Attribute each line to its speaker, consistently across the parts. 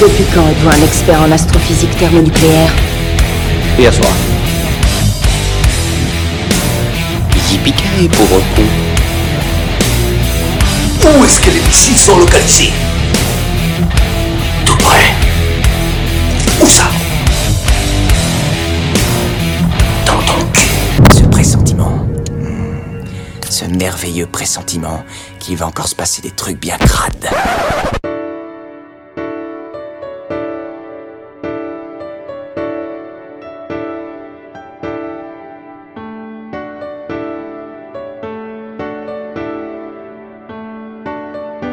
Speaker 1: Depuis quand êtes-vous un expert en astrophysique thermonucléaire
Speaker 2: Hier soir.
Speaker 3: Yippee pauvre con.
Speaker 4: Où est-ce que les missiles sont localisés
Speaker 3: Tout près.
Speaker 4: Où ça
Speaker 3: Dans ton cul. Ce pressentiment. hmm, Ce merveilleux pressentiment qu'il va encore se passer des trucs bien crades.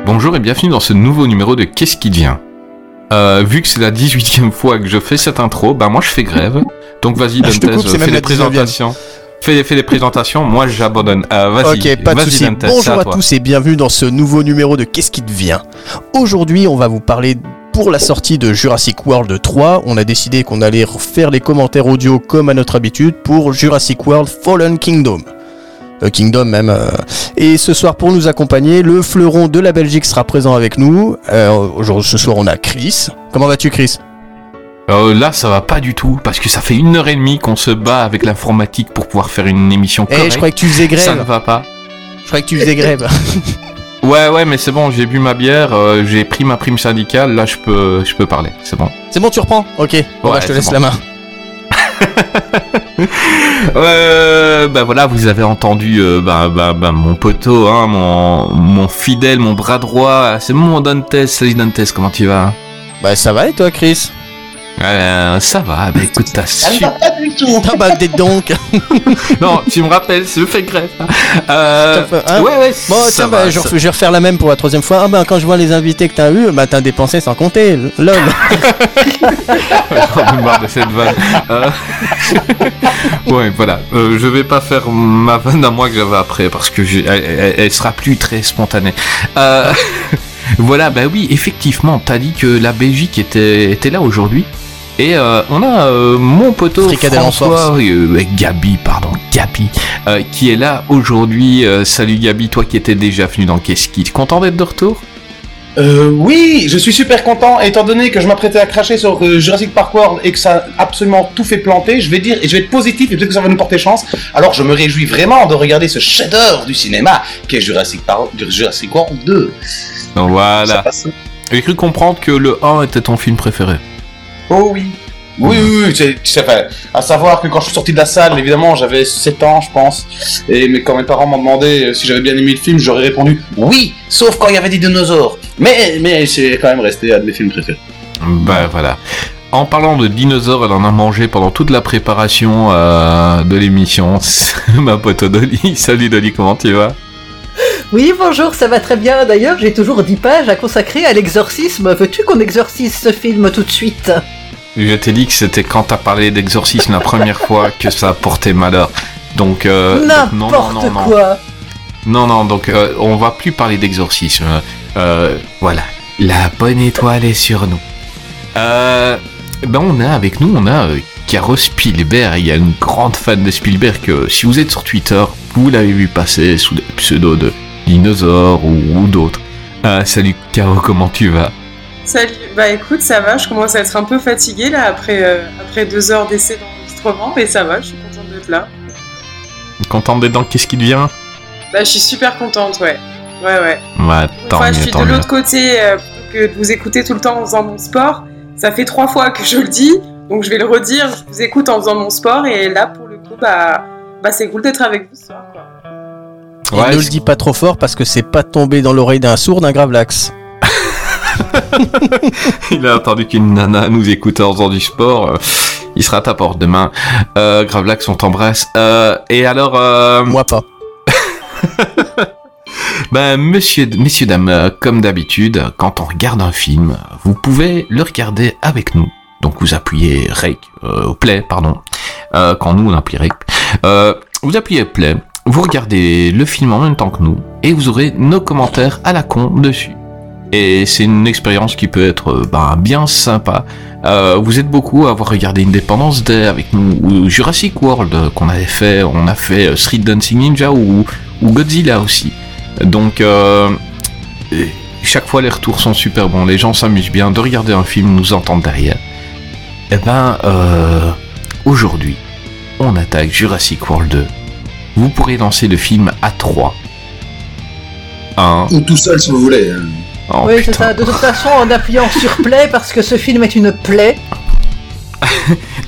Speaker 5: Bonjour et bienvenue dans ce nouveau numéro de Qu'est-ce qui devient Euh, Vu que c'est la 18ème fois que je fais cette intro, bah moi je fais grève. Donc vas-y,
Speaker 6: Ah, je te
Speaker 5: Dantes,
Speaker 6: coupe, c'est
Speaker 5: fais
Speaker 6: même
Speaker 5: des
Speaker 6: la 19e.
Speaker 5: présentations. Fais des, fais des présentations, moi j'abandonne. Euh, vas-y,
Speaker 6: ok, pas de
Speaker 5: vas-y,
Speaker 6: soucis.
Speaker 5: Dantes, c'est
Speaker 6: Bonjour à,
Speaker 5: toi.
Speaker 6: tous et bienvenue dans ce nouveau numéro de Qu'est-ce qui devient Aujourd'hui, on va vous parler pour la sortie de Jurassic World 3. On a décidé qu'on allait refaire les commentaires audio comme à notre habitude pour Jurassic World Fallen Kingdom. Euh, Kingdom même. euh. Et ce soir, pour nous accompagner, le fleuron de la Belgique sera présent avec nous. Euh, aujourd'hui- ce soir, on a Chris. Comment vas-tu, Chris
Speaker 5: Euh, là ça va pas du tout, parce que ça fait une heure et demie qu'on se bat avec l'informatique pour pouvoir faire une émission
Speaker 6: Eh,
Speaker 5: correcte.
Speaker 6: je croyais que tu faisais
Speaker 5: Ça ne
Speaker 6: grève.
Speaker 5: va pas.
Speaker 6: Je croyais que tu faisais grève.
Speaker 5: Ouais, ouais, mais c'est bon, j'ai bu ma bière, euh, j'ai pris ma prime syndicale, là je peux, je peux parler, c'est bon.
Speaker 6: C'est bon, tu reprends Ok. Bon,
Speaker 5: Ouais,
Speaker 6: bah, je
Speaker 5: c'est
Speaker 6: te laisse
Speaker 5: bon.
Speaker 6: la main.
Speaker 5: Euh, bah voilà, vous avez entendu euh, bah, bah, bah, mon poteau, hein, mon, mon fidèle, mon bras droit. C'est mon Dantes. Salut Dantes, comment tu vas
Speaker 6: Bah, ça va et toi, Chris
Speaker 5: Euh, Ça va, bah écoute, t'as su.
Speaker 7: pas du tout.
Speaker 6: Ah bah, dites donc
Speaker 5: non, tu me rappelles, je fais grève. Euh,
Speaker 6: Tout à fait, hein.
Speaker 5: ouais, ouais,
Speaker 6: Bon,
Speaker 5: ça
Speaker 6: tiens,
Speaker 5: va,
Speaker 6: bah, je,
Speaker 5: ça-
Speaker 6: ref- je vais refaire la même pour la troisième fois. Ah, bah, quand je vois les invités que t'as eu, bah, t'as dépensé sans compter. l- L'homme.
Speaker 5: J'en ai marre de cette vanne. Euh, ouais, voilà. Euh, je vais pas faire ma vanne à moi que j'avais après parce que j'ai- elle, elle- elle sera plus très spontanée. Euh, voilà, bah oui, effectivement, t'as dit que la Belgique était, était là aujourd'hui. Et euh, on a euh, mon poteau
Speaker 6: Fricadelle en
Speaker 5: François,
Speaker 6: force.
Speaker 5: euh, Gabi, pardon, Gabi, euh, qui est là aujourd'hui. Euh, salut Gabi, toi qui étais déjà venu dans Qu'est-ce qui Content d'être de retour
Speaker 7: Euh, oui, je suis super content, étant donné que je m'apprêtais à cracher sur euh, Jurassic Park World et que ça a absolument tout fait planter, je vais dire, et je vais être positif et peut-être que ça va nous porter chance. Alors je me réjouis vraiment de regarder ce chef-d'œuvre du cinéma qu'est Jurassic, Par- Jurassic World 2.
Speaker 5: Donc
Speaker 7: Ça
Speaker 5: voilà.
Speaker 7: passe.
Speaker 5: J'ai cru comprendre que le 1 était ton film préféré.
Speaker 7: Oh oui. Oui, oui, oui, c'est- c'est vrai. À savoir que quand je suis sorti de la salle, évidemment, j'avais 7 ans, je pense. Et mais quand mes parents m'ont demandé euh, si j'avais bien aimé le film, j'aurais répondu oui, sauf quand il y avait des dinosaures. Mais, mais c'est quand même resté un de mes films préférés.
Speaker 5: Bah voilà. En parlant de dinosaures, elle en a mangé pendant toute la préparation euh, de l'émission. Ma pote Dolly. Salut Dolly, comment tu vas
Speaker 8: Oui, bonjour, ça va très bien. D'ailleurs, j'ai toujours 10 pages à consacrer à l'exorcisme. Veux-tu qu'on exorcise ce film tout de suite
Speaker 5: Je t'ai dit que c'était quand t'as parlé d'exorcisme la première fois que ça a porté malheur. Donc, euh, donc non, non,
Speaker 8: N'importe
Speaker 5: non, non.
Speaker 8: quoi
Speaker 5: Non, non, donc euh, on va plus parler d'exorcisme. Euh, voilà, la bonne étoile est sur nous. Euh, ben on a avec nous, on a euh, Caro Spielberg. Il y a une grande fan de Spielberg. euh, si vous êtes sur Twitter, vous l'avez vu passer sous le pseudo de dinosaure ou, ou d'autres. Euh, salut Caro, comment tu vas
Speaker 9: Salut, bah écoute, ça va, je commence à être un peu fatiguée là après, euh, après deux heures d'essai d'enregistrement, mais ça va, je suis contente d'être là.
Speaker 5: Contente d'être dans Qu'est-ce qui devient
Speaker 9: Bah je suis super contente, ouais. Ouais, ouais.
Speaker 5: Ouais,
Speaker 9: Une
Speaker 5: tant
Speaker 9: fois, je
Speaker 5: mieux,
Speaker 9: suis
Speaker 5: tant
Speaker 9: de
Speaker 5: mieux.
Speaker 9: l'autre côté, euh, plutôt que de vous écouter tout le temps en faisant mon sport, ça fait trois fois que je le dis, donc je vais le redire, je vous écoute en faisant mon sport, et là pour le coup, bah, bah c'est cool d'être avec vous ce soir, quoi.
Speaker 6: Et
Speaker 5: Ouais,
Speaker 6: ne le dis pas trop fort parce que c'est pas tombé dans l'oreille d'un sourd, d'un gravelax.
Speaker 5: Il a attendu qu'une nana nous écoute en faisant du sport. euh, Il sera à ta porte demain. Euh, Mm. Gravelax, on t'embrasse. Euh, et alors, euh,
Speaker 6: Moi pas.
Speaker 5: Ben, monsieur, messieurs, dames, euh, comme d'habitude, quand on regarde un film, vous pouvez le regarder avec nous. Donc vous appuyez rec, euh, play, pardon, euh, quand nous on appuie rec. Euh, vous appuyez play, vous regardez le film en même temps que nous, et vous aurez nos commentaires à la con dessus. Et c'est une expérience qui peut être euh, ben, bien sympa. Euh, vous êtes beaucoup à avoir regardé Independence Day avec nous, ou Jurassic World euh, qu'on avait fait, on a fait euh, Street Dancing Ninja ou, ou Godzilla aussi. Donc euh, et chaque fois les retours sont super bons, les gens s'amusent bien de regarder un film, nous entendre derrière. Eh ben, euh, aujourd'hui, on attaque Jurassic World 2. Vous pourrez lancer le film à 3. 1.
Speaker 10: Ou tout seul si vous voulez. hein.
Speaker 5: Oh,
Speaker 8: oui, c'est ça. De toute façon, en appuyant sur play, parce que ce film est une plaie.
Speaker 5: Oh,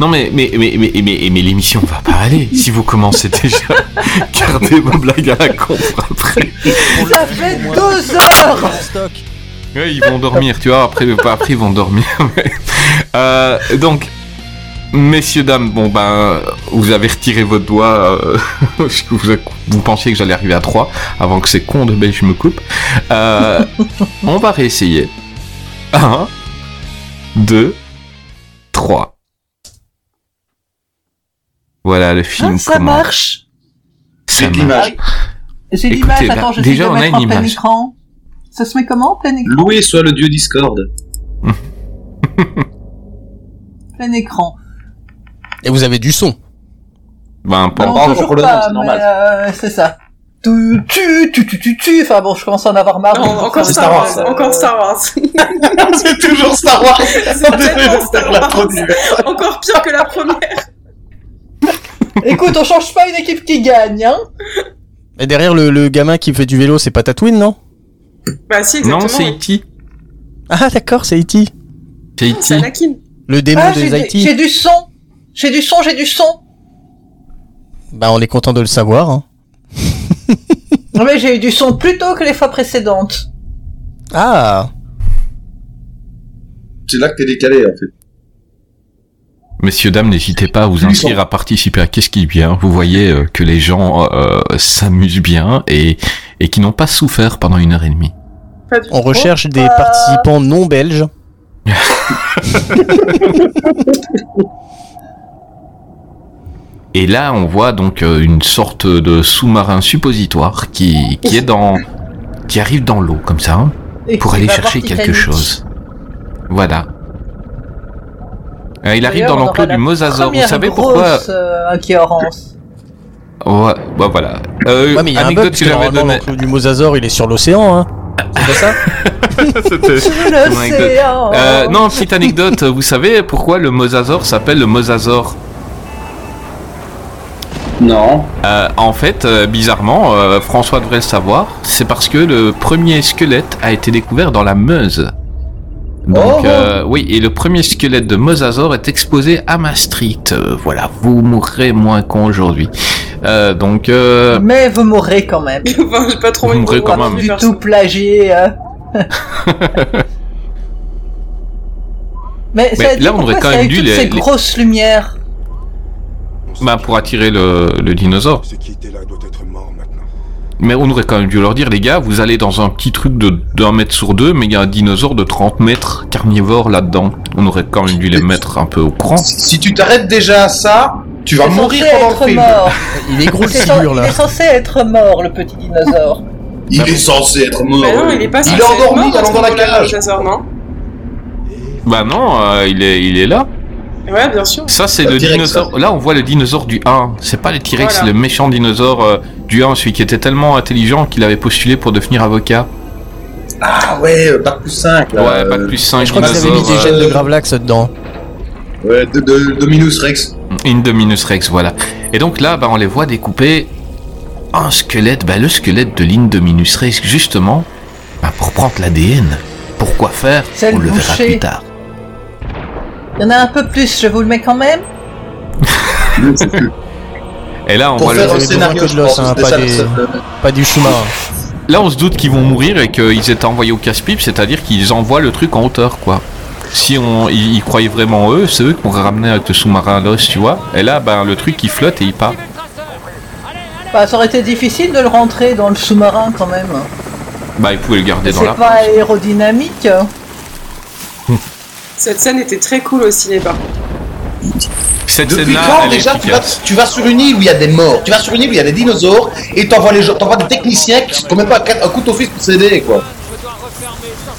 Speaker 5: Non mais mais mais mais mais, mais, mais l'émission va pas aller si vous commencez déjà à garder vos blagues à la con pour après.
Speaker 8: Ça fait deux heures
Speaker 5: Ouais, ils vont dormir, tu vois. Après, pas après, ils vont dormir. mais- Euh, donc, messieurs dames, bon ben, vous avez retiré votre doigt. euh, parce que vous, vous pensiez que j'allais arriver à 3 avant que ces cons de belge me coupent. Euh, on va réessayer. 1, 2, 3. Voilà le film.
Speaker 8: Hein, ça
Speaker 5: commence.
Speaker 8: marche
Speaker 5: Ça marche.
Speaker 8: J'ai
Speaker 5: Écoutez,
Speaker 8: l'image,
Speaker 5: là,
Speaker 8: attends, je
Speaker 5: déjà,
Speaker 8: déjà, de
Speaker 5: on a
Speaker 8: mettre en
Speaker 5: une
Speaker 8: plein
Speaker 5: image.
Speaker 8: écran. Ça se met comment en plein écran
Speaker 10: Loué soit le dieu Discord.
Speaker 8: Plein écran.
Speaker 6: Et vous avez du son.
Speaker 5: Ben, pas
Speaker 8: Non,
Speaker 5: encore.
Speaker 8: toujours
Speaker 10: pour le nom,
Speaker 8: pas,
Speaker 10: c'est
Speaker 8: mais,
Speaker 10: normal.
Speaker 8: euh, C'est ça. Tu, tu, tu, tu, tu, tu. Enfin bon, je commence à en avoir marre.
Speaker 9: Non,
Speaker 8: Donc,
Speaker 9: encore
Speaker 8: ça-
Speaker 9: Star
Speaker 7: Ah Star
Speaker 9: Wars.
Speaker 7: Wars.
Speaker 9: Encore Star Wars.
Speaker 7: C'est toujours Star Wars.
Speaker 9: C'est tellement Star
Speaker 7: La
Speaker 9: Wars.
Speaker 7: produit.
Speaker 9: Encore pire que la première.
Speaker 8: Écoute, on change pas une équipe qui gagne, hein
Speaker 6: Et derrière le, le gamin qui fait du vélo, c'est pas Tatooine, non
Speaker 9: Bah si, exactement.
Speaker 5: Non, c'est E.T.
Speaker 6: Ah d'accord, c'est E.T.
Speaker 5: C'est E E.T.
Speaker 9: C'est Anakin.
Speaker 6: Le démon
Speaker 8: Ah, j'ai
Speaker 6: des
Speaker 8: du-
Speaker 6: IT.
Speaker 8: j'ai du son J'ai du son, j'ai du son
Speaker 6: Bah on est content de le savoir. Hein.
Speaker 8: Non, Mais j'ai eu du son plus tôt que les fois précédentes.
Speaker 6: Ah
Speaker 10: C'est là que t'es décalé en fait.
Speaker 5: Messieurs, dames, n'hésitez pas à vous inscrire, à participer à Qu'est-ce qui vient. Vous voyez euh, que les gens euh, euh, s'amusent bien et, et qui n'ont pas souffert pendant une heure et demie.
Speaker 9: Pas du
Speaker 6: On
Speaker 9: tout.
Speaker 6: recherche des participants non belges.
Speaker 5: Euh, Et là, on voit donc euh, une sorte de sous-marin suppositoire qui, qui est dans, qui arrive dans l'eau comme ça hein,
Speaker 8: Et
Speaker 5: pour
Speaker 8: qui
Speaker 5: aller
Speaker 8: va
Speaker 5: chercher
Speaker 8: voir
Speaker 5: quelque
Speaker 8: Titanic.
Speaker 5: chose. Voilà. Euh, il arrive
Speaker 8: D'ailleurs,
Speaker 5: dans
Speaker 8: on
Speaker 5: l'enclos
Speaker 8: aura
Speaker 5: du
Speaker 8: la
Speaker 5: mosasaure. Vous
Speaker 8: première
Speaker 5: savez
Speaker 8: grosse,
Speaker 5: pourquoi
Speaker 8: euh, incohérence.
Speaker 5: Ouais, bah voilà. Euh,
Speaker 6: Ouais mais il y a un bug
Speaker 5: anecdote
Speaker 6: parce
Speaker 5: que
Speaker 6: que
Speaker 5: j'avais
Speaker 6: normalement
Speaker 5: donnée.
Speaker 6: l'enclos du mosasaure il est sur l'océan hein. C'est pas ça
Speaker 5: C'était-
Speaker 8: Sous
Speaker 5: anecdote.
Speaker 8: l'océan
Speaker 5: Euh, non, petite anecdote, vous savez pourquoi le mosasaure s'appelle le mosasaure
Speaker 10: Non.
Speaker 5: Euh, En fait, euh, bizarrement, euh, François devrait le savoir, c'est parce que le premier squelette a été découvert dans la Meuse. Donc,
Speaker 10: Oh.
Speaker 5: euh, oui, et le premier squelette de mosasaure est exposé à Maastricht. Euh, voilà, vous mourrez moins con aujourd'hui. Euh, donc, euh,
Speaker 8: Mais vous mourrez quand même.
Speaker 9: Enfin, j'ai pas trop
Speaker 5: Vous
Speaker 9: envie de
Speaker 5: mourrez
Speaker 9: voir
Speaker 5: quand
Speaker 9: ce
Speaker 5: même.
Speaker 8: du
Speaker 9: personnage.
Speaker 8: tout plagié. hein. Mais, ça
Speaker 5: là,
Speaker 8: a dit
Speaker 5: on aurait
Speaker 8: pourquoi
Speaker 5: quand
Speaker 8: ça a
Speaker 5: même
Speaker 8: eu
Speaker 5: dû
Speaker 8: toutes
Speaker 5: les-
Speaker 8: ces
Speaker 5: les-
Speaker 8: grosses lumières.
Speaker 7: Ah,
Speaker 5: bah, pour attirer le, le dinosaure.
Speaker 4: Ce qui était là doit être mort maintenant.
Speaker 5: Mais on aurait quand même dû leur dire, les gars, vous allez dans un petit truc de d'un mètre sur deux, mais il y a un dinosaure de 30 mètres carnivore là-dedans. On aurait quand même dû les mettre un peu au courant.
Speaker 7: Si tu t'arrêtes déjà à ça, tu vas
Speaker 8: C'est
Speaker 7: mourir
Speaker 8: censé
Speaker 7: pendant
Speaker 8: être
Speaker 7: le film.
Speaker 8: mort.
Speaker 6: Il est gros le
Speaker 8: C'est cen-
Speaker 6: silure
Speaker 8: Il
Speaker 6: là.
Speaker 8: est censé être mort, le petit dinosaure.
Speaker 10: Il est censé être mort.
Speaker 9: Mais Bah non, il est pas censé
Speaker 7: Bah est
Speaker 9: être
Speaker 7: endormi,
Speaker 9: mort
Speaker 7: il est dans la
Speaker 9: ce moment-là,
Speaker 7: cage.
Speaker 9: le chasseur, non
Speaker 5: Bah non, euh, il, est, il est là.
Speaker 9: Ouais, bien sûr.
Speaker 5: Ça, c'est
Speaker 6: Euh,
Speaker 10: Le
Speaker 5: le
Speaker 10: T-Rex,
Speaker 5: dinosaure. Là, on voit le dinosaure du 1. C'est pas le T-Rex,
Speaker 9: Voilà.
Speaker 5: c'est le méchant dinosaure euh, du 1, celui qui était tellement intelligent qu'il avait postulé pour devenir avocat.
Speaker 10: Ah ouais, euh, bac plus 5.
Speaker 5: Ouais, pas plus 5
Speaker 6: Je crois qu'ils avaient mis des
Speaker 10: euh,
Speaker 6: gènes de Gravelax dedans.
Speaker 10: Ouais, de, de- Dominus Rex.
Speaker 5: Une de Minus Rex, voilà. Et donc là, bah, on les voit découper un squelette, bah, le squelette de l'île de Minus Rex, justement, bah, pour prendre l'ADN. Pourquoi faire
Speaker 8: C'est
Speaker 5: On
Speaker 8: le
Speaker 5: le verra
Speaker 8: boucher.
Speaker 5: plus tard.
Speaker 8: Il y en a un peu plus, je vous le mets quand même.
Speaker 5: Et là, on
Speaker 10: Pour
Speaker 5: voit le-
Speaker 10: faire un
Speaker 6: Ils avaient
Speaker 10: scénario,
Speaker 6: besoin que
Speaker 10: je
Speaker 6: de l'os,
Speaker 10: pense.
Speaker 6: hein,
Speaker 10: c'était
Speaker 6: pas
Speaker 10: ça,
Speaker 6: des-
Speaker 10: ça, euh,
Speaker 6: Pas du Schumacher.
Speaker 5: là, on se doute qu'ils vont mourir et qu'ils étaient envoyés au casse-pipe, c'est-à-dire qu'ils envoient le truc en hauteur, quoi. Si on, ils, ils croyaient vraiment en eux, c'est eux qui pourraient ramener avec le sous-marin à l'os, tu vois. Et là, ben, le truc, il flotte et il part.
Speaker 8: Bah, ça aurait été difficile de le rentrer dans le sous-marin quand même.
Speaker 5: Bah, il pouvait le garder dans
Speaker 8: C'est
Speaker 5: la.
Speaker 8: pas aérodynamique.
Speaker 9: Cette scène était très cool au ciné, par contre.
Speaker 5: Cette
Speaker 7: Depuis
Speaker 5: scène-là,
Speaker 7: quand
Speaker 5: elle est
Speaker 7: déjà tu vas,
Speaker 5: efficace.
Speaker 7: tu vas sur une île où il y a des morts, tu vas sur une île où il y a des dinosaures et t'envoies les gens- t'envoies des techniciens qui sont même pas un, un couteau suisse pour s'aider quoi.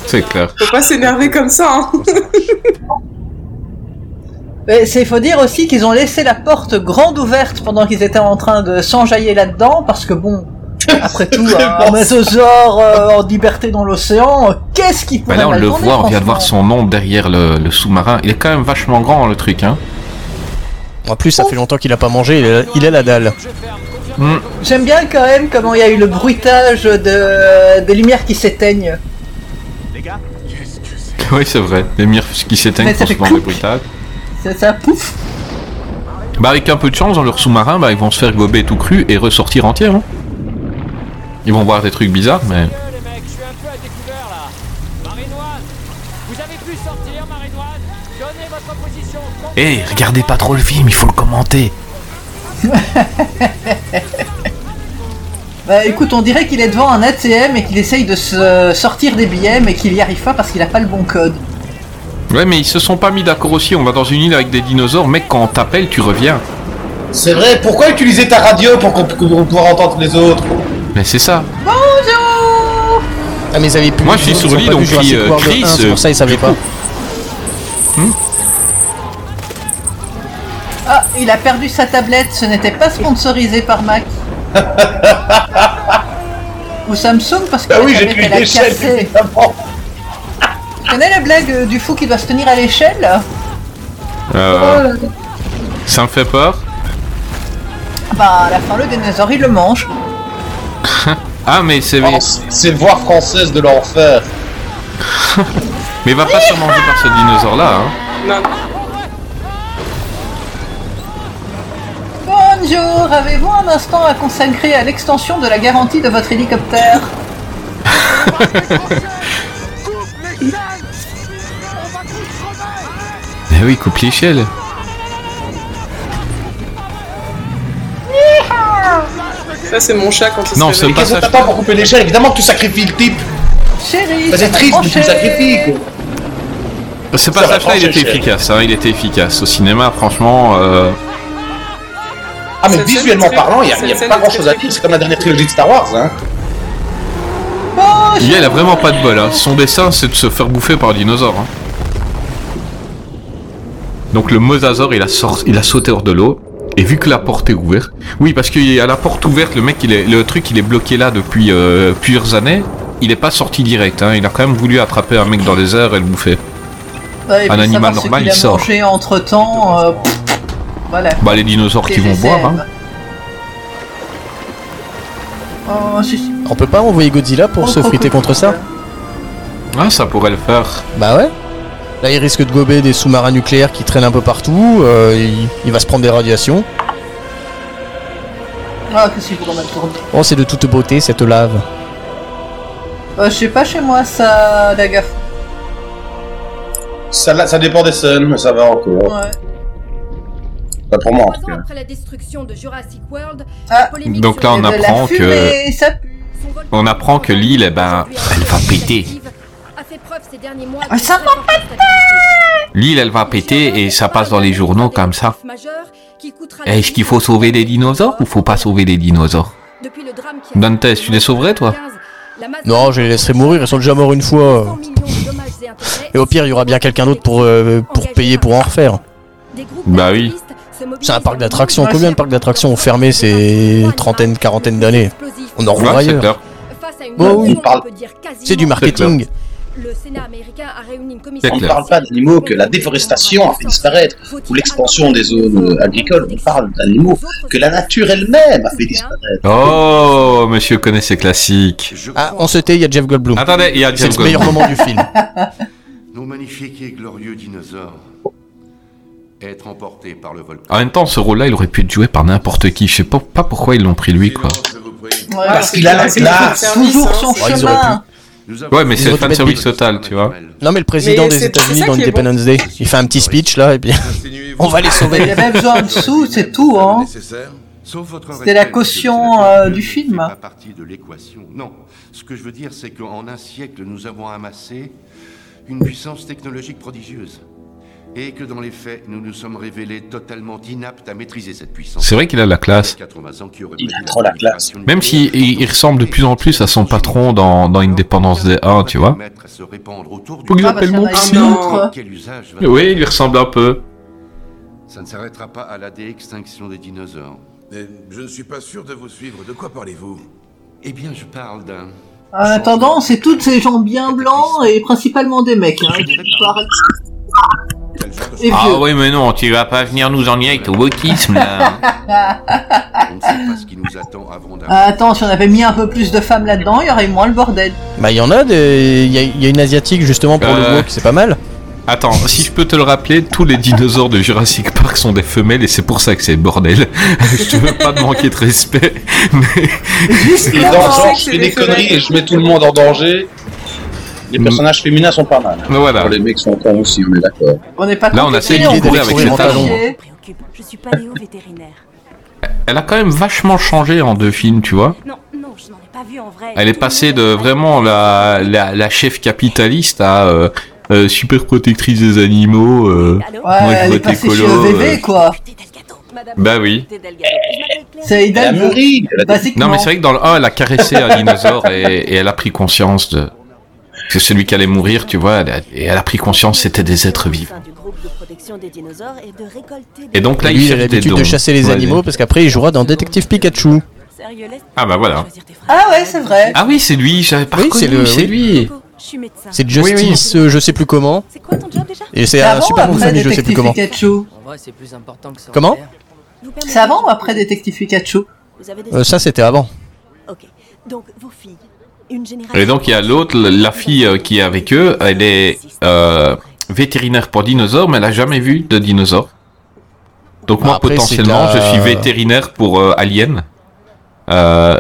Speaker 5: C'est clair.
Speaker 9: Faut pas s'énerver comme ça, hein.
Speaker 8: Mais c'est faut dire aussi qu'ils ont laissé la porte grande ouverte pendant qu'ils étaient en train de s'enjailler là-dedans, parce que bon, après tout, un mosasaure euh, en liberté dans l'océan, euh, qu'est-ce qu'il
Speaker 5: Bah
Speaker 8: pourrait
Speaker 5: là, on
Speaker 8: mal
Speaker 5: le
Speaker 8: tourner,
Speaker 5: voit, on vient de voir
Speaker 8: franchement
Speaker 5: son nom derrière le, le sous-marin. Il est quand même vachement grand, le truc, hein.
Speaker 6: En plus, ça fait longtemps qu'il a pas mangé, il a, il a la dalle.
Speaker 8: J'aime bien quand même comment il y a eu le bruitage de... des lumières qui s'éteignent.
Speaker 5: Oui, c'est vrai. Les mires qui s'éteignent
Speaker 8: Mais ça
Speaker 5: pour
Speaker 8: fait
Speaker 5: se vendre les bruitages.
Speaker 8: C'est ça, pouf
Speaker 5: Bah, avec un peu de chance, dans leur sous-marin, bah, ils vont se faire gober tout cru et ressortir entier, hein. Ils vont voir des trucs bizarres, mais. Eh, regardez pas trop le film, il faut le commenter.
Speaker 8: Bah écoute, on dirait qu'il est devant un ATM et qu'il essaye de se sortir des billets, mais qu'il y arrive pas parce qu'il a pas le bon code.
Speaker 5: Ouais, mais ils se sont pas mis d'accord aussi. On va dans une île avec des dinosaures. Mec, quand on t'appelle, tu reviens.
Speaker 7: C'est vrai, pourquoi utiliser ta radio pour qu'on pour pouvoir entendre les autres
Speaker 5: Mais c'est ça.
Speaker 8: Bonjour
Speaker 6: Ah, mais ils avaient plus.
Speaker 5: Moi, je suis
Speaker 6: ils
Speaker 5: sur
Speaker 6: ont
Speaker 5: l'île,
Speaker 6: pas
Speaker 5: donc
Speaker 6: vu Jurassic
Speaker 5: puis, euh,
Speaker 6: World
Speaker 5: Chris,
Speaker 6: 1, C'est pour ça, ils savaient pas.
Speaker 8: Ah, il a perdu sa tablette, ce n'était pas sponsorisé par Mac. Ou Samsung parce que
Speaker 7: Bah
Speaker 8: la
Speaker 7: oui, j'ai
Speaker 8: tablette
Speaker 7: tué
Speaker 8: elle a
Speaker 7: l'échelle
Speaker 8: cassé.
Speaker 7: évidemment.
Speaker 8: Tu connais la blague euh, du fou qui doit se tenir à l'échelle Ah
Speaker 5: Euh, ça me fait peur.
Speaker 8: Bah à la fin le dinosaure il le mange.
Speaker 5: Ah, mais c'est.
Speaker 7: Oh, c'est- C'est voix française de l'enfer.
Speaker 5: Mais va pas se manger par ce dinosaure-là, hein.
Speaker 9: Non,
Speaker 8: Bonjour, avez-vous un instant à consacrer à l'extension de la garantie de votre hélicoptère
Speaker 5: Eh oui, coupe l'échelle.
Speaker 9: ça c'est mon chat quand il
Speaker 5: Non, c'est
Speaker 9: se réveille.
Speaker 7: Qu'est-ce que
Speaker 5: passage.
Speaker 7: t'attends pour couper l'échelle Évidemment que tu sacrifies le type.
Speaker 8: Chérie,
Speaker 7: Bah,
Speaker 8: ça
Speaker 7: c'est
Speaker 8: va
Speaker 7: triste, mais tu le
Speaker 8: trancher.
Speaker 7: sacrifies.
Speaker 5: Ce
Speaker 7: quoi. Ça va
Speaker 5: passage-là, il
Speaker 7: trancher,
Speaker 5: était
Speaker 7: chérie.
Speaker 5: efficace, hein, il était efficace. Au cinéma, franchement, euh,
Speaker 7: Ah mais
Speaker 9: Cette scène
Speaker 7: visuellement
Speaker 9: est très-
Speaker 7: parlant, il n'y a,
Speaker 9: cette
Speaker 7: y a
Speaker 9: scène
Speaker 7: pas
Speaker 9: est
Speaker 7: grand chose à
Speaker 9: très-
Speaker 7: dire. C'est comme la dernière trilogie de Star Wars. Hein.
Speaker 8: Bonjour.
Speaker 5: Lia, il a vraiment pas de bol. Hein. Son dessin, c'est de se faire bouffer par le dinosaure. hein. Donc le mosasaure, il a, sor- il a sauté hors de l'eau. Et vu que la porte est ouverte, oui, parce qu'il est à la porte ouverte, le mec, il est, le truc, il est bloqué là depuis euh, plusieurs années. Il est pas sorti direct. hein. Il a quand même voulu attraper un mec dans les airs et le bouffer.
Speaker 8: Ouais, et
Speaker 5: Un animal
Speaker 8: puis Ah, savoir ce
Speaker 5: normal,
Speaker 8: qu'il
Speaker 5: il
Speaker 8: a
Speaker 5: sort.
Speaker 8: mangé entre temps. voilà.
Speaker 5: Bah les dinosaures qui vont
Speaker 8: TGCM.
Speaker 5: boire. Hein.
Speaker 8: Oh, si, si.
Speaker 6: On peut pas envoyer Godzilla pour
Speaker 8: Oh,
Speaker 6: se friter
Speaker 8: crocodile.
Speaker 6: contre ça
Speaker 5: Ah, ça pourrait le faire.
Speaker 6: Bah ouais. Là, il risque de gober des sous-marins nucléaires qui traînent un peu partout. euh, il, il va se prendre des radiations.
Speaker 8: Ah, qu'est-ce que je voudrais mal tourner
Speaker 6: Oh, c'est de toute beauté cette lave.
Speaker 8: Euh, Je sais pas chez moi ça, la gaffe.
Speaker 7: Ça, là, ça dépend des scènes, mais ça va encore.
Speaker 8: Ouais.
Speaker 7: Pas pour moi en tout
Speaker 11: Trois ans
Speaker 7: cas.
Speaker 11: après la destruction de Jurassic World,
Speaker 8: Ah.
Speaker 11: la polémique
Speaker 5: Donc
Speaker 11: sur
Speaker 5: là,
Speaker 11: le-
Speaker 5: on
Speaker 8: Et de la
Speaker 5: apprend que-
Speaker 8: fumée, ça pue.
Speaker 11: son volcan
Speaker 5: On apprend que l'île, eh ben, elle va péter.
Speaker 11: a fait preuve ces derniers mois
Speaker 8: Ah, ça
Speaker 11: d'une très forte instabilité.
Speaker 5: L'île, elle va péter et ça passe dans les journaux comme ça.
Speaker 11: Majeur qui coûtera-
Speaker 5: Est-ce qu'il faut sauver les dinosaures ou faut pas sauver les dinosaures
Speaker 11: Depuis le drame qui a-
Speaker 5: Dante, tu les sauverais, toi
Speaker 11: La masse-
Speaker 6: Non, je les laisserai mourir. Ils sont déjà morts une fois.
Speaker 11: 100 millions de dommages et intérêts.
Speaker 6: Et au pire, il y aura bien quelqu'un d'autre pour euh, pour payer pour en refaire.
Speaker 11: Des groupes
Speaker 5: Bah oui.
Speaker 11: d'activistes se mobilisent
Speaker 6: C'est un parc d'attractions.
Speaker 11: dans le
Speaker 6: Combien de
Speaker 11: monde
Speaker 6: parcs d'attractions ont fermé ces trentaine, quarantaine d'années On en revoit
Speaker 5: Ouais, c'est
Speaker 6: ailleurs.
Speaker 5: clair.
Speaker 11: Face à une
Speaker 6: Bah oui,
Speaker 11: nation,
Speaker 7: on parle-
Speaker 11: peut dire quasiment-
Speaker 6: C'est du marketing.
Speaker 11: Le Sénat américain a réuni une
Speaker 5: C'est
Speaker 11: commission.
Speaker 5: On ne
Speaker 7: parle pas d'animaux que la déforestation a fait disparaître, ou l'expansion des zones euh, agricoles. On parle d'animaux que la nature elle-même a fait disparaître.
Speaker 5: Oh, monsieur connaît ses classiques.
Speaker 6: Ah, on se tait. Il y a Jeff Goldblum.
Speaker 5: Attendez, il y a
Speaker 6: C'est
Speaker 5: James
Speaker 6: le meilleur moment du film.
Speaker 12: Nos magnifiques et glorieux dinosaures. Être emportés par le volcan.
Speaker 5: En même temps, ce rôle-là, il aurait pu être joué par n'importe qui. Je sais pas, pas pourquoi ils l'ont pris lui, quoi.
Speaker 12: Silence repris.
Speaker 8: Ouais,
Speaker 7: Parce qu'il a la
Speaker 8: c'est
Speaker 7: classe.
Speaker 8: Toujours son
Speaker 6: Ouais, ils auraient
Speaker 8: chemin.
Speaker 12: Nous avons-
Speaker 5: Ouais, mais
Speaker 6: Ils
Speaker 5: c'est le
Speaker 6: auraient dû
Speaker 5: fanservice
Speaker 6: mettre
Speaker 5: total, tu vois.
Speaker 6: Non, mais le président
Speaker 9: Mais
Speaker 6: des
Speaker 9: c'est- c'est
Speaker 6: États-Unis
Speaker 9: ça
Speaker 6: dans
Speaker 9: qui est
Speaker 6: Independence Day, il fait un petit speech là et puis on va les sauver.
Speaker 8: Il y avait besoin de sous, c'est tout, hein.
Speaker 12: Nécessaire Sauf votre
Speaker 8: C'était la
Speaker 12: respect,
Speaker 8: caution,
Speaker 12: monsieur le sénateur,
Speaker 8: euh,
Speaker 12: je
Speaker 8: du
Speaker 12: ne fais
Speaker 8: film.
Speaker 9: Ah,
Speaker 12: pas partie de l'équation. Non. Ce que je veux dire, c'est qu'en un siècle, nous avons amassé une puissance technologique prodigieuse. Et que dans les faits, nous nous sommes révélés totalement inaptes à maîtriser cette puissance.
Speaker 5: C'est vrai qu'il a la classe.
Speaker 12: Il a trop la classe.
Speaker 5: Même si il, il ressemble de plus en plus à son patron dans, dans Independence Day 1, tu vois. Faut qu'il
Speaker 12: Ah,
Speaker 5: appelle
Speaker 12: bah,
Speaker 5: mon
Speaker 12: ça
Speaker 5: psy.
Speaker 12: va, un autre. Quel usage va-
Speaker 5: Oui, il lui ressemble un peu.
Speaker 12: Ça ne s'arrêtera pas à la déextinction des dinosaures.
Speaker 4: je ne suis pas sûr de vous suivre. De quoi parlez-vous
Speaker 12: Eh bien, je parle d'un.
Speaker 8: En attendant, c'est toutes ces gens bien blancs et principalement des mecs. hein. Par- Et
Speaker 5: ah
Speaker 8: vieux.
Speaker 5: oui, mais non, tu vas pas venir nous ennuyer avec ton wokisme là.
Speaker 12: On ne sait pas ce qui nous attend avant d'un.
Speaker 8: Ah, attends, si on avait mis un peu plus de femmes là-dedans, il y aurait moins le bordel.
Speaker 6: Bah, il y en a des. Il y, a- il y a une asiatique justement pour
Speaker 5: Euh.
Speaker 6: le wok, c'est pas mal.
Speaker 5: Attends, si je peux te le rappeler, tous les dinosaures de Jurassic Park sont des femelles et c'est pour ça que c'est le bordel. je te veux pas te manquer de respect, mais.
Speaker 7: Et dans le genre, je fais des conneries et je mets tout le monde en danger. Les
Speaker 5: Mm.
Speaker 7: personnages féminins sont pas mal.
Speaker 5: Voilà.
Speaker 10: Les mecs sont cons aussi, on est d'accord.
Speaker 8: On n'est pas
Speaker 5: Là, on a
Speaker 8: contentés,
Speaker 5: essayé de
Speaker 8: on
Speaker 5: courir avec
Speaker 8: fait
Speaker 5: les
Speaker 8: chier.
Speaker 5: talons.
Speaker 11: Je suis paléo vétérinaire.
Speaker 5: Elle a quand même vachement changé en deux films, tu vois.
Speaker 11: Non, non, je n'en ai pas vu en vrai.
Speaker 5: Elle est passée de vraiment la, la, la chef capitaliste à euh, euh, super protectrice des animaux. euh,
Speaker 8: Ouais,
Speaker 5: moi, je
Speaker 8: elle est
Speaker 5: vote
Speaker 8: passée chez
Speaker 5: écolo,
Speaker 8: EVV,
Speaker 5: euh,
Speaker 8: quoi.
Speaker 5: Bah oui.
Speaker 8: C'est Hidalgo. Bah, Basiquement.
Speaker 5: Non, mais c'est vrai que dans le 1, elle a caressé un dinosaure et, et elle a pris conscience de. que celui qui allait mourir, tu vois, elle a- et elle a pris conscience que c'était des êtres vivants. Et donc là, il
Speaker 6: Lui, il a
Speaker 5: cherche des
Speaker 6: l'habitude
Speaker 5: dons.
Speaker 6: de chasser les
Speaker 5: Ouais,
Speaker 6: animaux parce qu'après il jouera dans Détective Pikachu.
Speaker 5: Ah bah voilà.
Speaker 8: Ah ouais, c'est vrai.
Speaker 5: Ah oui, c'est lui, j'avais pas
Speaker 6: Oui,
Speaker 5: reconnu,
Speaker 6: c'est le- oui.
Speaker 5: lui.
Speaker 6: C'est Justice, euh, je sais plus comment.
Speaker 13: C'est quoi ton job déjà
Speaker 6: Et c'est un super nom de famille, je sais plus comment.
Speaker 13: En vrai, c'est plus important que ça.
Speaker 6: Comment
Speaker 8: C'est avant ou après Détective Pikachu
Speaker 6: Euh, Ça c'était avant.
Speaker 5: Et donc il y a l'autre, la fille euh, qui est avec eux, elle est euh, vétérinaire pour dinosaures, mais elle a jamais vu de dinosaures. Donc moi
Speaker 6: Bah, Après,
Speaker 5: potentiellement,
Speaker 6: c'est de
Speaker 5: je
Speaker 6: la-
Speaker 5: suis vétérinaire pour euh, Alien. Euh,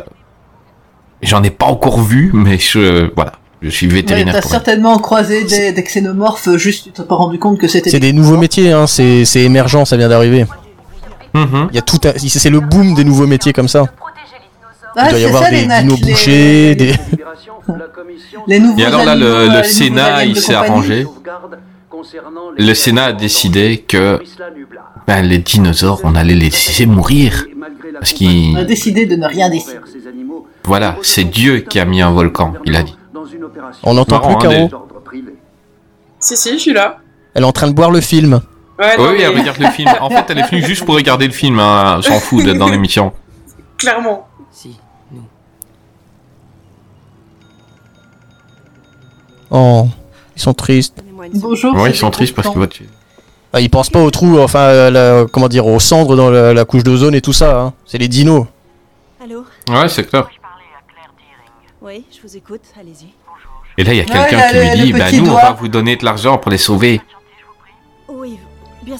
Speaker 5: J'en ai pas encore vu, mais je voilà, je suis
Speaker 8: Ouais,
Speaker 5: vétérinaire
Speaker 8: T'as
Speaker 5: pour. Alien.
Speaker 8: certainement croisé des, des xénomorphes, juste tu t'es pas rendu compte que c'était
Speaker 6: C'est des nouveaux métiers, hein, c'est c'est émergent, ça vient d'arriver.
Speaker 5: Mhm.
Speaker 6: Il y a tout un- c'est c'est le boom des nouveaux métiers comme ça.
Speaker 8: Ah,
Speaker 6: Il doit y
Speaker 8: c'est
Speaker 6: avoir
Speaker 8: ça,
Speaker 6: des
Speaker 8: les nattes,
Speaker 6: dinos
Speaker 8: les- euh,
Speaker 6: bouchés, des.
Speaker 8: les nouveaux
Speaker 5: Et alors là,
Speaker 8: animaux,
Speaker 5: le,
Speaker 8: euh,
Speaker 5: le
Speaker 8: les nouveaux
Speaker 5: Sénat,
Speaker 8: aliens
Speaker 5: il
Speaker 8: de
Speaker 5: s'est
Speaker 8: compagnie.
Speaker 5: arrangé. Le Sénat a décidé que ben, les dinosaures, on allait les laisser mourir. Parce
Speaker 8: On a
Speaker 5: qu'ils...
Speaker 8: décidé de ne rien décider.
Speaker 5: Voilà, c'est Dieu qui a mis un volcan, il a dit.
Speaker 6: On n'entend plus
Speaker 5: Marrant, hein,
Speaker 6: Caro.
Speaker 5: des-
Speaker 9: Si, si, je suis là.
Speaker 6: Elle est en train de boire le film.
Speaker 9: Ouais, non,
Speaker 5: oui,
Speaker 9: mais-
Speaker 5: elle regarde le film. En fait, elle est venue juste pour regarder le film. Hein. S'en fout d'être dans l'émission.
Speaker 9: Clairement.
Speaker 6: Oh, ils sont tristes.
Speaker 8: Bonjour.
Speaker 5: Oui,
Speaker 8: c'est
Speaker 5: ils sont
Speaker 8: des
Speaker 5: tristes parce que
Speaker 8: contents.
Speaker 5: votre-
Speaker 6: Ah, ils pensent pas au trou, enfin, euh, la- comment dire, aux cendres dans la, la couche d'ozone et tout ça. hein. C'est les dinos.
Speaker 5: Ouais, c'est clair.
Speaker 13: Oui, je vous écoute, allez-y.
Speaker 5: Et là, il y a
Speaker 13: Ouais,
Speaker 5: quelqu'un
Speaker 13: là,
Speaker 5: qui
Speaker 13: le-
Speaker 5: lui dit
Speaker 13: le
Speaker 5: bah,
Speaker 13: petit
Speaker 5: Nous, on
Speaker 13: doigt.
Speaker 5: va vous donner de l'argent pour les sauver.
Speaker 13: Oh,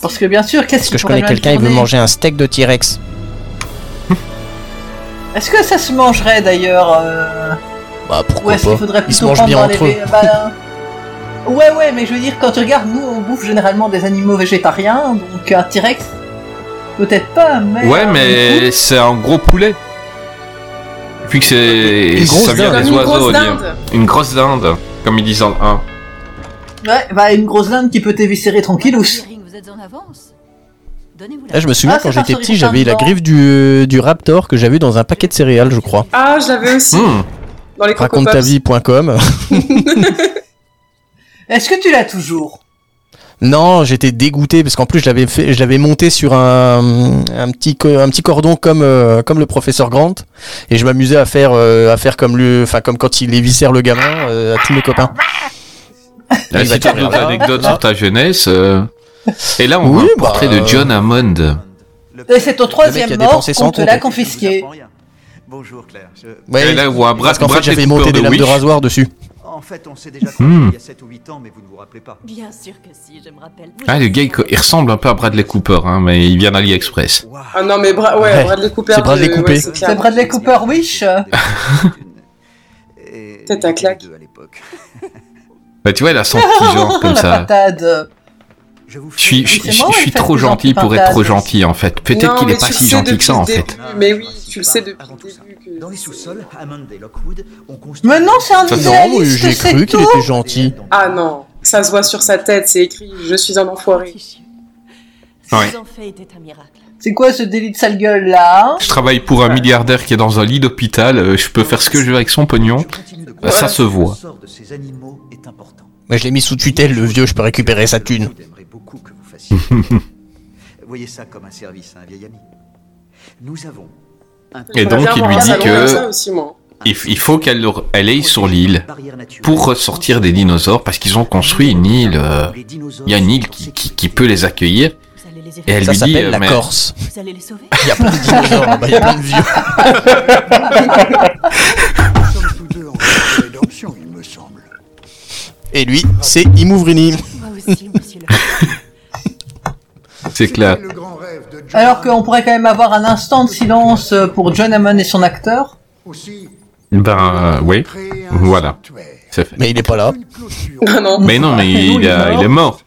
Speaker 8: Parce que bien sûr, qu'est-ce
Speaker 6: Parce que je connais quelqu'un, il veut manger un steak de T-Rex.
Speaker 8: Est-ce que ça se mangerait d'ailleurs euh,
Speaker 6: Bah,
Speaker 8: Ou
Speaker 6: pourquoi
Speaker 8: est-ce qu'il
Speaker 6: pas
Speaker 8: faudrait
Speaker 6: Ils se
Speaker 8: plutôt
Speaker 6: mangent
Speaker 8: prendre
Speaker 6: bien
Speaker 8: dans les
Speaker 6: entre eux.
Speaker 8: vé- bah, Ouais, ouais, mais je veux dire, quand tu regardes, nous, on bouffe généralement des animaux végétariens, donc un T-Rex, peut-être pas, mais... euh,
Speaker 5: Ouais, mais c'est un gros poulet. Puis que c'est.
Speaker 6: Une grosse
Speaker 5: Ça vient
Speaker 6: dinde.
Speaker 5: des
Speaker 6: Comme une
Speaker 5: oiseaux.
Speaker 6: grosse
Speaker 5: on dit.
Speaker 6: dinde.
Speaker 5: Une grosse dinde, comme ils disent en 1.
Speaker 8: Ouais, bah, une grosse linde qui peut t'éviscérer tranquillous.
Speaker 13: Vous êtes en avance.
Speaker 6: Là, je me souviens
Speaker 8: Ah,
Speaker 6: quand
Speaker 8: c'est parce
Speaker 6: j'étais
Speaker 8: que
Speaker 6: petit,
Speaker 8: les
Speaker 6: j'avais la
Speaker 8: dents.
Speaker 6: griffe du, du raptor que j'avais dans un paquet de céréales, je crois.
Speaker 9: Ah, je l'avais aussi.
Speaker 6: Hmm.
Speaker 9: Dans les Coco Pops.
Speaker 6: Raconte-ta-vie.com.
Speaker 8: Est-ce que tu l'as toujours
Speaker 6: non, j'étais dégoûté parce qu'en plus, je l'avais fait, je l'avais monté sur un, un petit, co- un petit cordon comme, euh, comme le professeur Grant et je m'amusais à faire, euh, à faire comme le, enfin, comme quand il éviscère le gamin euh, à tous mes copains. Il va
Speaker 5: Ah, si tu as
Speaker 6: dire,
Speaker 5: d'autres
Speaker 6: là,
Speaker 5: anecdotes
Speaker 6: là.
Speaker 5: sur ta jeunesse. euh, Et là, on voit
Speaker 6: Oui,
Speaker 5: un portrait
Speaker 6: bah,
Speaker 5: de John Hammond.
Speaker 8: Et c'est ton
Speaker 6: Le
Speaker 8: troisième
Speaker 6: mec a
Speaker 8: mort
Speaker 6: dépensé
Speaker 8: qu'on
Speaker 6: 100
Speaker 8: te l'a
Speaker 6: comptes.
Speaker 8: confisqué.
Speaker 14: Bonjour Claire. Je-
Speaker 5: Et là, on voit un bras
Speaker 6: parce qu'en
Speaker 5: bras
Speaker 6: fait, j'avais
Speaker 5: coupeur
Speaker 6: monté
Speaker 5: de
Speaker 6: des lames de
Speaker 5: Wish.
Speaker 6: rasoir dessus.
Speaker 14: En fait, on s'est déjà
Speaker 5: Hmm.
Speaker 14: connu il y a 7 ou 8 ans, mais vous ne vous rappelez pas.
Speaker 13: Bien sûr que si, je me rappelle.
Speaker 5: Ah, le gars, il, co- il ressemble un peu à Bradley Cooper, hein, mais il vient d'AliExpress.
Speaker 9: Ah non, mais bras, ouais,
Speaker 5: Ouais,
Speaker 9: Bradley Cooper.
Speaker 5: c'est Bradley
Speaker 9: de-
Speaker 5: Coupé.
Speaker 9: ouais,
Speaker 8: C'est
Speaker 9: clair.
Speaker 8: Bradley Cooper Wish
Speaker 9: Tête à claque.
Speaker 5: Bah, tu vois, il a son petit genre comme
Speaker 8: La
Speaker 5: ça.
Speaker 8: patade
Speaker 14: Je vous
Speaker 5: Je suis, je-
Speaker 14: C'est
Speaker 5: je-
Speaker 14: moi,
Speaker 5: je suis
Speaker 14: elle fait
Speaker 5: trop
Speaker 14: ce genre
Speaker 5: gentil
Speaker 14: de
Speaker 5: pour être
Speaker 14: fantasme.
Speaker 5: trop gentil en fait. Peut-être
Speaker 14: Non,
Speaker 5: qu'il
Speaker 14: mais
Speaker 5: est pas
Speaker 14: tu
Speaker 5: si
Speaker 14: le sais
Speaker 5: gentil que ça en
Speaker 14: depuis le
Speaker 5: fait.
Speaker 9: Mais oui, tu le sais depuis
Speaker 14: le début. Dans les sous-sols, Hammond et Lockwood ont construit.
Speaker 8: Mais non, c'est un
Speaker 6: Non,
Speaker 8: idéaliste,
Speaker 6: j'ai
Speaker 8: c'est
Speaker 6: cru qu'il
Speaker 8: tout.
Speaker 6: était gentil.
Speaker 9: Ah non, ça se voit sur sa tête, c'est écrit Je suis un enfoiré.
Speaker 5: Ouais.
Speaker 8: C'est quoi ce délit de sale gueule là hein
Speaker 5: Je travaille pour un milliardaire qui est dans un lit d'hôpital. euh, Je peux faire ce que je veux avec son pognon. Bah, Ça se voit.
Speaker 6: Mais je l'ai mis sous tutelle, le vieux, je peux récupérer sa thune.
Speaker 14: Voyez ça comme un service à un vieil ami. Nous avons. un-
Speaker 5: Et donc il lui dit que
Speaker 9: moi.
Speaker 5: il il faut qu'elle re- elle aille sur l'île pour ressortir des dinosaures parce qu'ils ont construit une île. euh, Il y a une île qui, qui- qui peut les accueillir. Et elle
Speaker 6: Ça
Speaker 5: lui dit
Speaker 6: s'appelle
Speaker 5: euh,
Speaker 6: la
Speaker 5: mais-
Speaker 6: Corse.
Speaker 13: Vous allez les sauver
Speaker 6: Il y a plein de dinosaures là-bas, il y a plein de vieux. Et lui, c'est Imouvrini.
Speaker 5: C'est clair.
Speaker 8: Alors qu'on pourrait quand même avoir un instant de silence pour John Hammond et son acteur.
Speaker 5: Ben euh, oui, voilà. C'est fait.
Speaker 6: Mais il est pas là.
Speaker 9: non.
Speaker 5: Mais non, mais
Speaker 8: Non,
Speaker 5: il,
Speaker 8: il est
Speaker 5: a-
Speaker 8: mort.
Speaker 5: il est mort.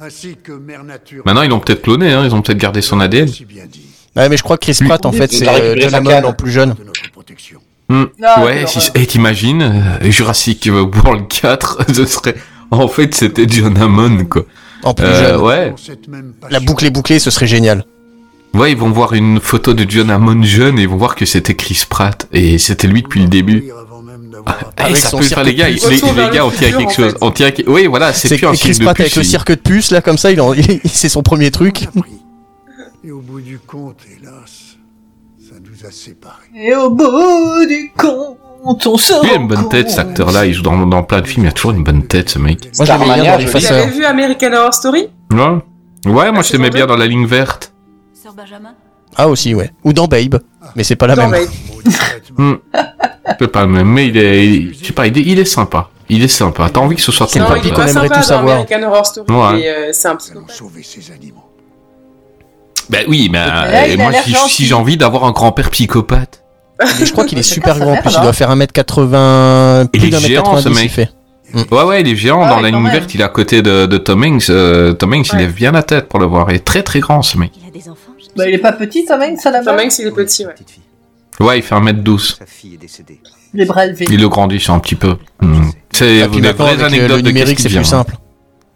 Speaker 15: Ainsi que Mère Nature.
Speaker 5: Maintenant ils l'ont peut-être cloné, hein, ils ont peut-être gardé son ADN.
Speaker 6: Ouais, mais je crois que Chris Pratt, en fait,
Speaker 5: Il
Speaker 6: c'est
Speaker 5: a
Speaker 6: euh,
Speaker 5: récupéré
Speaker 6: John
Speaker 5: sa
Speaker 6: Hammond
Speaker 5: canne.
Speaker 6: en plus jeune.
Speaker 5: Hmm.
Speaker 8: Non,
Speaker 5: ouais,
Speaker 8: quelle
Speaker 5: si, et t'imagines, euh, Jurassic World 4, ce serait. En fait, c'était John Hammond, quoi.
Speaker 6: En plus
Speaker 5: Euh,
Speaker 6: jeune.
Speaker 5: Ouais.
Speaker 6: La boucle est bouclée, ce serait génial.
Speaker 5: Ouais, ils vont voir une photo de John Hammond jeune et ils vont voir que c'était Chris Pratt. Et c'était lui depuis le début. Ah, eh,
Speaker 6: Avec
Speaker 5: ça
Speaker 6: son
Speaker 5: peut faire,
Speaker 6: cirque
Speaker 5: les gars,
Speaker 6: de
Speaker 5: les,
Speaker 6: puces.
Speaker 5: les
Speaker 6: Retour vers
Speaker 5: gars,
Speaker 6: le
Speaker 5: on tient
Speaker 6: futur,
Speaker 5: quelque
Speaker 6: en
Speaker 5: chose.
Speaker 6: fait.
Speaker 5: On tient... que- Oui, voilà, c'est
Speaker 6: C'est
Speaker 5: plus un
Speaker 6: Chris
Speaker 5: film de
Speaker 6: Pratt avec
Speaker 5: puce,
Speaker 6: le
Speaker 5: il-
Speaker 6: cirque de puces, là, comme ça, il en... c'est son premier truc.
Speaker 15: Et au bout du compte, hélas, ça nous a séparés.
Speaker 8: Et au bout du compte, on se
Speaker 5: Il a une
Speaker 8: rend
Speaker 5: bonne tête, cet
Speaker 8: compte.
Speaker 5: acteur-là. Il joue dans, dans plein de films, il a toujours une bonne tête, ce mec.
Speaker 6: Moi, j'aimais bien dans les
Speaker 9: Vous avez vu American Horror Story
Speaker 5: Ouais, ouais moi, je t'aimais bien dans La Ligne Verte.
Speaker 6: Ah, aussi, ouais. Ou dans Babe. Mais c'est pas la
Speaker 9: Dans
Speaker 6: même.
Speaker 5: Hmm. C'est pas le même, mais il est, il- je sais pas, il est, il est sympa. Il est sympa. T'as envie que ce soit ton
Speaker 9: Non,
Speaker 5: pote,
Speaker 9: il est
Speaker 5: là.
Speaker 9: pas sympa dans American Horror Story.
Speaker 5: Ouais.
Speaker 9: et, euh, c'est un psychopathe.
Speaker 5: Ben oui, mais
Speaker 9: là,
Speaker 5: euh,
Speaker 9: il a
Speaker 5: moi,
Speaker 9: l'air
Speaker 5: si,
Speaker 9: gentil.
Speaker 5: si j'ai envie d'avoir un grand-père psychopathe.
Speaker 6: Mais je crois qu'il est super grand en plus,
Speaker 8: merde,
Speaker 6: il doit
Speaker 8: hein.
Speaker 6: faire 1m80,
Speaker 5: Il
Speaker 6: plus
Speaker 5: est
Speaker 6: d'un mètre
Speaker 5: géant, ce
Speaker 6: 90 il
Speaker 5: mec.
Speaker 6: fait.
Speaker 5: Ouais, ouais, il est géant.
Speaker 8: Ah
Speaker 5: dans
Speaker 8: ouais,
Speaker 5: la
Speaker 8: quand
Speaker 5: ligne
Speaker 8: même.
Speaker 5: verte, il est à côté de, de Tom Hanks. Euh, Tom Hanks, il lève bien la tête pour le voir. Il est très, très grand, ce mec.
Speaker 8: Bah, il est pas petit, Tom Hanks, ça la
Speaker 9: Tom Hanks, il est Ah, petit, ouais.
Speaker 5: Ouais, il fait 1m12.
Speaker 8: Il est bras levés.
Speaker 5: Ils le grandissent un petit peu. Hmm.
Speaker 6: Ah,
Speaker 5: C'est
Speaker 6: puis
Speaker 5: des
Speaker 6: maintenant,
Speaker 5: vraies
Speaker 6: avec, euh,
Speaker 5: anecdotes
Speaker 6: le
Speaker 5: de qu'est-ce
Speaker 6: numérique,
Speaker 5: qui
Speaker 6: c'est plus
Speaker 5: devient.
Speaker 6: simple.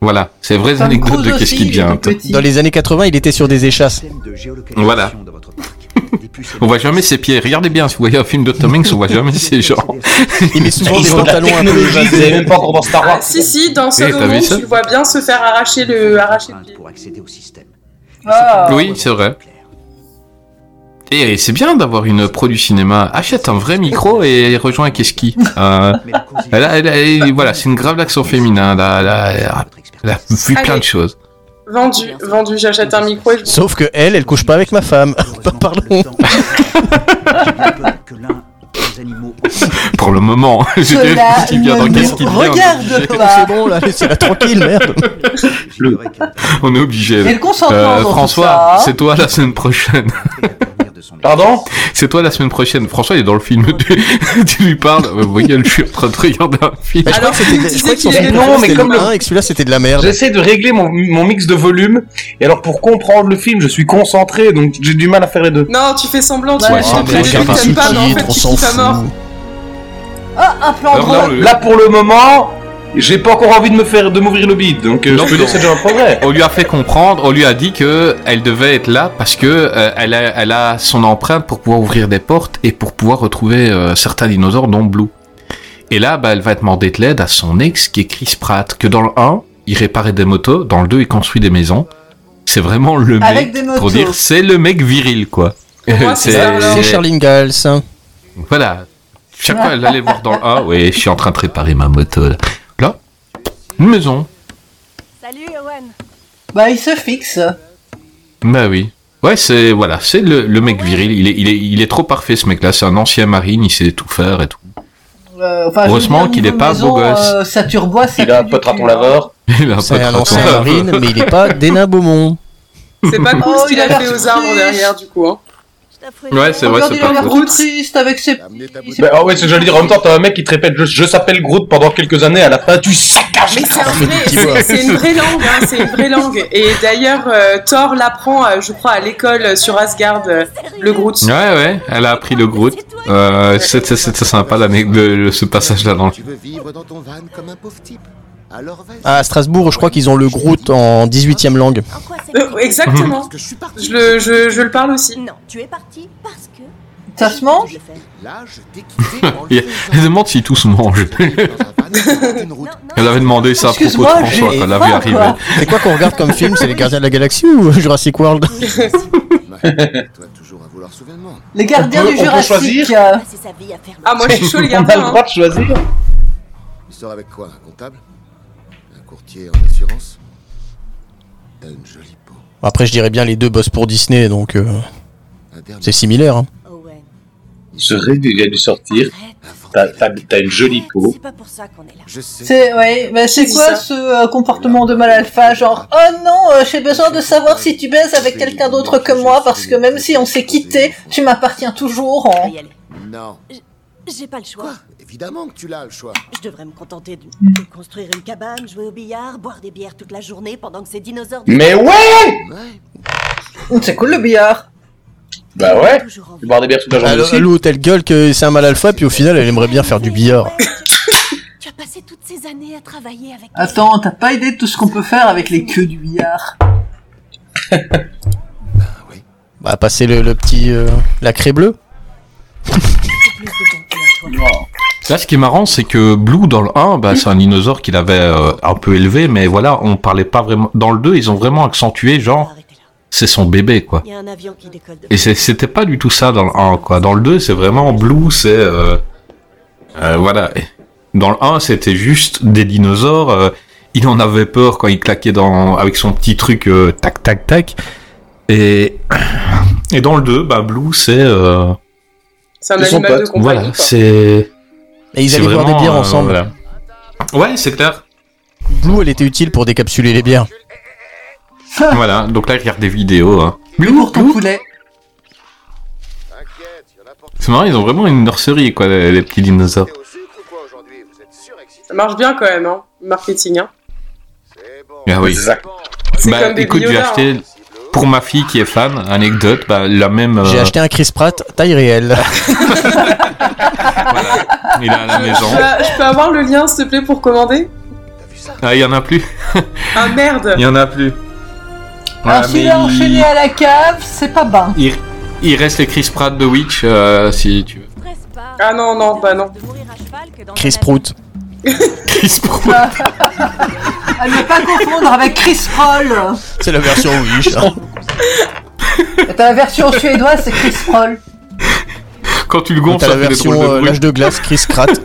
Speaker 5: Voilà, c'est vraies
Speaker 8: Tom
Speaker 5: anecdotes de
Speaker 8: Cruise
Speaker 5: qu'est-ce
Speaker 8: aussi,
Speaker 5: qui hein.
Speaker 8: il est
Speaker 5: devient.
Speaker 8: tout petit.
Speaker 6: Dans les années 80, il était sur des échasses.
Speaker 16: Ah.
Speaker 5: Voilà. On voit jamais ses pieds. Regardez bien, si vous voyez un film de Tom Hanks, on voit jamais ses jambes.
Speaker 6: Il met souvent
Speaker 7: Ils
Speaker 6: des
Speaker 7: sont de la
Speaker 6: pantalons un peu
Speaker 7: technologie, vous avez
Speaker 6: évasés.
Speaker 7: même pas encore dans Star Wars.
Speaker 9: Ah, Si, si, dans
Speaker 5: Eh, Ah, t'as vu
Speaker 9: Sodomon,
Speaker 5: ça
Speaker 9: tu le vois bien se faire arracher le, arracher le pied.
Speaker 8: Ah.
Speaker 5: Oui, c'est vrai. Et c'est bien d'avoir une pro du cinéma. Achète un vrai micro et rejoins Keski. Euh, elle a- elle a- elle- voilà, c'est une grave l'action féminin. Là, là, elle a- elle a vu plein de choses.
Speaker 9: Vendu, vendu, j'achète un micro et je
Speaker 6: Sauf que elle, elle couche pas avec ma femme. Pardon.
Speaker 5: Pour le moment, je
Speaker 8: Cela
Speaker 5: dis bien dans
Speaker 8: ne
Speaker 5: Qu'est-ce qui
Speaker 8: me
Speaker 5: vient, on est
Speaker 8: regarde
Speaker 5: obligé.
Speaker 8: pas.
Speaker 6: C'est bon, là, laissez-la tranquille, merde.
Speaker 5: Le- On est obligé. Euh,
Speaker 8: Et le consentement dans tout ça,
Speaker 5: François,
Speaker 8: hein.
Speaker 5: c'est toi la semaine prochaine.
Speaker 7: Pardon
Speaker 5: C'est toi la semaine prochaine. François, il est dans le film. Tu, tu lui parles. Euh, Vous voyez, je suis en train de regarder un film.
Speaker 6: Bah, je crois
Speaker 9: Alors,
Speaker 6: que c'était-
Speaker 9: tu
Speaker 6: je
Speaker 9: disais
Speaker 6: crois que son
Speaker 9: qu'il
Speaker 6: film
Speaker 9: est-
Speaker 6: préféré,
Speaker 7: Non, mais
Speaker 6: c'était
Speaker 7: comme
Speaker 6: le
Speaker 7: le-
Speaker 6: 1 et que celui-là, c'était de la merde.
Speaker 7: J'essaie de régler mon, mon mix de volume, et alors pour comprendre le film, je suis concentré, donc j'ai du mal à faire les deux.
Speaker 9: Non, tu fais semblant, tu
Speaker 8: Ouais,
Speaker 9: ouais,
Speaker 8: ouais,
Speaker 9: te
Speaker 8: mais
Speaker 9: dis que t'aimes pas, mais en fait,
Speaker 6: on
Speaker 9: tu
Speaker 6: s'en
Speaker 9: kiffes à
Speaker 6: fout.
Speaker 9: mort.
Speaker 8: Ah, un plan
Speaker 5: Alors,
Speaker 8: drôle.
Speaker 5: non, le-
Speaker 7: Là, pour le moment, j'ai pas encore envie de me faire, de m'ouvrir le bide, donc euh,
Speaker 5: Non,
Speaker 7: je peux
Speaker 5: non.
Speaker 7: dire que c'est déjà un progrès.
Speaker 5: On lui a fait comprendre, on lui a dit que elle devait être là parce que euh, elle, a, elle a son empreinte pour pouvoir ouvrir des portes et pour pouvoir retrouver euh, certains dinosaures, dont Blue. Et là, bah, elle va demander de l'aide à son ex qui est Chris Pratt, que dans le 1, il réparait des motos, dans le 2, il construit des maisons. C'est vraiment le
Speaker 8: Avec
Speaker 5: mec
Speaker 8: des motos.
Speaker 5: pour dire c'est le mec viril quoi.
Speaker 9: Pour moi, c'est ça, alors.
Speaker 6: C'est Charlene Gals. hein.
Speaker 5: Voilà. Chaque fois, elle allait voir dans le 1, oui, je suis en train de réparer ma moto. Là, Là, une maison.
Speaker 11: Salut, Owen.
Speaker 8: Bah, il se fixe.
Speaker 5: Bah oui. Ouais, c'est voilà, c'est le, le mec viril. Il est, il, est, il est trop parfait ce mec-là. C'est un ancien marine, il sait tout faire et tout.
Speaker 8: Euh, enfin, je veux
Speaker 5: Heureusement
Speaker 8: dire,
Speaker 5: qu'il
Speaker 8: niveau
Speaker 5: est pas
Speaker 8: maison,
Speaker 5: beau gosse.
Speaker 8: euh, Sa turbois, ça
Speaker 7: Il a un
Speaker 8: pue
Speaker 7: pote
Speaker 8: du cul,
Speaker 7: raton
Speaker 8: hein.
Speaker 7: laveur.
Speaker 5: Il a un
Speaker 6: C'est
Speaker 5: peu
Speaker 6: un
Speaker 5: de
Speaker 6: ancien
Speaker 5: raton.
Speaker 6: marine, mais il est pas d'Ena Beaumont.
Speaker 9: C'est pas cool
Speaker 8: Oh,
Speaker 9: ce qu'il
Speaker 8: il a
Speaker 9: a fait
Speaker 8: l'air
Speaker 9: aux arbres
Speaker 8: triste.
Speaker 9: derrière, du coup. Hein.
Speaker 5: Ouais, c'est vrai, c'est
Speaker 8: Regardez
Speaker 5: pas
Speaker 8: la
Speaker 5: faux.
Speaker 8: route triste avec ses.
Speaker 7: Bah, ah ouais, c'est ce que j'allais dire. En même temps, t'as un mec qui te répète Je, je s'appelle Groot pendant quelques années, à la fin, tu sacs
Speaker 9: Mais c'est un vrai- c'est- c'est une vraie langue, hein, c'est une vraie langue. Et d'ailleurs, euh, Thor l'apprend, euh, je crois, à l'école euh, sur Asgard, euh, le Groot.
Speaker 5: Ouais, ouais, elle a appris le Groot. Euh, c'est c'est- c'est sympa l'année- le- le- ce passage-là dans le
Speaker 16: Tu veux vivre dans ton van comme un pauvre type Alors vas-y.
Speaker 6: À Strasbourg, je crois qu'ils ont le Groot en 18ème langue.
Speaker 9: Euh, exactement. Je le, je, je le parle aussi.
Speaker 11: Non, tu es parti parce que.
Speaker 8: Ça se mange
Speaker 16: Là, je t'ai
Speaker 5: Il- Elle demande si tout se mange. Elle avait demandé ça à propos de
Speaker 6: Excuse-moi, j'ai
Speaker 5: François quand elle l'a vu
Speaker 6: faim,
Speaker 5: arriver.
Speaker 6: quoi. C'est quoi qu'on regarde comme film C'est les Gardiens de la Galaxie ou Jurassic World
Speaker 16: Bah,
Speaker 8: Les gardiens
Speaker 6: On peut-
Speaker 8: du
Speaker 6: on peut
Speaker 8: Jurassic.
Speaker 6: choisir
Speaker 8: euh,
Speaker 9: Ah, moi, je suis chaud, les gardiens. hein.
Speaker 16: Il sort avec quoi Un comptable Un courtier en assurance Une jolie peau.
Speaker 6: Après, je dirais bien les deux bossent pour Disney, donc euh, c'est similaire. hein.
Speaker 11: Oh,
Speaker 7: Ce rêve il vient de sortir. T'as- T'as t'as une jolie peau.
Speaker 8: C'est ouais, bah c'est quoi ce euh, comportement de mal alpha genre oh non euh, j'ai besoin de savoir si tu baises avec quelqu'un d'autre que moi parce que même si on s'est quitté tu m'appartiens toujours en
Speaker 16: Non.
Speaker 11: J'ai pas le choix.
Speaker 16: Évidemment que tu l'as le choix.
Speaker 11: Je devrais me contenter de,
Speaker 8: Mm.
Speaker 11: de construire une cabane, jouer au billard, boire des bières toute la journée pendant que ces dinosaures.
Speaker 7: Mais ouais
Speaker 8: c'est cool le billard
Speaker 7: Bah ouais Tu bois des bières toute la journée
Speaker 6: Elle-
Speaker 7: aussi.
Speaker 6: L'autre, elle gueule que c'est un mal alpha, puis au final, elle aimerait bien faire du billard.
Speaker 11: Tu as passé toutes ces années à travailler avec.
Speaker 8: Attends t'as pas idée de tout ce qu'on peut faire avec les queues du billard
Speaker 6: Bah, passer le, le petit. euh, la craie bleue
Speaker 5: Là, ce qui est marrant, c'est que Blue, dans le 1, bah, c'est un dinosaure qu'il avait euh, un peu élevé, mais voilà, on parlait pas vraiment. Dans le 2, ils ont vraiment accentué, genre, c'est son bébé, quoi.
Speaker 11: Il y a un avion qui décolle.
Speaker 5: Et c'est- c'était pas du tout ça dans le 1, quoi. Dans le 2, c'est vraiment Blue, c'est. euh, euh, voilà. Dans le 1, c'était juste des dinosaures. euh, il en avait peur quand il claquait dans, avec son petit truc euh, tac tac tac. Et, et dans le 2, bah, Blue, c'est. euh,
Speaker 9: C'est un
Speaker 5: ils sont
Speaker 9: animal de
Speaker 5: potes.
Speaker 9: compagnie.
Speaker 5: Voilà, c'est.
Speaker 6: Et ils
Speaker 5: c'est
Speaker 6: allaient boire des
Speaker 5: vraiment,
Speaker 6: bières
Speaker 5: euh,
Speaker 6: ensemble.
Speaker 5: voilà. Ouais, c'est clair.
Speaker 6: Blue, elle était utile pour décapsuler les bières. Ah.
Speaker 5: voilà, donc là, je regarde des vidéos. hein.
Speaker 8: pour ton poulet
Speaker 5: C'est marrant, ils ont vraiment une nurserie, quoi, les, les petits dinosaures.
Speaker 9: Ça marche bien quand même, hein, le marketing. Hein.
Speaker 5: Ah oui.
Speaker 9: C'est
Speaker 5: Bah,
Speaker 9: comme des hein.
Speaker 5: écoute, j'ai
Speaker 9: billonards,
Speaker 5: acheté, pour ma fille qui est fan, anecdote, bah, la même.
Speaker 6: J'ai
Speaker 5: euh,
Speaker 6: acheté un Chris Pratt taille réelle.
Speaker 8: Ah,
Speaker 5: Il est à la
Speaker 9: Je,
Speaker 5: maison.
Speaker 9: peux- je peux avoir le lien, s'il te plaît, pour commander
Speaker 5: Ah, il y en a plus.
Speaker 9: Ah merde
Speaker 5: Il y en a plus.
Speaker 6: Ah,
Speaker 8: alors
Speaker 5: Voilà,
Speaker 8: s'il
Speaker 5: Ah, mais
Speaker 8: est
Speaker 5: il-
Speaker 8: enchaîné à la cave c'est pas bain
Speaker 5: il, il reste les Chris Pratt de Witch, euh, si tu veux.
Speaker 9: Ah non, non, bah non.
Speaker 6: Chris Prout.
Speaker 5: Chris Prout.
Speaker 8: à ne pas confondre avec Chris Roll
Speaker 6: C'est la version Wish. hein.
Speaker 8: t'as la version suédoise c'est Chris Roll
Speaker 5: Quand tu le
Speaker 6: gonfles,
Speaker 5: ça
Speaker 6: Ah. la
Speaker 5: fait des
Speaker 6: version
Speaker 5: drôles de
Speaker 6: euh,
Speaker 5: bruit.
Speaker 6: l'âge de glace Chris Pratt.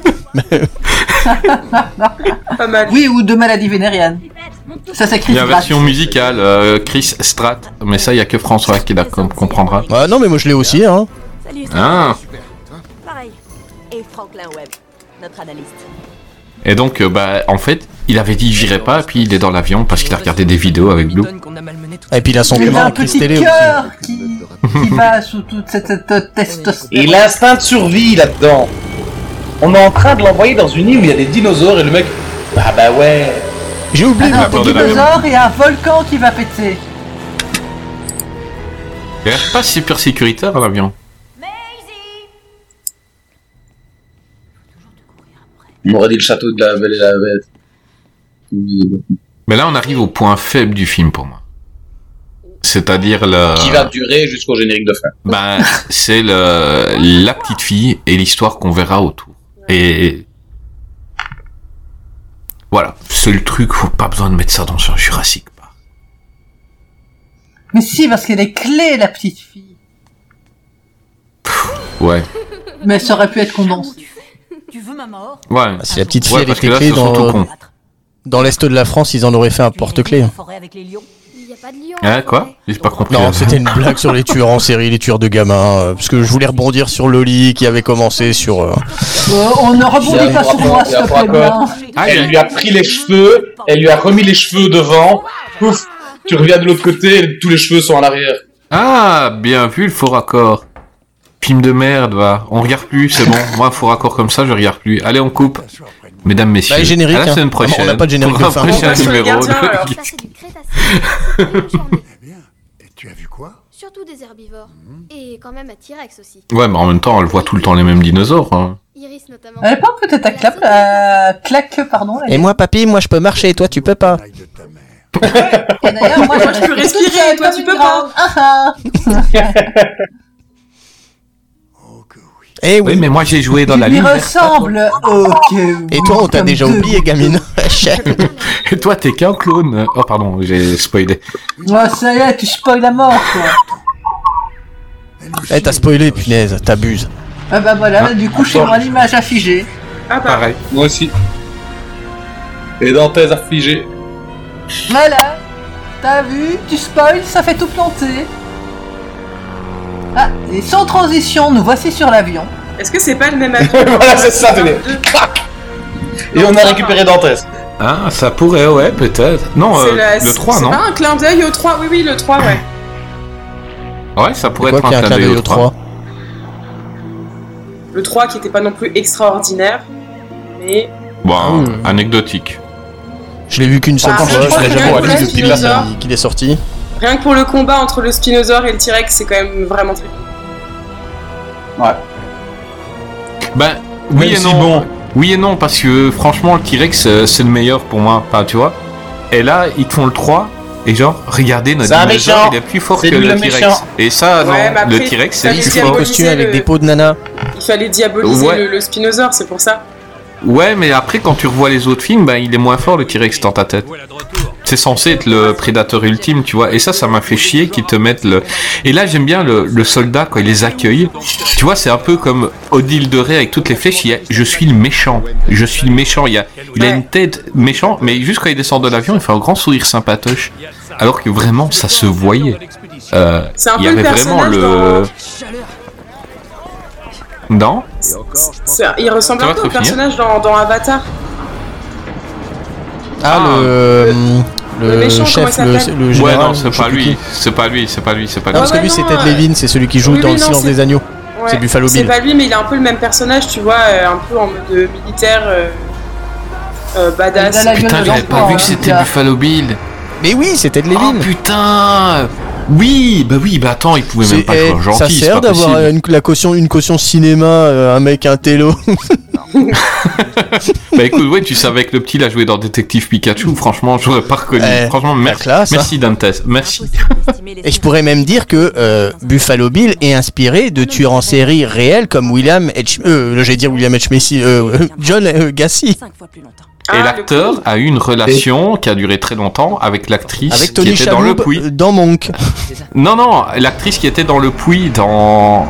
Speaker 9: Pas mal.
Speaker 8: Oui, ou de maladies vénériennes. Ça, c'est Chris
Speaker 5: Il y a la
Speaker 8: Pratt.
Speaker 5: version musicale, euh, Chris Strat, mais ça, il y a que François qui la com- comprendra.
Speaker 6: Ah non, mais moi je l'ai aussi, hein.
Speaker 5: Ah.
Speaker 11: Pareil. Et Franklin Webb, notre analyste.
Speaker 5: Et donc, euh, bah, en fait, il avait dit j'irai pas, puis il est dans l'avion parce qu'il a regardé des vidéos avec Blue.
Speaker 6: Et puis il a son
Speaker 8: Il a un
Speaker 6: copain Chris
Speaker 8: petit
Speaker 6: Télé aussi.
Speaker 8: cœur qui, qui bat sous toute cette, cette
Speaker 7: Et
Speaker 8: testostérone.
Speaker 7: l'instinct de survie là-dedans. On est en train de l'envoyer dans une île où il y a des dinosaures et le mec. Ah bah ouais.
Speaker 6: J'ai oublié
Speaker 8: Ah non, des dinosaures et un volcan qui va péter.
Speaker 5: Il a l'air pas super sécuritaire à l'avion.
Speaker 7: On m'aurait dit le château de la Belle et la Bête.
Speaker 5: Mais là, on arrive au point faible du film pour moi. C'est-à-dire la.
Speaker 7: Qui va durer jusqu'au générique de fin.
Speaker 5: Ben, c'est le, la petite fille et l'histoire qu'on verra autour. Et voilà, c'est le truc, faut pas besoin de mettre ça dans un Jurassic.
Speaker 8: Mais si, parce qu'elle est clé, la petite fille.
Speaker 5: Ouais.
Speaker 8: Mais ça aurait pu être condensé.
Speaker 11: Tu veux ma mort
Speaker 5: Ouais.
Speaker 6: Bah, Si la petite fille
Speaker 5: Ouais,
Speaker 6: elle
Speaker 5: parce
Speaker 6: était
Speaker 5: que là,
Speaker 6: clé
Speaker 5: c'est surtout
Speaker 6: dans,
Speaker 5: con.
Speaker 6: dans l'est de la France, ils en auraient fait un porte-clés. hein.
Speaker 11: Forêt avec les lions Il n'y a pas de lions.
Speaker 5: Hein, quoi J'ai pas compris.
Speaker 6: Non, c'était une blague sur les tueurs en série, les tueurs de gamins. euh, parce que je voulais rebondir sur Loli qui avait commencé sur. euh,
Speaker 8: Euh, on ne rebondit pas sur moi, s'il te plaît, bien.
Speaker 5: Ah,
Speaker 7: elle lui a pris les cheveux, elle lui a remis les cheveux devant. Pouf, tu reviens de l'autre côté, tous les cheveux sont en arrière.
Speaker 5: Ah, bien vu le faux raccord. Film de merde, va. On regarde plus, c'est bon. Moi, faux raccord comme ça, je regarde plus. Allez, on coupe. Mesdames, messieurs.
Speaker 6: Bah, générique,
Speaker 5: à la
Speaker 6: hein.
Speaker 5: semaine prochaine.
Speaker 6: On n'a pas de générique
Speaker 5: pour
Speaker 6: de fin.
Speaker 5: un prochain
Speaker 6: On passe sur le
Speaker 5: numéro
Speaker 6: gardien,
Speaker 5: de
Speaker 6: alors.
Speaker 5: Geeks.
Speaker 17: Surtout des herbivores.
Speaker 5: Mhm.
Speaker 17: Et quand même à T-Rex aussi.
Speaker 5: Ouais, mais en même temps, elle voit tout le temps les mêmes dinosaures. hein.
Speaker 17: Iris notamment.
Speaker 8: Elle porte peut-être à clap, à claque, pardon. la
Speaker 6: Et moi, papy, moi je peux marcher et toi tu peux pas.
Speaker 8: Et d'ailleurs, moi, je peux respirer, toi, tu peux pas. Ah ah.
Speaker 6: Eh oui.
Speaker 5: mais moi j'ai joué dans la
Speaker 8: Il
Speaker 5: lune.
Speaker 8: ressemble au
Speaker 6: Et toi, on t'a déjà oublié, gamine. Eh,
Speaker 5: Et toi, t'es qu'un clone. Oh, pardon, j'ai spoilé.
Speaker 8: Ouais, ça y est, tu spoil la mort, quoi.
Speaker 6: Eh, t'as spoilé, punaise, t'abuses.
Speaker 8: Ah bah voilà,
Speaker 6: Ah,
Speaker 8: du coup, chez
Speaker 6: attends.
Speaker 8: moi, l'image affigée.
Speaker 9: Ah bah.
Speaker 5: Pareil.
Speaker 7: Moi aussi. Et Dantes affligé.
Speaker 8: Voilà. T'as vu, tu spoil, ça fait tout planter. Ah, et sans transition, nous voici sur l'avion.
Speaker 9: Est-ce que c'est pas le même avis
Speaker 7: voilà, c'est ça, tenez. Crac Et on a récupéré Dantes.
Speaker 5: Ah, ça pourrait, ouais, peut-être. Non,
Speaker 9: C'est
Speaker 5: euh,
Speaker 9: la-
Speaker 5: le 3,
Speaker 9: c'est
Speaker 5: non
Speaker 9: pas un clin d'œil au 3, oui, oui, le 3, ouais.
Speaker 5: Ouais, ça pourrait
Speaker 6: quoi
Speaker 5: être un
Speaker 6: qu'il y a
Speaker 5: clin d'œil au 3.
Speaker 9: Le 3 qui était pas non plus extraordinaire, mais.
Speaker 5: Bon,
Speaker 6: Hmm.
Speaker 5: anecdotique.
Speaker 6: Je l'ai vu qu'une seule
Speaker 9: Ah,
Speaker 6: fois,
Speaker 9: je
Speaker 6: je
Speaker 9: crois
Speaker 6: l'ai jamais
Speaker 9: que le
Speaker 6: vu
Speaker 9: problème,
Speaker 6: depuis
Speaker 9: c'est ça.
Speaker 6: qu'il- qu'il est sorti.
Speaker 9: Rien que pour le combat entre le Spinosaur et le T-Rex, c'est quand même vraiment très.
Speaker 7: Ouais.
Speaker 5: Ben, oui
Speaker 7: Même
Speaker 5: et
Speaker 7: si
Speaker 5: non.
Speaker 7: bon.
Speaker 5: Oui et non, parce que franchement, le T-Rex, euh, c'est le meilleur pour moi. Enfin, tu vois. Et là, ils te font le 3. Et genre, regardez, notre
Speaker 6: C'est un
Speaker 5: dinosaure,
Speaker 6: méchant.
Speaker 5: il est plus fort que
Speaker 6: C'est lui
Speaker 5: le
Speaker 6: le
Speaker 5: T-Rex.
Speaker 6: méchant.
Speaker 5: Et ça,
Speaker 9: Ouais,
Speaker 5: non,
Speaker 9: mais après,
Speaker 5: le T-Rex,
Speaker 9: ça
Speaker 5: c'est
Speaker 9: les
Speaker 5: plus
Speaker 9: diabolise.
Speaker 5: fort.
Speaker 6: Costume avec
Speaker 9: le-
Speaker 6: des peaux de nana.
Speaker 9: Il fallait diaboliser
Speaker 5: Ouais.
Speaker 9: le, le Spinosaur, c'est pour ça.
Speaker 5: Ouais, mais après, quand tu revois les autres films, ben, il est moins fort le T-Rex dans ta tête. C'est censé être le prédateur ultime, tu vois. Et ça, ça m'a fait chier qu'ils te mettent le. Et là, j'aime bien le, le soldat quand il les accueille. Tu vois, c'est un peu comme Odile de Ré avec toutes les flèches. Il y a, je suis le méchant. Je suis le méchant. Il, y a, il a une tête méchant, mais juste quand il descend de l'avion, il fait un grand sourire sympatoche. Alors que vraiment, ça se voyait. Euh,
Speaker 9: C'est un
Speaker 5: il y
Speaker 9: peu le
Speaker 5: avait vraiment
Speaker 9: personnage
Speaker 5: le. Non
Speaker 9: C'est- Il ressemble
Speaker 5: Ça
Speaker 9: un
Speaker 5: va
Speaker 9: peu
Speaker 5: te
Speaker 9: au
Speaker 5: finir
Speaker 9: personnage dans, dans Avatar.
Speaker 6: Ah, le. Le,
Speaker 9: le méchant,
Speaker 6: chef,
Speaker 9: comment il
Speaker 6: le,
Speaker 9: s'appelle
Speaker 6: le
Speaker 5: Ouais,
Speaker 6: général.
Speaker 5: non, c'est pas lui. C'est pas lui, c'est pas lui, c'est pas
Speaker 6: Ah,
Speaker 5: lui.
Speaker 6: parce que lui, c'est Ted Levin, c'est celui qui joue
Speaker 9: Oui,
Speaker 6: dans
Speaker 9: oui,
Speaker 6: Le
Speaker 9: non,
Speaker 6: silence
Speaker 9: c'est-
Speaker 6: des agneaux.
Speaker 9: Ouais.
Speaker 6: C'est Buffalo
Speaker 9: C'est
Speaker 6: Bill.
Speaker 9: pas lui, mais il a un peu le même personnage, tu vois, euh, un peu en mode euh, militaire euh, euh, badass.
Speaker 5: Putain, j'avais pas
Speaker 6: hein,
Speaker 5: vu que c'était Buffalo Bill.
Speaker 6: Mais oui, c'était de Levin.
Speaker 5: Oh putain Oui, bah oui, bah attends, il pouvait même pas
Speaker 6: C'est- eh,
Speaker 5: être gentil.
Speaker 6: ça
Speaker 5: c'est pas
Speaker 6: sert d'avoir
Speaker 5: possible.
Speaker 6: une, la caution, une caution cinéma, euh, un mec, un télo. euh,
Speaker 5: Bah écoute, ouais, tu savais que le petit l'a joué dans Détective Pikachu, franchement, j'aurais pas reconnu.
Speaker 6: Mm. Eh,
Speaker 5: franchement, merci.
Speaker 6: classe, hein.
Speaker 5: merci Dantes, merci.
Speaker 6: Et je pourrais même dire que euh, Buffalo Bill est inspiré de tueurs en série réels comme William H. Euh, là, j'allais dire William H. Macy, euh, John euh, Gassi.
Speaker 9: Ah,
Speaker 5: Et l'acteur a eu une relation qui a duré très longtemps avec l'actrice
Speaker 6: Avec
Speaker 5: qui
Speaker 6: Tony
Speaker 5: était dans le
Speaker 6: Shalhoub
Speaker 5: Puy.
Speaker 6: euh, dans Monk.
Speaker 5: Non, non, l'actrice qui était dans le puits, dans.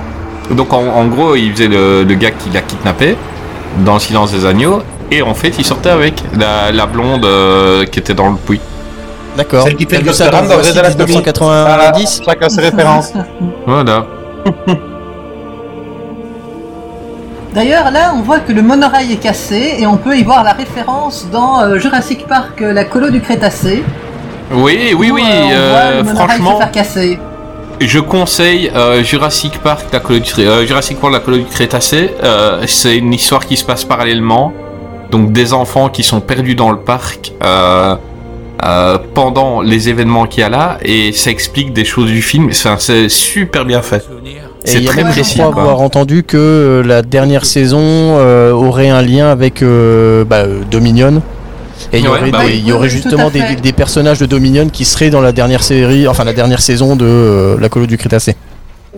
Speaker 5: Donc en, en gros, il faisait le, le gars qui l'a kidnappé dans le silence des agneaux, et en fait, il sortait avec la, la blonde euh, qui était dans le puits.
Speaker 6: D'accord.
Speaker 7: Celle qui fait
Speaker 6: T'as
Speaker 7: le
Speaker 6: vu ça
Speaker 7: docteur
Speaker 6: dans
Speaker 7: Ham dans
Speaker 6: Voici
Speaker 7: Grey's Anatomy.
Speaker 6: 1990
Speaker 7: Voilà, chacun ses références.
Speaker 5: Voilà.
Speaker 8: D'ailleurs, là, on voit que le monorail est cassé et on peut y voir la référence dans euh, Jurassic Park, euh, la colo du Crétacé.
Speaker 5: Oui, oui,
Speaker 8: où,
Speaker 5: oui,
Speaker 8: euh, on
Speaker 5: euh,
Speaker 8: voit le monorail se
Speaker 5: franchement,
Speaker 8: faire casser.
Speaker 5: je conseille euh, Jurassic Park, la colo du, Cré- euh, Jurassic World, la colo du Crétacé. Euh, c'est une histoire qui se passe parallèlement. Donc des enfants qui sont perdus dans le parc euh, euh, pendant les événements qu'il y a là, et ça explique des choses du film. Enfin, c'est super bien fait.
Speaker 6: Et
Speaker 5: C'est
Speaker 6: il y a
Speaker 5: très
Speaker 6: même, je
Speaker 5: précis.
Speaker 6: crois,
Speaker 5: quoi.
Speaker 6: avoir entendu que euh, la dernière saison euh, aurait un lien avec euh, bah, euh, Dominion. Et il y
Speaker 5: Ouais,
Speaker 6: aurait,
Speaker 5: bah
Speaker 6: des-
Speaker 5: oui.
Speaker 6: il y aurait
Speaker 5: Oui, tout à
Speaker 6: justement des,
Speaker 5: fait.
Speaker 6: des personnages de Dominion qui seraient dans la dernière série, enfin la dernière saison de euh, la colo du Crétacé.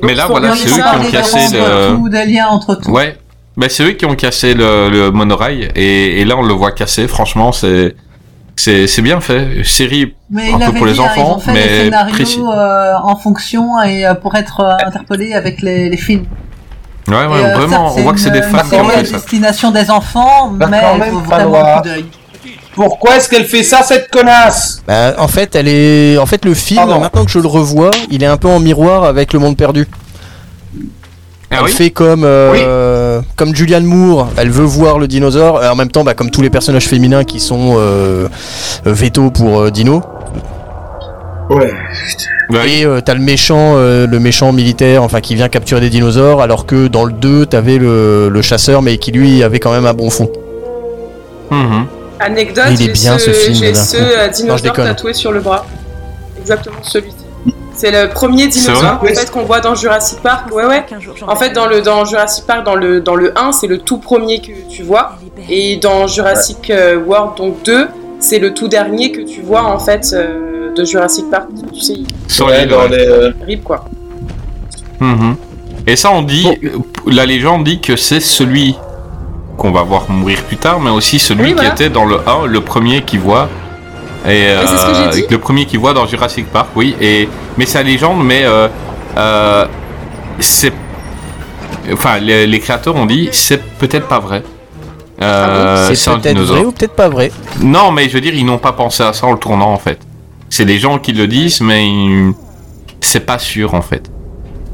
Speaker 5: Mais là, voilà,
Speaker 8: Regardez
Speaker 5: c'est eux
Speaker 8: ça,
Speaker 5: qui ont
Speaker 8: des
Speaker 5: cassé
Speaker 8: références
Speaker 5: le.
Speaker 8: partout, des liens entre tout.
Speaker 5: Ouais, bah, c'est eux qui ont cassé le, le monorail et, et là on le voit cassé. Franchement, c'est c'est c'est bien fait. Série
Speaker 8: Mais
Speaker 5: un
Speaker 8: il
Speaker 5: peu
Speaker 8: avait
Speaker 5: pour les
Speaker 8: dit, hein, ils
Speaker 5: enfants,
Speaker 8: ont fait les
Speaker 5: mais
Speaker 8: scénarios
Speaker 5: précis.
Speaker 8: euh, en fonction et euh, pour être euh, interpellés avec les, les films.
Speaker 5: Ouais, Ah ouais,
Speaker 8: Et, euh,
Speaker 5: vraiment.
Speaker 8: certes,
Speaker 5: on voit que c'est des
Speaker 8: une-
Speaker 5: fans
Speaker 8: une
Speaker 5: qui ont
Speaker 8: série à
Speaker 5: fait ça.
Speaker 8: destination des enfants,
Speaker 7: Bah,
Speaker 8: mais
Speaker 7: quand
Speaker 8: il
Speaker 7: même,
Speaker 8: faut
Speaker 7: pas
Speaker 8: vraiment
Speaker 7: loin.
Speaker 8: un coup d'œil.
Speaker 7: Pourquoi est-ce qu'elle fait ça, cette connasse
Speaker 6: Bah, en fait, elle est, en fait, le film,
Speaker 7: Pardon.
Speaker 6: maintenant que je le revois, il est un peu en miroir avec Le Monde Perdu.
Speaker 5: Ah
Speaker 6: elle
Speaker 5: oui
Speaker 6: fait comme euh, comme Julianne Moore, elle veut voir le dinosaure. Et en même temps, bah, euh, comme tous les personnages féminins qui sont euh, euh, veto pour euh, dino.
Speaker 7: Ouais.
Speaker 6: Et euh, t'as le méchant, euh, le méchant militaire, enfin qui vient capturer des dinosaures, alors que dans le 2, t'avais le, le chasseur, mais qui lui avait quand même un bon fond.
Speaker 5: Mhm.
Speaker 9: Anecdote,
Speaker 6: Il est
Speaker 9: j'ai
Speaker 6: bien, ce film,
Speaker 9: j'ai
Speaker 6: là.
Speaker 9: ce euh,
Speaker 6: Non, je
Speaker 9: dinosaure
Speaker 6: déconne.
Speaker 9: tatoué sur le bras. Exactement celui-ci. C'est le premier
Speaker 6: C'est vrai
Speaker 9: dinosaure en fait, qu'on voit dans Jurassic Park. Ouais, ouais. En fait, dans, le, dans Jurassic Park, dans le, dans le 1, c'est le tout premier que tu vois. Et dans Jurassic euh, World, donc 2, c'est le tout dernier que tu vois en fait euh, de Jurassic Park. Tu sais, il-
Speaker 5: Sur
Speaker 7: Ouais,
Speaker 5: l'île,
Speaker 7: dans
Speaker 5: ouais.
Speaker 7: les, euh,
Speaker 9: rip quoi.
Speaker 5: Mhm. Et ça, on dit, euh, la légende dit que c'est celui qu'on va voir mourir plus tard, mais aussi celui
Speaker 9: Oui, voilà.
Speaker 5: qui était dans le 1, le premier qui voit. Et euh,
Speaker 9: c'est ce que j'ai dit.
Speaker 5: le premier qui voit dans Jurassic Park, oui. Et mais sa légende, mais euh, euh, c'est, enfin, les, les créateurs ont dit c'est peut-être pas vrai.
Speaker 9: Ah
Speaker 5: Euh,
Speaker 6: c'est
Speaker 5: un
Speaker 6: peut-être
Speaker 5: dinosaure.
Speaker 6: vrai ou peut-être pas vrai.
Speaker 5: Non, mais je veux dire, ils n'ont pas pensé à ça en le tournant, en fait. C'est des gens qui le disent, mais ils- c'est pas sûr, en fait.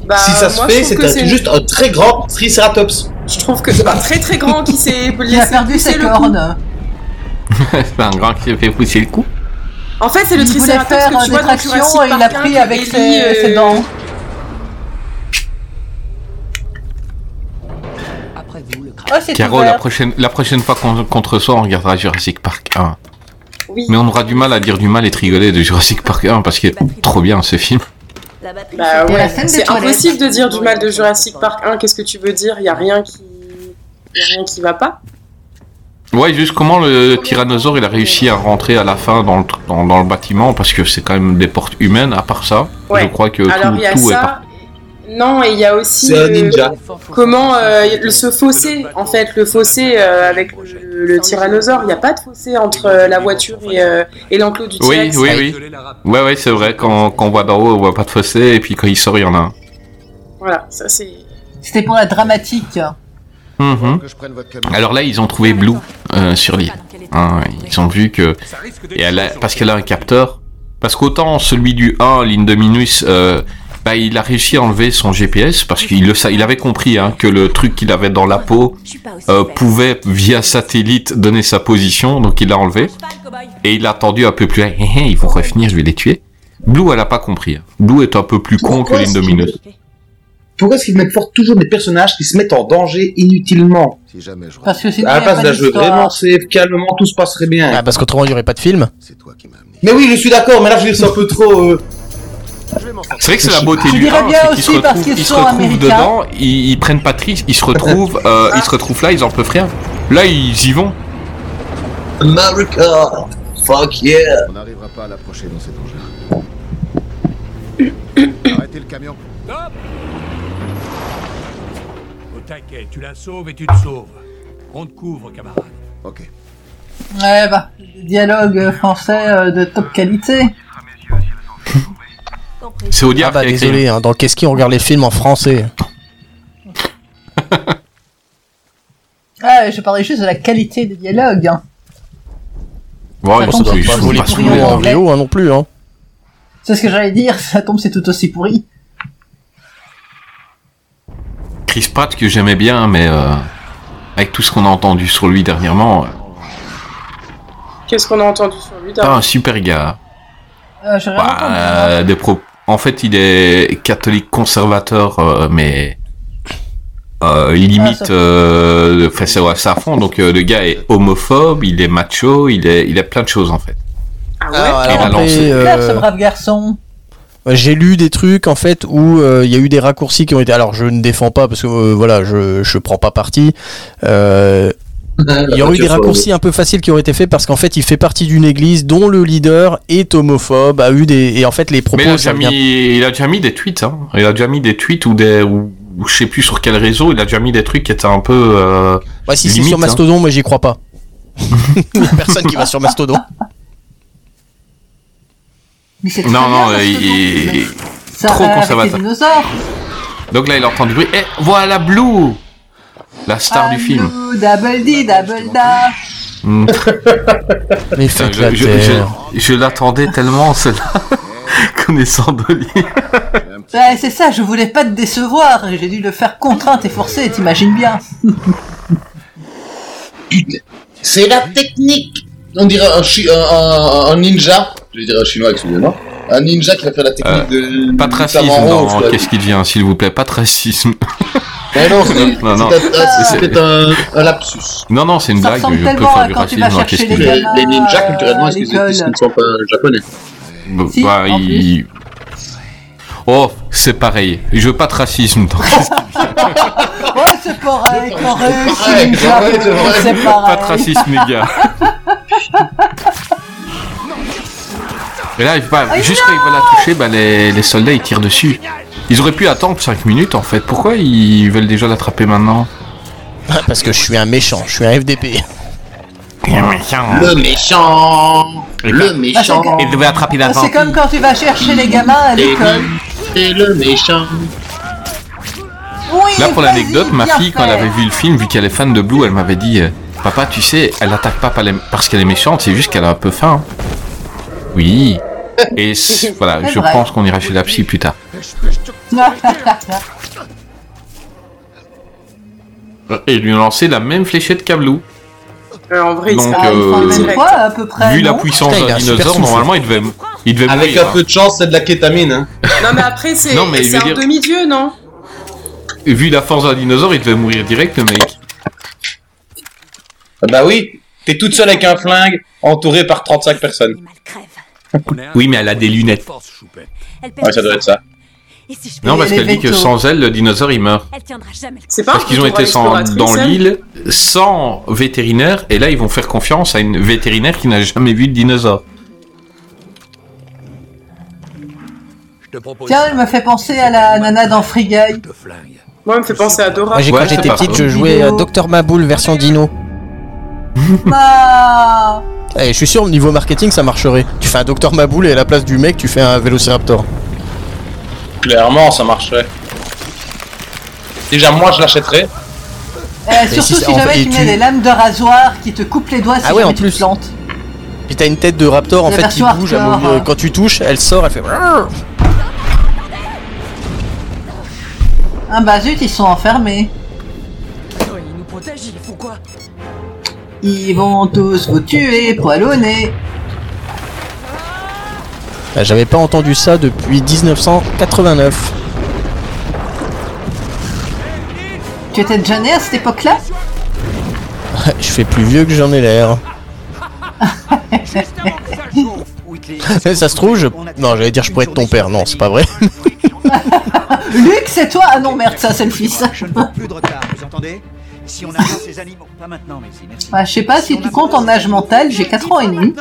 Speaker 9: Bah,
Speaker 7: si ça se
Speaker 9: moi, je
Speaker 7: fait,
Speaker 9: trouve
Speaker 7: c'est
Speaker 9: que
Speaker 7: un-
Speaker 9: c'est-
Speaker 7: juste un très grand Triceratops.
Speaker 9: Je trouve que c'est un très très grand qui s'est
Speaker 8: Il a
Speaker 9: laissé
Speaker 8: perdu
Speaker 9: pousser
Speaker 8: ses
Speaker 9: le cou.
Speaker 8: cornes.
Speaker 5: c'est un grand qui s'est fait pousser le cou.
Speaker 9: En fait, c'est le
Speaker 8: Il voulait
Speaker 9: Triceratops
Speaker 8: faire
Speaker 9: que
Speaker 8: euh,
Speaker 9: tu
Speaker 8: des
Speaker 9: vois dans Jurassic
Speaker 8: tractions et
Speaker 9: Park hein,
Speaker 8: il a
Speaker 9: 1,
Speaker 8: pris
Speaker 9: que
Speaker 8: avec
Speaker 9: Ellie,
Speaker 8: ses, ses
Speaker 9: euh,
Speaker 8: dents. Oh, c'est
Speaker 5: Caro, la
Speaker 8: ouvert.
Speaker 5: prochaine, la prochaine fois qu'on contre soi, on regardera Jurassic Park 1.
Speaker 9: Oui.
Speaker 5: Mais on aura du mal à dire du mal et de rigoler de Jurassic Park 1 parce qu'il est trop bien ce film.
Speaker 9: Bah
Speaker 8: Pour la
Speaker 9: ouais,
Speaker 8: scène des
Speaker 9: c'est
Speaker 8: toilettes.
Speaker 9: impossible de dire du mal de Jurassic Park 1. Qu'est-ce que tu veux dire Il y a rien qui y a rien qui va pas.
Speaker 5: Ouais, juste comment le tyrannosaure il a réussi à rentrer à la fin dans le, tr- dans, dans le bâtiment parce que c'est quand même des portes humaines à part ça.
Speaker 9: Ouais.
Speaker 5: Je crois que
Speaker 9: Alors
Speaker 5: Euh, tout,
Speaker 9: il y a
Speaker 5: tout est
Speaker 9: ça.
Speaker 5: par-
Speaker 9: Non, et il y a aussi
Speaker 5: C'est un
Speaker 9: le-
Speaker 5: ninja.
Speaker 9: comment euh, le- ce fossé en fait, le fossé euh, avec le, le tyrannosaure, il n'y a pas de fossé entre euh, la voiture et, euh, et l'enclos du
Speaker 5: Oui,
Speaker 9: T-Rex.
Speaker 5: oui, oui. Ouais, ouais, c'est vrai. Quand, quand on voit d'en haut, on voit pas de fossé et puis quand il sort, il y en a un.
Speaker 9: Voilà, ça c'est
Speaker 8: C'était pour la dramatique.
Speaker 5: Mhm. Alors là, ils ont trouvé Blue euh, sur l'île. Hein, ils ont vu que. Et elle a- parce qu'elle a un capteur. Parce qu'autant celui du 1, l'île de Minus, euh, bah, il a réussi à enlever son GPS parce qu'il le sa- il avait compris hein, que le truc qu'il avait dans la peau euh, pouvait, via satellite, donner sa position. Donc il l'a enlevé. Et il a attendu un peu plus. loin. Hé, hé, ils vont revenir, je vais les tuer. Blue, elle a pas compris. hein. Blue est un peu plus con que
Speaker 7: Pourquoi
Speaker 5: l'île de
Speaker 7: est-ce
Speaker 5: Minus.
Speaker 7: Pourquoi est-ce qu'ils mettent fort toujours des personnages qui se mettent en danger inutilement
Speaker 16: Si jamais je
Speaker 8: Parce que c'est
Speaker 7: À la place d'un
Speaker 8: d'un
Speaker 7: jeu vraiment safe, calmement, tout se passerait bien. Ah,
Speaker 6: parce qu'autrement, il n'y aurait pas de film.
Speaker 7: Mais oui, je suis d'accord, mais là, je veux dire, c'est un peu trop. euh,
Speaker 5: C'est vrai que c'est la beauté
Speaker 8: Je
Speaker 5: du
Speaker 8: dirais
Speaker 5: un,
Speaker 8: bien
Speaker 5: c'est
Speaker 8: aussi
Speaker 5: qu'ils se
Speaker 8: parce
Speaker 5: retrouvent,
Speaker 8: qu'ils
Speaker 5: ils se
Speaker 8: sont
Speaker 5: retrouvent
Speaker 8: américains.
Speaker 5: dedans, ils, ils prennent pas de risque, ils se retrouvent, euh, ils se retrouvent là, ils en peuvent rien. Là, ils y vont.
Speaker 7: America Fuck yeah
Speaker 16: On n'arrivera pas à l'approcher dans cet engin. Arrêtez le camion.
Speaker 18: Au taquet, tu la sauves et tu te sauves. On te couvre, camarade.
Speaker 16: Ok.
Speaker 8: Ouais, bah, le dialogue français euh, de top qualité.
Speaker 5: C'est au
Speaker 6: Ah bah désolé, hein, dans Qu'est-ce qui on regarde les films en français
Speaker 8: Ah, je parlais juste de la qualité des dialogues. hein.
Speaker 5: Bon,
Speaker 8: Ça
Speaker 5: ils
Speaker 8: tombe,
Speaker 5: sont-
Speaker 8: c'est
Speaker 5: ils
Speaker 8: pas
Speaker 5: sont
Speaker 8: joli
Speaker 5: pas
Speaker 8: pour
Speaker 5: saoulés,
Speaker 8: rien.
Speaker 5: hein.
Speaker 6: en VO hein, non plus. Hein.
Speaker 8: C'est ce que j'allais dire, ça tombe, c'est tout aussi pourri.
Speaker 5: Chris Pratt que j'aimais bien, mais euh, avec tout ce qu'on a entendu sur lui dernièrement, euh,
Speaker 9: Qu'est-ce qu'on a entendu sur lui
Speaker 8: Ah.
Speaker 5: pas
Speaker 9: dans-
Speaker 5: un super gars.
Speaker 8: Euh, j'ai rien entendu.
Speaker 5: Euh, des pro- En fait, il est catholique conservateur, euh, mais euh, il
Speaker 8: Ah,
Speaker 5: limite,
Speaker 8: ça-
Speaker 5: euh, enfin, c'est ouais, c'est à fond. Donc euh, le gars est homophobe, il est macho, il est, il a plein de choses en fait.
Speaker 9: Ah
Speaker 6: Alors, alors,
Speaker 5: Il a
Speaker 6: après,
Speaker 5: lancé.
Speaker 6: euh,
Speaker 8: Claire, ce brave garçon.
Speaker 6: J'ai lu des trucs en fait où euh, il y a eu des raccourcis qui ont été. Alors je ne défends pas parce que euh, voilà, je je prends pas parti. Euh, il y aurait eu des raccourcis un peu faciles qui auraient été faits parce qu'en fait il fait partie d'une église dont le leader est homophobe, a eu des et en fait les
Speaker 5: Mais il a,
Speaker 6: propos
Speaker 5: déjà
Speaker 6: ça
Speaker 5: mis,
Speaker 6: vient.
Speaker 5: il a déjà mis des tweets, hein. Il a déjà mis des tweets ou des. Ou, ou je sais plus sur quel réseau, il a déjà mis des trucs qui étaient un peu. Euh,
Speaker 6: Bah, si c'est
Speaker 5: limite,
Speaker 6: sur
Speaker 5: hein.
Speaker 6: Mastodon, moi j'y crois pas. Il y a personne qui va sur Mastodon.
Speaker 8: Mais c'est très
Speaker 5: Non,
Speaker 8: bien,
Speaker 5: non,
Speaker 8: parce
Speaker 5: euh,
Speaker 8: que
Speaker 5: il, il- il-
Speaker 8: ça
Speaker 5: trop
Speaker 8: va avec
Speaker 5: conservateur.
Speaker 8: les dinosaures.
Speaker 5: Donc là, il entend du bruit. Et voilà Blue La star
Speaker 19: Ah,
Speaker 5: du film.
Speaker 8: Allô, Double D, double da.
Speaker 5: Mm.
Speaker 6: Mais
Speaker 5: Putain,
Speaker 6: faites la
Speaker 5: je, je-
Speaker 6: terre.
Speaker 5: je- je l'attendais tellement, celle-là. Connaissant Dolly.
Speaker 8: Ouais, c'est ça, je voulais pas te décevoir, et j'ai dû le faire contrainte et forcée, t'imagines bien.
Speaker 7: C'est la technique On dirait un, chi- un, un- un ninja.
Speaker 10: Je vais dire un chinois, excusez-moi.
Speaker 19: Un ninja qui va faire la technique de.
Speaker 5: Euh, Pas de
Speaker 19: du
Speaker 5: racisme,
Speaker 19: savant
Speaker 5: non,
Speaker 19: rouge, quoi.
Speaker 5: qu'est-ce qu'il vient, s'il vous plaît, pas de racisme.
Speaker 19: Mais non, c'est-
Speaker 5: non, non.
Speaker 19: c'est un- c'est-
Speaker 5: C'est-
Speaker 19: c'est un, un lapsus.
Speaker 5: Non, non, c'est une
Speaker 19: Ça
Speaker 5: blague,
Speaker 19: ressemble
Speaker 5: je peux
Speaker 19: tellement
Speaker 5: faire
Speaker 19: à
Speaker 5: du
Speaker 19: quand tu vas
Speaker 5: racisme, hein,
Speaker 19: chercher
Speaker 5: qu'est-ce
Speaker 19: les
Speaker 5: qu'il vient.
Speaker 19: gamins. Les ninjas, culturellement, est-ce
Speaker 8: à
Speaker 19: qu'ils existent,
Speaker 8: euh, l'école.
Speaker 19: ils ne sont pas japonais
Speaker 5: Bah,
Speaker 8: Si,
Speaker 5: bah,
Speaker 8: en
Speaker 5: il- Oh, c'est pareil. Je veux pas de racisme. donc.
Speaker 8: Ouais, c'est pareil, correct,
Speaker 5: pareil,
Speaker 8: ninja,
Speaker 5: pareil, c'est vrai.
Speaker 8: c'est pareil.
Speaker 5: Pas de racisme, les gars. Et là, il- bah,
Speaker 8: Oh,
Speaker 5: juste quand il va la toucher, bah, les, les soldats ils tirent dessus. Ils auraient pu attendre 5 minutes en fait. Pourquoi ils veulent déjà l'attraper maintenant
Speaker 6: Parce que je suis un méchant, je suis un FDP.
Speaker 19: Le méchant Le méchant
Speaker 8: Bah, c'est-
Speaker 5: devait attraper
Speaker 8: Ah, C'est comme quand tu vas chercher les gamins à l'école.
Speaker 19: C'est le méchant
Speaker 8: Oui,
Speaker 5: Là, pour
Speaker 8: vas-y,
Speaker 5: l'anecdote, ma
Speaker 8: bien
Speaker 5: fille, quand elle
Speaker 8: fait.
Speaker 5: avait vu le film, vu qu'elle est fan de Blue, elle m'avait dit euh, Papa, tu sais, elle attaque pas par les- parce qu'elle est méchante, c'est juste qu'elle a un peu faim. Oui. Et c- voilà,
Speaker 8: C'est
Speaker 5: je
Speaker 8: vrai.
Speaker 5: pense qu'on ira chez la psy plus tard. Ah, Et lui lancer la même fléchette qu'à Blue.
Speaker 9: en vrai,
Speaker 5: Donc,
Speaker 8: Ah,
Speaker 9: il
Speaker 5: euh,
Speaker 8: C'est quoi, à peu près
Speaker 5: vu la
Speaker 8: Ah, non
Speaker 5: puissance
Speaker 6: Putain, il a
Speaker 5: d'un
Speaker 6: un super
Speaker 5: dinosaure,
Speaker 6: souffle.
Speaker 5: normalement, il devait, il devait
Speaker 19: Avec
Speaker 5: mourir,
Speaker 19: un peu
Speaker 5: hein.
Speaker 19: de chance, c'est de la kétamine. hein.
Speaker 9: Non, mais après, c'est
Speaker 5: Non, mais il
Speaker 9: c'est
Speaker 5: veut
Speaker 9: un
Speaker 5: dire-
Speaker 9: demi-dieu, non
Speaker 5: Vu la force d'un dinosaure, il devait mourir direct, le mec.
Speaker 19: Ah
Speaker 7: Bah oui, t'es toute seule avec un flingue, entourée par 35 personnes.
Speaker 5: Oui, mais elle a des lunettes.
Speaker 11: Elle perd
Speaker 7: Ouais, ça doit être ça.
Speaker 11: Et si je peux
Speaker 5: Non,
Speaker 11: y
Speaker 5: parce
Speaker 11: aller
Speaker 5: qu'elle dit que
Speaker 11: veto.
Speaker 5: sans elle, le dinosaure, il meurt.
Speaker 11: Elle tiendra jamais le
Speaker 9: C'est pas
Speaker 5: Parce
Speaker 9: un
Speaker 5: qu'ils ont
Speaker 9: retour à
Speaker 5: été sans-
Speaker 9: l'exploratrice,
Speaker 5: dans
Speaker 9: elle
Speaker 5: l'île sans vétérinaire et là ils vont faire confiance à une vétérinaire qui n'a jamais vu de dinosaure.
Speaker 8: Tiens, elle me fait penser à la nana dans Free Guy.
Speaker 9: Moi, elle me fait penser à Dora.
Speaker 6: Moi, j'ai- quand j'étais petite, je jouais euh, Dr Maboul version dino.
Speaker 8: Ah,
Speaker 6: Eh, je suis sûr, au niveau marketing, ça marcherait. Tu fais un Dr Maboul et à la place du mec, tu fais un Vélociraptor.
Speaker 7: Clairement, ça marcherait. Déjà, moi, je l'achèterais.
Speaker 8: Euh,
Speaker 6: Mais si
Speaker 8: surtout si,
Speaker 6: c'est- en fait,
Speaker 8: jamais
Speaker 6: et
Speaker 8: tu mets
Speaker 6: tu-
Speaker 8: des lames de rasoir qui te coupent les doigts si
Speaker 6: Ah ouais,
Speaker 8: jamais
Speaker 6: en
Speaker 8: tu te
Speaker 6: plus.
Speaker 8: plantes.
Speaker 6: Puis t'as une tête de raptor en
Speaker 8: La
Speaker 6: fait qui
Speaker 8: version
Speaker 6: bouge. à
Speaker 8: hardcore,
Speaker 6: mon- euh,
Speaker 8: hein.
Speaker 6: Quand tu touches, elle sort, elle fait.
Speaker 8: Ah bah zut, ils sont enfermés.
Speaker 11: Il nous protège, il faut quoi
Speaker 8: Ils vont tous vous tuer, poil au nez.
Speaker 6: Ah, J'avais pas entendu ça depuis 1989.
Speaker 8: Tu étais déjà né à cette époque-là
Speaker 6: je fais plus vieux que j'en ai l'air. ça se trouve, je... non, j'allais dire je pourrais être ton père. Non, c'est pas vrai.
Speaker 8: Luc, c'est toi Ah non, merde, ça, c'est le fils.
Speaker 14: Plus de retard, vous entendez Si on atteint ces animaux, pas maintenant, mais si, merci.
Speaker 8: Ah, je sais pas si tu comptes en âge mental, j'ai 4 ans et demi.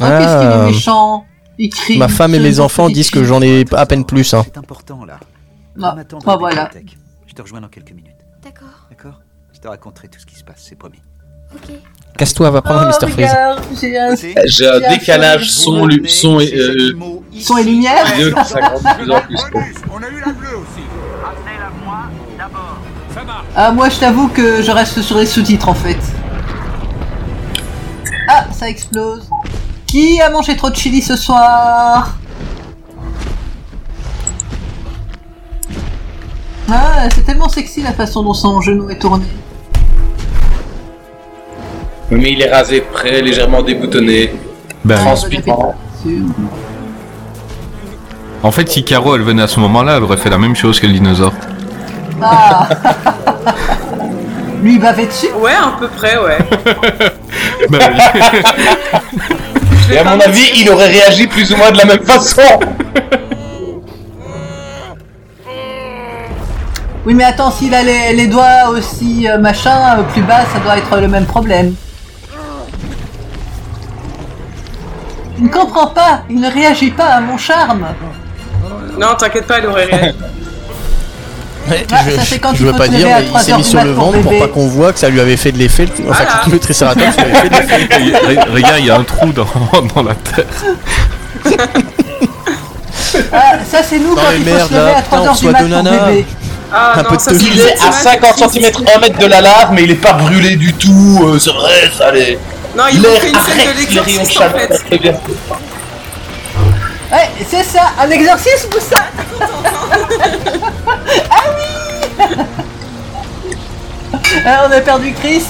Speaker 8: Ah, qu'est-ce qu'il
Speaker 6: Ah,
Speaker 8: est méchant Il crie.
Speaker 6: ma femme et mes enfants disent que j'en ai à peine plus. Hein.
Speaker 14: C'est important là.
Speaker 8: Ah,
Speaker 14: On attend dans
Speaker 8: bah
Speaker 14: la
Speaker 8: voilà.
Speaker 14: bibliothèque. Je te rejoins dans quelques minutes. D'accord. D'accord. Je te raconterai tout ce qui se passe, c'est promis.
Speaker 6: Casse-toi, va prendre un Mr Freeze.
Speaker 8: Oh, regarde, j'ai un...
Speaker 19: J'ai un décalage son, lu- son et. euh,
Speaker 8: Son et lumière
Speaker 19: vidéo qui s'agrandit de plus en plus.
Speaker 8: Ah, moi, je t'avoue que je reste sur les sous-titres, en fait. Ah, ça explose. Qui a mangé trop de chili ce soir Ah, c'est tellement sexy la façon dont son genou est tourné.
Speaker 7: Mais il est rasé de près, légèrement déboutonné.
Speaker 8: Ah,
Speaker 5: Ben,
Speaker 7: transpirant.
Speaker 5: En fait, si Caro elle venait à ce moment-là, elle aurait fait la même chose que le dinosaure.
Speaker 8: Ah Lui, il bavait dessus
Speaker 9: Ouais, à peu près, ouais.
Speaker 7: Et à mon avis, il aurait réagi plus ou moins de la même façon.
Speaker 8: Oui, mais attends, s'il a les, les doigts aussi euh, machin, euh, plus bas, ça doit être le même problème. Il ne comprend pas, il ne réagit pas à mon charme.
Speaker 9: Non, t'inquiète pas, elle aurait réagi.
Speaker 8: Ah,
Speaker 6: je
Speaker 8: ça, c'est quand
Speaker 6: je
Speaker 8: il
Speaker 6: veux
Speaker 8: faut
Speaker 6: pas
Speaker 8: te
Speaker 6: dire,
Speaker 8: lever à
Speaker 6: mais il
Speaker 8: trois
Speaker 6: s'est
Speaker 8: heures
Speaker 6: mis
Speaker 8: du
Speaker 6: sur
Speaker 8: mat
Speaker 6: le
Speaker 8: pour
Speaker 6: ventre pour
Speaker 8: bébé.
Speaker 6: pas qu'on voit que ça lui avait fait de l'effet. le- Enfin, que le triceratops lui avait fait de l'effet.
Speaker 5: les gars, il y a un trou dans, dans la terre.
Speaker 8: Ah, ça, c'est nous
Speaker 6: Non,
Speaker 8: quand
Speaker 6: mais
Speaker 8: il faut
Speaker 6: merde,
Speaker 8: se lever
Speaker 6: là,
Speaker 8: à 3
Speaker 6: putain,
Speaker 8: heures du
Speaker 6: sois
Speaker 8: mat
Speaker 6: de
Speaker 8: pour
Speaker 6: nana.
Speaker 8: bébé.
Speaker 9: Ah
Speaker 6: Un peu
Speaker 9: non,
Speaker 6: de
Speaker 9: ça
Speaker 6: tofu.
Speaker 9: c'est
Speaker 7: Il est à 50 cm 1 mètre de la lave, mais il est pas brûlé du tout. euh, c'est vrai, ça allez.
Speaker 9: Non, ils ont
Speaker 7: L'air
Speaker 9: fait une scène de
Speaker 7: arrête les rayons de
Speaker 9: l'exorciste en
Speaker 7: chaleur.
Speaker 9: fait.
Speaker 7: Très bien.
Speaker 8: Ouais, c'est ça, un exorcisme ou ça Ah oui Ah, On a perdu Chris.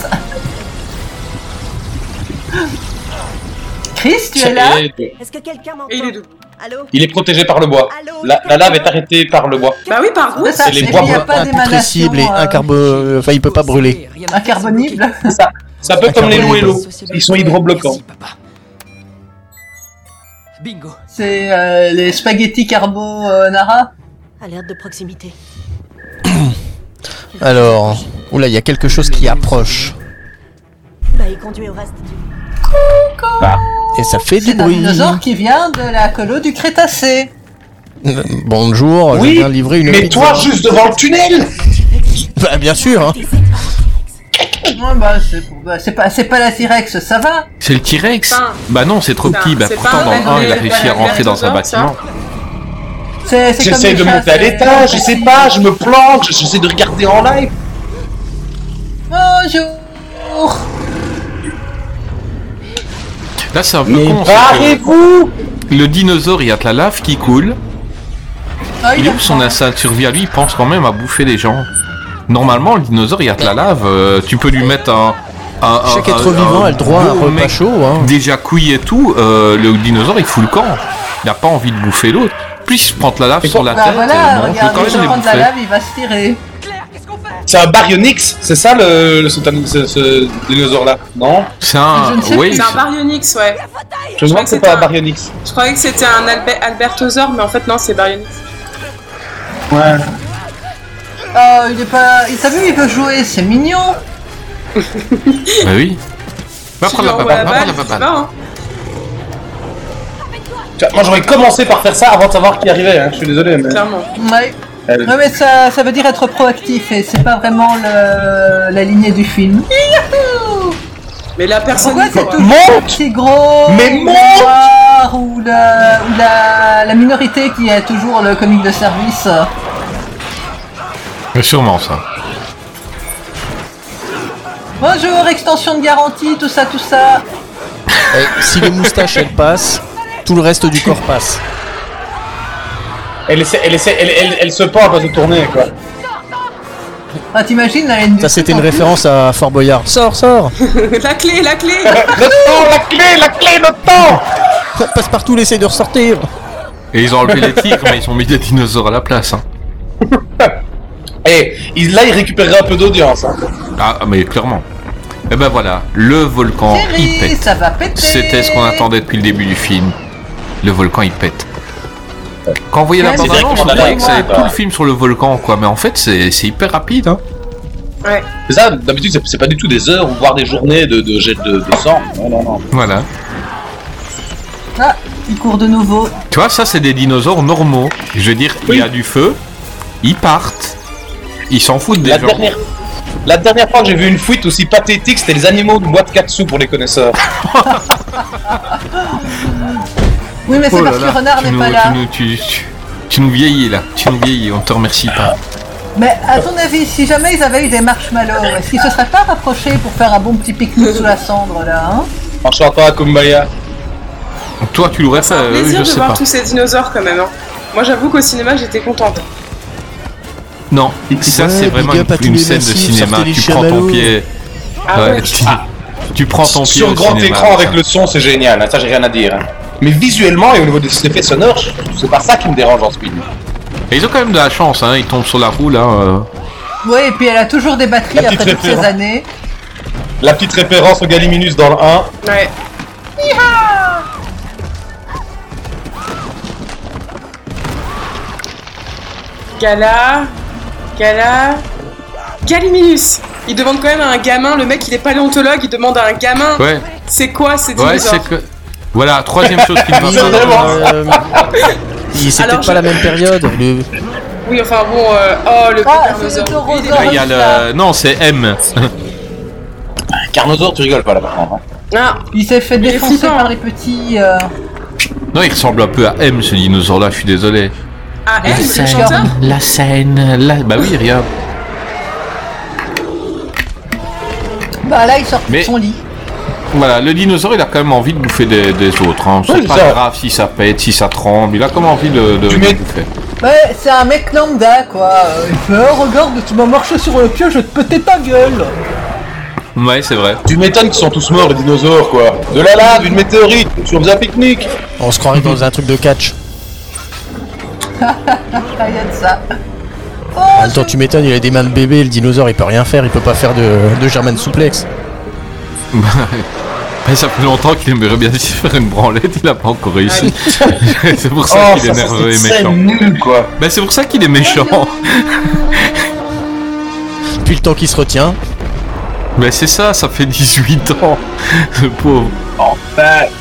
Speaker 8: Chris, tu es là
Speaker 7: Et-
Speaker 11: Est-ce que quelqu'un m'entend Allô
Speaker 7: Il est protégé par le bois. La, la lave est arrêtée par le bois.
Speaker 9: Bah oui, par contre,
Speaker 7: C'est les bois blancs.
Speaker 6: imputrescible et
Speaker 8: euh,
Speaker 6: incarbo... Bah, Enfin, il peut pas brûler.
Speaker 8: incarbonible.
Speaker 7: C'est un peu comme les loups et
Speaker 5: bah,
Speaker 7: l'eau. Ils sont hydrobloquants.
Speaker 13: Bingo.
Speaker 8: C'est euh, les spaghettis euh, carbonara.
Speaker 11: Alerte de proximité.
Speaker 6: Alors, oula, il y a quelque chose qui approche.
Speaker 11: Bah, il conduit au reste.
Speaker 6: Et ça fait du
Speaker 8: C'est un
Speaker 6: bruit.
Speaker 8: dinosaure qui vient de la colo du Crétacé.
Speaker 6: Euh, Bonjour, je viens livrer une
Speaker 7: mais
Speaker 6: pizza.
Speaker 7: toi, juste devant le tunnel
Speaker 6: Bah, bien sûr, hein.
Speaker 8: Ouais, bah, c'est bah, c'est pas, c'est pas la T-Rex, ça va.
Speaker 5: C'est le T-Rex
Speaker 8: Enfin,
Speaker 5: Bah non, c'est trop
Speaker 8: c'est
Speaker 5: petit.
Speaker 8: un-
Speaker 5: Bah
Speaker 8: c'est
Speaker 5: pourtant,
Speaker 8: pas
Speaker 5: dans
Speaker 8: un
Speaker 5: le 1, il a
Speaker 8: vrai
Speaker 5: réussi à
Speaker 8: dinosaure,
Speaker 5: rentrer dans un
Speaker 8: ça.
Speaker 5: bâtiment.
Speaker 8: C'est- c'est comme
Speaker 7: J'essaie
Speaker 8: les Ah,
Speaker 7: de
Speaker 8: chats,
Speaker 7: monter à
Speaker 8: c'est-
Speaker 7: l'étage, je sais pas, je me planque, j'essaie de regarder en live.
Speaker 8: Bonjour.
Speaker 5: Là, c'est un peu con. c'est
Speaker 7: Barrez-vous
Speaker 5: que Le dinosaure, il y a de la lave qui coule.
Speaker 8: Ah,
Speaker 5: Il est où son instinct de survie à lui Il pense quand même à bouffer les gens. Normalement, le dinosaure, il y a de la lave. euh, tu peux lui mettre un. un- un-
Speaker 6: Chaque être
Speaker 5: un-
Speaker 6: vivant a le droit à un
Speaker 5: gros
Speaker 6: repas
Speaker 5: ah, mec
Speaker 6: chaud, hein.
Speaker 5: Déjà couillé et tout, euh, le dinosaure, il fout le camp. Il n'a pas envie de bouffer l'autre. Puis il se prend de la lave sur la
Speaker 8: bah
Speaker 5: tête. euh,
Speaker 8: voilà,
Speaker 5: non, je vais
Speaker 8: regarde,
Speaker 5: quand
Speaker 8: il
Speaker 5: même les
Speaker 8: prend de la
Speaker 5: bouffer.
Speaker 8: lave, il va se tirer.
Speaker 7: C'est un baryonyx, c'est ça le, le- ce, ce- ce dinosaure-là Non
Speaker 5: C'est un.
Speaker 9: c'est un baryonyx, ouais.
Speaker 7: Je me demande que c'est pas un baryonyx.
Speaker 9: Je croyais que c'était un Albe- albertosaure, mais en fait, non, c'est baryonyx.
Speaker 7: Ouais.
Speaker 8: Ah, il est pas. il- T'as vu, il peut jouer, c'est mignon.
Speaker 5: Bah oui. Va
Speaker 8: Bah,
Speaker 9: Tu hein,
Speaker 5: prendre la
Speaker 9: lui
Speaker 5: babane, va
Speaker 9: envoies la
Speaker 5: prendre la
Speaker 9: balle,
Speaker 5: babane.
Speaker 9: Non,
Speaker 7: Tu vois, moi j'aurais commencé par faire ça avant de savoir qui arrivait, hein, je suis désolé. Mais...
Speaker 9: clairement.
Speaker 8: Ouais.
Speaker 7: Elle-
Speaker 8: Ouais, mais ça, ça veut dire être proactif et c'est pas vraiment le- la lignée du film. Youhou
Speaker 9: Mais la personne.
Speaker 8: Pourquoi c'est
Speaker 9: quoi.
Speaker 8: toujours le petit gros
Speaker 9: Mais
Speaker 8: ou
Speaker 9: monte
Speaker 8: le noir, ou, la, ou la, la minorité qui est toujours le comique de service
Speaker 5: Mais sûrement ça.
Speaker 8: Bonjour, extension de garantie, tout ça, tout ça.
Speaker 6: Eh, si les moustaches, elles passent, tout le reste du corps passe.
Speaker 7: Elle, essaie, elle, essaie, elle, elle, elle se pend à se tourner, quoi.
Speaker 8: Ah, t'imagines la haine du
Speaker 6: Ça, c'était une référence à Fort Boyard. Sors, sors
Speaker 9: la clé, la clé
Speaker 7: la clé, la clé, le temps
Speaker 6: Passe-partout, essaie de ressortir
Speaker 5: Et ils ont enlevé les tigres, mais ils ont mis des dinosaures à la place. hein.
Speaker 7: Et là, Eh, il récupérerait un peu d'audience. Hein.
Speaker 5: Ah, mais clairement. Et ben voilà, le volcan, il
Speaker 8: Thierry,
Speaker 5: pète.
Speaker 8: ça va péter.
Speaker 5: C'était ce qu'on attendait depuis le début du film. Le volcan, il pète. Quand on voyait la
Speaker 8: Même si
Speaker 5: bande-annonce,
Speaker 8: c'est
Speaker 5: on croyait que ça allait
Speaker 8: directement
Speaker 5: tout le film sur le volcan, quoi. Mais en fait, c'est c'est hyper rapide, hein.
Speaker 9: Ouais.
Speaker 7: C'est ça, d'habitude, c'est- c'est pas du tout des heures, voire des journées de, de jet de, de sang. Non, non, non.
Speaker 5: Voilà.
Speaker 8: Ah, il court de nouveau.
Speaker 5: Tu vois, ça, c'est des dinosaures normaux. Je veux dire, il y a du feu, ils partent. Ils s'en foutent des
Speaker 7: La
Speaker 5: gens.
Speaker 7: dernière, la dernière fois que j'ai vu une fuite aussi pathétique, c'était les animaux de boîte Katsu pour les connaisseurs.
Speaker 8: Oui, mais c'est
Speaker 5: Oh là
Speaker 8: parce
Speaker 5: là,
Speaker 8: que Renard
Speaker 5: tu
Speaker 8: n'est
Speaker 5: nous-
Speaker 8: pas là.
Speaker 5: Tu nous, tu- tu- tu nous vieillis là, tu nous vieillis, on te remercie pas.
Speaker 8: Mais à ton avis, si jamais ils avaient eu des marshmallows, est-ce qu'ils se seraient pas rapprochés pour faire un bon petit pique-nique sous la cendre là hein
Speaker 7: En chantant à Kumbaya.
Speaker 5: Toi, tu l'aurais fait, euh, eux,
Speaker 9: Plaisir
Speaker 5: je
Speaker 9: de
Speaker 5: sais
Speaker 9: voir
Speaker 5: pas.
Speaker 9: tous ces dinosaures quand même. hein. Moi, j'avoue qu'au cinéma, j'étais contente.
Speaker 5: Non, ça
Speaker 6: Ouais,
Speaker 5: c'est
Speaker 6: big
Speaker 5: vraiment une,
Speaker 6: up à tous
Speaker 5: une
Speaker 6: les
Speaker 5: scène de
Speaker 6: massifs,
Speaker 5: cinéma.
Speaker 6: sortez les
Speaker 5: Tu prends ton
Speaker 6: chamallows.
Speaker 5: pied.
Speaker 9: Ah ouais.
Speaker 5: tu, tu prends ton pied.
Speaker 7: Sur
Speaker 5: au
Speaker 7: grand
Speaker 5: cinéma,
Speaker 7: écran avec
Speaker 5: ça.
Speaker 7: le son, c'est génial, hein, ça j'ai rien à dire. hein. Mais visuellement et au niveau des effets sonores, je- c'est pas ça qui me dérange en ce film.
Speaker 5: Et ils ont quand même de la chance, hein, ils tombent sur la roue là. euh.
Speaker 8: Ouais, et puis elle a toujours des batteries
Speaker 7: La petite
Speaker 8: après toutes ces
Speaker 7: référence.
Speaker 8: années.
Speaker 7: La petite référence au Galiminus dans le 1.
Speaker 9: Ouais. Gala. Gala. Galiminus Il demande quand même à un gamin, le mec il est paléontologue, il demande à un gamin
Speaker 5: Ouais,
Speaker 9: c'est quoi ces
Speaker 5: ouais,
Speaker 9: dinosaures
Speaker 5: c'est que. Voilà, troisième chose qui me va
Speaker 6: C'est
Speaker 5: pas.
Speaker 6: vraiment Euh, il- C'est
Speaker 9: Alors,
Speaker 6: peut-être pas la
Speaker 9: je-
Speaker 6: même période. Le...
Speaker 9: Oui, enfin bon, euh, oh le
Speaker 8: Ah, c'est le
Speaker 9: paléontologue.
Speaker 8: taureau.
Speaker 5: Là, il y a le. Non, c'est M.
Speaker 7: Carnosaur, tu rigoles pas là par contre. hein.
Speaker 9: Ah,
Speaker 8: Il s'est fait
Speaker 9: Il est
Speaker 8: défoncer
Speaker 9: flippant.
Speaker 8: par les petits. euh,
Speaker 5: non, il ressemble un peu à M ce dinosaure là, je suis désolé.
Speaker 9: ah, elle, le
Speaker 5: scène,
Speaker 9: chanteur
Speaker 5: la scène, la. Bah oui, regarde.
Speaker 8: Bah là, il sort
Speaker 5: Mais-
Speaker 8: de son lit.
Speaker 5: Voilà, le dinosaure, il a quand même envie de bouffer des, des autres. hein. C'est
Speaker 7: Oui,
Speaker 5: pas
Speaker 7: ça.
Speaker 5: grave si ça pète, si ça tremble. Il a comme envie de, de,
Speaker 7: Tu
Speaker 5: de
Speaker 7: mets-
Speaker 5: bouffer.
Speaker 8: Ouais, c'est un mec lambda quoi. Euh, Il fait, oh, regarde, tu m'as marché sur le pieu, je te pétais ta gueule.
Speaker 5: Ouais, c'est vrai.
Speaker 7: Tu m'étonnes qu'ils sont tous morts, les dinosaures, quoi. De la lave, une météorite, tu faisais un pique-nique.
Speaker 6: On se croirait dans un truc de catch.
Speaker 8: Il y a de ça.
Speaker 6: En même temps, tu m'étonnes, il a des mains de bébé, le dinosaure il peut rien faire, il peut pas faire de, de German Souplex.
Speaker 5: Mais ça fait longtemps qu'il aimerait bien se faire une branlette, il a pas encore réussi. c'est pour ça
Speaker 7: Oh,
Speaker 5: qu'il est
Speaker 7: ça, ça,
Speaker 5: nerveux et
Speaker 7: c'est
Speaker 5: méchant.
Speaker 7: nul, quoi.
Speaker 5: Bah, c'est pour ça qu'il est méchant.
Speaker 6: Depuis le temps qu'il se retient.
Speaker 5: Mais Bah, c'est ça, ça fait 18 ans, le pauvre.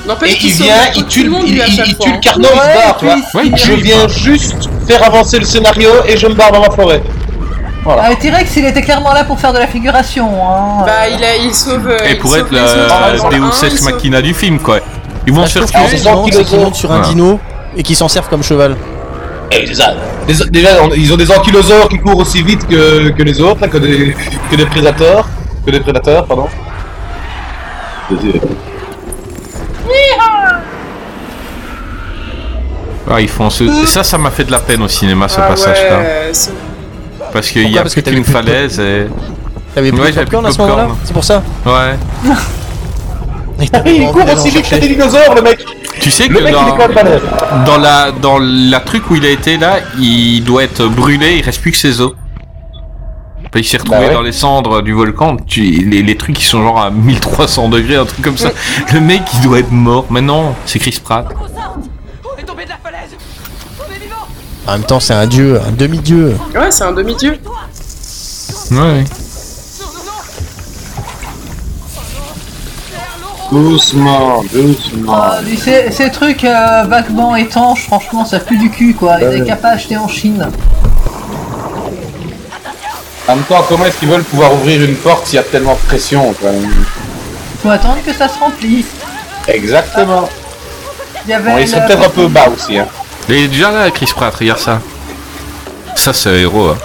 Speaker 9: N'empêche
Speaker 7: Et
Speaker 9: qu'il
Speaker 7: il
Speaker 9: sauve
Speaker 7: vient,
Speaker 9: tout-
Speaker 7: il
Speaker 9: tout
Speaker 7: tue,
Speaker 9: le
Speaker 7: le-
Speaker 9: monde,
Speaker 7: il,
Speaker 9: lui, à
Speaker 7: il-
Speaker 9: chaque
Speaker 7: il
Speaker 9: fois,
Speaker 7: tue
Speaker 9: hein.
Speaker 7: le carnot, il se barre, tu vois. je viens juste faire avancer le scénario et je me barre dans ma forêt. Voilà.
Speaker 8: Ah, T-Rex, il était clairement là pour faire de la figuration. Hein.
Speaker 9: Bah, il, a- il sauve. euh,
Speaker 5: Et
Speaker 9: il
Speaker 5: pour
Speaker 9: sauve
Speaker 5: être
Speaker 9: les autres
Speaker 5: la
Speaker 9: dans le
Speaker 5: Deus
Speaker 9: un, il
Speaker 5: Ex
Speaker 9: sauve-
Speaker 5: Machina du film, quoi. Ils
Speaker 7: Bah,
Speaker 5: vont se faire
Speaker 6: Ce qui est
Speaker 5: tuer.
Speaker 6: étonnant, c'est qu'il monte sur un
Speaker 5: Ouais.
Speaker 6: dino et qu'il s'en serve comme cheval.
Speaker 7: Et déjà, les- déjà, on- ils ont des ankylosaures qui courent aussi vite que, que les autres, là, que des, que des prédateurs. Que des prédateurs, pardon.
Speaker 5: Ah, ils font ce- Ça, ça m'a fait de la peine au cinéma, ce
Speaker 9: Ah
Speaker 5: passage-là.
Speaker 9: ouais, c'est-
Speaker 5: Parce qu'il y a
Speaker 6: Parce
Speaker 5: plus
Speaker 6: que t'avais
Speaker 5: qu'une
Speaker 6: plus de
Speaker 5: falaise et.
Speaker 6: T'avais plus
Speaker 5: Ouais,
Speaker 6: de
Speaker 5: j'avais
Speaker 6: popcorn
Speaker 5: plus
Speaker 6: à
Speaker 5: de
Speaker 6: ce moment-là
Speaker 5: popcorn.
Speaker 6: C'est pour ça
Speaker 5: Ouais.
Speaker 7: Ah, Il court aussi vite que des dinosaures, le mec.
Speaker 5: Tu sais
Speaker 7: Le
Speaker 5: que
Speaker 7: mec, il est quoi, le balèze
Speaker 5: dans, dans la dans la truc où il a été là, il doit être brûlé, il reste plus que ses os. Enfin, Il s'est retrouvé
Speaker 7: Bah ouais.
Speaker 5: dans les cendres du volcan, tu- les, les trucs qui sont genre à 1300 degrés, un truc comme ça. Le mec il doit être mort, mais non, c'est Chris Pratt.
Speaker 6: En même temps, c'est un dieu, un demi-dieu.
Speaker 9: Ouais, c'est un demi-dieu.
Speaker 5: Ouais.
Speaker 7: Doucement, doucement.
Speaker 8: Et Ah, Ces, ces trucs euh, vaguement étanches, franchement, ça pue du cul, quoi. Ils
Speaker 7: Ouais.
Speaker 8: n'avaient qu'à pas acheter en Chine.
Speaker 7: En même temps, comment est-ce qu'ils veulent pouvoir ouvrir une porte s'il y a tellement de pression quoi
Speaker 8: Faut attendre que ça se remplisse.
Speaker 7: Exactement.
Speaker 8: Il y avait
Speaker 7: Bon, ils
Speaker 8: le-
Speaker 7: sont peut-être un peu bas aussi. Hein.
Speaker 5: Il est déjà là Chris Pratt, regarde ça. Ça c'est un héros. hein.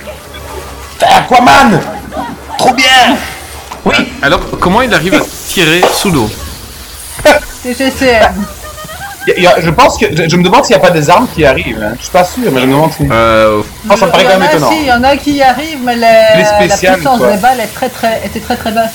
Speaker 7: Aquaman Trop bien
Speaker 5: Alors comment il arrive à tirer sous l'eau
Speaker 8: TGCM.
Speaker 7: Y a- y a- Je pense que je, je me demande s'il n'y a pas des armes qui arrivent. hein. Je suis pas sûr, mais je me demande si. Oh, ça me paraît
Speaker 8: Il y
Speaker 7: quand
Speaker 8: en
Speaker 7: même
Speaker 8: a,
Speaker 7: étonnant.
Speaker 8: Ah, si, il y en a qui y arrivent, mais les-
Speaker 7: Les
Speaker 8: la
Speaker 7: spéciales,
Speaker 8: puissance
Speaker 7: quoi.
Speaker 8: des balles est très, très, était très très basse.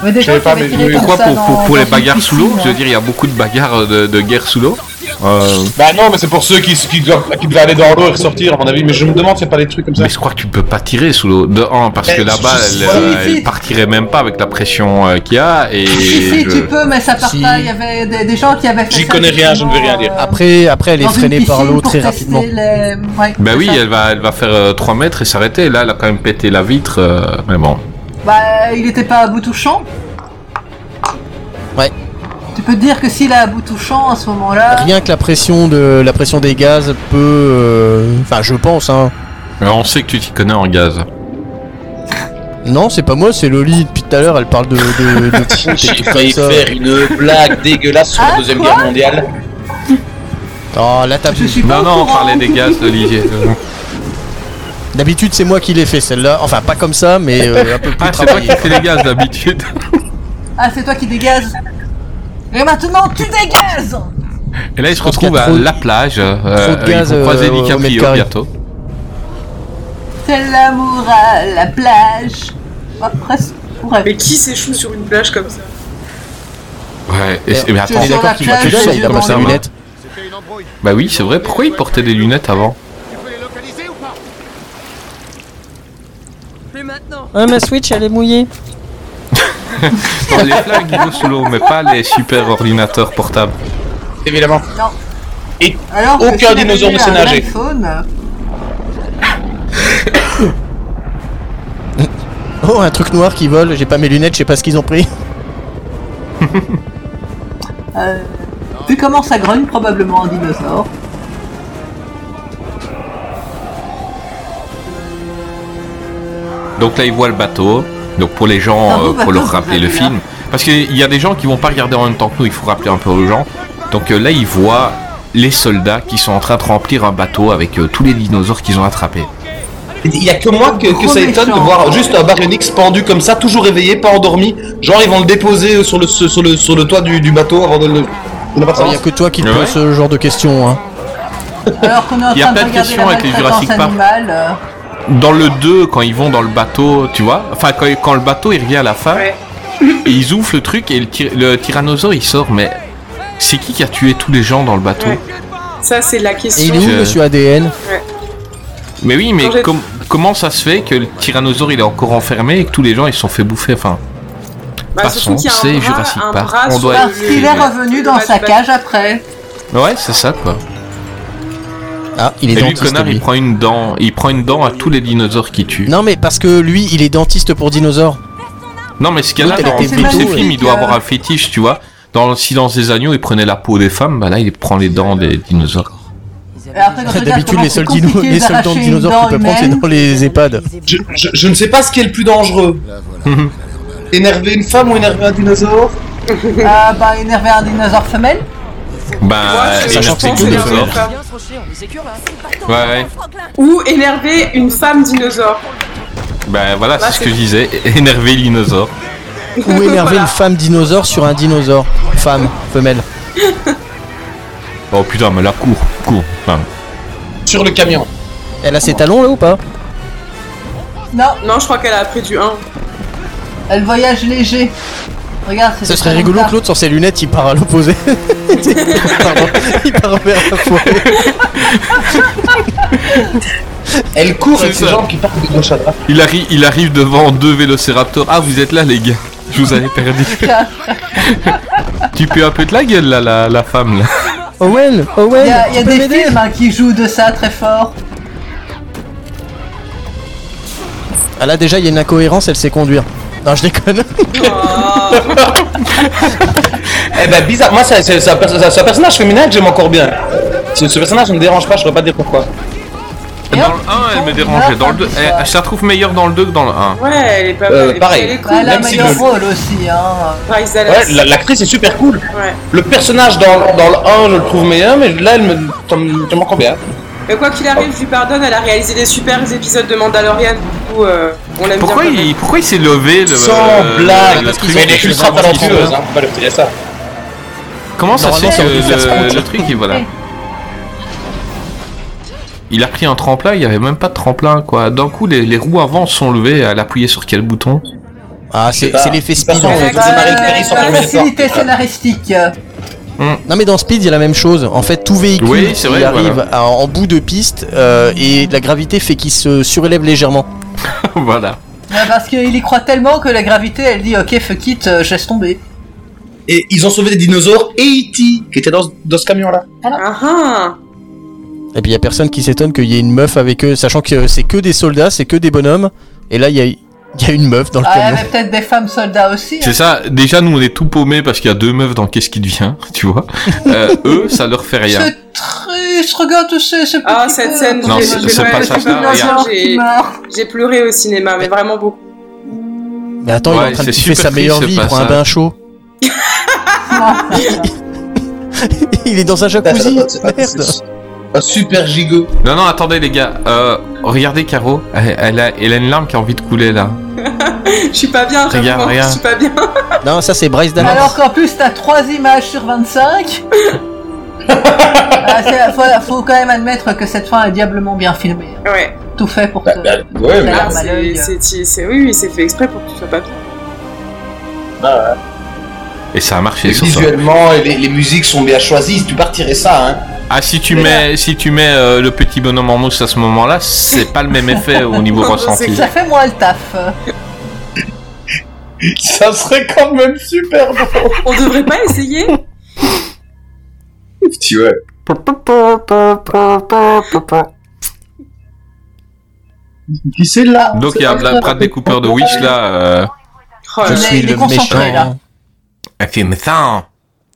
Speaker 8: Mais
Speaker 7: Ouais.
Speaker 8: des
Speaker 7: Je savais
Speaker 8: gens qui
Speaker 7: pas,
Speaker 8: avaient
Speaker 7: mais
Speaker 8: tiré
Speaker 7: mais-
Speaker 8: comme
Speaker 5: Pourquoi
Speaker 8: ça
Speaker 5: pour, pour,
Speaker 8: dans-
Speaker 5: pour les
Speaker 8: dans
Speaker 5: bagarres
Speaker 8: une
Speaker 5: sous l'eau
Speaker 8: piscine, hein.
Speaker 5: Je veux dire, il y a beaucoup de bagarres de, de guerre sous l'eau. Euh,
Speaker 7: Bah non, mais c'est pour ceux qui, qui, doivent, qui devaient aller dans l'eau et ressortir, à mon avis. Mais je me demande s'il n'y a pas des trucs comme ça.
Speaker 5: Mais je crois que tu peux pas tirer sous l'eau. De un, parce
Speaker 7: Mais
Speaker 5: que là-bas,
Speaker 7: Eh, si,
Speaker 5: elle, euh, elle partirait même pas avec la pression euh, qu'il y a. Et
Speaker 8: Si, si,
Speaker 5: je-
Speaker 8: tu peux, mais ça part
Speaker 5: Si.
Speaker 8: pas. Il y avait des, des gens qui avaient fait ça. euh,
Speaker 7: ne vais rien dire.
Speaker 6: Après, après, elle est
Speaker 8: dans une
Speaker 6: freinée par
Speaker 8: piscine
Speaker 6: l'eau
Speaker 8: pour
Speaker 6: très
Speaker 8: tester
Speaker 6: rapidement.
Speaker 8: les- ouais,
Speaker 5: Bah
Speaker 8: c'est
Speaker 5: oui,
Speaker 8: ça.
Speaker 5: elle va, elle va faire euh, 3 mètres et s'arrêter. Là, elle a quand même pété la vitre. euh, mais bon.
Speaker 8: Bah, il était pas à bout touchant.
Speaker 6: Ouais.
Speaker 8: Tu peux te dire que s'il est à bout touchant à ce moment-là.
Speaker 6: Rien que la pression de la pression des gaz peut, euh, enfin, je pense. Hein.
Speaker 5: Alors, on sait que tu t'y connais en gaz.
Speaker 6: Non, c'est pas moi, c'est Loli. Depuis tout à l'heure, elle parle de. de, de foot et
Speaker 7: J'ai
Speaker 6: tout comme
Speaker 7: failli
Speaker 6: ça.
Speaker 7: faire une blague dégueulasse sur la
Speaker 8: Ah,
Speaker 7: Deuxième
Speaker 8: quoi
Speaker 7: Guerre mondiale.
Speaker 6: Oh, là, t'as
Speaker 5: Non, non, on parlait des gaz Ah, de l'IG.
Speaker 6: D'habitude, c'est moi qui l'ai fait celle-là. Enfin, pas comme ça, mais euh, un peu plus
Speaker 5: Ah, c'est toi
Speaker 6: travaillé.
Speaker 5: qui fais les gaz d'habitude.
Speaker 8: Ah, c'est toi qui dégage. Et maintenant, tu dégages
Speaker 5: Et là, ils se retrouvent
Speaker 6: qu'il y a
Speaker 5: à
Speaker 6: trop de-
Speaker 5: la plage. euh,
Speaker 6: trop de gaz,
Speaker 5: ils vont
Speaker 6: euh,
Speaker 5: croiser
Speaker 6: au mètre
Speaker 5: DiCaprio
Speaker 6: carré.
Speaker 5: bientôt.
Speaker 8: C'est l'amour à la plage. Oh, presque. Ouais.
Speaker 9: Mais qui s'échoue sur une plage comme ça
Speaker 5: Ouais, et,
Speaker 6: c'est-
Speaker 5: mais
Speaker 6: mais
Speaker 5: attends,
Speaker 6: attends, il est d'accord qu'il va tout seul, il a pas ses lunettes.
Speaker 5: Bah oui, c'est vrai, pourquoi il portait des lunettes avant
Speaker 20: Plus maintenant.
Speaker 21: Ouais, ma Switch, elle est mouillée.
Speaker 5: Non, les flingues ils vont sous l'eau, mais pas les super ordinateurs portables.
Speaker 7: Évidemment.
Speaker 8: Non.
Speaker 7: Et
Speaker 8: Alors que
Speaker 7: aucun
Speaker 8: s'il
Speaker 7: dinosaure
Speaker 8: avait
Speaker 7: ne sait
Speaker 8: eu un
Speaker 7: nager.
Speaker 8: iPhone,
Speaker 6: Oh, un truc noir qui vole. J'ai pas mes lunettes, je sais pas ce qu'ils ont pris.
Speaker 8: euh, vu comment ça grogne, probablement un dinosaure.
Speaker 5: Donc là, ils voient le bateau. Donc pour les gens,
Speaker 8: Un beau
Speaker 5: euh,
Speaker 8: bateau,
Speaker 5: pour leur
Speaker 8: ce
Speaker 5: rappeler le
Speaker 8: bateau-là.
Speaker 5: film. Parce qu'il y a des gens qui vont pas regarder en même temps que nous, il faut rappeler un peu aux gens. Donc euh, là, ils voient les soldats qui sont en train de remplir un bateau avec euh, tous les dinosaures qu'ils ont attrapés.
Speaker 7: Il y a que moi que, que ça étonne de voir juste un baryonyx pendu comme ça, toujours réveillé, pas endormi. Genre ils vont le déposer sur le sur le sur le toit du, du bateau avant de le. Il
Speaker 6: Il y a que toi qui te
Speaker 7: Ouais.
Speaker 6: pose ce genre de questions. Hein.
Speaker 8: Alors qu'on est en
Speaker 5: Il y a
Speaker 8: train de
Speaker 5: plein de
Speaker 8: regarder
Speaker 5: questions
Speaker 8: la
Speaker 5: avec les
Speaker 8: maltraitance
Speaker 5: Jurassic Park.
Speaker 8: animale. euh,
Speaker 5: Dans le 2, quand ils vont dans le bateau, tu vois, enfin quand, quand le bateau il revient à la fin, Et ils ouvrent le truc et le, ty- le tyrannosaure il sort, mais c'est qui qui a tué tous les gens dans le bateau
Speaker 9: Ça, c'est la question.
Speaker 6: Et il est où,
Speaker 5: Je-
Speaker 6: monsieur ADN
Speaker 9: Ouais.
Speaker 5: Mais oui, mais
Speaker 9: Quand j'ai-
Speaker 5: com- comment ça se fait que le tyrannosaure il est encore enfermé et que tous les gens ils se sont fait bouffer Enfin,
Speaker 9: Bah,
Speaker 5: passons,
Speaker 9: surtout qu'il y a un
Speaker 5: c'est
Speaker 9: bras-
Speaker 5: Jurassic
Speaker 9: un
Speaker 5: Park.
Speaker 9: bras
Speaker 5: On
Speaker 9: sur
Speaker 5: doit
Speaker 8: Parce qu'il est revenu dans sa cage après.
Speaker 5: Ouais, c'est ça quoi.
Speaker 6: Ah, il est
Speaker 5: et lui,
Speaker 6: dentiste,
Speaker 5: connard,
Speaker 6: lui.
Speaker 5: il prend une dent, il prend une dent à tous les dinosaures qui tuent.
Speaker 6: Non, mais parce que lui, il est dentiste pour dinosaures.
Speaker 5: Non, mais ce qu'il y a
Speaker 6: Oui,
Speaker 5: là,
Speaker 6: t'as
Speaker 5: dans
Speaker 6: été
Speaker 5: tous ces
Speaker 6: plutôt,
Speaker 5: films,
Speaker 6: euh,
Speaker 5: il doit avoir un fétiche, tu vois. Dans le silence des agneaux, il prenait la peau des femmes, bah là, il prend les dents des dinosaures.
Speaker 8: Et après, quand on regarde
Speaker 6: D'habitude,
Speaker 8: comment
Speaker 6: les
Speaker 8: c'est
Speaker 6: seuls, dinos-
Speaker 8: compliqué
Speaker 6: les seuls dents de
Speaker 8: d'arracher une
Speaker 6: dinosaures
Speaker 8: dent
Speaker 6: qu'on peut prendre, c'est
Speaker 8: humaine.
Speaker 6: dans les EHPAD.
Speaker 19: Je, je- je ne sais pas ce qui est le plus dangereux. Énerver une femme ou énerver un dinosaure
Speaker 8: Ah bah énerver un dinosaure femelle
Speaker 5: Bah,
Speaker 9: je
Speaker 5: et
Speaker 9: pense
Speaker 5: c'est
Speaker 9: que
Speaker 5: tout,
Speaker 9: c'est
Speaker 5: les
Speaker 9: la
Speaker 5: dinosaures.
Speaker 9: même femme.
Speaker 5: Ouais, ouais.
Speaker 9: Ou énerver une femme dinosaure.
Speaker 5: Bah voilà,
Speaker 9: Bah,
Speaker 5: c'est ce
Speaker 9: c'est-
Speaker 5: que je disais. Énerver le dinosaure.
Speaker 6: Ou énerver une femme dinosaure sur un dinosaure. Femme, femelle.
Speaker 5: Oh putain, mais là, cours, cours. Enfin,
Speaker 19: Sur le camion.
Speaker 6: Elle a ses talons là ou pas
Speaker 8: Non,
Speaker 9: Non, je crois qu'elle a pris du 1.
Speaker 8: elle voyage léger. Regarde, c'est
Speaker 6: Ce serait
Speaker 8: très
Speaker 6: rigolo
Speaker 8: bizarre.
Speaker 6: que l'autre sur ses lunettes il part à l'opposé. Pardon, il part vers la forêt.
Speaker 19: Elle court
Speaker 5: C'est
Speaker 19: avec ses
Speaker 5: ça.
Speaker 19: jambes qui partent de gauche à droite.
Speaker 5: il, arri- il arrive devant deux vélociraptors. Ah, vous êtes là, les gars. Je vous avais perdu. tu peux un peu de la gueule, là, la, la femme, là.
Speaker 6: Owen,
Speaker 8: Il
Speaker 6: Owen,
Speaker 8: y a, il y a
Speaker 6: tu peux
Speaker 8: des
Speaker 6: m'aider
Speaker 8: films hein, qui jouent de ça très fort.
Speaker 6: Ah là déjà il y a une incohérence, elle sait conduire. Non je déconne.
Speaker 19: Eh ben bizarre, moi c'est c'est- c'est un, perso- c'est un- c'est un personnage féminin que j'aime encore bien. Ce, ce personnage ne me dérange pas, je ne pas dire pourquoi.
Speaker 5: Dans le 1, elle me dérangeait. Dans le 2, elle, je la trouve meilleure dans le 2 que dans le 1.
Speaker 9: Ouais, elle est pas
Speaker 19: Euh,
Speaker 9: mal. Et puis,
Speaker 19: pareil.
Speaker 9: Elle est cool.
Speaker 8: Bah, elle a un
Speaker 19: Même si
Speaker 8: meilleur
Speaker 19: le-
Speaker 8: rôle aussi. Hein.
Speaker 9: Bryce
Speaker 19: Ouais,
Speaker 9: Dallas.
Speaker 19: la- l'actrice est super cool.
Speaker 9: Ouais.
Speaker 19: Le personnage dans, dans le 1, je le trouve meilleur, mais là, elle me, ça me, ça me manque bien.
Speaker 9: Mais quoi qu'il arrive, je lui pardonne, elle a réalisé des super épisodes de Mandalorian. Du coup, euh, on l'aime
Speaker 5: Pourquoi
Speaker 9: bien.
Speaker 5: il, pourquoi il s'est levé le,
Speaker 19: Sans
Speaker 5: euh,
Speaker 19: blague,
Speaker 5: le
Speaker 19: parce
Speaker 5: truc
Speaker 19: qu'il
Speaker 5: de
Speaker 19: est ultra
Speaker 5: Jurassic Park
Speaker 19: talentueuse,
Speaker 5: là
Speaker 19: hein, faut pas le dire ça.
Speaker 5: Comment ça se
Speaker 19: Normalement, ça
Speaker 5: fait que
Speaker 19: aurait dû faire
Speaker 5: le,
Speaker 19: sponge.
Speaker 5: le truc, il, voilà. Il a pris un tremplin, il n'y avait même pas de tremplin, quoi. D'un coup, les, les roues avant se sont levées, elle appuyait sur quel bouton
Speaker 6: Ah, c'est
Speaker 19: pas.
Speaker 6: c'est l'effet speed en fait.
Speaker 19: Bah, Marie Ferry sans
Speaker 8: La
Speaker 19: jamais le faire.
Speaker 8: facilité scénaristique.
Speaker 6: Non mais dans Speed il y a la même chose. En fait tout véhicule
Speaker 5: Oui, c'est
Speaker 6: il
Speaker 5: vrai,
Speaker 6: arrive
Speaker 5: voilà.
Speaker 6: à- en bout de piste euh, et la gravité fait qu'il se surélève légèrement.
Speaker 5: Voilà.
Speaker 8: Ouais, Parce qu'il y croit tellement que la gravité, elle dit ok fuck it, euh, je laisse tomber.
Speaker 19: Et ils ont sauvé des dinosaures et E.T. qui étaient dans, ce- dans ce camion-là.
Speaker 9: Ah ah
Speaker 6: Et puis il y a personne qui s'étonne qu'il y ait une meuf avec eux, sachant que euh, c'est que des soldats, c'est que des bonhommes. Et là il y a, il y a une meuf dans le
Speaker 8: Ah, il y
Speaker 6: camion.
Speaker 8: avait peut-être des femmes soldats aussi. hein.
Speaker 5: C'est ça, déjà, nous, on est tout paumés parce qu'il y a deux meufs dans Qu'est-ce qui devient, tu vois. Euh, eux, ça leur fait rien.
Speaker 8: Ce triste, regarde tous ces ces
Speaker 9: Ah,
Speaker 8: petits
Speaker 9: cette
Speaker 8: peu-
Speaker 9: scène,
Speaker 5: Non,
Speaker 9: j'ai-
Speaker 5: c'est-
Speaker 9: j'ai-
Speaker 5: c'est
Speaker 9: ouais,
Speaker 5: pas
Speaker 9: j'ai-
Speaker 5: ça, ça,
Speaker 9: j'ai-
Speaker 5: regarde.
Speaker 9: j'ai-
Speaker 8: qui meurt.
Speaker 9: J'ai pleuré au cinéma, mais vraiment beaucoup.
Speaker 6: Mais attends, il
Speaker 5: Ouais,
Speaker 6: est en train de
Speaker 5: c'est
Speaker 6: kiffer
Speaker 5: super
Speaker 6: sa meilleure
Speaker 5: triste,
Speaker 6: vie,
Speaker 5: ce
Speaker 6: il prend un
Speaker 5: passage.
Speaker 6: bain chaud. il est dans un jacuzzi, merde.
Speaker 19: Un super gigot.
Speaker 5: Non, non, attendez, les gars. Euh, regardez Caro, elle, elle a, elle a une larme qui a envie de couler, là.
Speaker 9: Je suis pas bien,
Speaker 5: Regarde,
Speaker 9: vraiment, je
Speaker 5: regarde.
Speaker 9: suis pas bien.
Speaker 6: Non, ça c'est Bryce Dallas.
Speaker 8: Alors qu'en plus, t'as 3 images sur 25. Ah, c'est- faut, faut quand même admettre que cette fin est diablement bien filmée.
Speaker 9: Ouais.
Speaker 8: Tout fait pour te.
Speaker 19: Ouais, mais
Speaker 8: Ah,
Speaker 9: Ah,
Speaker 8: bah,
Speaker 9: c'est-
Speaker 8: l'œil.
Speaker 9: c'est c'est- c'est- oui, oui, c'est fait exprès pour que tu sois pas bien.
Speaker 5: Et ça a marché, sur ça.
Speaker 19: visuellement, et les, les musiques sont bien choisies, tu partirais ça, hein.
Speaker 5: Ah, si tu
Speaker 19: Mais
Speaker 5: mets, si tu mets euh, le petit bonhomme en mousse à ce moment-là, c'est pas le même effet au niveau
Speaker 9: Non,
Speaker 5: ressenti.
Speaker 8: Ça fait moins le taf.
Speaker 19: Ça serait quand même super drôle.
Speaker 9: On devrait pas essayer
Speaker 19: tu vois. Qui c'est là
Speaker 5: Donc il y a Brad Brad Découpeur de Wish là. euh,
Speaker 9: Oh là
Speaker 6: Je
Speaker 9: là.
Speaker 6: suis
Speaker 8: il est
Speaker 6: le
Speaker 8: concentré, là.
Speaker 6: méchant.
Speaker 5: Elle fait hein. méchant.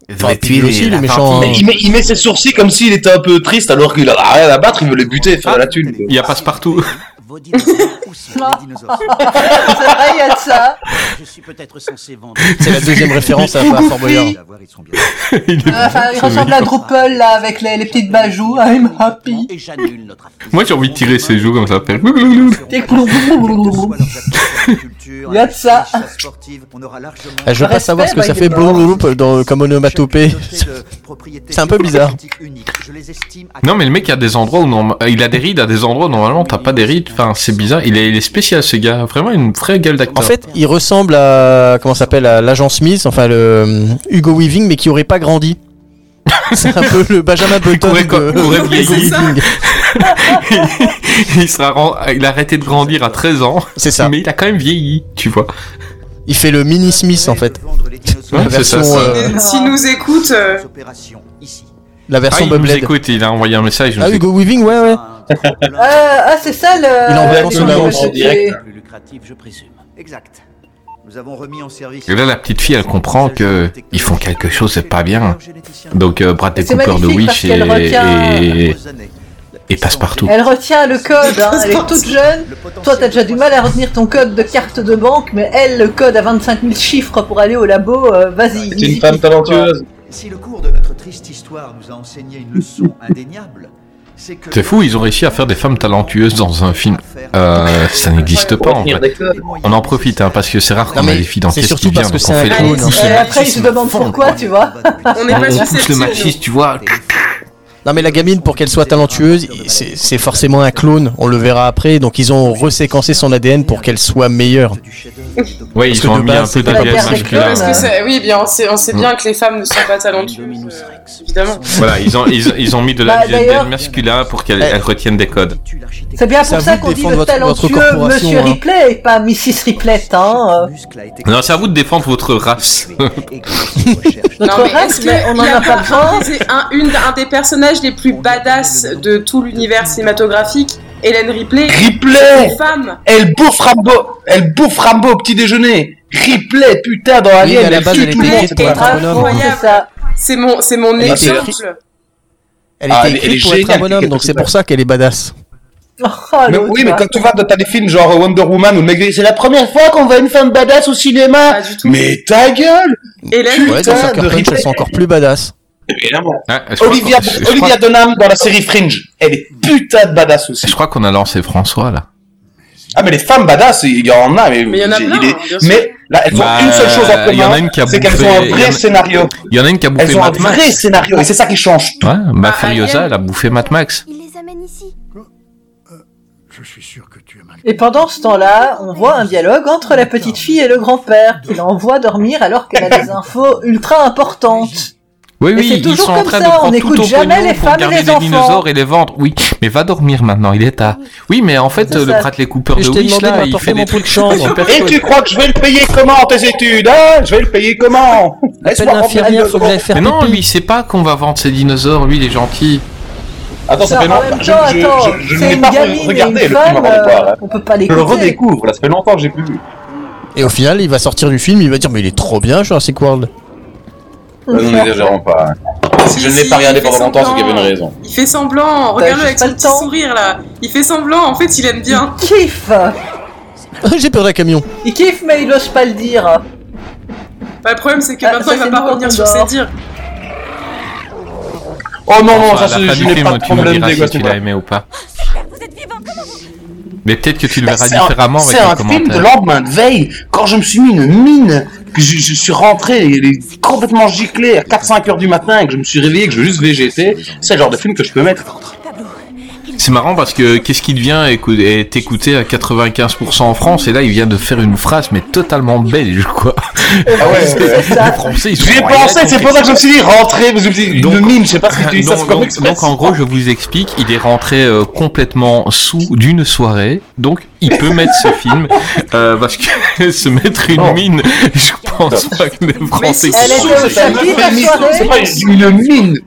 Speaker 5: Je
Speaker 6: Ah, puis lui aussi, le méchant. hein.
Speaker 19: Il met, il met ses sourcils comme s'il était un peu triste alors qu'il a rien à battre, il veut les buter, faire de la thune.
Speaker 5: Il y a passe-partout.
Speaker 14: Vos dinosaures, où sont les dinosaures
Speaker 8: C'est vrai, il y a de ça.
Speaker 14: Je suis peut-être censé vendre.
Speaker 6: C'est la deuxième référence à à Fort Boyard.
Speaker 14: D'avoir, ils sont bien.
Speaker 5: Il est
Speaker 8: Euh, Enfin,
Speaker 5: bon,
Speaker 8: il
Speaker 5: ce
Speaker 8: ressemble à
Speaker 5: mec.
Speaker 8: Drupal là avec les, les petites bajoues. I'm happy.
Speaker 14: Et j'annule notre affaire.
Speaker 5: Moi j'ai envie de tirer ses joues comme ça.
Speaker 14: Sur-
Speaker 8: T'es clou-
Speaker 14: Soit leurs acteurs de la culture, culture,
Speaker 8: Y a de ça.
Speaker 14: affiche, salle sportive, on aura largement.
Speaker 6: Ah, Je veux pas savoir ce que ça fait bloup dans comme onomatopée. C'est un peu bizarre.
Speaker 5: Non, mais le mec a des endroits où norm- il a des rides à des endroits où normalement t'as pas des rides. Enfin, c'est bizarre. Il est, il est spécial ce gars. Vraiment une vraie gueule d'acteur.
Speaker 6: En fait, il ressemble à comment ça s'appelle à l'agent Smith, enfin le hum, Hugo Weaving, mais qui aurait pas grandi. C'est un peu le Benjamin Button
Speaker 5: courait co-
Speaker 6: de
Speaker 5: courait
Speaker 6: Hugo
Speaker 5: vieilli.
Speaker 6: Weaving.
Speaker 5: il, sera ren- il a arrêté de grandir à 13 ans.
Speaker 6: C'est ça.
Speaker 5: Mais il a quand même vieilli, tu vois.
Speaker 6: Il fait le mini Smith en fait.
Speaker 5: Ouais, c'est ça, ça.
Speaker 6: euh,
Speaker 9: S'il nous écoute, euh,
Speaker 6: la version
Speaker 5: ah, il
Speaker 6: Beyblade.
Speaker 5: nous écoute, il a envoyé un message. il nous
Speaker 6: Ah Hugo Weaving, ouais ouais.
Speaker 8: Euh, ah, c'est ça le.
Speaker 6: son annonce
Speaker 8: en direct.
Speaker 14: Plus lucratif, je présume. Exact. Nous avons remis en service.
Speaker 5: Et là, la petite fille, elle comprend que ils font quelque chose, c'est pas bien. Donc, euh, Bradley
Speaker 8: C'est
Speaker 5: Cooper de
Speaker 8: magnifique
Speaker 5: Wish
Speaker 8: parce qu'elle retient-
Speaker 5: et, et, et passe partout.
Speaker 8: Elle retient le code, hein, elle est toute jeune. Toi, t'as déjà du mal à retenir ton code de carte de banque, mais elle, le code à 25 000 chiffres pour aller au labo, euh, vas-y.
Speaker 7: C'est une femme talentueuse.
Speaker 14: Si le cours de notre triste histoire nous a enseigné une leçon indéniable, c'est que.
Speaker 5: C'est fou, ils ont réussi à faire des femmes talentueuses dans un film. Euh, ça n'existe pas en fait. On en profite hein, parce que c'est rare qu'on
Speaker 6: mais
Speaker 5: ait des filles dans
Speaker 6: c'est
Speaker 5: Qu'est-ce
Speaker 6: surtout
Speaker 5: qui vient,
Speaker 6: parce que
Speaker 5: donc on
Speaker 6: c'est un
Speaker 5: fait
Speaker 6: clown,
Speaker 5: le- on pousse
Speaker 8: Et
Speaker 5: le
Speaker 8: après, ils se
Speaker 5: machisme.
Speaker 8: demandent pourquoi, tu vois.
Speaker 9: on n'est pas
Speaker 5: On pousse le
Speaker 9: susceptible.
Speaker 5: machiste, tu vois.
Speaker 6: Non mais la gamine pour qu'elle soit talentueuse, c'est c'est forcément un clone, on le verra après, donc ils ont reséquencé son ADN pour qu'elle soit meilleure.
Speaker 5: Ouais,
Speaker 6: Parce
Speaker 5: ils
Speaker 6: que
Speaker 5: ont
Speaker 6: de
Speaker 5: mis
Speaker 6: base,
Speaker 5: un peu
Speaker 6: c'est pas
Speaker 5: d'ADN
Speaker 6: la
Speaker 5: masculin.
Speaker 9: Parce que c'est- oui, bien, on sait, on sait bien que les femmes ne sont pas talentueuses, euh, évidemment.
Speaker 5: Voilà, ils ont, ils, ils ont mis de
Speaker 8: Bah,
Speaker 5: la- de
Speaker 8: d'ailleurs-
Speaker 5: l'ADN masculin pour qu'elle elle retienne des codes.
Speaker 8: C'est bien
Speaker 6: C'est à
Speaker 8: pour ça
Speaker 6: vous de
Speaker 8: qu'on dit
Speaker 6: défendre
Speaker 8: le
Speaker 6: votre- votre
Speaker 8: talentueux
Speaker 6: corporation,
Speaker 8: Monsieur
Speaker 6: hein.
Speaker 8: Ripley et pas Mrs. Ripley,
Speaker 22: euh.
Speaker 8: hein.
Speaker 5: Non, c'est à vous de défendre votre race.
Speaker 8: euh. Notre
Speaker 9: Non, mais
Speaker 8: rêve,
Speaker 9: est-ce que
Speaker 8: mais on en
Speaker 9: y
Speaker 8: a pas besoin.
Speaker 9: un, des- un- une- un des personnages les plus badass de tout l'univers cinématographique, Hélène Ripley.
Speaker 7: Ripley
Speaker 9: c'est une femme.
Speaker 7: Elle bouffe Rambo, elle bouffe Rambo au petit déjeuner. Ripley, putain, dans
Speaker 6: mais
Speaker 7: Alien,
Speaker 6: à la
Speaker 7: Ah, elle
Speaker 6: base,
Speaker 7: tue
Speaker 6: elle
Speaker 7: tout le
Speaker 6: était
Speaker 7: monde.
Speaker 6: écrite pour être un bonhomme. hein.
Speaker 9: Incroyable. C'est mon, c'est mon
Speaker 6: Elle était-
Speaker 9: exemple.
Speaker 6: Elle
Speaker 7: Ah,
Speaker 6: était
Speaker 7: elle- elle est
Speaker 6: écrite pour être un
Speaker 7: géniale,
Speaker 6: bonhomme,
Speaker 7: Kate
Speaker 6: donc c'est
Speaker 7: Winslet.
Speaker 6: pour ça qu'elle est badass.
Speaker 8: Oh,
Speaker 7: Mais oui, mais quand tu vas dans t'as des films genre Wonder Woman ou le mec dit, c'est la première fois qu'on voit une femme badass au cinéma. Mais ta gueule
Speaker 9: Hélène,
Speaker 6: Ouais, dans
Speaker 7: Putain,
Speaker 6: Sucker
Speaker 7: de
Speaker 6: Punch,
Speaker 7: Ripley.
Speaker 6: elle est encore plus badass.
Speaker 7: Évidemment.
Speaker 5: Ah, je crois
Speaker 7: Olivia,
Speaker 5: qu'on- je- je
Speaker 7: Olivia Dunham dans la série Fringe, elle est putain de badass aussi.
Speaker 5: Je crois qu'on a lancé François là.
Speaker 7: Ah mais les femmes badass, il y en a, mais,
Speaker 9: Mais il y en a
Speaker 7: j'ai-
Speaker 9: plein,
Speaker 7: il est-
Speaker 9: bien sûr.
Speaker 7: mais là, elles ont
Speaker 5: Bah,
Speaker 7: une seule chose en
Speaker 5: il y en a
Speaker 7: commun,
Speaker 5: une qui a
Speaker 7: c'est qu'elles
Speaker 5: bouffé-
Speaker 7: ont un
Speaker 5: il y en
Speaker 7: vrai
Speaker 5: a-
Speaker 7: scénario.
Speaker 5: Il y en a une qui a bouffé
Speaker 7: Elles ont un
Speaker 5: Mad Max.
Speaker 7: vrai scénario, et c'est ça qui change tout.
Speaker 5: Ouais, ma
Speaker 9: Ah,
Speaker 5: Furiosa,
Speaker 9: Alien.
Speaker 5: elle a bouffé Mad Max.
Speaker 17: Il les amène ici.
Speaker 8: Et pendant ce temps-là, on voit un dialogue entre la petite fille et le grand-père, qui l'envoie dormir alors qu'elle a des infos ultra importantes.
Speaker 5: Oui,
Speaker 8: Mais
Speaker 5: oui,
Speaker 8: c'est
Speaker 5: ils
Speaker 8: toujours
Speaker 5: sont en
Speaker 8: comme
Speaker 5: train
Speaker 8: ça, on
Speaker 5: de prendre
Speaker 8: n'écoute
Speaker 5: tout au
Speaker 8: jamais
Speaker 5: pognon
Speaker 8: les
Speaker 5: pour
Speaker 8: femmes et
Speaker 5: garder
Speaker 8: les
Speaker 5: les
Speaker 8: enfants.
Speaker 5: dinosaures et les vendre. Oui, mais va dormir maintenant, il est tard. Oui, mais en fait,
Speaker 8: C'est
Speaker 5: euh, le
Speaker 8: ça.
Speaker 5: Bradley Cooper
Speaker 6: Et
Speaker 5: de
Speaker 6: je t'ai
Speaker 5: Wish,
Speaker 6: demandé de
Speaker 5: là, il
Speaker 6: m'apporter
Speaker 5: fait
Speaker 6: mon
Speaker 5: des
Speaker 6: pot de
Speaker 5: trucs
Speaker 6: chambre.
Speaker 5: super
Speaker 7: Et
Speaker 5: chouettes.
Speaker 7: tu crois que je vais le payer comment tes études, hein Je vais le payer comment
Speaker 6: Appelle l'infirmière, faut que j'aille faire
Speaker 5: Mais non,
Speaker 6: pipi.
Speaker 5: lui, il sait pas qu'on va vendre ses dinosaures, lui, il est gentil.
Speaker 7: Attends, ça
Speaker 8: Ça,
Speaker 7: fait
Speaker 8: en
Speaker 7: longtemps.
Speaker 8: même
Speaker 7: Je,
Speaker 8: temps, attends,
Speaker 7: je, je, je ne
Speaker 8: c'est
Speaker 7: l'ai
Speaker 8: une
Speaker 7: pas
Speaker 8: gamine et une
Speaker 7: regardé le film
Speaker 8: femme,
Speaker 7: avant de le voir.
Speaker 8: euh,
Speaker 7: hein.
Speaker 8: on peut pas
Speaker 7: Je le
Speaker 8: l'écouter.
Speaker 7: redécouvre, là, ça fait longtemps que j'ai plus vu.
Speaker 6: Et au final, il va sortir du film, il va dire mais il est trop bien Jurassic World.
Speaker 7: Bah, Non, non, n'exagérons pas. Si je ne l'ai pas regardé pendant longtemps, c'est qu'il y avait une raison.
Speaker 9: Il fait semblant, regarde-le avec son petit sourire là. Il fait semblant, en fait, il aime bien.
Speaker 8: Il kiffe
Speaker 6: J'ai perdu un camion.
Speaker 8: Il kiffe, mais il ose pas le dire.
Speaker 9: Bah, le problème, c'est que
Speaker 8: Ah,
Speaker 9: maintenant,
Speaker 8: ça,
Speaker 9: il va
Speaker 8: c'est
Speaker 9: pas
Speaker 8: nous
Speaker 9: revenir
Speaker 8: quand
Speaker 9: sur
Speaker 8: on
Speaker 9: ses
Speaker 8: dort.
Speaker 9: dires.
Speaker 7: Oh non, non,
Speaker 5: Enfin,
Speaker 7: ça,
Speaker 5: à la
Speaker 7: c'est-
Speaker 5: fin
Speaker 7: je
Speaker 5: du
Speaker 7: n'ai pas
Speaker 5: film,
Speaker 7: de
Speaker 5: tu me
Speaker 7: problème
Speaker 5: diras
Speaker 7: des gosses,
Speaker 5: si tu
Speaker 7: moi.
Speaker 5: l'as aimé ou pas. Mais peut-être que tu le verras
Speaker 7: C'est un-
Speaker 5: différemment avec
Speaker 7: C'est
Speaker 5: un
Speaker 7: un film de
Speaker 5: commentaire.
Speaker 7: lendemain de veille. Quand je me suis mis une mine, que je, je suis rentré il est complètement giclé à 4-5 heures du matin et que je me suis réveillé, que je veux juste végéter, c'est le genre de film que je peux mettre.
Speaker 5: C'est marrant parce que qu'est-ce qui devient écou- est écouté à 95% en France et là il vient de faire une phrase mais totalement belge quoi.
Speaker 7: Ah ouais, ouais.
Speaker 5: Les Français ils sont
Speaker 7: J'y ai
Speaker 5: royaux,
Speaker 7: pensé, c'est
Speaker 5: compris.
Speaker 7: pour ça que je me suis dit rentré, parce que je me suis dit une mine, je sais pas si tu dis ça,
Speaker 5: donc,
Speaker 7: c'est comme
Speaker 5: donc- donc, en gros, je vous explique, il est rentré euh, complètement sous d'une soirée, donc il peut mettre ce film, euh, parce que se mettre une mine, je pense pas que les Français...
Speaker 8: Elle
Speaker 5: sont-
Speaker 8: était au chapitre la soirée.
Speaker 7: C'est pas une une mine,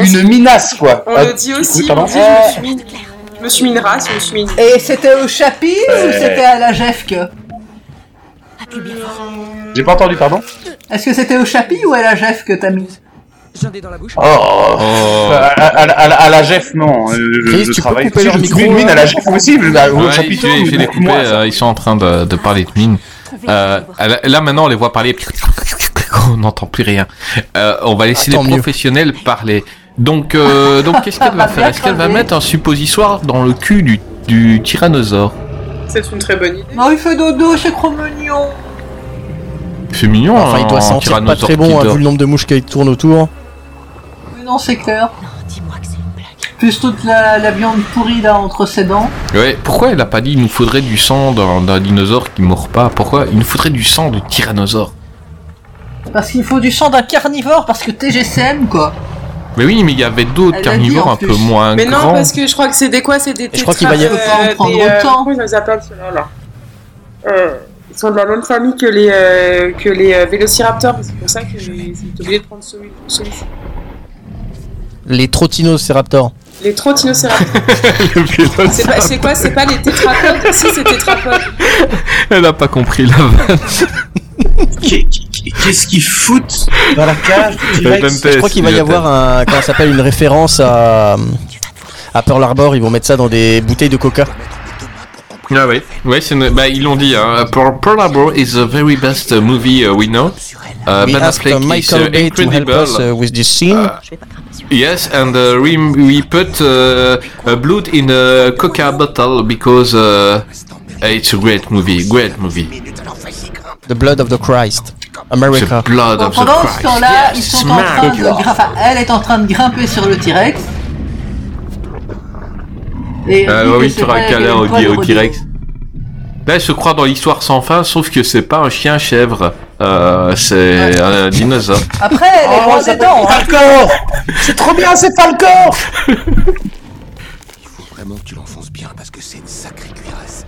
Speaker 7: une minace quoi.
Speaker 9: On
Speaker 7: Ah,
Speaker 9: le dit aussi,
Speaker 7: oui,
Speaker 9: on
Speaker 7: pardon.
Speaker 9: dit,
Speaker 19: Euh,
Speaker 9: je me suis mis- je me suis mis une race, je me suis mis une-
Speaker 8: Euh, Et c'était au chapitre ou
Speaker 7: Ouais.
Speaker 8: c'était à la GEFC
Speaker 7: J'ai pas entendu, pardon
Speaker 8: Est-ce que c'était au chapitre ou à la GEF que t'as mis
Speaker 7: Oh, À, à- à la- à la Jeff, non. euh, je,
Speaker 6: Chris,
Speaker 7: je
Speaker 6: tu peux
Speaker 7: travaille.
Speaker 6: couper
Speaker 7: Si,
Speaker 6: leur
Speaker 7: je
Speaker 6: micro, euh
Speaker 7: fais une mine
Speaker 6: là.
Speaker 7: à la Jeff aussi, mais bah, au
Speaker 5: Ouais,
Speaker 7: chapitre.
Speaker 5: je vais- je vais les
Speaker 7: mais
Speaker 5: couper,
Speaker 7: moi,
Speaker 5: euh, ils sont en train de, de parler de mine. Euh, là- là maintenant on les voit parler, on n'entend plus rien. Euh, on va laisser
Speaker 6: Ah, tant
Speaker 5: les
Speaker 6: mieux.
Speaker 5: professionnels parler. Donc, euh, donc qu'est-ce qu'elle va
Speaker 8: Va
Speaker 5: faire Est-ce qu'elle va
Speaker 8: crever.
Speaker 5: mettre un suppositoire dans le cul du, du tyrannosaure
Speaker 9: C'est une très bonne idée.
Speaker 8: Non, il fait dodo, c'est trop mignon.
Speaker 5: C'est mignon,
Speaker 6: Enfin, il doit
Speaker 5: un
Speaker 6: sentir pas
Speaker 5: Tyrannosaure
Speaker 6: très bon, hein,
Speaker 5: Kid.
Speaker 6: vu le nombre de mouches qui tournent autour.
Speaker 8: Mais non, c'est clair. Plus toute la, la viande pourrie là entre ses dents.
Speaker 5: Ouais, pourquoi elle a pas dit il nous faudrait du sang d'un d'un dinosaure qui mord pas Pourquoi il nous faudrait du sang de tyrannosaure
Speaker 8: Parce qu'il faut du sang d'un carnivore, parce que TGCM quoi.
Speaker 5: Mais oui, mais il y avait d'autres
Speaker 9: Elle l'a dit,
Speaker 5: carnivores
Speaker 9: en
Speaker 5: un
Speaker 9: plus.
Speaker 5: peu moins
Speaker 9: Mais
Speaker 5: grands.
Speaker 9: non, parce que je crois que c'est des quoi C'est des
Speaker 5: je crois qu'il
Speaker 9: tétras,
Speaker 5: va y- Faut
Speaker 9: euh,
Speaker 5: pas en prendre
Speaker 9: des, euh,
Speaker 5: autant.
Speaker 9: comment ils appellent ceux-là Euh, Ils sont de la même famille que les, euh, que les euh, vélociraptors. C'est pour ça que j'ai été obligé de prendre celui celui
Speaker 6: Les trottinoséraptors.
Speaker 9: Les trottinocéraptors. C'est pas- c'est quoi C'est pas les tétrapodes Si, c'est tétrapodes.
Speaker 5: Elle a pas compris la vanne.
Speaker 19: Qu'est-ce qu'ils foutent dans la cage du
Speaker 6: Je
Speaker 19: T-Rex
Speaker 6: crois qu'il va y avoir un, comment ça s'appelle, une référence à, à Pearl Harbor. Ils vont mettre ça dans des bouteilles de coca.
Speaker 5: Ah ouais, ouais c'est une- bah, ils l'ont dit, hein. Pearl Pearl Harbor is the very best uh, movie uh, we know. Uh,
Speaker 6: We
Speaker 5: ben
Speaker 6: asked
Speaker 5: Affleck is uh,
Speaker 6: Michael Bay to help
Speaker 5: incredible.
Speaker 6: us uh, with this scene.
Speaker 5: Yes, and uh, we, we put uh, uh, blood in a coca bottle because uh, it's a great movie, great movie.
Speaker 6: The blood of the Christ. America.
Speaker 5: The blood of the
Speaker 8: Pendant
Speaker 5: Christ.
Speaker 8: ce temps-là,
Speaker 5: yes.
Speaker 8: ils sont en train de grimper. Enfin, elle est en train de grimper sur le T-Rex. Et
Speaker 5: Ah
Speaker 8: on dit que
Speaker 5: oui,
Speaker 8: c'est
Speaker 5: tu auras
Speaker 8: pas
Speaker 5: câlin
Speaker 8: la
Speaker 5: au,
Speaker 8: gueule
Speaker 5: au
Speaker 8: de
Speaker 5: T-Rex. Là, elle se croit dans l'histoire sans fin, sauf que c'est pas un chien chèvre, euh, c'est un dinosaure.
Speaker 8: Après, elle
Speaker 19: Oh,
Speaker 7: Oh,
Speaker 5: Oh,
Speaker 8: est loin des dents. hein.
Speaker 19: Falcor C'est trop bien, c'est Falcor
Speaker 16: Vraiment que tu l'enfonces bien parce que c'est une sacrée cuirasse.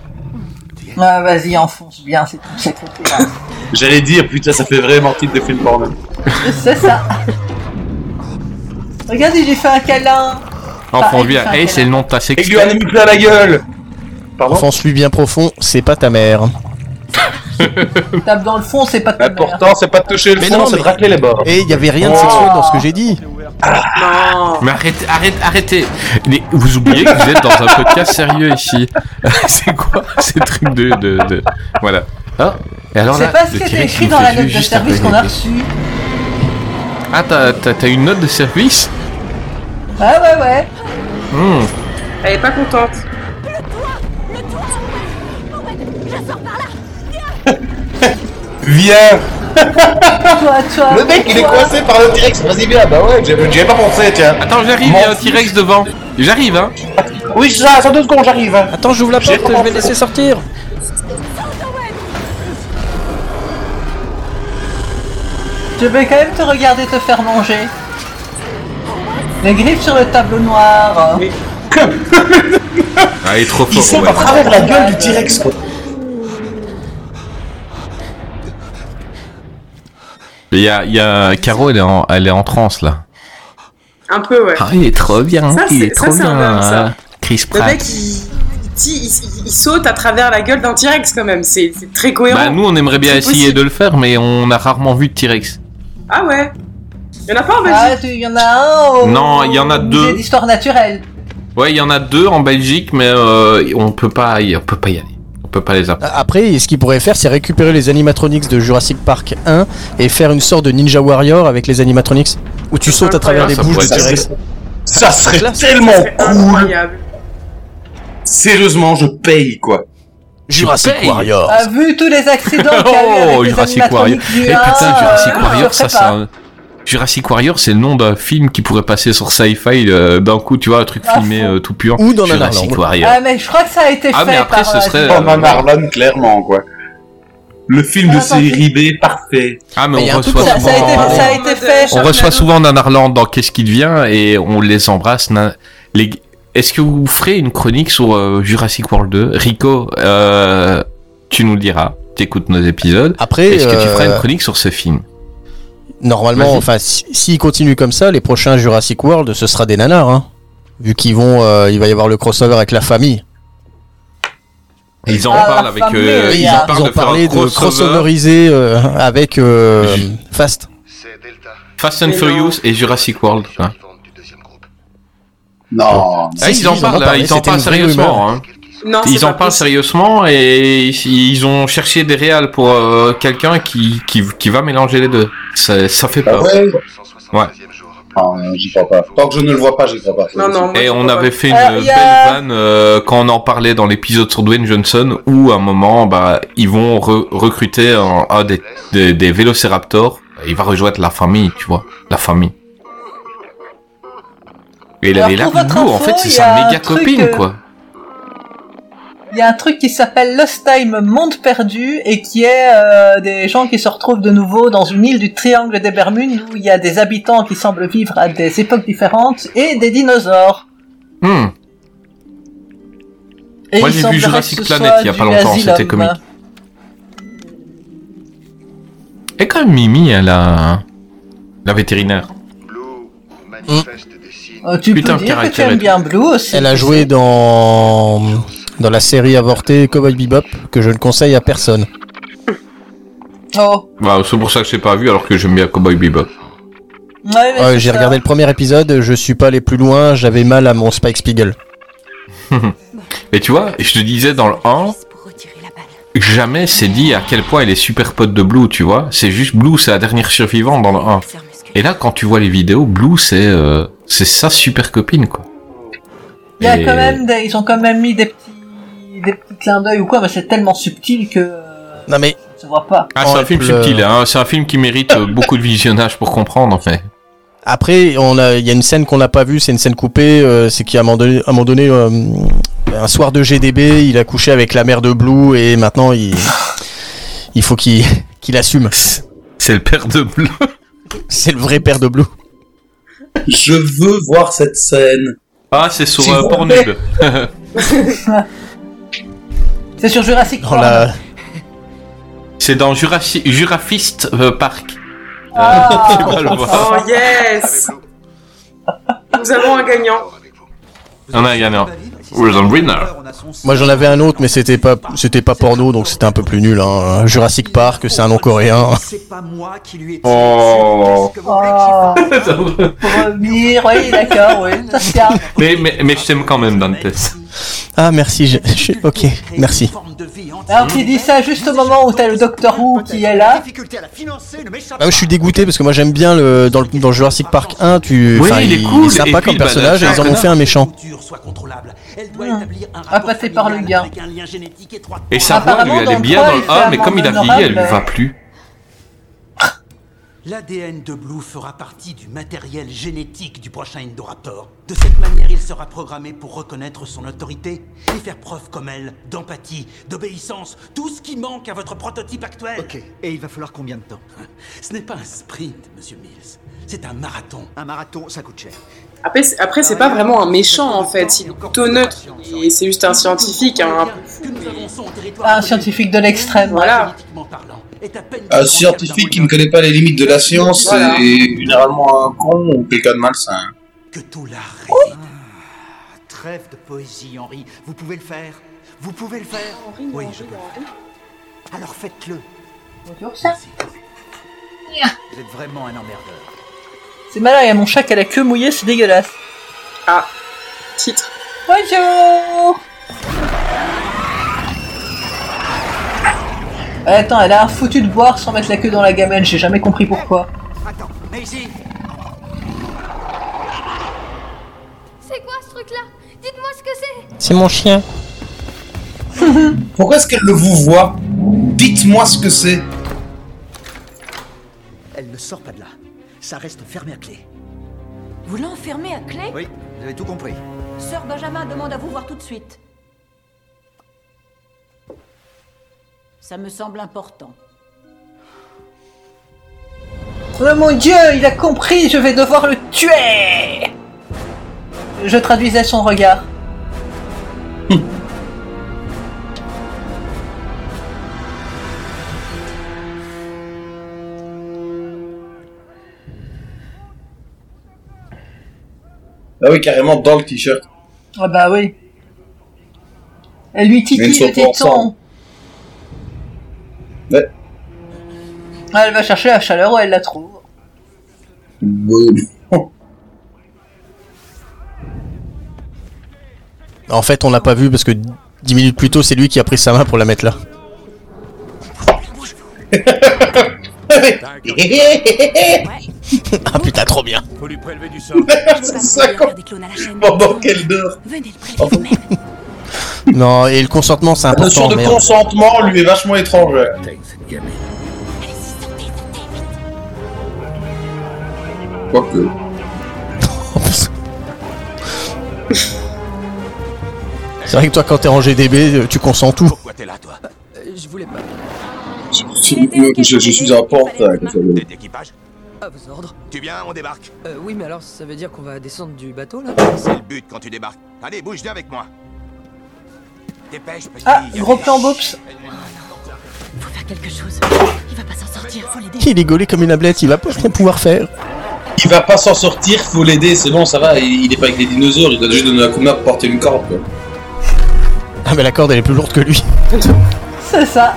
Speaker 8: Ah, vas-y, enfonce bien, c'est tout ça. tout ça.
Speaker 19: J'allais dire, putain, ça fait vraiment titre de film porno.
Speaker 8: C'est ça. Regarde, j'ai fait un câlin.
Speaker 5: Enfin,
Speaker 8: Pareil,
Speaker 5: bien,
Speaker 8: c'est un
Speaker 5: hey, c'est le nom de ta
Speaker 19: Et lui en a
Speaker 5: sextape.
Speaker 19: mis plein la gueule
Speaker 6: Enfonce-lui bien profond, c'est pas ta mère.
Speaker 8: Tape dans le fond, c'est pas de
Speaker 5: Bah,
Speaker 8: ta mère.
Speaker 19: L'important, c'est pas de toucher le
Speaker 6: Mais
Speaker 19: fond,
Speaker 6: non,
Speaker 19: c'est de
Speaker 6: mais-
Speaker 19: racler les bords.
Speaker 6: Et il y avait rien de
Speaker 19: Oh.
Speaker 6: sexuel dans ce que j'ai dit.
Speaker 5: Mais arrêtez, arrêtez, arrêtez Mais Vous oubliez que vous êtes dans un podcast sérieux ici. c'est quoi ces trucs de... de, de- Voilà. Ah, et alors là,
Speaker 8: C'est pas ce
Speaker 5: le
Speaker 8: qui était
Speaker 5: T-Rex
Speaker 8: écrit
Speaker 5: nous
Speaker 8: dans la
Speaker 5: fait
Speaker 8: note de
Speaker 5: juste un
Speaker 8: service qu'on a
Speaker 5: regret.
Speaker 8: reçue.
Speaker 5: Ah, t'as- t'as t'as une note de service
Speaker 8: Ah ouais, ouais.
Speaker 5: Hmm.
Speaker 9: Elle est pas contente.
Speaker 19: Viens
Speaker 8: Ah, toi, toi.
Speaker 19: Le mec, il est
Speaker 8: toi.
Speaker 19: coincé par le T-Rex, vas-y bien, bah ouais, j'avais j'avais pas pensé, tiens.
Speaker 5: Attends, j'arrive, il y a un T-Rex devant. J'arrive, hein.
Speaker 19: Oui, c'est ça, sans deux secondes, j'arrive.
Speaker 7: hein.
Speaker 6: Attends, j'ouvre la porte, je vais laisser sortir.
Speaker 8: Je vais quand même te regarder te faire manger. Les griffes sur le tableau noir.
Speaker 5: Ah, il est trop fort.
Speaker 19: Il saute à travers la gueule du T-Rex, quoi.
Speaker 5: Il y a, il y a- Caro, elle est, en, elle est en transe, là.
Speaker 9: Un peu, ouais.
Speaker 5: Ah, il est trop bien,
Speaker 9: Ça,
Speaker 5: il
Speaker 9: c'est-
Speaker 5: est
Speaker 9: ça,
Speaker 5: trop
Speaker 9: c'est un
Speaker 5: bien.
Speaker 9: verbe, ça.
Speaker 5: Chris
Speaker 9: Le
Speaker 5: Pratt.
Speaker 9: mec, il, il, tire- il- il- il saute à travers la gueule d'un T-Rex quand même. C'est c'est très cohérent.
Speaker 5: Bah, nous, on aimerait bien
Speaker 9: C'est
Speaker 5: essayer
Speaker 9: possible.
Speaker 5: de le faire, mais on a rarement vu de T-Rex.
Speaker 9: Ah ouais. Il y en a pas en Belgique.
Speaker 8: Ah, tu- il y en a un oh. au...
Speaker 5: Non, il y en a
Speaker 8: au
Speaker 5: deux.
Speaker 8: musée d'histoire naturelle.
Speaker 5: Ouais, il y en a deux en Belgique, mais euh, on peut pas, y- on peut pas y aller. On peut pas les appeler.
Speaker 6: Après, ce qu'ils pourraient faire, c'est récupérer les animatronics de Jurassic Park 1 et faire une sorte de Ninja Warrior avec les animatronics où tu sautes à travers
Speaker 5: Ah,
Speaker 6: les
Speaker 5: ça
Speaker 6: bouches
Speaker 5: pourrait
Speaker 6: du
Speaker 5: être
Speaker 6: T-Rex.
Speaker 19: Ça serait
Speaker 6: Classe.
Speaker 19: tellement
Speaker 7: Ah,
Speaker 9: Ça serait
Speaker 19: cool.
Speaker 9: incroyable.
Speaker 19: Sérieusement, je paye, quoi.
Speaker 6: Jurassic Warrior.
Speaker 8: Ah, vu tous les accidents qu'il y a eu avec
Speaker 5: Oh,
Speaker 8: les
Speaker 5: Jurassic Warrior.
Speaker 8: animatroniques
Speaker 5: Eh
Speaker 8: du
Speaker 5: putain,
Speaker 8: 1,
Speaker 5: Jurassic
Speaker 8: euh,
Speaker 5: Warrior,
Speaker 8: je le
Speaker 5: ça
Speaker 8: ferai
Speaker 5: c'est
Speaker 8: pas.
Speaker 5: un... Jurassic Warrior, c'est le nom d'un film qui pourrait passer sur Sci-Fi euh, d'un coup, tu vois, un truc
Speaker 8: Ah,
Speaker 5: filmé euh, tout puant.
Speaker 6: Ou dans Nanar
Speaker 5: Jurassic
Speaker 6: Land.
Speaker 5: Warrior.
Speaker 8: Ah, mais je crois que ça a été
Speaker 5: Ah,
Speaker 8: fait
Speaker 5: mais après,
Speaker 8: par,
Speaker 5: ce
Speaker 8: euh,
Speaker 5: serait.
Speaker 19: Comme un
Speaker 5: euh,
Speaker 19: Marlon, clairement, quoi. Le film de
Speaker 8: Ah, attends,
Speaker 19: série B parfait.
Speaker 5: Ah, mais,
Speaker 6: Mais y a
Speaker 5: on
Speaker 6: un truc
Speaker 5: reçoit
Speaker 8: ça,
Speaker 5: souvent.
Speaker 8: ça a été, ça a été fait.
Speaker 5: On reçoit souvent Nanarland dans Qu'est-ce qui devient et on les embrasse. Nan- Les... Est-ce que vous ferez une chronique sur euh, Jurassic World 2 Rico, euh, tu nous le diras. Tu écoutes nos épisodes.
Speaker 6: Après,
Speaker 5: Est-ce que tu
Speaker 6: euh,
Speaker 5: feras une chronique sur ce film
Speaker 6: Normalement,
Speaker 5: Vas-y.
Speaker 6: enfin, si- s'ils continuent comme ça, les prochains Jurassic World, ce sera des nanars, hein. Vu qu'ils vont, euh, il va y avoir le crossover avec la famille.
Speaker 5: Ils en
Speaker 8: Ah,
Speaker 5: parlent avec.
Speaker 8: famille,
Speaker 5: euh,
Speaker 8: il y
Speaker 5: ils
Speaker 8: a-
Speaker 5: en
Speaker 6: Ils
Speaker 5: parlent
Speaker 6: ont
Speaker 5: de faire
Speaker 6: parlé
Speaker 5: un
Speaker 6: de crossoveriser euh, avec euh, Fast.
Speaker 5: Fast and
Speaker 9: Mais non.
Speaker 5: Furious et Jurassic World. hein.
Speaker 19: Non.
Speaker 5: Ah,
Speaker 6: Si,
Speaker 5: ils en
Speaker 6: si,
Speaker 5: parlent, hein, ils en
Speaker 6: c'était
Speaker 5: parlent
Speaker 6: une vraie rumeur.
Speaker 5: sérieusement. hein.
Speaker 9: Non, c'est
Speaker 5: Ils en
Speaker 9: pas
Speaker 5: parlent sérieusement et ils ils ont cherché des réals pour
Speaker 7: Bah
Speaker 5: euh, quelqu'un qui, qui, qui va mélanger les deux. Ça, ça fait
Speaker 19: Ah
Speaker 5: peur.
Speaker 19: ouais
Speaker 5: Ouais.
Speaker 7: Ah,
Speaker 23: Enfin, j'y crois pas. Tant que je ne le vois pas, j'y crois pas.
Speaker 9: Non, non, moi,
Speaker 5: Et
Speaker 9: je
Speaker 5: on
Speaker 9: crois
Speaker 5: avait
Speaker 9: pas.
Speaker 5: fait une
Speaker 9: Alors, il y
Speaker 5: belle
Speaker 9: a-
Speaker 5: vanne euh, quand on en parlait dans l'épisode sur Dwayne Johnson où à un moment bah, ils vont re- recruter un, un des, des, des vélociraptors. Il va rejoindre la famille, tu vois, la famille. Et il
Speaker 8: Alors,
Speaker 5: avait l'air
Speaker 8: pour votre
Speaker 5: lourd, en
Speaker 8: info,
Speaker 5: fait, c'est
Speaker 8: il y
Speaker 5: sa
Speaker 8: a un
Speaker 5: méga
Speaker 8: truc,
Speaker 5: copine,
Speaker 8: euh,
Speaker 5: quoi.
Speaker 8: Il y a un truc qui s'appelle Lost Time Monde Perdu et qui est euh, des gens qui se retrouvent de nouveau dans une île du triangle des Bermudes où il y a des habitants qui semblent vivre à des époques différentes et des dinosaures.
Speaker 5: Hmm.
Speaker 8: Et
Speaker 5: Moi, j'ai
Speaker 8: il
Speaker 5: vu
Speaker 8: semblerait
Speaker 5: Jurassic
Speaker 8: que ce
Speaker 5: Planet
Speaker 8: soit
Speaker 5: il y a pas
Speaker 8: du
Speaker 5: longtemps,
Speaker 8: Asylum.
Speaker 5: c'était comique. Et quand même Mimi, elle a la vétérinaire.
Speaker 8: Euh, tu
Speaker 5: Putain,
Speaker 8: peux dire que tu
Speaker 5: caractère et
Speaker 8: aimes
Speaker 5: tout.
Speaker 8: bien Blue aussi.
Speaker 6: Elle a joué dans dans la série avortée Cowboy Bebop que je ne conseille à personne.
Speaker 8: Oh,
Speaker 5: Bah, c'est pour ça que je l'ai pas vu alors que j'aime bien Cowboy Bebop.
Speaker 8: ouais, mais
Speaker 6: Euh,
Speaker 8: c'est
Speaker 6: J'ai
Speaker 8: ça.
Speaker 6: regardé le premier épisode, je suis pas allé plus loin, j'avais mal à mon Spike Spiegel.
Speaker 5: Et tu vois, je te disais dans le 1, jamais c'est dit à quel point elle est super pote de Blue, tu vois. C'est juste Blue, c'est la dernière survivante dans le 1. Et là, quand tu vois les vidéos, Blue, c'est euh, c'est sa super copine, quoi.
Speaker 8: Il y a
Speaker 5: Et-
Speaker 8: quand même des- ils ont quand même mis des petits, des petits clins d'œil ou quoi, mais c'est tellement subtil que euh,
Speaker 6: Non mais
Speaker 8: ça se voit pas.
Speaker 5: Ah, c'est un film
Speaker 6: Horrible.
Speaker 5: subtil, hein. c'est un film qui mérite euh, beaucoup de visionnage pour comprendre, mais...
Speaker 6: Après, on a, il y a une scène qu'on n'a pas vue, c'est une scène coupée, euh, c'est qu'à un moment donné, à un, moment donné, euh, un soir de GDB, il a couché avec la mère de Blue et maintenant il, il faut qu'il qu'il assume.
Speaker 5: C'est le père de Blue.
Speaker 6: C'est le vrai père de Blue.
Speaker 24: Je veux voir cette scène.
Speaker 5: Ah, c'est sur
Speaker 24: S'il
Speaker 5: euh,
Speaker 24: vous
Speaker 5: Pornhub.
Speaker 8: C'est sur Jurassic
Speaker 6: Dans la,
Speaker 5: c'est dans Jurassic Jurafist euh, Park.
Speaker 9: Ah.
Speaker 5: tu vas le
Speaker 9: Oh
Speaker 5: voir.
Speaker 9: yes Nous avons un gagnant.
Speaker 5: On a gagné. un. We're the winner.
Speaker 6: Moi j'en avais un autre, mais c'était pas, c'était pas porno, donc c'était un peu plus nul. hein. Jurassic Park, c'est un nom coréen.
Speaker 7: C'est pas moi qui lui ai
Speaker 5: Oh.
Speaker 8: Oh, Remire, oui, d'accord, oui, ça se garde.
Speaker 5: Mais, mais, mais je t'aime quand même, Dantes.
Speaker 6: Ah merci, je- je- ok, merci.
Speaker 8: Alors tu dis ça juste au moment où t'as le Docteur Who qui est là.
Speaker 6: Ah, je suis dégoûté parce que moi j'aime bien le dans, le dans Jurassic Park 1, tu,
Speaker 5: Oui,
Speaker 6: enfin,
Speaker 5: il est
Speaker 6: il
Speaker 5: cool,
Speaker 6: est
Speaker 5: et
Speaker 6: sympa
Speaker 5: puis
Speaker 6: comme
Speaker 5: le badass,
Speaker 6: personnage et ils en ont
Speaker 5: connard.
Speaker 6: fait un méchant. Ah.
Speaker 8: À passer par le gain.
Speaker 5: Et sa voix lui
Speaker 8: Apparemment,
Speaker 5: allait
Speaker 8: dans
Speaker 5: bien
Speaker 8: le
Speaker 5: dans le
Speaker 8: trois, il
Speaker 5: 1,
Speaker 8: fait
Speaker 5: mais
Speaker 8: un
Speaker 5: comme il a
Speaker 8: membre
Speaker 5: vieilli, elle lui
Speaker 8: honorable.
Speaker 5: va plus.
Speaker 7: L'ADN de Blue fera partie du matériel génétique du prochain Indoraptor. De cette manière, il sera programmé pour reconnaître son autorité et faire preuve comme elle d'empathie, d'obéissance, tout ce qui manque à votre prototype actuel. Ok, et il va falloir combien de temps Ce n'est pas un sprint, monsieur Mills. C'est un marathon. Un marathon, ça coûte cher.
Speaker 9: Après, c'est- après, c'est pas vraiment un méchant en fait, il est plutôt neutre. Et c'est juste un scientifique, hein, un peu fou, mais-
Speaker 8: Ah, un scientifique de l'extrême,
Speaker 9: Voilà.
Speaker 23: Un scientifique qui ne connaît pas les limites de la science
Speaker 9: Voilà.
Speaker 23: est généralement un con ou quelqu'un de malsain.
Speaker 7: Que tout la Ah, Trêve de poésie, Henri. Vous pouvez le faire. Vous pouvez le faire. oui, je peux le faire. Alors faites-le. Merci. Vous êtes vraiment un emmerdeur.
Speaker 8: C'est malin, il y a mon chat qui a la queue mouillée, c'est dégueulasse.
Speaker 9: Ah, titre.
Speaker 8: Bonjour Attends, elle a un foutu de boire sans mettre la queue dans la gamelle, j'ai jamais compris pourquoi.
Speaker 7: Attends, Maisie
Speaker 25: C'est quoi ce truc-là Dites-moi ce que c'est
Speaker 6: C'est mon chien.
Speaker 23: Pourquoi est-ce qu'elle le vous voit Dites-moi ce que c'est.
Speaker 7: Elle ne sort pas de là. Ça reste fermé à clé.
Speaker 11: Vous l'enfermez à clé
Speaker 7: Oui, vous avez tout compris.
Speaker 11: Sœur Benjamin demande à vous voir tout de suite. Ça me semble important.
Speaker 8: Oh mon dieu, il a compris, je vais devoir le tuer Je traduisais son regard.
Speaker 23: Ah oui, carrément dans le t-shirt.
Speaker 8: Ah bah oui. Elle lui
Speaker 23: Mais ils
Speaker 8: titille
Speaker 23: sont
Speaker 8: le
Speaker 23: pas ensemble.
Speaker 8: téton.
Speaker 23: Ouais.
Speaker 8: Ah, Elle va chercher la chaleur où elle la trouve.
Speaker 6: En fait, on l'a pas vu parce que 10 minutes plus tôt, c'est lui qui a pris sa main pour la mettre là. ah putain, trop bien.
Speaker 26: Faut lui prélever du sang.
Speaker 11: C'est ça, quoi. Pendant Oh, qu'elle dort. Venez le prélever
Speaker 6: Non, et le consentement, c'est
Speaker 11: La notion
Speaker 6: important.
Speaker 11: de
Speaker 6: merde.
Speaker 11: consentement lui est vachement étrange.
Speaker 27: Quoique.
Speaker 6: C'est vrai que toi, quand t'es en GDB, euh, tu consens tout.
Speaker 23: t'es là, toi
Speaker 22: Je voulais pas.
Speaker 11: euh, Je, je suis un porte. euh, comme ça, mais-
Speaker 23: Équipage
Speaker 22: À vos ordres.
Speaker 23: Tu viens, on débarque.
Speaker 22: Euh, oui, mais alors ça veut dire qu'on va descendre du bateau là
Speaker 23: C'est le but quand tu débarques. Allez, bouge, viens avec moi. Dépêche, petit.
Speaker 8: Ah,
Speaker 23: y a
Speaker 8: gros
Speaker 23: des-
Speaker 8: plan boobs.
Speaker 28: Faut faire quelque chose. Il va pas s'en sortir, faut l'aider.
Speaker 6: Il est gaulé comme une ablette, il va pas trop pouvoir faire.
Speaker 7: Il va pas s'en sortir, faut l'aider, c'est bon, ça va, il, il est pas avec les dinosaures, il doit juste donner un coup de main pour porter une corde, quoi.
Speaker 6: Ah, mais la corde, elle est plus lourde que lui.
Speaker 8: C'est ça.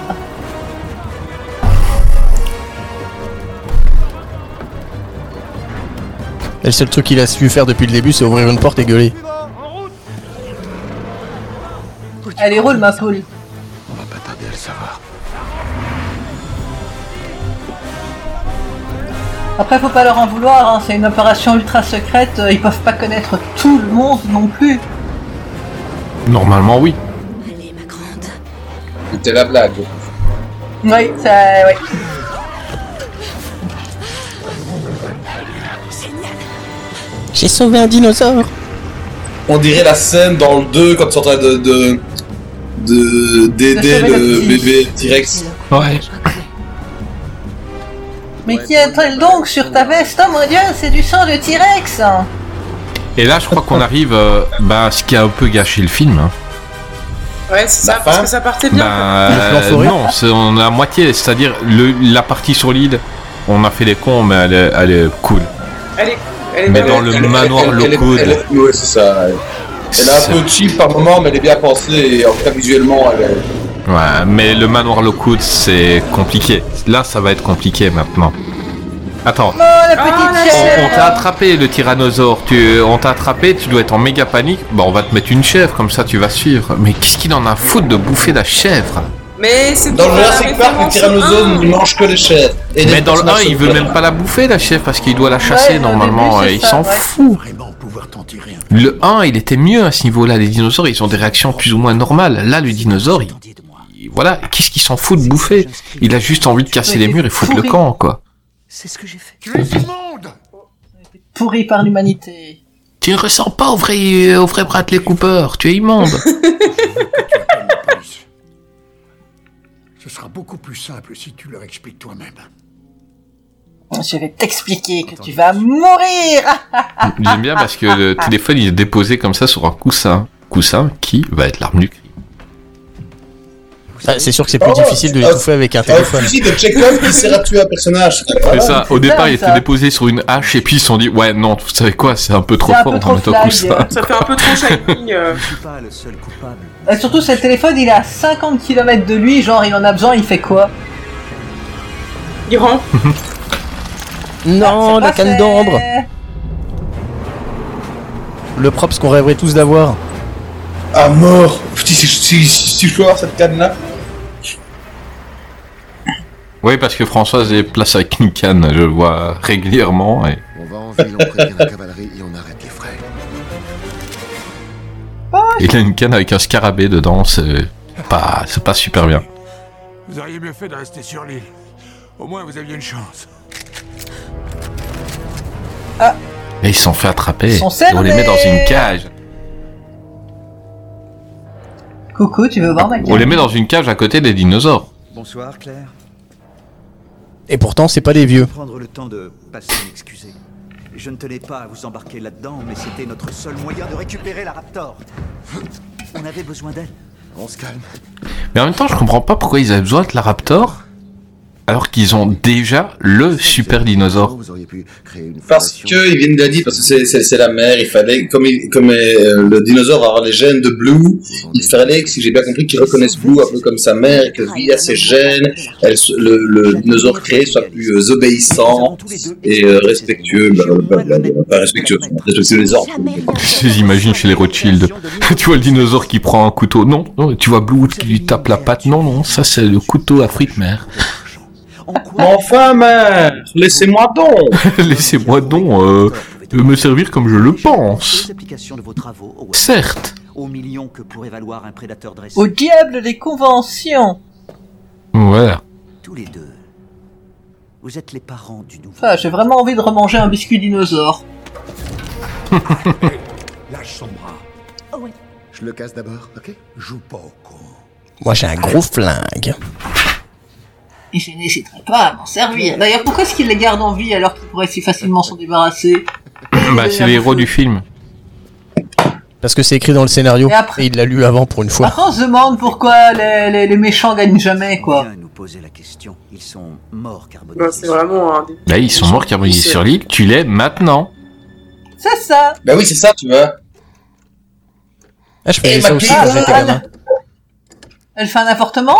Speaker 6: Et le seul truc qu'il a su faire depuis le début, c'est ouvrir une porte et gueuler.
Speaker 8: Elle est roule, ma poule.
Speaker 29: Attendez à le savoir.
Speaker 8: Après, faut pas leur en vouloir, hein, c'est une opération ultra secrète, euh, ils peuvent pas connaître tout le monde non plus.
Speaker 5: Normalement, oui.
Speaker 7: C'était la blague.
Speaker 8: Oui, ça. Ouais.
Speaker 6: J'ai sauvé un dinosaure.
Speaker 7: On dirait la scène dans le 2 quand ils sont en train de. de. de- d'aider
Speaker 8: De
Speaker 7: le
Speaker 8: sauver le petit.
Speaker 7: bébé T-Rex.
Speaker 5: Ouais.
Speaker 8: Mais qui est-elle donc sur ta veste Oh mon dieu, c'est du sang de T-Rex hein.
Speaker 5: Et là, je crois qu'on arrive euh, bah, à ce qui a un peu gâché le film. hein.
Speaker 9: Ouais, c'est ça,
Speaker 7: hein.
Speaker 9: parce que ça partait bien.
Speaker 5: Bah,
Speaker 9: quoi.
Speaker 5: euh, non, c'est- on a à moitié, c'est-à-dire le- la partie sur l'île, on a fait les cons, mais elle est, elle est cool.
Speaker 9: Elle est, elle est
Speaker 5: Bah, Mais
Speaker 9: pas
Speaker 5: dans
Speaker 9: mal.
Speaker 5: le manoir
Speaker 7: elle- elle- elle-
Speaker 5: Lockwood,
Speaker 7: Ouais, c'est ça. ouais. Elle est un peu cheap par moment, mais elle est bien pensée, et en tout cas visuellement, elle est.
Speaker 5: ouais, mais le manoir Lockwood, c'est compliqué. Là, ça va être compliqué maintenant. Attends,
Speaker 8: Oh
Speaker 9: Ah,
Speaker 8: la petite
Speaker 5: on, on
Speaker 8: chèvre
Speaker 5: t'a attrapé le tyrannosaure, tu, on t'a attrapé, tu dois être en méga panique. Bah, on va te mettre une chèvre, comme ça tu vas suivre. Mais qu'est-ce qu'il en a à foutre de bouffer la chèvre
Speaker 9: Mais c'est
Speaker 7: Dans le Jurassic Park, le tyrannosaure ne mange que les chèvres. Et les
Speaker 5: Mais dans le 1,
Speaker 7: personnages
Speaker 5: il
Speaker 7: se
Speaker 5: veut
Speaker 7: plaignent.
Speaker 5: même pas la bouffer, la chèvre, parce qu'il doit la chasser
Speaker 8: Ouais, au
Speaker 5: normalement,
Speaker 8: début, c'est
Speaker 5: et il
Speaker 8: ça,
Speaker 5: s'en
Speaker 8: ouais.
Speaker 5: fout. Le 1, il était mieux à ce niveau-là. Les dinosaures, ils ont des réactions plus ou moins normales. Là, le dinosaure, il... il- voilà, qu'est-ce qu'il s'en fout de bouffer Il a juste envie de casser les murs et foutre le camp, quoi.
Speaker 22: C'est ce que j'ai fait.
Speaker 8: pourrie par l'humanité.
Speaker 5: Tu ne ressens pas au vrai, euh, au vrai Bradley Cooper, tu es immonde.
Speaker 30: Ce sera beaucoup plus simple si tu leur expliques toi-même.
Speaker 8: Je vais t'expliquer que tu vas mourir
Speaker 5: J'aime bien parce que le téléphone, il est déposé comme ça sur un coussin. Coussin qui va être l'arme du crime.
Speaker 6: Ah, c'est sûr que c'est plus
Speaker 7: Oh,
Speaker 6: difficile de
Speaker 7: un-
Speaker 6: l'étouffer avec un
Speaker 7: Un
Speaker 6: téléphone.
Speaker 7: fusil de Chekhov qui sert à tuer un personnage.
Speaker 5: C'est ça, au départ, il
Speaker 8: Bah ça.
Speaker 5: était déposé sur une hache et puis ils se sont dit, ouais, non, vous savez quoi, c'est un peu trop
Speaker 8: C'est un
Speaker 5: fort,
Speaker 8: peu
Speaker 5: on va
Speaker 8: trop
Speaker 5: mettre un
Speaker 8: flag.
Speaker 5: coussin.
Speaker 9: Ça fait un peu trop shining. euh.
Speaker 8: Ah, Et surtout, ce téléphone, il est à 50 km de lui, genre, il en a besoin, il fait quoi
Speaker 9: Il rentre.
Speaker 22: Oh,
Speaker 6: Non,
Speaker 8: C'est
Speaker 6: la
Speaker 8: pas
Speaker 6: canne
Speaker 8: fait.
Speaker 6: d'ambre. Le propre qu'on rêverait tous d'avoir.
Speaker 7: À Ah, mort Si, si, si, si- si je peux avoir cette canne-là.
Speaker 5: Oui, parce que Françoise est place avec une canne, je le vois régulièrement. Et...
Speaker 29: On va en ville, on prévient la cavalerie et on arrête les frais.
Speaker 5: Il a une canne avec un scarabée dedans, c'est pas, c'est pas super bien.
Speaker 26: Vous auriez mieux fait de rester sur l'île. Au moins, vous aviez une chance.
Speaker 5: Et ils se sont fait attraper.
Speaker 8: Ils sont
Speaker 5: et on les met dans
Speaker 8: cernés.
Speaker 5: une cage.
Speaker 8: Coucou, tu veux voir ma
Speaker 5: On les
Speaker 8: canne
Speaker 5: met dans une cage à côté des dinosaures.
Speaker 31: Bonsoir Claire.
Speaker 6: Et pourtant, c'est pas des vieux.
Speaker 31: Prendre le temps de passer m'excuser. Je ne tenais pas à vous embarquer là-dedans, mais c'était notre seul moyen de récupérer la Raptor. On avait besoin d'elle.
Speaker 29: On se calme.
Speaker 5: Mais en même temps, je comprends pas pourquoi ils avaient besoin de la Raptor alors qu'ils ont déjà le super dinosaure.
Speaker 7: Parce que ils viennent d'Adi, parce que c'est- c'est c'est la mère, il fallait, comme, il- comme euh, le dinosaure a les gènes de Blue, il fallait, que, si j'ai bien compris, qu'il reconnaisse Blue un peu comme sa mère, et que via ses gènes, elle se- le, le dinosaure créé soit plus euh, obéissant et euh, respectueux, bah, bah, bah, bah, bah, respectueux, respectueux des ordres.
Speaker 5: Je les imagine chez les Rothschild. tu vois le dinosaure qui prend un couteau. Non, non. Tu vois Blue qui lui tape la patte. Non, non, ça c'est le couteau Afrique mère.
Speaker 32: Mais enfin, mère, laissez-moi donc
Speaker 5: Laissez-moi donc euh, me servir comme je le pense.
Speaker 22: Les applications de vos travaux au web.
Speaker 5: Certes.
Speaker 22: Au million que pourrait valoir un prédateur dressé.
Speaker 8: Au diable des conventions
Speaker 5: Voilà.
Speaker 22: Tous les deux. Vous êtes les parents du nouveau.
Speaker 8: Enfin, j'ai vraiment envie de remanger un biscuit dinosaure.
Speaker 33: Lâche son bras.
Speaker 34: Je le casse d'abord, ok
Speaker 33: Joue pas au con.
Speaker 6: Moi j'ai un gros flingue.
Speaker 8: Et je n'hésiterai pas à m'en servir. D'ailleurs, pourquoi est-ce qu'il les garde en vie alors qu'il pourrait si facilement s'en débarrasser
Speaker 5: Bah, c'est les héros du film.
Speaker 6: Parce que c'est écrit dans le scénario et, il l'a lu avant pour une fois.
Speaker 8: Après, on se demande pourquoi les, les, les méchants gagnent jamais, quoi.
Speaker 22: Nous poser la question. Ils sont morts carbonisés.
Speaker 9: Non, Bah, c'est vraiment un.
Speaker 5: Là, Bah, ils sont morts carbonisés sur l'île, tu l'es maintenant.
Speaker 8: C'est ça
Speaker 7: Bah oui, c'est ça, tu vois.
Speaker 6: Ah, je faisais
Speaker 7: Et
Speaker 6: ça
Speaker 9: bah,
Speaker 7: ma
Speaker 6: aussi
Speaker 7: petite
Speaker 6: quand j'étais
Speaker 9: ah,
Speaker 8: Anne.
Speaker 6: gamin.
Speaker 8: Elle fait un appartement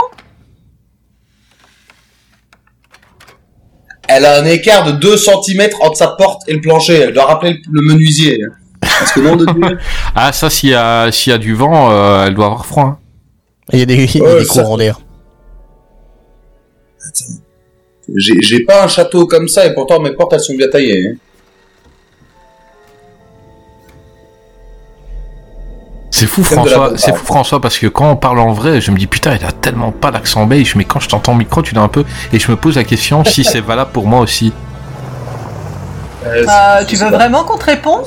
Speaker 7: Elle a un écart de 2 cm entre sa porte et le plancher. Elle doit rappeler le- le menuisier. hein. Parce que nom de Dieu.
Speaker 5: Ah, ça, s'il y, a- s'il y a du vent, euh, elle doit avoir froid. hein.
Speaker 6: Il y a des, il y a
Speaker 7: Ouais,
Speaker 6: des
Speaker 7: ça-
Speaker 6: courants d'air.
Speaker 7: J'ai j'ai pas un château comme ça et pourtant mes portes elles sont bien taillées. hein.
Speaker 5: C'est fou,
Speaker 7: Comme de la
Speaker 5: François,
Speaker 7: bonne
Speaker 5: c'est
Speaker 7: parole.
Speaker 5: fou, François, parce que quand on parle en vrai, je me dis putain, il a tellement pas l'accent belge, mais quand je t'entends au micro, tu l'as un peu, et je me pose la question si c'est valable pour moi aussi.
Speaker 8: Euh, Tu veux vraiment qu'on te réponde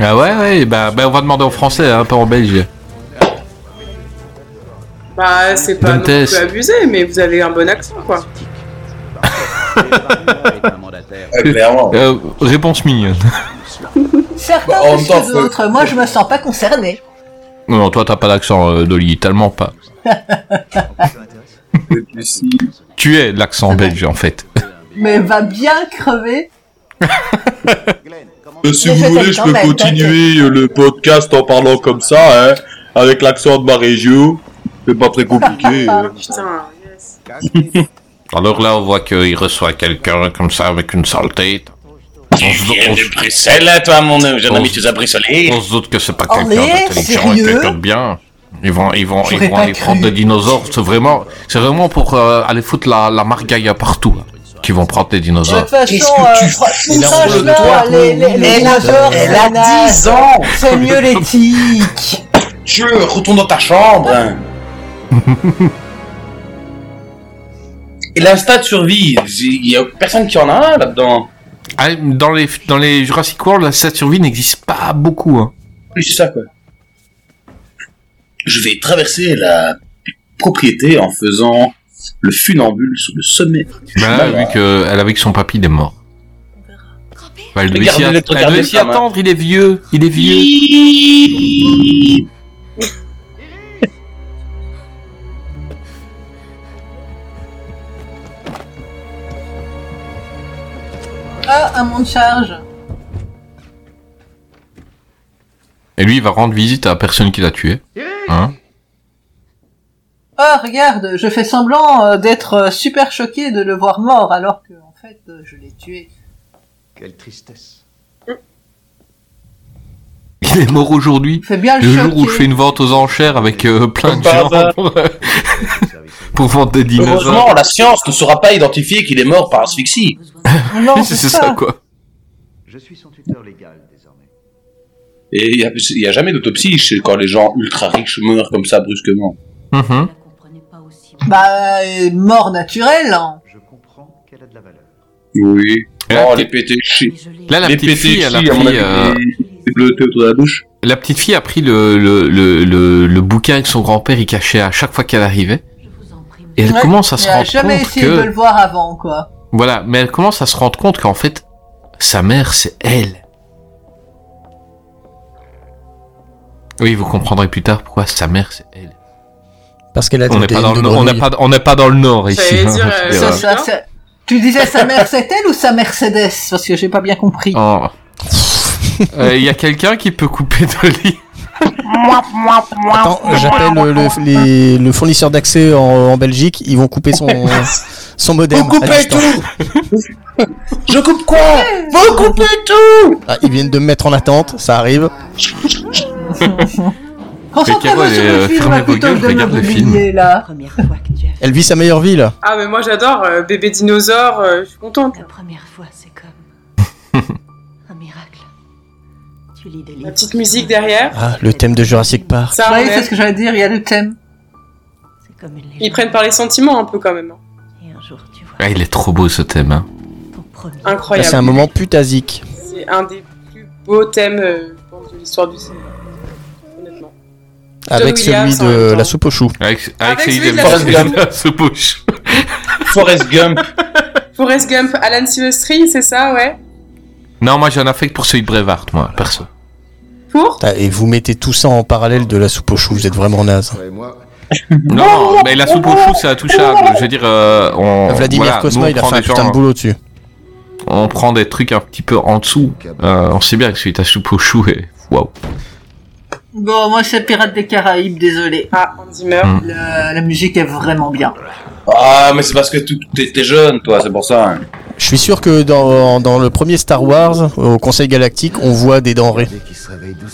Speaker 5: Ah ouais, ouais, bah, bah, on va demander en français, hein, pas en belge.
Speaker 9: Bah, c'est pas non
Speaker 5: Dantes.
Speaker 9: plus abusé, mais vous avez un bon accent, quoi.
Speaker 7: clairement.
Speaker 5: Euh, réponse mignonne.
Speaker 8: Certains
Speaker 7: Bah, en
Speaker 8: plus
Speaker 7: même temps,
Speaker 8: que
Speaker 7: faut-
Speaker 8: d'autres. Moi, je me sens pas concernée.
Speaker 5: Non, toi, t'as pas l'accent, euh, Dolly, tellement pas. tu es l'accent belge, en fait.
Speaker 8: Mais va bien crever.
Speaker 35: Euh, si
Speaker 8: Mais
Speaker 35: vous
Speaker 8: je
Speaker 35: voulez,
Speaker 8: t'aime
Speaker 35: je
Speaker 8: quand
Speaker 35: peux
Speaker 8: même,
Speaker 35: continuer euh, le podcast en parlant comme ça, hein, avec l'accent de ma région. C'est pas très compliqué. hein.
Speaker 9: Putain, yes.
Speaker 5: Alors là, on voit qu'il reçoit quelqu'un comme ça avec une sale tête. On se
Speaker 36: viens de
Speaker 5: doute-
Speaker 36: Bruxelles, là, toi, mon jeune
Speaker 5: on
Speaker 36: ami,
Speaker 5: se-
Speaker 36: tu as brisolé.
Speaker 5: on se doute que c'est pas
Speaker 36: On
Speaker 5: quelqu'un
Speaker 36: est
Speaker 5: d'intelligent et
Speaker 36: Oh, sérieux
Speaker 5: quelqu'un de bien. Ils vont, ils vont, ils
Speaker 36: J'aurais
Speaker 5: vont
Speaker 36: pas
Speaker 5: aller
Speaker 36: cru.
Speaker 5: prendre des dinosaures. C'est vraiment, c'est vraiment pour euh, aller foutre la, la margaille partout. hein, qu'ils vont prendre des
Speaker 8: De
Speaker 5: dinosaures.
Speaker 8: toute façon, euh, fr-
Speaker 5: Il est sur le
Speaker 8: franchement,
Speaker 5: toit.
Speaker 8: les, les, les
Speaker 7: Elle a-
Speaker 8: nageurs,
Speaker 7: elle
Speaker 32: euh,
Speaker 8: ça
Speaker 7: a
Speaker 8: nage.
Speaker 7: 10 ans.
Speaker 8: C'est mieux l'éthique.
Speaker 7: Je retourne dans ta chambre. hein. et l'instat de survie, il y a personne qui en a un là-dedans.
Speaker 5: Ah, dans les, dans les Jurassic World, la stat survie n'existe pas beaucoup. hein.
Speaker 7: Oui, c'est ça quoi. Je vais traverser la propriété en faisant le funambule sur le sommet.
Speaker 5: Mais là,
Speaker 7: Voilà.
Speaker 5: Bah, vu qu'elle avait que son papy il est mort. Bah, elle devait s'y
Speaker 7: Regardez-le,
Speaker 5: elle
Speaker 7: regardez-le,
Speaker 5: devait s'y
Speaker 7: Thomas.
Speaker 5: attendre, il est vieux, il est
Speaker 7: vieux.
Speaker 8: Ah, un monde charge.
Speaker 5: Et lui, il va rendre visite à la personne qui l'a tué. Hein
Speaker 8: Ah, regarde, je fais semblant euh, d'être euh, super choqué de le voir mort alors que, en fait, euh, je l'ai tué.
Speaker 22: Quelle tristesse.
Speaker 5: il est mort aujourd'hui.
Speaker 8: Fais bien le
Speaker 5: jour où
Speaker 8: choquer.
Speaker 5: je fais une vente aux enchères avec euh, plein de gens pour, euh, pour vendre des
Speaker 7: Heureusement,
Speaker 5: dinosaures.
Speaker 7: la science ne saura pas identifier qu'il est mort par asphyxie.
Speaker 8: hein. Oh,
Speaker 5: c'est ça. quoi.
Speaker 22: Je suis son tuteur légal désormais.
Speaker 7: Et il n'y a, il y a jamais d'autopsie chez- quand les gens ultra riches meurent comme ça brusquement.
Speaker 5: Mm-hmm.
Speaker 8: Bah, euh, mort naturelle. hein.
Speaker 7: Oui.
Speaker 5: Là,
Speaker 7: oh,
Speaker 5: la
Speaker 7: les pétés chi-
Speaker 5: Là, la
Speaker 7: les
Speaker 5: petite fille,
Speaker 7: pétés
Speaker 5: elle a
Speaker 7: chi, à mon
Speaker 5: pris,
Speaker 7: avis,
Speaker 5: euh,
Speaker 7: les bleutés autour de la bouche.
Speaker 5: La petite fille a pris le, le, le, le, le bouquin que son grand-père y cachait à chaque fois qu'elle arrivait. Et elle
Speaker 8: Ouais,
Speaker 5: commence à
Speaker 8: mais
Speaker 5: se
Speaker 8: elle a
Speaker 5: rendre
Speaker 8: jamais
Speaker 5: compte
Speaker 8: essayé de le
Speaker 5: que...
Speaker 8: voir avant, quoi.
Speaker 5: Voilà, mais elle commence à se rendre compte qu'en fait, sa mère, c'est elle. Oui, vous comprendrez plus tard pourquoi sa mère, c'est elle.
Speaker 6: Parce qu'elle a des
Speaker 5: On n'est pas,
Speaker 6: ADN
Speaker 5: dans
Speaker 6: de
Speaker 5: le nord- on n'est
Speaker 6: grenouille.
Speaker 5: pas, on n'est pas dans le nord ici. hein, je veux
Speaker 8: Ça,
Speaker 5: dire,
Speaker 8: ça, ça- Tu disais sa mère c'est elle ou sa Mercedes Parce que j'ai pas bien compris.
Speaker 5: Oh. Euh, Il y a quelqu'un qui peut couper Dolly.
Speaker 6: Attends, j'appelle euh, le, les- le fournisseur d'accès en, en Belgique, ils vont couper son, son modem.
Speaker 7: Vous coupez
Speaker 6: à distance.
Speaker 7: Je coupe quoi Vous coupez tout
Speaker 6: Ah, ils viennent de me mettre en attente, ça arrive.
Speaker 8: Concentrez-vous
Speaker 5: Caro, elle
Speaker 8: sur
Speaker 5: est,
Speaker 8: le
Speaker 5: euh,
Speaker 8: film
Speaker 5: fermez vos
Speaker 8: plutôt que
Speaker 5: gueules,
Speaker 8: de
Speaker 5: regarde le film.
Speaker 8: m'oublier là.
Speaker 11: Première fois que tu as
Speaker 6: Elle vit sa meilleure vie là.
Speaker 9: Ah, mais moi j'adore, euh, bébé dinosaure, euh, je suis contente. La
Speaker 13: première fois, c'est comme. un miracle. Tu lis des
Speaker 9: La petite musique derrière.
Speaker 6: Ah, le thème de Jurassic Park.
Speaker 9: Ça,
Speaker 8: Oui,
Speaker 9: enlève.
Speaker 8: c'est ce que j'allais dire, il y a le thème.
Speaker 9: Ils prennent par les sentiments un peu quand même. hein.
Speaker 5: Ah, il est trop beau ce thème. hein.
Speaker 6: Là,
Speaker 9: Incroyable.
Speaker 6: c'est un moment putasique.
Speaker 9: C'est un des plus beaux thèmes euh, je pense, de l'histoire du cinéma. Honnêtement.
Speaker 6: Avec
Speaker 9: Williams,
Speaker 6: celui
Speaker 9: en même
Speaker 6: de
Speaker 9: temps.
Speaker 6: la soupe aux choux.
Speaker 5: Avec,
Speaker 9: Avec
Speaker 5: celui
Speaker 9: celui
Speaker 5: de
Speaker 9: de la
Speaker 5: Forrest
Speaker 9: soupe aux
Speaker 5: Gump. La soupe aux choux.
Speaker 23: Forrest Gump.
Speaker 9: Forrest Gump, Alan Silvestri, c'est ça, ouais.
Speaker 5: Non, moi j'ai un affect pour celui de Brevard, moi, perso.
Speaker 6: Putain, Et vous mettez tout ça en parallèle de la soupe aux choux, vous êtes vraiment naze.
Speaker 5: Non, mais la soupe aux choux, c'est intouchable. Je veux dire, euh, on. voilà, nous,
Speaker 6: Vladimir
Speaker 5: on
Speaker 6: Cosma, il a
Speaker 5: prend
Speaker 6: fait un
Speaker 5: des
Speaker 6: putain de
Speaker 5: gens-
Speaker 6: boulot dessus.
Speaker 5: On prend des trucs un petit peu en dessous. Euh, on sait bien que celui de la soupe aux choux est. Waouh.
Speaker 8: Bon, moi c'est Pirates des Caraïbes, désolé.
Speaker 9: Ah, Andy Murray.
Speaker 5: Mm.
Speaker 8: La, la musique est vraiment bien.
Speaker 19: Ah, mais c'est parce que tu- t'es t'es jeune, toi, c'est pour ça. hein.
Speaker 6: Je suis sûr que dans, dans le premier Star Wars, au Conseil Galactique, on voit des denrées.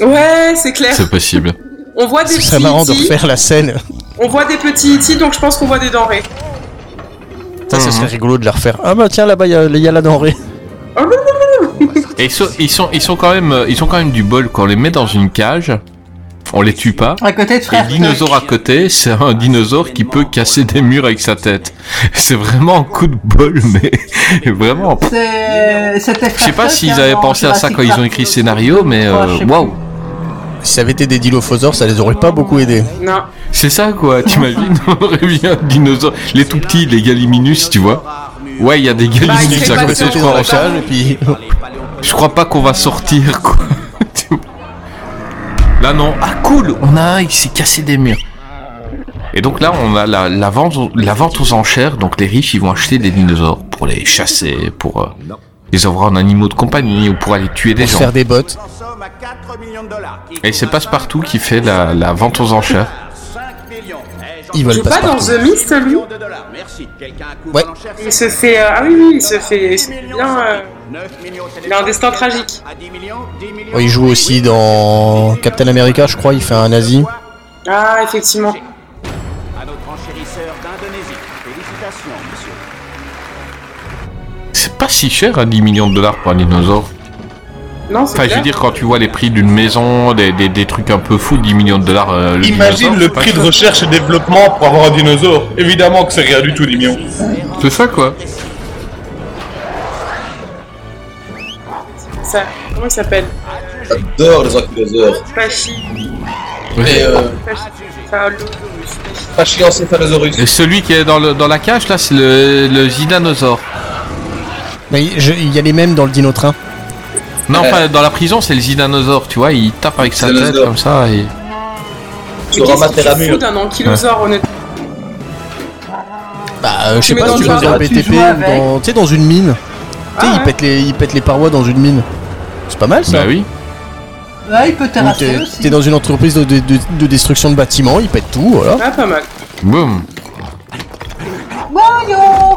Speaker 9: Ouais, c'est clair.
Speaker 5: Mm. C'est possible.
Speaker 9: On voit des
Speaker 6: Ce serait
Speaker 9: petits
Speaker 6: marrant de
Speaker 9: E.T.,
Speaker 6: refaire la scène.
Speaker 9: On voit des petits E.T., donc je pense qu'on voit des denrées.
Speaker 6: Ça, ce
Speaker 5: Mmh.
Speaker 6: serait rigolo de la refaire. Ah bah tiens, là-bas, il y, a- il y a la denrée.
Speaker 5: Et ils sont, ils sont, ils sont quand même, euh, ils sont quand même du bol quand on les met dans une cage. On les tue pas.
Speaker 8: À côté de
Speaker 5: Et
Speaker 8: frère.
Speaker 5: le dinosaure à côté, c'est un dinosaure qui peut casser des murs avec sa tête. C'est vraiment un coup de bol, mais vraiment.
Speaker 8: C'est- C'était hein,
Speaker 5: Je sais pas s'ils avaient pensé à ça quand ils ont écrit le scénario, mais euh, waout.
Speaker 6: Si ça avait été des dilophosaures, ça les aurait pas beaucoup aidés.
Speaker 9: Non.
Speaker 5: C'est ça quoi, t'imagines On aurait mis un dinosaure. Les tout petits, les galliminus, tu vois. Ouais, il y a des
Speaker 9: Bah, ils
Speaker 5: galliminus
Speaker 9: seraient
Speaker 5: à
Speaker 9: pas
Speaker 5: côté,
Speaker 9: sûrs,
Speaker 5: je crois.
Speaker 9: ils seraient pas
Speaker 6: Et puis,
Speaker 5: Je crois pas qu'on va sortir quoi. là non. Ah cool, on a un, il s'est cassé des murs. Et donc là, on a la, la vente, aux- la vente aux enchères. Donc les riches, ils vont acheter des dinosaures pour les chasser, pour euh, les avoir en animaux de compagnie ou pour aller tuer des
Speaker 6: pour
Speaker 5: gens.
Speaker 6: faire des bottes.
Speaker 5: Et c'est Passepartout qui fait la, la vente aux enchères.
Speaker 6: Ils
Speaker 9: Je
Speaker 6: veulent
Speaker 9: pas dans
Speaker 6: Passepartout.
Speaker 9: The Mist, lui
Speaker 6: Ouais.
Speaker 9: Il se fait. euh, Ah oui, oui, il se fait. Il se fait bien. euh, Il a un destin tragique.
Speaker 6: Ouais, il joue aussi dans Captain America, je crois, il fait un nazi.
Speaker 9: Ah, effectivement.
Speaker 5: C'est pas si cher, hein, 10 millions de dollars pour un dinosaure.
Speaker 9: Non, c'est
Speaker 5: Enfin, je
Speaker 9: clair.
Speaker 5: veux dire, quand tu vois les prix d'une maison, des, des- des trucs un peu fous, 10 millions de dollars. euh, le
Speaker 23: Imagine
Speaker 5: dinosaure,
Speaker 23: le
Speaker 5: c'est pas
Speaker 23: prix de
Speaker 5: cher.
Speaker 23: recherche et développement pour avoir un dinosaure. Évidemment que c'est rien du tout, les millions.
Speaker 5: C'est ça quoi.
Speaker 9: Ça, comment il s'appelle
Speaker 19: J'adore les ankylosaures.
Speaker 9: Pachi.
Speaker 19: Mais euh,
Speaker 9: Pachi. Enfin, le-
Speaker 19: Pachycephalosaurus.
Speaker 5: Et celui qui est dans, le, dans la cage là, c'est le, le Zidanosaure.
Speaker 6: Mais je- il y a les mêmes dans le dino train.
Speaker 5: Non,
Speaker 19: Ouais.
Speaker 5: pas dans la prison, c'est le Zidanosaure, tu vois, il tape avec sa tête
Speaker 19: Zidanosaure.
Speaker 5: comme ça et.
Speaker 9: Mais
Speaker 19: Sur un
Speaker 9: qu'est-ce qu'il
Speaker 19: materamur.
Speaker 9: fout d'un ankylosaure, honnêtement
Speaker 6: Bah, euh, je sais
Speaker 9: Mais
Speaker 6: pas
Speaker 9: dans
Speaker 6: si tu
Speaker 9: le
Speaker 6: vas dans
Speaker 9: jardin, tu
Speaker 6: BTP
Speaker 9: joues
Speaker 6: ou
Speaker 9: avec.
Speaker 6: dans, tu sais, dans une mine. Tu sais,
Speaker 9: Ah
Speaker 6: ils
Speaker 9: ouais.
Speaker 6: pètent les, ils pètent les parois dans une mine. C'est pas mal ça.
Speaker 5: Bah oui.
Speaker 8: Ouais, il peut
Speaker 6: Ou
Speaker 8: terrasser
Speaker 9: Ah,
Speaker 6: t'es-
Speaker 8: aussi.
Speaker 6: T'es dans une entreprise de, de- de- de destruction de bâtiments, ils pètent tout, voilà.
Speaker 9: Ah, pas mal.
Speaker 5: Boum.
Speaker 8: Voyons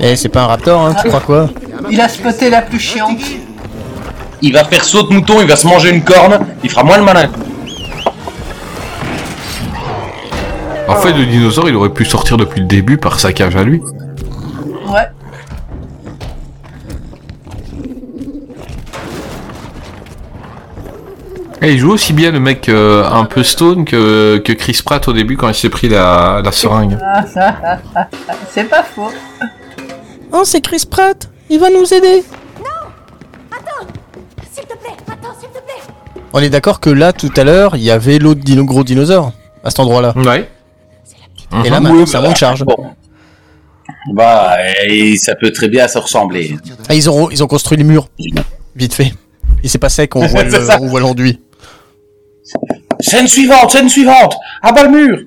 Speaker 6: Eh, c'est pas un raptor, hein, tu crois quoi
Speaker 8: Il a spoté la plus chiante.
Speaker 19: Il va faire saut de mouton, il va se manger une corne, il fera moins le malin.
Speaker 5: En fait, le dinosaure, il aurait pu sortir depuis le début par sa cage à lui.
Speaker 8: Ouais.
Speaker 5: Et il joue aussi bien le mec euh, un peu stone que, que Chris Pratt au début quand il s'est pris la, la seringue.
Speaker 8: Ah, ça, ah, ah, ah, c'est pas faux.
Speaker 6: Oh, c'est Chris Pratt, il va nous aider.
Speaker 11: S'il te plaît, attends, s'il te plaît.
Speaker 6: On est d'accord que là, tout à l'heure, il y avait l'autre dino gros dinosaure, à cet endroit-là.
Speaker 5: Ouais.
Speaker 6: Et
Speaker 7: Mhm.
Speaker 6: là, maintenant, ça monte charge.
Speaker 19: Bah, et ça peut très bien se ressembler.
Speaker 6: Ah, ils ont, ils ont construit les murs, vite fait. Et c'est pas sec, on voit le-
Speaker 19: C'est ça.
Speaker 6: on voit l'enduit.
Speaker 19: Scène suivante, scène suivante À bas le mur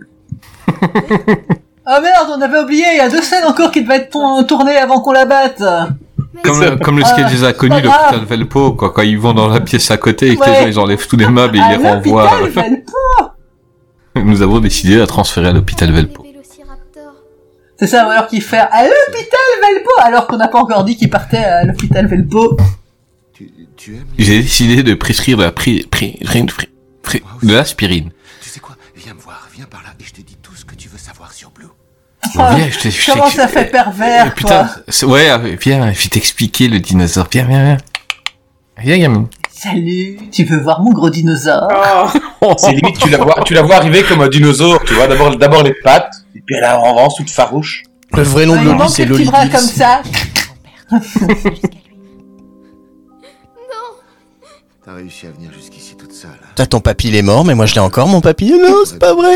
Speaker 8: Ah merde, on avait oublié, il y a deux scènes encore qui devaient être tour- tournées avant qu'on la batte.
Speaker 5: Comme, comme le sketch
Speaker 8: Ah,
Speaker 5: des inconnus,
Speaker 8: c'est
Speaker 5: le
Speaker 8: pas grave.
Speaker 5: putain de Velpo, quoi, quand ils vont dans la pièce à côté et que les
Speaker 8: Ouais.
Speaker 5: gens ils enlèvent tous les meubles et ils les
Speaker 8: Ah,
Speaker 5: renvoient. euh,
Speaker 8: l'hôpital, Valpo.
Speaker 5: Nous avons décidé de la transférer à l'hôpital Velpo.
Speaker 8: C'est ça, ou alors qu'il fait à l'hôpital Velpo, alors qu'on n'a pas encore dit qu'il partait à l'hôpital Velpo.
Speaker 5: J'ai décidé de prescrire de la pri- pri- pri- pri- pré- de l'aspirine.
Speaker 12: Tu sais quoi Viens me voir, viens par là et je te dis tout ce que tu veux savoir sur Blue.
Speaker 5: Viens, je t'ai- je
Speaker 8: Ah. Comment
Speaker 5: t'ai-
Speaker 8: ça fait pervers,
Speaker 5: Putain,
Speaker 8: toi
Speaker 5: c'est- ouais, ah, viens, je vais t'expliquer le dinosaure. Viens, viens, viens. Viens, gamin.
Speaker 8: Salut, tu veux voir mon gros dinosaure
Speaker 9: Oh,
Speaker 23: C'est limite, tu la, vois, tu la vois arriver comme un dinosaure, tu vois, d'abord, d'abord les pattes, et puis elle avance toute farouche.
Speaker 6: Le vrai nom
Speaker 8: Il manque les petits bras comme ça.
Speaker 16: T'as réussi à venir jusqu'ici toute seule.
Speaker 6: T'as ton papy, il est mort, mais moi je l'ai encore, mon papy. Non, c'est pas vrai.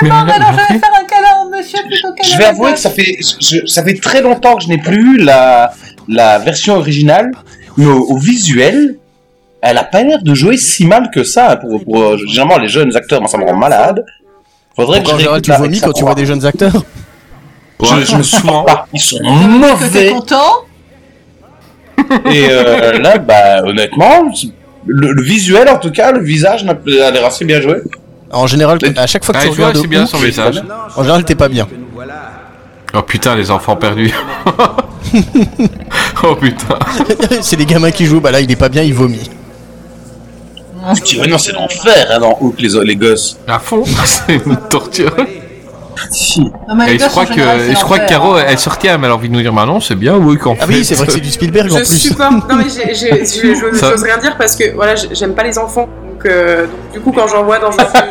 Speaker 8: Mais non, mais alors je vais faire un câlin au monsieur plutôt qu'à la
Speaker 7: Je vais avouer
Speaker 8: madame.
Speaker 7: que ça fait, je- je- ça fait très longtemps que je n'ai plus eu la, la version originale, mais au, au visuel, elle a pas l'air de jouer si mal que ça. Pour, pour, euh, généralement, les jeunes acteurs, moi, ça me rend malade. Faudrait que
Speaker 6: Pourquoi, en
Speaker 7: je
Speaker 6: général,
Speaker 7: réécoute
Speaker 6: tu
Speaker 7: avec
Speaker 6: vomis
Speaker 7: ça
Speaker 6: quand tu
Speaker 7: pour
Speaker 6: vois des
Speaker 7: voir.
Speaker 6: jeunes acteurs
Speaker 7: Je, je me souviens pas. Ils sont
Speaker 8: Que
Speaker 7: mauvais.
Speaker 8: t'es content
Speaker 7: Et euh, là, bah, honnêtement, le, le visuel, en tout cas, le visage n'a- a l'air assez bien joué.
Speaker 6: En général, à chaque fois que
Speaker 5: Ah,
Speaker 6: tu
Speaker 5: tu vois,
Speaker 6: regardes
Speaker 5: c'est bien
Speaker 6: Hook,
Speaker 5: son visage.
Speaker 6: En général, t'es pas bien.
Speaker 5: Oh putain, les enfants perdus. oh putain.
Speaker 6: c'est les gamins qui jouent, bah là, il est pas bien, il vomit.
Speaker 9: Ah.
Speaker 23: Putain, ouais, non, c'est l'enfer, hein, dans Hook, les, les gosses.
Speaker 5: À fond, c'est une torture.
Speaker 8: Non, mais les
Speaker 5: Et je
Speaker 8: gosses, en
Speaker 5: crois que,
Speaker 8: général, c'est
Speaker 5: je crois que
Speaker 8: l'enfer,
Speaker 5: Caro,
Speaker 8: hein.
Speaker 5: elle sortait, mais alors envie de nous dire, bah non, c'est bien, oui, quand
Speaker 6: Ah oui, c'est vrai que c'est du Spielberg en
Speaker 9: Je
Speaker 6: plus.
Speaker 9: supporte. Non, mais j'ai- j'ai- j'ai- je
Speaker 5: Ça-
Speaker 9: n'ose rien dire parce que voilà, j'ai- j'aime pas les enfants. Donc, euh, donc, du coup, quand j'en vois dans un film.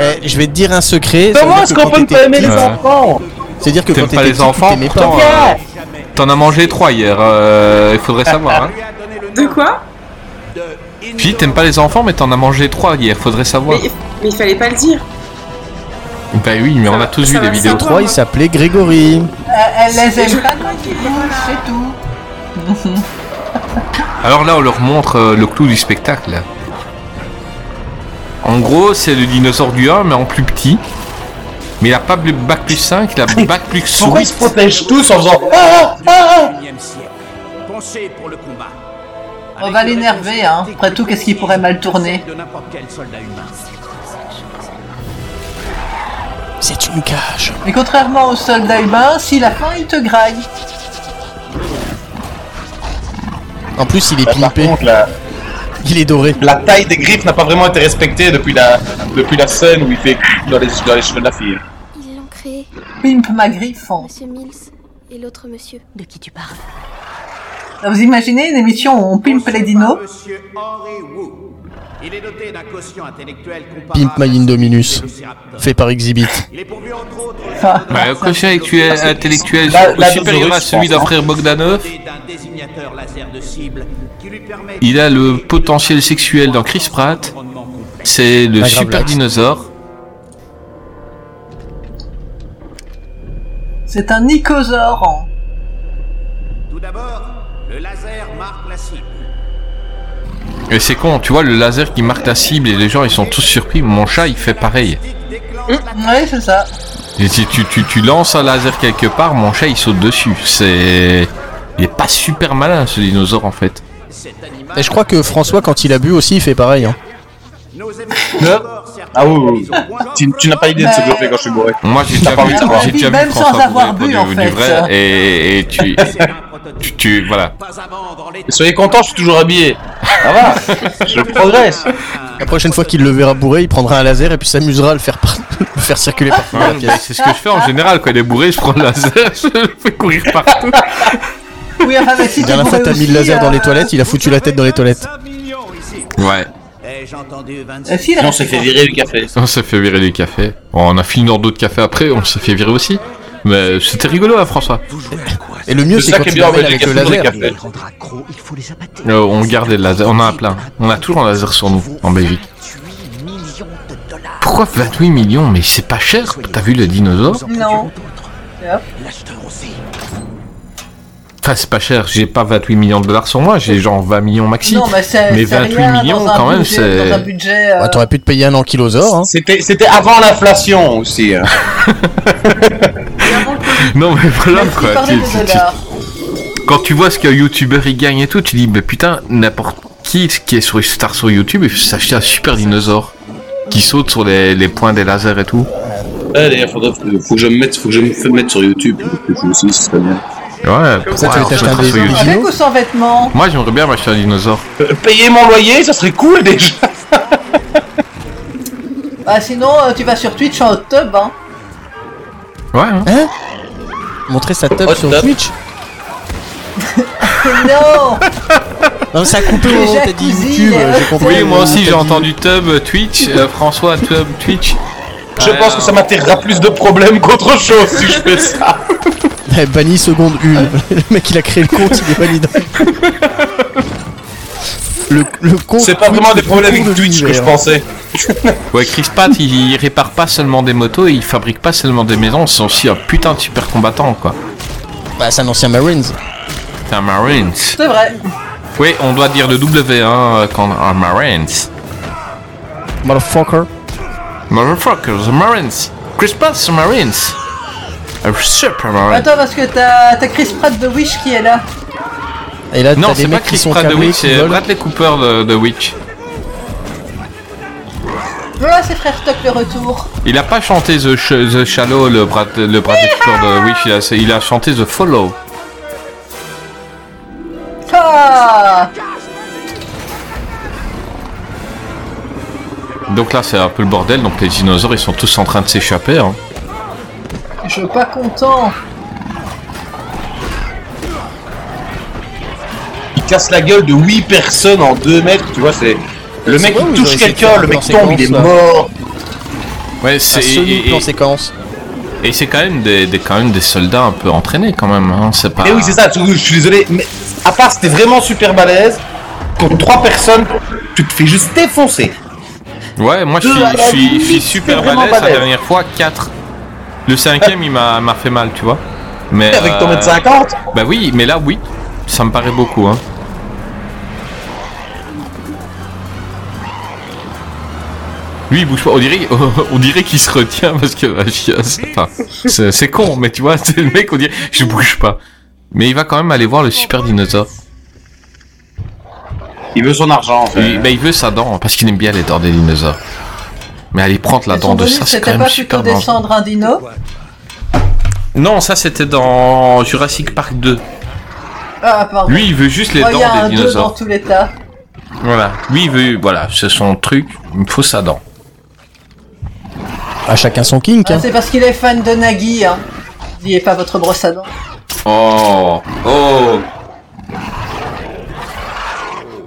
Speaker 9: euh,
Speaker 6: Eh, je vais te dire un secret.
Speaker 9: Comment est-ce qu'on peut ne pas aimer les
Speaker 5: enfants
Speaker 6: C'est-à-dire que quand
Speaker 5: T'aimes
Speaker 6: t'étais
Speaker 5: pas les
Speaker 6: petit,
Speaker 5: enfants,
Speaker 6: t'aimais pas. hein.
Speaker 5: pourtant, euh, T'en as mangé trois hier, euh, il faudrait savoir. Hein.
Speaker 9: de quoi
Speaker 5: Je dis, t'aimes pas les enfants, mais t'en as mangé trois hier, faudrait savoir.
Speaker 9: mais, mais il fallait pas le dire.
Speaker 5: Bah oui, mais on a tous
Speaker 9: ça
Speaker 5: vu
Speaker 9: va
Speaker 5: les vidéos.
Speaker 9: savoir,
Speaker 6: 3, il s'appelait Grégory.
Speaker 8: Euh, Elle les aime pas quand ils bougent, c'est tout.
Speaker 5: Alors là, on leur montre euh, le clou du spectacle. En gros, c'est le dinosaure du 1, mais en plus petit. Mais il a pas le bac plus 5, il a bac plus
Speaker 7: Pourquoi ils
Speaker 5: 8.
Speaker 7: se protègent tous en faisant Ah, ah, ah
Speaker 14: Pensez pour le combat.
Speaker 8: On va l'énerver, hein. Après tout, qu'est-ce qui pourrait mal tourner
Speaker 14: De n'importe quel soldat humain.
Speaker 6: C'est une cage.
Speaker 8: Mais contrairement au soldat humain, s'il a faim, il te graille.
Speaker 6: En plus, il est
Speaker 7: Bah, Par
Speaker 6: pimpé.
Speaker 7: contre, la,
Speaker 6: Il est doré.
Speaker 7: la taille des griffes n'a pas vraiment été respectée depuis la, depuis la scène où il fait dans les, dans les cheveux de la fille. hein.
Speaker 17: Ils l'ont créé.
Speaker 8: Pimp ma griffe.
Speaker 17: Monsieur Mills et l'autre monsieur. De qui tu parles
Speaker 8: Vous imaginez une émission où on pimpe les dinos
Speaker 14: Monsieur Henry Wu. Il est doté d'un quotient intellectuel comparable.
Speaker 6: Pimp My Indominus. Fait par Exhibit.
Speaker 5: Bah, le quotient intellectuel, intellectuel
Speaker 6: La- la
Speaker 5: supérieur à
Speaker 6: dose de
Speaker 5: celui d'un
Speaker 6: russe,
Speaker 7: hein.
Speaker 5: frère Bogdanov,
Speaker 14: D'un désignateur laser de cible qui lui permet
Speaker 5: il a le potentiel sexuel dans Chris Pratt, c'est le
Speaker 6: Pas grave,
Speaker 5: super
Speaker 6: Lex.
Speaker 5: dinosaure.
Speaker 8: C'est un icosaure. hein.
Speaker 14: Tout d'abord, le laser marque la cible.
Speaker 5: Et c'est con, tu vois, le laser qui marque la cible et les gens ils sont tous surpris, mon chat il fait pareil.
Speaker 8: Hum, ouais, c'est ça.
Speaker 5: Et si tu, tu, tu lances un laser quelque part, mon chat il saute dessus. C'est. Il est pas super malin ce dinosaure en fait.
Speaker 6: Et je crois que François, quand il a bu aussi, il fait pareil. hein.
Speaker 7: Ah oui, oui, oui. Tu, tu n'as pas idée de ce que je fais quand je suis bourré.
Speaker 5: Moi j'ai
Speaker 7: T'as
Speaker 5: déjà
Speaker 7: pas
Speaker 5: vu,
Speaker 7: envie de savoir.
Speaker 5: j'ai déjà vu
Speaker 8: Même sans
Speaker 5: François
Speaker 8: avoir
Speaker 5: bourré
Speaker 8: bu,
Speaker 5: pour
Speaker 8: en
Speaker 5: du,
Speaker 8: fait.
Speaker 5: du vrai et, et tu, tu, tu- Voilà.
Speaker 23: Soyez contents, je suis toujours habillé. Ça va, je progresse.
Speaker 6: La prochaine fois qu'il le verra bourré, il prendra un laser et puis s'amusera à le faire, par- le faire circuler partout dans
Speaker 5: Ouais,
Speaker 6: la
Speaker 5: mais
Speaker 6: pièce.
Speaker 5: c'est ce que je fais en général quand il est bourré, je prends le laser, je le fais courir partout.
Speaker 8: Oui, enfin, mais si
Speaker 6: La
Speaker 8: tu
Speaker 6: dernière fois,
Speaker 8: pourrais
Speaker 6: t'as mis
Speaker 8: aussi,
Speaker 6: le laser dans les
Speaker 8: euh,
Speaker 6: toilettes, il a foutu la tête dans les toilettes.
Speaker 5: Ouais.
Speaker 8: euh, si,
Speaker 23: Sinon,
Speaker 8: là,
Speaker 23: on s'est fait virer du café.
Speaker 5: On s'est fait virer du café. Bon, on a fini dans d'autres cafés après, on s'est fait virer aussi. Mais c'était rigolo, hein, François.
Speaker 6: Et le mieux,
Speaker 23: C'est
Speaker 6: c'est
Speaker 23: ça
Speaker 6: quand
Speaker 23: qui est
Speaker 6: tu
Speaker 23: bien, en
Speaker 6: l'emmènes
Speaker 23: fait,
Speaker 6: avec
Speaker 23: les
Speaker 6: le
Speaker 23: cafés
Speaker 6: laser.
Speaker 23: dans les
Speaker 5: Euh, on garde les lasers, on en a plein. On a toujours un laser sur nous, en Belgique. Pourquoi 28 millions Mais c'est pas cher, t'as vu le dinosaure
Speaker 8: Non.
Speaker 5: Enfin, c'est pas cher, j'ai pas 28 millions de dollars sur moi, j'ai genre 20 millions maxi.
Speaker 8: Non, mais c'est
Speaker 5: mais
Speaker 8: c'est
Speaker 5: 28
Speaker 8: rien dans
Speaker 5: millions
Speaker 8: un
Speaker 5: quand même,
Speaker 8: budget-
Speaker 5: c'est.
Speaker 8: Dans un budget. euh,
Speaker 6: Ouais, Bah, T'aurais pu te payer un ankylosaure. Hein.
Speaker 7: C'était c'était avant l'inflation aussi. hein.
Speaker 5: Non, mais voilà
Speaker 8: même s'il
Speaker 5: quoi.
Speaker 8: parlait
Speaker 5: tu-
Speaker 8: de
Speaker 5: tu- tu-
Speaker 8: dollars.
Speaker 5: quand tu vois ce qu'un youtubeur il gagne et tout, tu dis, mais putain, n'importe qui qui est sur star sur YouTube, il peut s'acheter un super dinosaure qui saute sur les, les points des lasers et tout.
Speaker 23: Eh, d'ailleurs, faudrait, faut que je me mette, faut que je me mette sur YouTube. Je me suis dit, ce serait bien.
Speaker 5: Ouais,
Speaker 8: Comme
Speaker 5: pourquoi
Speaker 8: ça, tu veux
Speaker 5: je
Speaker 8: t'acheter
Speaker 5: me
Speaker 8: un
Speaker 5: trace
Speaker 8: dinosaure
Speaker 5: sur YouTube
Speaker 8: Avec ou sans vêtements
Speaker 5: Moi, j'aimerais bien m'acheter un dinosaure.
Speaker 7: Euh, Payer mon loyer, ça serait cool déjà.
Speaker 8: Bah sinon, euh, tu vas sur Twitch en hot tub, hein.
Speaker 5: Ouais,
Speaker 6: Hein Montrer sa teub sur Twitch
Speaker 8: non
Speaker 6: Non, ça a coupé au
Speaker 8: Le
Speaker 6: moment où t'as dit
Speaker 8: jacuzzi,
Speaker 6: YouTube,
Speaker 8: euh,
Speaker 6: j'ai compris.
Speaker 5: Oui, moi aussi, j'ai
Speaker 6: T'as dit-
Speaker 5: entendu Tub, Twitch, euh, François, Tub, Twitch.
Speaker 7: Je pense que ça m'attirera plus de problèmes qu'autre chose si je fais ça.
Speaker 6: Eh, banni seconde une. Le mec il a créé le compte, il est valide. Le, le compte.
Speaker 7: C'est pas vraiment des problèmes
Speaker 6: concours
Speaker 7: avec
Speaker 6: de
Speaker 7: Twitch que je
Speaker 6: l'univers.
Speaker 7: pensais.
Speaker 5: Ouais, Chris Pratt, il, il répare pas seulement des motos, il fabrique pas seulement des maisons, c'est aussi un putain de super combattant, quoi.
Speaker 6: Bah, c'est un ancien Marines.
Speaker 5: C'est un Marines.
Speaker 8: C'est vrai.
Speaker 5: Oui, on doit dire le W, hein, quand un Marines.
Speaker 6: Motherfucker.
Speaker 5: Motherfucker, the Marines. Chris Pratt, the Marines. A super Marine.
Speaker 8: Attends, parce que t'as t'as Chris Pratt de Wish qui est là.
Speaker 6: Et là,
Speaker 5: non,
Speaker 6: t'as des
Speaker 5: c'est pas
Speaker 6: mecs qui
Speaker 5: Chris
Speaker 6: sont
Speaker 5: Pratt de
Speaker 6: câblés,
Speaker 5: Witch,
Speaker 6: qui
Speaker 5: c'est
Speaker 6: volent.
Speaker 5: Bradley Cooper de, de Witch.
Speaker 8: Voilà, c'est frère Tuck le retour.
Speaker 5: Il a pas chanté The, Sh- The Shallow, le, Brad, le Bradley Cooper de Witch, il a, il a chanté The Follow.
Speaker 8: Ah
Speaker 5: Donc là, c'est un peu le bordel, donc les dinosaures, ils sont tous en train de s'échapper. Hein.
Speaker 8: Je suis pas content.
Speaker 7: Il casse la gueule de 8 personnes en 2 mètres, tu vois, c'est. Le mec il touche quelqu'un, le mec tombe, il est mort.
Speaker 5: Ouais, c'est
Speaker 6: semi plan séquence.
Speaker 5: Et c'est quand même des, des- quand même des soldats un peu entraînés quand même. Hein. C'est pas.
Speaker 7: Mais Eh oui, c'est ça, je je suis désolé, mais à part c'était vraiment super balèze, contre 3 personnes, tu te fais juste défoncer.
Speaker 5: Ouais, moi je
Speaker 7: Deux
Speaker 5: suis,
Speaker 7: à la
Speaker 5: je suis, je suis
Speaker 7: limite,
Speaker 5: super
Speaker 7: c'est vraiment
Speaker 5: balèze la
Speaker 7: balèze.
Speaker 5: dernière fois 4. Le cinquième, il m'a m'a fait mal, tu vois. Mais
Speaker 7: Avec ton mètre 50.
Speaker 5: Bah oui, mais là oui, ça me paraît beaucoup. Hein. Lui, il bouge pas. On dirait, on dirait qu'il se retient parce que bah, je- c'est- enfin, c'est c'est con, mais tu vois, c'est le mec, on dirait, je bouge pas. Mais il va quand même aller voir le super dinosaure.
Speaker 7: Il veut son argent en fait.
Speaker 5: Il, bah, il veut sa dent parce qu'il aime bien les dents des dinosaures. Mais aller prendre la dent
Speaker 8: Son
Speaker 5: de
Speaker 8: bonus,
Speaker 5: ça, c'est quand
Speaker 8: c'était
Speaker 5: même
Speaker 8: pas plutôt
Speaker 5: super dangereux.
Speaker 8: descendre un dino
Speaker 5: Non, ça c'était dans Jurassic Park 2.
Speaker 8: Ah, pardon.
Speaker 5: Lui, il veut juste les
Speaker 8: Oh,
Speaker 5: dents
Speaker 8: il y a
Speaker 5: des
Speaker 8: un deux
Speaker 5: dinosaures.
Speaker 8: dans tous les tas. Ah,
Speaker 5: Voilà. Lui, il veut. Voilà, c'est son truc. Il me faut sa dent.
Speaker 6: À chacun son kink.
Speaker 8: Ah,
Speaker 6: Hein.
Speaker 8: c'est parce qu'il est fan de Nagui, hein. N'oubliez pas votre brosse à dents.
Speaker 5: Oh Oh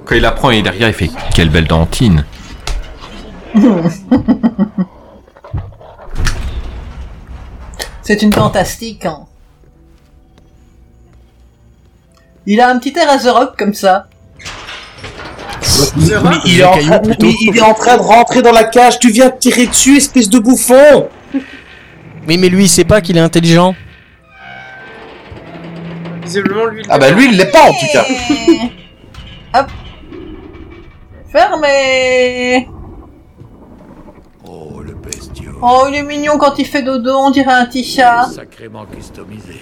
Speaker 5: Quand il apprend, il est derrière, il fait Quelle belle dentine
Speaker 8: C'est une fantastique. Hein. Il a un petit air à The Rock comme ça.
Speaker 7: Mais il, est en train, mais il est en train de rentrer dans la cage, tu viens de tirer dessus, espèce de bouffon
Speaker 6: Oui, mais lui, il sait pas qu'il est intelligent.
Speaker 9: Visiblement, lui.
Speaker 7: Ah bah lui, il l'est pas en tout cas
Speaker 8: Hop. Fermé.
Speaker 18: Oh, le bestiau.
Speaker 8: Oh, il est mignon quand il fait dodo, on dirait un petit chat.
Speaker 18: Sacrément customisé.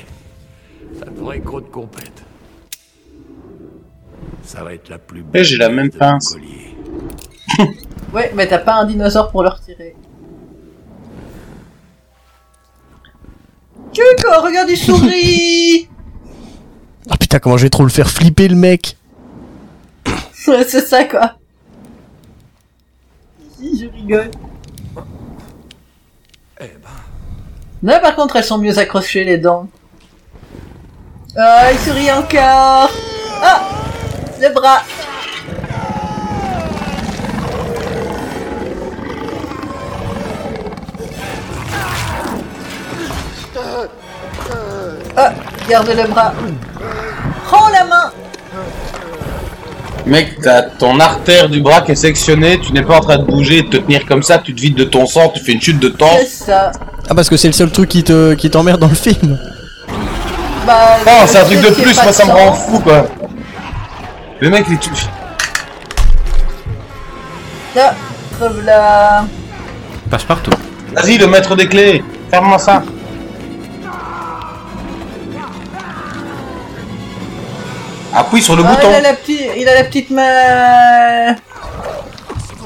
Speaker 18: Ça devrait être gros de compète. Ça va être la plus belle.
Speaker 7: J'ai la même pince.
Speaker 8: Ouais, mais t'as pas un dinosaure pour le retirer. Cuco, regarde, il sourit
Speaker 6: Ah putain, comment je vais trop le faire flipper, le mec.
Speaker 8: Ouais, C'est ça, quoi. Si, Je rigole. Là, par contre, elles sont mieux accrochées, les dents. Ah, il sourit encore Ah Le bras Ah, garde le bras. Prends la main
Speaker 7: Mec, t'as ton artère du bras qui est sectionnée, tu n'es pas en train de bouger, de te tenir comme ça, tu te vides de ton sang, tu fais une chute de temps.
Speaker 8: C'est ça.
Speaker 6: Ah, parce que c'est le seul truc qui te qui t'emmerde dans le film.
Speaker 8: Bah,
Speaker 7: Oh, c'est un
Speaker 8: le
Speaker 7: truc de
Speaker 8: fait qu'il y ait
Speaker 7: plus,
Speaker 8: pas
Speaker 7: moi
Speaker 8: de
Speaker 7: ça me
Speaker 8: sang.
Speaker 7: rend fou quoi. Le mec, il est tout.
Speaker 8: Là, creve là. Ah,
Speaker 5: Passe partout.
Speaker 7: Vas-y, le maître des clés, ferme-moi ça. Appuie sur le
Speaker 8: Ah,
Speaker 7: bouton.
Speaker 8: Il a la petite, il a la petite main.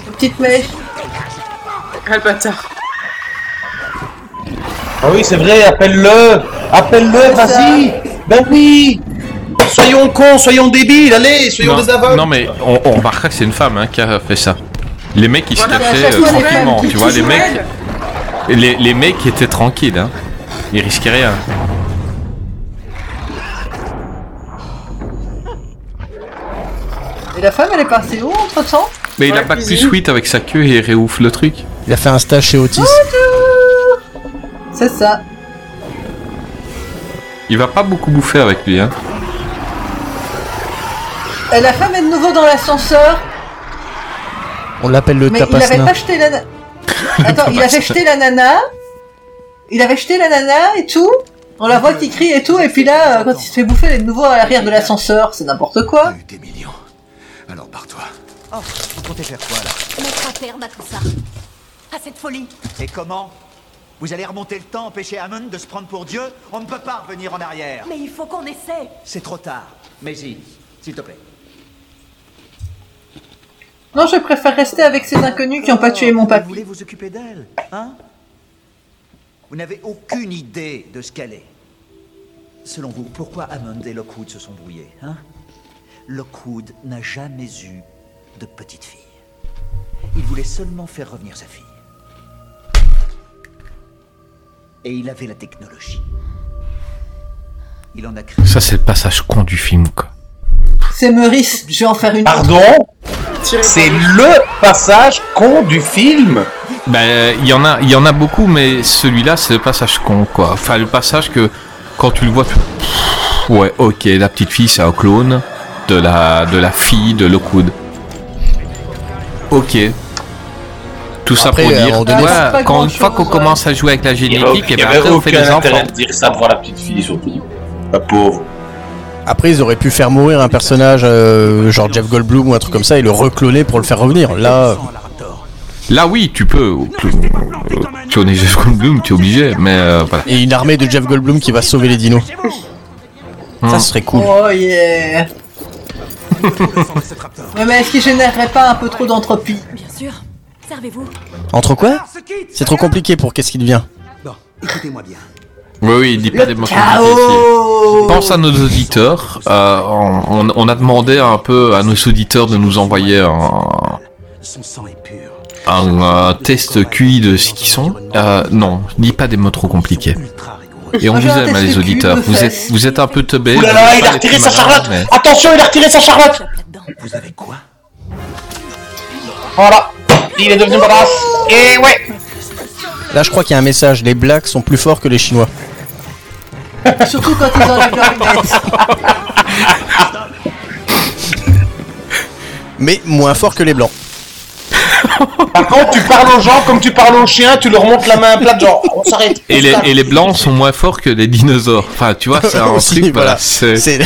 Speaker 8: la Petite mèche.
Speaker 9: Ah, le bâtard.
Speaker 7: Ah oui, c'est vrai, appelle-le Appelle-le,
Speaker 8: C'est ça.
Speaker 7: vas-y Ben oui Soyons cons, soyons débiles, allez, soyons
Speaker 5: non,
Speaker 7: des aveugles
Speaker 5: non, mais on, on remarquera que c'est une femme hein, qui a fait ça. Les mecs ils se
Speaker 9: Voilà, mais
Speaker 5: cachaient
Speaker 9: à chaque
Speaker 5: euh,
Speaker 9: fois, les
Speaker 5: tranquillement,
Speaker 9: mêmes, qui
Speaker 5: tu vois, les
Speaker 9: touchent
Speaker 5: mecs,
Speaker 9: elle.
Speaker 5: les, les mecs étaient tranquilles, hein. ils risquaient rien.
Speaker 8: Et la femme, elle est passée où entre temps
Speaker 5: Mais il a back plus 8 avec sa queue et il réouvre le truc.
Speaker 6: Il a fait un stage chez Otis.
Speaker 8: C'est ça.
Speaker 5: Il va pas beaucoup bouffer avec lui, hein.
Speaker 8: Et la femme est de nouveau dans l'ascenseur,
Speaker 6: On l'appelle le
Speaker 8: mais il avait
Speaker 6: tapasna.
Speaker 8: pas jeté la. na- Attends, il avait jeté la nana. Il avait jeté la nana et tout. On la voit qui crie et tout, et puis là, euh, quand il se fait bouffer, elle est de nouveau à l'arrière de l'ascenseur. C'est n'importe quoi.
Speaker 12: Alors pars-toi.
Speaker 22: Oh, vous comptez faire quoi là
Speaker 11: Mettre à terme à tout ça. À cette folie.
Speaker 22: Et comment Vous allez remonter le temps, empêcher Hammond de se prendre pour Dieu On ne peut pas revenir en arrière.
Speaker 11: Mais il faut qu'on essaie.
Speaker 22: C'est trop tard. Mais y s'il te plaît.
Speaker 8: Non, je préfère rester avec ces inconnus qui ont pas tué mon
Speaker 22: Vous
Speaker 8: papy.
Speaker 22: voulez vous occuper d'elle, hein Vous n'avez aucune idée de ce qu'elle est. Selon vous, pourquoi Hammond et Lockwood se sont brouillés, hein Lockwood n'a jamais eu de petite fille. Il voulait seulement faire revenir sa fille. Et il avait la technologie. Il en a créé.
Speaker 5: Ça, c'est le passage con du film, quoi.
Speaker 8: C'est Meurice, je vais en faire une autre.
Speaker 7: Pardon C'est le passage con du film
Speaker 5: Ben, il y en a, il y en a beaucoup, mais celui-là, c'est le passage con, quoi. Enfin, le passage que quand tu le vois, tu... Pff, ouais, ok, la petite fille, c'est un clone de la, de la fille de Lockwood. Ok. Tout ça
Speaker 6: Après,
Speaker 5: pour
Speaker 6: à un
Speaker 5: dire,
Speaker 6: moment donné,
Speaker 5: ouais,
Speaker 6: c'est pas
Speaker 5: quand une
Speaker 6: grand-chose,
Speaker 5: fois qu'on commence à jouer avec la
Speaker 19: Il y avait,
Speaker 5: génétique, et
Speaker 19: il y
Speaker 5: ben
Speaker 19: avait
Speaker 5: après, on fait
Speaker 19: aucun
Speaker 5: des
Speaker 19: intérêt
Speaker 5: enfants.
Speaker 19: de dire ça devant la petite fille, surtout. La pauvre.
Speaker 6: Après, ils auraient pu faire mourir un personnage, euh, genre Jeff Goldblum ou un truc comme ça, et le recloner pour le faire revenir. Là,
Speaker 5: Là, oui, tu peux. Tu es Jeff Goldblum, tu es obligé, mais euh, voilà.
Speaker 6: et une armée de Jeff Goldblum qui va sauver les dinos.
Speaker 19: Hum.
Speaker 6: Ça serait cool.
Speaker 8: Oh yeah Ouais, mais est-ce qu'il générerait pas un peu trop d'entropie
Speaker 11: Bien sûr. Servez-vous.
Speaker 6: Entre quoi C'est trop compliqué pour qu'est-ce qu'il devient.
Speaker 22: Écoutez-moi bien.
Speaker 5: Oui, oui, dis pas des mots
Speaker 7: Oh.
Speaker 8: compliqués.
Speaker 5: Pense à nos auditeurs. euh, on, on- on a demandé un peu à nos auditeurs de nous envoyer un,
Speaker 14: Son sang est pur.
Speaker 5: un, euh, test QI de ce qu'ils sont. Euh, non, dis pas des mots trop compliqués. Et on
Speaker 7: Moi,
Speaker 5: vous
Speaker 7: j'ai un
Speaker 5: aime, hein,
Speaker 7: test
Speaker 5: les
Speaker 7: QI
Speaker 5: auditeurs.
Speaker 7: de
Speaker 5: Vous êtes,
Speaker 7: fesses.
Speaker 5: vous êtes un peu teubés.
Speaker 7: Ouh là
Speaker 5: vous
Speaker 7: là,
Speaker 5: êtes
Speaker 7: il
Speaker 5: pas
Speaker 7: a
Speaker 5: les
Speaker 7: retiré
Speaker 5: plus
Speaker 7: sa
Speaker 5: malins,
Speaker 7: charlotte
Speaker 5: mais-
Speaker 7: Attention, il a retiré sa charlotte
Speaker 22: Vous avez quoi
Speaker 7: Voilà Il est devenu badass Et ouais
Speaker 6: Là, je crois qu'il y a un message. Les blacks sont plus forts que les chinois.
Speaker 8: Surtout quand ils enlèvent leur lunette.
Speaker 6: Mais moins forts que les blancs.
Speaker 7: Par contre, tu parles aux gens comme tu parles aux chiens, tu leur montes la main à plat de genre, on s'arrête
Speaker 5: Et les, et les blancs sont moins forts que les dinosaures. Enfin, tu vois, c'est un
Speaker 6: Aussi,
Speaker 5: truc, voilà.
Speaker 6: voilà.
Speaker 5: c'est-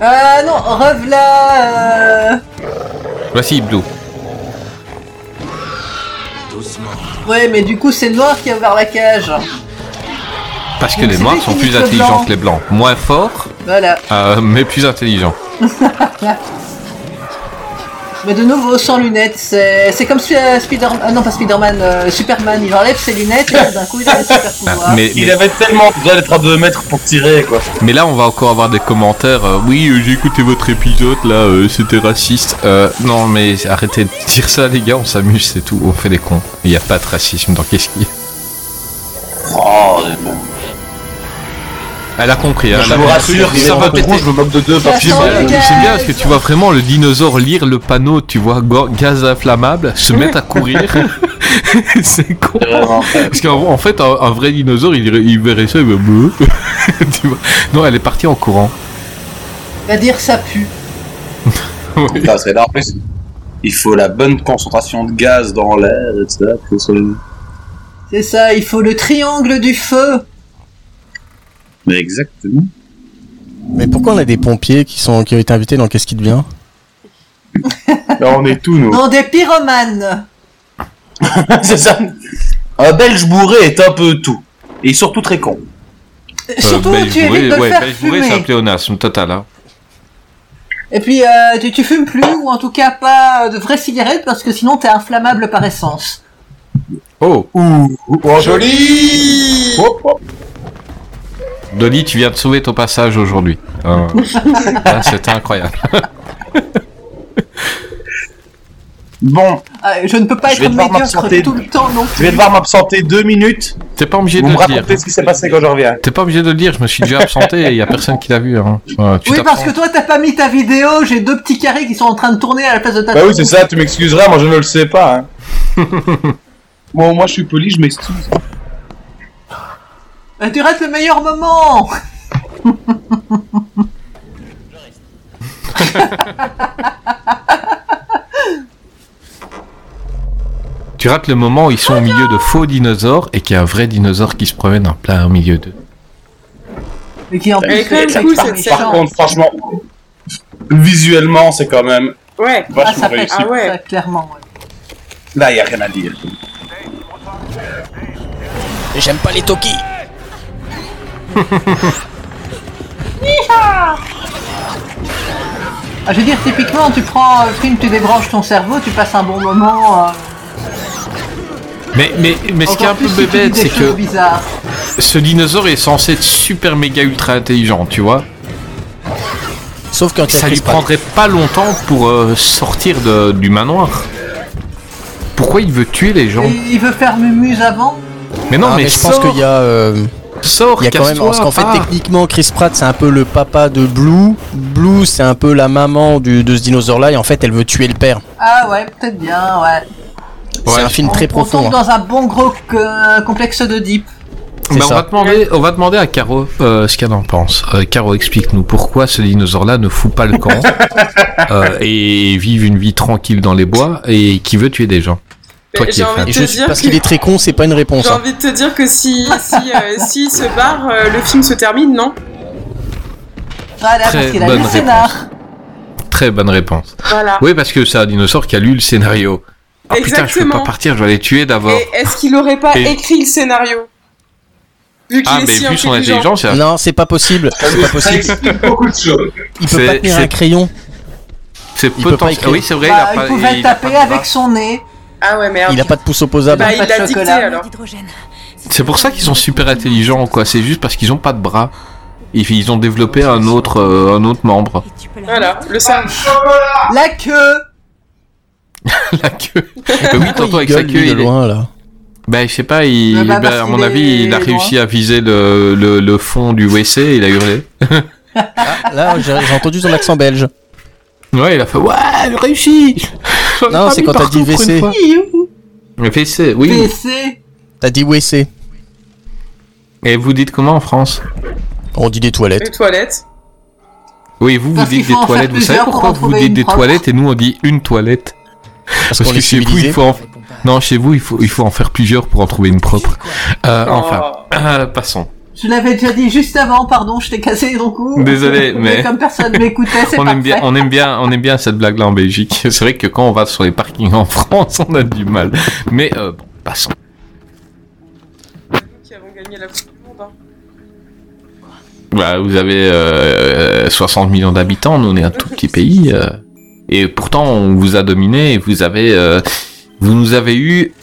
Speaker 8: Euh, non, revelà. Euh...
Speaker 5: Voici Blue.
Speaker 8: Ouais, mais du coup, c'est le noir qui a ouvert la cage.
Speaker 5: Parce que
Speaker 8: Donc,
Speaker 5: les
Speaker 8: c'est
Speaker 5: noirs
Speaker 8: lui
Speaker 5: sont
Speaker 8: qui
Speaker 5: plus
Speaker 8: nique le
Speaker 5: intelligents
Speaker 8: blanc.
Speaker 5: que les blancs. Moins forts,
Speaker 8: Voilà.
Speaker 5: euh, mais plus intelligents.
Speaker 8: mais de nouveau, sans lunettes, c'est c'est comme si euh, Spider... ah non, pas Spider-Man, euh, Superman, il enlève ses lunettes et d'un coup, il a des super pouvoirs.
Speaker 5: Ah, Mais,
Speaker 19: Il
Speaker 5: mais-
Speaker 19: avait tellement besoin d'être à 2 mètres pour tirer, quoi.
Speaker 5: mais là, on va encore avoir des commentaires. euh, oui, euh, j'ai écouté votre épisode, là, euh, c'était raciste. Euh, non, mais arrêtez de dire ça, les gars, on s'amuse, c'est tout. On fait des cons. Il n'y a pas de racisme dans qu'est-ce qu'il y a.
Speaker 19: Oh, les mecs.
Speaker 5: Elle a compris, hein,
Speaker 19: Je
Speaker 5: elle a
Speaker 19: vous
Speaker 5: compris.
Speaker 19: rassure,
Speaker 5: ça va péter.
Speaker 19: je me moque de deux
Speaker 8: par
Speaker 5: J'aime bien, j'aime bien parce que tu vois vraiment le dinosaure lire le panneau, tu vois, go- gaz inflammable, se mettre à courir. c'est con. Parce qu'en en fait, un, un vrai dinosaure, il, dirait- il verrait ça, il va Bleu. Tu vois. Non, elle est partie en courant.
Speaker 8: Il va dire ça pue.
Speaker 19: Putain, c'est là, en plus, il faut la bonne concentration de gaz dans l'air, etc. pour se-
Speaker 8: C'est ça, il faut le triangle du feu.
Speaker 19: Mais exactement.
Speaker 6: Mais pourquoi on a des pompiers qui sont qui ont été invités dans Qu'est-ce qui devient
Speaker 23: Là, on est tous,
Speaker 5: Oh.
Speaker 23: nous.
Speaker 8: Non, des pyromanes.
Speaker 19: c'est ça. Un belge bourré est un peu tout. Et surtout très con.
Speaker 8: Euh, Surtout,
Speaker 5: Belge
Speaker 8: tu
Speaker 5: Euh, bourré,
Speaker 8: évites de le
Speaker 5: ouais,
Speaker 8: faire
Speaker 5: Belge bourré, c'est un
Speaker 8: fumer.
Speaker 5: pléonasme total. hein.
Speaker 8: Et puis, euh, tu, tu fumes plus, ou en tout cas pas euh, de vraies cigarettes, parce que sinon, t'es inflammable par essence.
Speaker 5: Oh
Speaker 19: oh.
Speaker 23: Ouh, oh, joli Hop, hop.
Speaker 5: Dolly, tu viens de sauver ton passage aujourd'hui. Euh, là, C'était incroyable.
Speaker 7: Bon,
Speaker 8: Ah, je ne peux pas
Speaker 7: Je vais
Speaker 8: être
Speaker 7: devoir
Speaker 8: médiocre
Speaker 7: m'absenter.
Speaker 8: tout le temps non plus.
Speaker 7: je vais devoir m'absenter deux minutes.
Speaker 5: T'es pas obligé
Speaker 7: Vous
Speaker 5: de
Speaker 7: me
Speaker 5: le dire.
Speaker 7: racontez ce qui s'est passé quand je reviens.
Speaker 5: T'es pas obligé de le dire, je me suis déjà absenté et il y a personne qui l'a vu. hein. Ouais, tu
Speaker 8: Oui,
Speaker 5: t'apprends.
Speaker 8: parce que toi, t'as pas mis ta vidéo, j'ai deux petits carrés qui sont en train de tourner à la place de ta
Speaker 23: Bah oui,
Speaker 8: tête.
Speaker 23: c'est ça, tu m'excuseras, moi je ne le sais pas. Hein. bon, moi je suis poli, je m'excuse.
Speaker 8: Euh, Tu rates le meilleur moment
Speaker 5: Tu rates le moment où ils sont au milieu de faux dinosaures et qu'il y a un vrai dinosaure qui se promène en plein au milieu d'eux.
Speaker 8: Mais qui en
Speaker 7: Bah
Speaker 8: plus
Speaker 9: Elle est quand même
Speaker 8: fait
Speaker 9: cool,
Speaker 8: par-
Speaker 9: cette
Speaker 8: par
Speaker 9: séquence.
Speaker 8: contre,
Speaker 23: franchement, visuellement, c'est quand même.
Speaker 9: Ouais,
Speaker 23: Vachement réussi.
Speaker 9: Ah ouais.
Speaker 8: clairement.
Speaker 23: Là, il n'y a rien à dire.
Speaker 6: J'aime pas les Toki.
Speaker 8: Yeehaw Ah, je veux dire, typiquement, tu prends euh, le film, tu débranches ton cerveau, tu passes un bon moment. euh,
Speaker 5: Mais, mais, mais ce qui est
Speaker 8: encore
Speaker 5: un peu
Speaker 8: plus si tu dis
Speaker 5: bébête,
Speaker 8: des
Speaker 5: c'est
Speaker 8: choses
Speaker 5: que
Speaker 8: bizarres.
Speaker 5: ce dinosaure est censé être super méga ultra intelligent, tu vois.
Speaker 6: Sauf qu'un
Speaker 5: Ça lui prendrait pas longtemps pour euh, sortir de- du manoir. Pourquoi il veut tuer les gens
Speaker 8: Et il veut faire mumuse avant
Speaker 5: Mais non,
Speaker 6: Ah,
Speaker 5: mais,
Speaker 6: je pense qu'il y a. euh,
Speaker 5: Sors,
Speaker 6: il y a quand même.
Speaker 5: casse-toi,
Speaker 6: Parce qu'en fait,
Speaker 5: pars.
Speaker 6: techniquement, Chris Pratt, c'est un peu le papa de Blue. Blue, c'est un peu la maman du- de ce dinosaure-là. Et en fait, elle veut tuer le père.
Speaker 8: Ah ouais, peut-être bien, ouais.
Speaker 6: c'est un film très
Speaker 8: On
Speaker 6: profond.
Speaker 8: tombe
Speaker 6: hein.
Speaker 8: dans un bon gros euh, complexe de deep.
Speaker 5: Bah, on, va demander, on va demander à Caro euh, ce qu'elle en pense. Euh, Caro, explique-nous pourquoi ce dinosaure-là ne fout pas le camp euh, et vive une vie tranquille dans les bois et qui veut tuer des gens. Toi
Speaker 9: Mais
Speaker 5: qui
Speaker 9: j'ai
Speaker 5: es
Speaker 9: envie
Speaker 5: fan.
Speaker 9: de te dire
Speaker 6: Parce
Speaker 9: que-
Speaker 6: qu'il est très con, c'est pas une réponse.
Speaker 9: J'ai
Speaker 6: hein.
Speaker 9: envie de te dire que si si euh, s'il se barre, euh, le film se termine, non
Speaker 8: Voilà,
Speaker 5: Très
Speaker 8: parce qu'il a lu
Speaker 5: bonne
Speaker 8: le
Speaker 5: réponse.
Speaker 8: scénar.
Speaker 5: Très bonne réponse.
Speaker 9: Voilà.
Speaker 5: Oui, parce que c'est un dinosaure qui a lu le scénario. Ah putain, je peux
Speaker 9: Exactement.
Speaker 5: pas partir, je vais les tuer d'abord.
Speaker 9: Et est-ce qu'il aurait pas
Speaker 5: Et-
Speaker 9: écrit le scénario Vu qu'il
Speaker 5: Ah,
Speaker 9: est
Speaker 5: mais
Speaker 9: si
Speaker 5: vu son
Speaker 9: intelligent.
Speaker 5: intelligence, il a-
Speaker 6: hein. Non, c'est pas possible. C'est pas possible.
Speaker 23: beaucoup de choses.
Speaker 6: Il peut
Speaker 5: C'est-
Speaker 6: pas tenir
Speaker 5: c'est-
Speaker 6: un crayon.
Speaker 5: C'est
Speaker 6: Il peut pas
Speaker 5: potentiel.
Speaker 6: écrire.
Speaker 5: Oui, c'est vrai,
Speaker 8: Bah,
Speaker 5: il a pas.
Speaker 8: il pouvait
Speaker 5: il a
Speaker 8: taper
Speaker 5: pas-
Speaker 8: avec son nez.
Speaker 9: Ah ouais, merde.
Speaker 6: Il a pas de pouce
Speaker 9: Bah,
Speaker 6: opposable.
Speaker 9: il l'a dicté alors.
Speaker 5: C'est pour ça qu'ils sont super intelligents, quoi. C'est juste parce qu'ils ont pas de bras. Ils, ils ont développé un autre, euh, un autre membre.
Speaker 9: Voilà, le cerveau.
Speaker 8: La queue
Speaker 5: la queue. Euh, oui, tantôt avec sa
Speaker 6: gueule, lui,
Speaker 5: queue,
Speaker 6: de
Speaker 5: il est-
Speaker 6: loin là.
Speaker 5: Bah, je sais pas, il,
Speaker 8: Euh, bah,
Speaker 5: bah,
Speaker 8: parce
Speaker 5: à
Speaker 8: qu'il
Speaker 5: mon avis,
Speaker 8: est
Speaker 5: il a
Speaker 8: loin.
Speaker 5: réussi à viser le, le, le fond du WC et il a hurlé.
Speaker 6: Là, j'ai j'ai entendu son accent belge.
Speaker 5: ouais, il a fait Ouais, j'ai réussi J'en ai
Speaker 6: Non,
Speaker 5: pas
Speaker 6: c'est
Speaker 5: mis
Speaker 6: quand t'as
Speaker 5: partout
Speaker 6: dit
Speaker 5: pour une
Speaker 6: WC.
Speaker 5: fois. Le WC, oui.
Speaker 8: PC
Speaker 6: T'as dit WC.
Speaker 5: Et vous dites comment en France
Speaker 6: On dit des toilettes.
Speaker 9: Les toilettes.
Speaker 5: Oui, vous, vous
Speaker 8: Parce
Speaker 5: dites
Speaker 8: qu'il
Speaker 5: des
Speaker 8: faut en
Speaker 5: toilettes.
Speaker 8: faire
Speaker 5: Vous savez
Speaker 8: plusieurs
Speaker 5: pourquoi
Speaker 8: pour en
Speaker 5: vous
Speaker 8: trouver
Speaker 5: dites
Speaker 8: une
Speaker 5: des
Speaker 8: propre.
Speaker 5: toilettes et nous on dit une toilette
Speaker 6: Parce,
Speaker 5: que chez vous, il faut en... Non, chez vous, il faut, il faut en faire plusieurs pour en trouver une propre. Euh,
Speaker 8: Oh.
Speaker 5: Enfin, euh, passons.
Speaker 8: Je l'avais déjà dit juste avant, pardon, je t'ai cassé ton cou.
Speaker 5: Désolé, mais-
Speaker 8: Comme personne m'écoutait, c'est
Speaker 5: On
Speaker 8: parfait.
Speaker 5: aime, bien, on, aime bien, on aime bien cette blague-là en Belgique. C'est vrai que quand on va sur les parkings en France, on a du mal. Mais euh, bon, passons.
Speaker 9: Qui avons gagné la Coupe du Monde. hein.
Speaker 5: Bah, vous avez euh, 60 millions d'habitants, nous on est un tout petit pays. euh, et pourtant, on vous a dominé et vous avez. euh, vous nous avez eu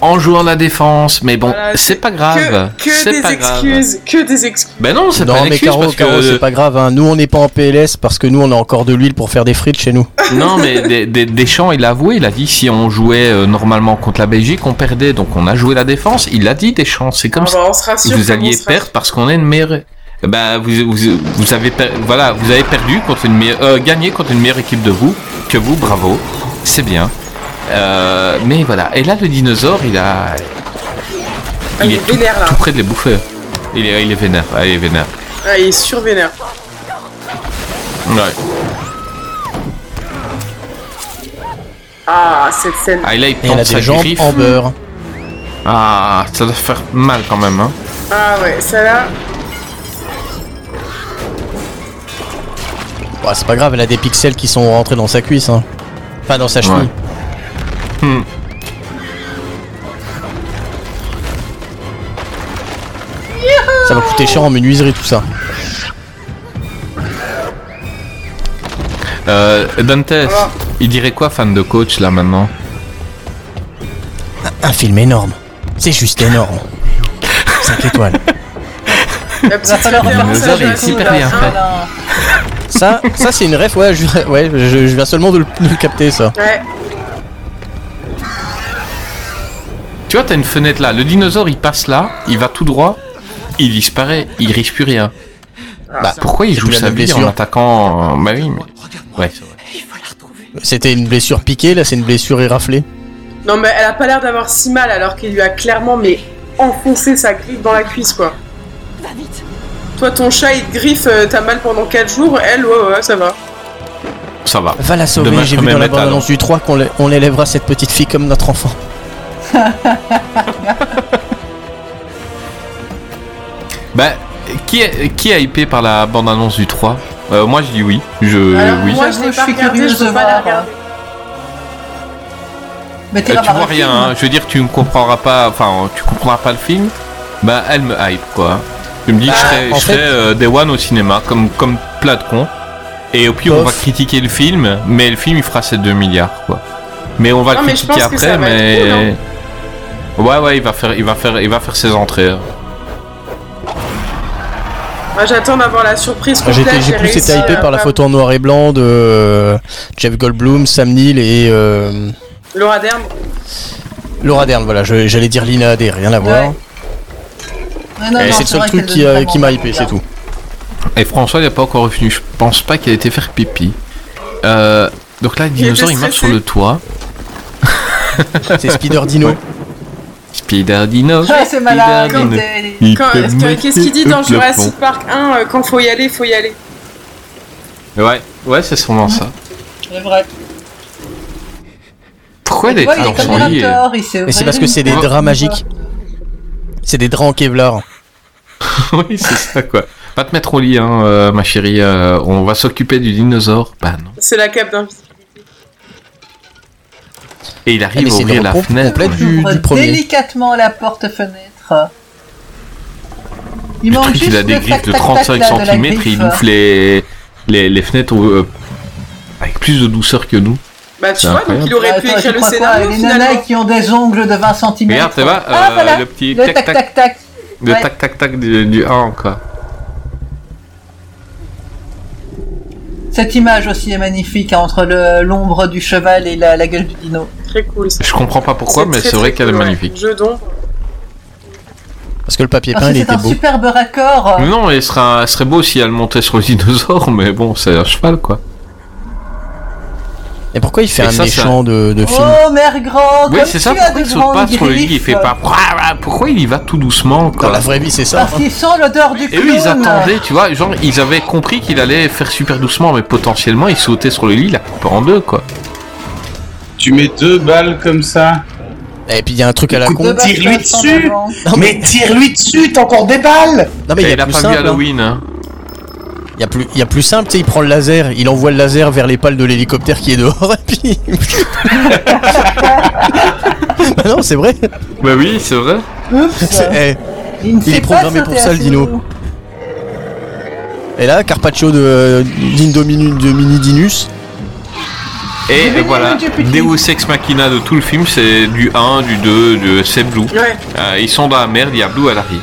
Speaker 5: en jouant la défense. Mais bon,
Speaker 9: Voilà,
Speaker 5: c'est pas grave.
Speaker 9: Que,
Speaker 5: Ah,
Speaker 9: que
Speaker 5: bah, c'est
Speaker 9: des
Speaker 5: pas
Speaker 9: excuses,
Speaker 5: grave.
Speaker 9: que des excuses.
Speaker 5: Ben non, c'est
Speaker 6: non
Speaker 5: pas une
Speaker 6: mais
Speaker 5: excuse
Speaker 6: Caro,
Speaker 5: parce
Speaker 6: Caro,
Speaker 5: que.
Speaker 6: c'est pas grave. hein. Nous, on n'est pas en PLS parce que nous, on a encore de l'huile pour faire des frites chez nous.
Speaker 5: Non, mais Des- Des- Deschamps, il a avoué, il a dit si on jouait euh, normalement contre la Belgique, on perdait. Donc on a joué la défense. Il l'a dit, Deschamps. C'est comme
Speaker 9: Ah
Speaker 5: ça.
Speaker 9: bah, on se rassure,
Speaker 5: vous
Speaker 9: comme on
Speaker 5: alliez
Speaker 9: se rassure.
Speaker 5: perdre parce qu'on est une meilleure. Bah, vous, vous, vous avez per- voilà, vous avez perdu contre une meilleure, euh, gagné contre une meilleure équipe de vous que vous. Bravo, c'est bien. Euh, mais voilà. Et là, le dinosaure, il a,
Speaker 9: Ah, il est
Speaker 5: tout,
Speaker 9: vénère, là.
Speaker 5: tout près de les bouffer. Il est, il est vénère. Ah, il est vénère.
Speaker 9: Ah, il est survénère.
Speaker 5: Ouais.
Speaker 9: Ah, cette scène.
Speaker 5: Ah, et là, il
Speaker 6: Et elle
Speaker 5: plante
Speaker 6: a
Speaker 5: sa
Speaker 6: des jambes
Speaker 5: griffe.
Speaker 6: en beurre.
Speaker 5: Ah, ça doit faire mal quand même. Hein.
Speaker 9: Ah ouais, ça là.
Speaker 6: Bah, c'est pas grave, elle a des pixels qui sont rentrés dans sa cuisse. Hein. Enfin, dans sa
Speaker 5: Ouais.
Speaker 6: cheville.
Speaker 5: Hmm.
Speaker 6: Ça va coûter cher en menuiserie tout ça.
Speaker 5: Euh, Dantes, il dirait quoi fan de coach là maintenant
Speaker 6: Un film énorme. C'est juste énorme. 5 étoiles.
Speaker 9: La petite référence à
Speaker 5: Dinosaure est
Speaker 9: Jurassic
Speaker 5: super
Speaker 9: Park
Speaker 5: bien fait.
Speaker 9: 1, là.
Speaker 6: Ça, ça c'est une ref, ouais, je, ouais, je, je viens seulement de le, de le capter ça.
Speaker 9: Ouais.
Speaker 5: Tu vois, t'as une fenêtre là. Le dinosaure, il passe là, il va tout droit, il disparaît, il risque plus rien. Bah, pourquoi il
Speaker 6: c'est
Speaker 5: joue
Speaker 6: plus la
Speaker 5: sa
Speaker 6: même
Speaker 5: vie en
Speaker 6: blessure.
Speaker 5: attaquant Bah oui, mais... ouais.
Speaker 6: C'était une blessure piquée, là c'est une blessure éraflée.
Speaker 9: Non, mais elle a pas l'air d'avoir si mal alors qu'il lui a clairement mais enfoncé sa griffe dans la cuisse quoi.
Speaker 11: Va vite.
Speaker 9: Toi, ton chat il te griffe, euh, t'as mal pendant 4 jours, elle, ouais, ouais, ça va.
Speaker 5: Ça va.
Speaker 6: Va la sauver,
Speaker 5: Dommage
Speaker 6: j'ai
Speaker 5: quand
Speaker 6: vu
Speaker 5: même
Speaker 6: dans la
Speaker 5: Metal, hein.
Speaker 6: bande-annonce du 3 qu'on l'é- on élèvera cette petite fille comme notre enfant.
Speaker 5: Bah, qui est, qui est hypé par la bande-annonce du 3 Euh, Moi, je dis oui. Je,
Speaker 9: Alors,
Speaker 5: oui.
Speaker 9: moi, je
Speaker 8: J'avoue,
Speaker 9: l'ai
Speaker 8: je
Speaker 9: pas
Speaker 8: suis
Speaker 9: regardé,
Speaker 8: curieuse
Speaker 9: je peux
Speaker 8: de
Speaker 9: pas la
Speaker 8: voir.
Speaker 9: regarder.
Speaker 8: Mais
Speaker 5: Euh,
Speaker 8: t'iras
Speaker 5: tu
Speaker 8: voir
Speaker 5: vois
Speaker 8: le
Speaker 5: rien,
Speaker 8: film.
Speaker 5: hein. je veux dire, tu ne comprendras pas, enfin, tu comprendras pas le film. Bah, elle me hype, quoi. Tu me
Speaker 9: Bah,
Speaker 5: dis que je serais,
Speaker 6: en
Speaker 5: je serais,
Speaker 6: fait-
Speaker 5: euh, Day One au cinéma, comme, comme plein de cons. Et au pire, on va
Speaker 6: Bof.
Speaker 5: critiquer le film, mais le film, il fera ses 2 milliards, quoi. Mais on va
Speaker 9: Non,
Speaker 5: le
Speaker 9: mais je
Speaker 5: critiquer
Speaker 9: pense que
Speaker 5: après,
Speaker 9: ça va
Speaker 5: mais.
Speaker 9: être hein. cool,
Speaker 5: Ouais, ouais, il va faire, il va faire, il va faire ses entrées. hein.
Speaker 9: Moi, j'attends d'avoir la surprise complète.
Speaker 6: J'étais- J'ai plus
Speaker 9: réussi
Speaker 6: été hypé
Speaker 9: à
Speaker 6: par la
Speaker 9: pas-
Speaker 6: photo en noir et blanc de euh, Jeff Goldblum, Sam Neill et euh,
Speaker 9: Laura Dern.
Speaker 6: Laura Dern, voilà, je- j'allais dire Lina Adair, rien à voir.
Speaker 8: Ouais, non,
Speaker 6: Et
Speaker 8: non,
Speaker 6: Eh, c'est le seul
Speaker 8: vrai
Speaker 6: truc
Speaker 8: qu'elle
Speaker 6: qui,
Speaker 8: donne
Speaker 6: euh,
Speaker 8: vraiment
Speaker 6: qui m'a
Speaker 8: envie de
Speaker 6: hypé, c'est
Speaker 8: regarder.
Speaker 6: tout.
Speaker 5: Et François, il n'est pas encore revenu. Je pense pas qu'il a été faire pipi. Euh, donc là, le
Speaker 9: Il était
Speaker 5: dinosaure, il marche sur
Speaker 9: stressé.
Speaker 5: le toit.
Speaker 6: C'est Spider Dino.
Speaker 5: Spider Dino.
Speaker 8: Ah, c'est malade.
Speaker 5: Spider
Speaker 9: Quand-
Speaker 5: Dino.
Speaker 9: quand- quand- Qu'est-ce qu'il dit dans Jurassic Park 1 euh, Quand faut y aller, faut y aller.
Speaker 5: Ouais, ouais, c'est sûrement ça.
Speaker 8: C'est vrai.
Speaker 5: Pourquoi
Speaker 8: Tu
Speaker 5: les
Speaker 8: vois, il
Speaker 5: dans
Speaker 8: est comme
Speaker 5: son
Speaker 8: un
Speaker 5: lit
Speaker 8: acteur, il s'est
Speaker 6: Mais c'est
Speaker 8: ouvert
Speaker 6: parce que
Speaker 8: une
Speaker 6: c'est des
Speaker 8: porte,
Speaker 6: draps
Speaker 8: une
Speaker 6: magiques.
Speaker 8: porte.
Speaker 6: C'est des draps en Kevlar.
Speaker 5: Oui, c'est ça quoi. Va te mettre au lit, hein, euh, ma chérie. euh, on va s'occuper du dinosaure. Bah non.
Speaker 9: C'est la cape d'un
Speaker 5: Et il arrive
Speaker 6: Ah, mais
Speaker 5: à
Speaker 6: c'est
Speaker 5: ouvrir
Speaker 6: le
Speaker 5: la
Speaker 6: repos
Speaker 5: fenêtre.
Speaker 6: complet du-
Speaker 5: ouais.
Speaker 8: Ouvre
Speaker 6: du premier.
Speaker 8: délicatement la porte-fenêtre. Il
Speaker 5: Le
Speaker 8: manque
Speaker 5: truc,
Speaker 8: juste
Speaker 5: il a
Speaker 8: le
Speaker 5: des griffes de
Speaker 8: tac-tac-tac,
Speaker 5: 35
Speaker 8: là, de la
Speaker 5: cm et
Speaker 8: griffe.
Speaker 5: il ouvre les, les, les fenêtres euh, avec plus de douceur que nous.
Speaker 9: Bah, tu
Speaker 5: C'est
Speaker 9: vois, donc
Speaker 5: incroyable.
Speaker 9: il aurait
Speaker 8: Attends,
Speaker 9: pu
Speaker 8: tu
Speaker 9: écrire le
Speaker 8: crois quoi,
Speaker 9: scénario
Speaker 8: Les nanas
Speaker 9: finalement.
Speaker 8: qui ont des ongles de 20 cm.
Speaker 5: Regarde, ça va,
Speaker 8: Ah,
Speaker 5: euh,
Speaker 8: voilà.
Speaker 5: le petit
Speaker 8: Le
Speaker 5: tac-tac.
Speaker 8: tac-tac-tac.
Speaker 5: Le
Speaker 8: Ouais.
Speaker 5: tac-tac-tac du, du 1 quoi.
Speaker 8: Cette image aussi est magnifique hein, entre le- l'ombre du cheval et la, la gueule du dino.
Speaker 9: Très cool. ça.
Speaker 5: Je comprends pas pourquoi, mais
Speaker 9: très,
Speaker 5: c'est vrai
Speaker 9: très
Speaker 5: qu'elle est
Speaker 9: cool, ouais.
Speaker 5: magnifique.
Speaker 9: Jeu d'ombre.
Speaker 6: Parce que le papier
Speaker 8: Parce
Speaker 6: peint,
Speaker 8: que
Speaker 6: il
Speaker 8: c'est
Speaker 6: était
Speaker 8: un
Speaker 6: beau.
Speaker 8: superbe raccord.
Speaker 5: Mais Non, il sera, serait beau si elle montait sur le dinosaure, mais bon, c'est un cheval quoi.
Speaker 6: Et pourquoi il fait
Speaker 5: Et
Speaker 6: un
Speaker 5: ça, ça-
Speaker 6: méchant de, de film
Speaker 8: Oh, mère grande,
Speaker 5: Oui,
Speaker 8: comme
Speaker 5: c'est
Speaker 8: tu
Speaker 5: ça,
Speaker 8: as
Speaker 5: pourquoi
Speaker 8: de
Speaker 5: il saute
Speaker 8: grandes
Speaker 5: pas sur le lit,
Speaker 8: griffes.
Speaker 5: il fait pas. Pourquoi il y va tout doucement
Speaker 6: Dans
Speaker 5: quoi
Speaker 6: la vraie vie, c'est ça.
Speaker 8: Parce qu'ils sentent l'odeur du
Speaker 5: Et eux, ils
Speaker 8: clown.
Speaker 5: attendaient, tu vois, genre, ils avaient compris qu'il allait faire super doucement, mais potentiellement, ils sautaient sur le lit, la coupé en deux, quoi.
Speaker 1: Tu mets deux balles comme ça.
Speaker 6: Et puis il y a un truc à la con.
Speaker 8: Dommage
Speaker 7: Tire-lui
Speaker 8: que ça sente
Speaker 7: dessus.
Speaker 8: avant.
Speaker 6: Non mais,
Speaker 7: Mais tire-lui dessus, t'as encore des balles
Speaker 6: non, mais
Speaker 5: Et
Speaker 6: il y
Speaker 5: il
Speaker 6: a
Speaker 5: a
Speaker 6: plus
Speaker 5: pas vu
Speaker 6: simple. hein.
Speaker 5: Halloween, hein.
Speaker 6: Il y a plus, il y a plus simple, tu sais, il prend le laser, il envoie le laser vers les pales de l'hélicoptère qui est dehors, et puis. bah non, c'est vrai.
Speaker 5: Bah oui, c'est vrai.
Speaker 8: Oups.
Speaker 6: C'est- eh,
Speaker 8: Il, ne
Speaker 6: il
Speaker 8: sait
Speaker 6: est
Speaker 8: pas
Speaker 6: programmé
Speaker 8: sauter
Speaker 6: pour ça, le
Speaker 8: assez
Speaker 6: dino.
Speaker 8: haut.
Speaker 6: Et eh là, Carpaccio de d'Indominus de Mini Dinus.
Speaker 5: Et
Speaker 8: Mais oui,
Speaker 5: voilà,
Speaker 8: mais Dieu putain.
Speaker 5: Deus Ex Machina de tout le film, c'est du 1, du 2, de... c'est Blue.
Speaker 9: Ouais.
Speaker 5: Euh, ils sont dans la merde, il y a Blue, Eh elle arrive.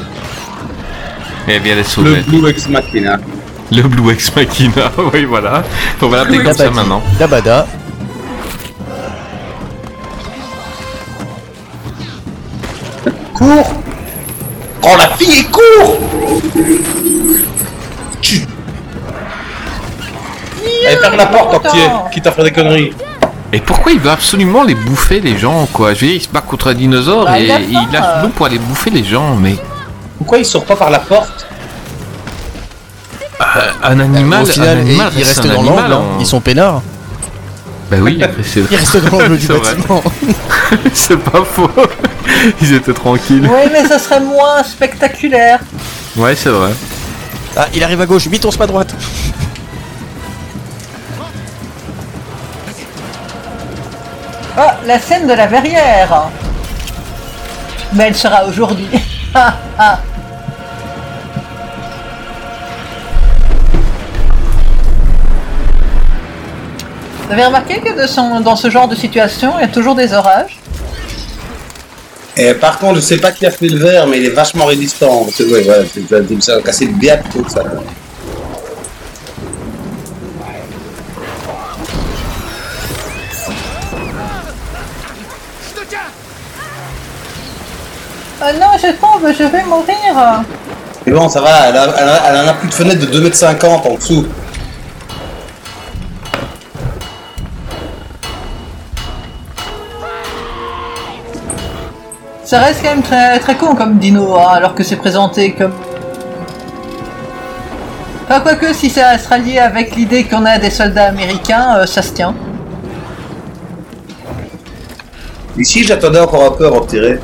Speaker 5: Et elle vient les
Speaker 1: Le
Speaker 5: sauver.
Speaker 1: Blue Ex Machina.
Speaker 5: Le Blue Ex Machina, oui, voilà. On va l'appeler
Speaker 6: la
Speaker 5: comme ça
Speaker 6: Badi,
Speaker 5: maintenant.
Speaker 6: la Bada.
Speaker 7: Cours Prends la fille et cours Tu... Allez, ferme la porte, tant que t'y es, quitte à faire des conneries.
Speaker 5: Et pourquoi il veut absolument les bouffer, les gens, quoi Je veux dire, il se bat contre un dinosaure
Speaker 8: Bah,
Speaker 5: et
Speaker 8: il a faim,
Speaker 5: il lâche
Speaker 8: euh.
Speaker 5: Blue pour aller bouffer les gens, mais.
Speaker 7: Pourquoi il sort pas par la porte
Speaker 5: Euh, Un animal,
Speaker 6: Au
Speaker 5: un
Speaker 6: final, et-
Speaker 5: animal
Speaker 6: ils restent
Speaker 5: un
Speaker 6: dans
Speaker 5: animal,
Speaker 6: l'angle, hein.
Speaker 5: on-
Speaker 6: ils sont peinards.
Speaker 5: Bah oui, après, c'est
Speaker 6: Ils restent dans l'angle du
Speaker 5: C'est vrai.
Speaker 6: bâtiment.
Speaker 5: C'est pas faux. Ils étaient tranquilles.
Speaker 8: Oui, mais ça serait moins spectaculaire.
Speaker 5: Ouais, c'est vrai.
Speaker 6: Ah, il arrive à gauche, vite, on se met à droite.
Speaker 8: Oh, la scène de la verrière. Mais elle sera aujourd'hui. Ah, ah. Vous avez remarqué que de son- dans ce genre de situation, il y a toujours des orages
Speaker 19: Et Eh, par contre, je sais pas qui a fait le verre, mais il est vachement résistant. C'est vrai, ouais, c'est ça, c'est ça, cassé de bien plutôt que ça.
Speaker 8: Ah non, je tombe, je vais mourir.
Speaker 19: Mais bon, ça va, elle, a, elle, a- elle en a plus de fenêtre de 2m50 en dessous.
Speaker 8: Ça reste quand même très, très con comme dino, hein, alors que c'est présenté comme. Enfin, quoique, si ça se rallie avec l'idée qu'on a des soldats américains, euh, ça se tient.
Speaker 19: Ici, j'attendais encore un peu avant de tirer.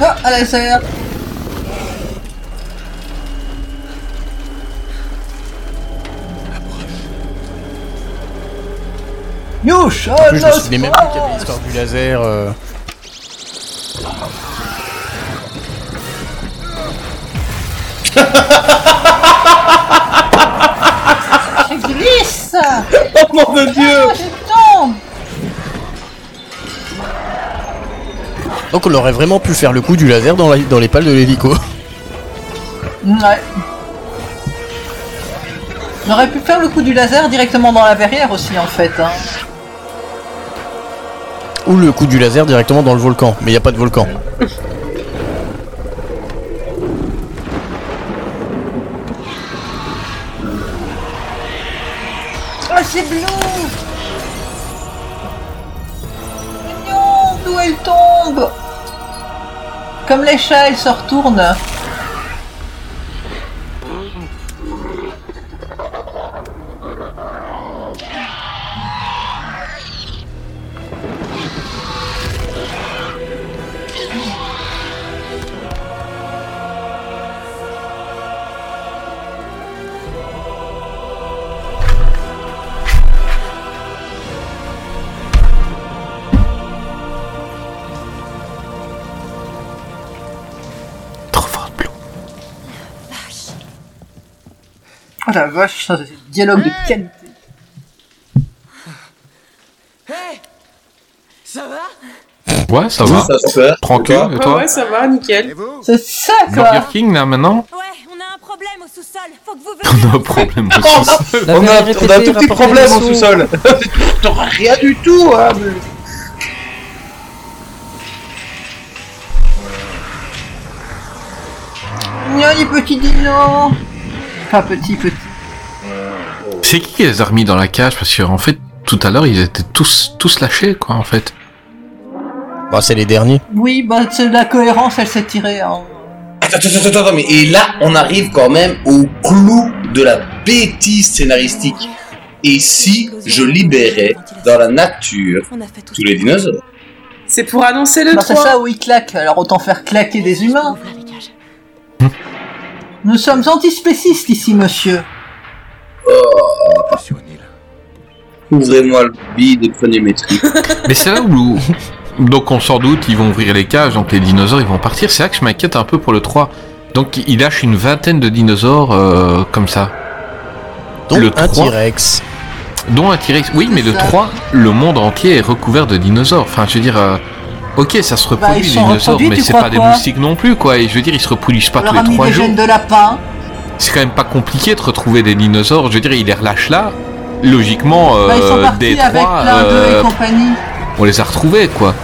Speaker 8: Oh, à la serre Youch
Speaker 6: En plus, je me souvenais même pas qu'il y avait l'histoire du laser. euh.
Speaker 8: Ah, Je glisse Ah,
Speaker 19: Oh mon dieu
Speaker 8: Je tombe
Speaker 6: Donc, on aurait vraiment pu faire le coup du laser dans, la- dans les pales de l'hélico.
Speaker 8: Ouais. On aurait pu faire le coup du laser directement dans la verrière aussi, en fait. hein.
Speaker 6: Ou le coup du laser directement dans le volcan. Mais il n'y a pas de volcan.
Speaker 8: Oh, c'est bleu Mignon, d'où elle tombe Comme les chats, elle se retourne. Oh la vache, ça c'est des dialogues de qualité.
Speaker 37: Ça va
Speaker 5: Ouais, ça
Speaker 19: Oui,
Speaker 5: va.
Speaker 19: ça, super.
Speaker 5: Tranquille,
Speaker 19: Et toi
Speaker 5: et toi
Speaker 9: ouais, ça va, nickel.
Speaker 8: C'est ça,
Speaker 5: Burger King, là, maintenant On a un problème au
Speaker 19: Oh,
Speaker 5: sous-sol. Faut que vous
Speaker 19: on, a, on a un tout petit problème en sous-sol. T'auras rien du tout, hein. mais-
Speaker 8: Mignon, les petits dinos Enfin, petit, petit.
Speaker 5: C'est qui qui les a remis dans la cage Parce qu'en fait, tout à l'heure, ils étaient tous, tous lâchés, quoi, en fait.
Speaker 6: Bah, c'est les derniers.
Speaker 8: Oui, bah, c'est de la cohérence, elle s'est tirée. hein.
Speaker 19: Attends, attends, attends, attends, mais et là, on arrive quand même au clou de la bêtise scénaristique. Et si je libérais dans la nature tous les dinosaures
Speaker 9: C'est pour annoncer le
Speaker 8: Bah, c'est
Speaker 9: 3.
Speaker 8: ça, oui, claque. Alors autant faire claquer des humains. Nous sommes antispécistes ici, monsieur.
Speaker 19: Oh. Ouvrez-moi le bide et prenez mes trucs.
Speaker 5: Mais c'est là où. Donc, on sort doute, ils vont ouvrir les cages, donc les dinosaures, ils vont partir. C'est là que je m'inquiète un peu pour le 3. Donc, il lâche une vingtaine de dinosaures euh, comme ça.
Speaker 6: Dont
Speaker 5: le
Speaker 6: un
Speaker 5: 3,
Speaker 6: T-Rex. Bah,
Speaker 5: Dont un T-Rex. Oui, mais le
Speaker 8: Ça.
Speaker 5: 3, le monde entier est recouvert de dinosaures. Enfin, je veux dire. euh, Ok, ça se
Speaker 8: Bah, ils
Speaker 5: reproduit,
Speaker 8: sont
Speaker 5: les dinosaures,
Speaker 8: reproduits,
Speaker 5: mais
Speaker 8: tu
Speaker 5: c'est
Speaker 8: crois
Speaker 5: pas des
Speaker 8: quoi
Speaker 5: moustiques non plus, quoi. Et je veux dire, ils se reproduisent pas
Speaker 8: On leur
Speaker 5: tous
Speaker 8: a
Speaker 5: les
Speaker 8: mis
Speaker 5: trois
Speaker 8: des
Speaker 5: jours.
Speaker 8: gènes de lapin.
Speaker 5: C'est quand même pas compliqué de retrouver des dinosaures. Je veux dire, il les relâche là. Logiquement,
Speaker 8: Bah, ils sont
Speaker 5: euh, des
Speaker 8: partis avec
Speaker 5: trois,
Speaker 8: plein d'œufs
Speaker 5: euh,
Speaker 8: et compagnie.
Speaker 5: on les a retrouvés, quoi.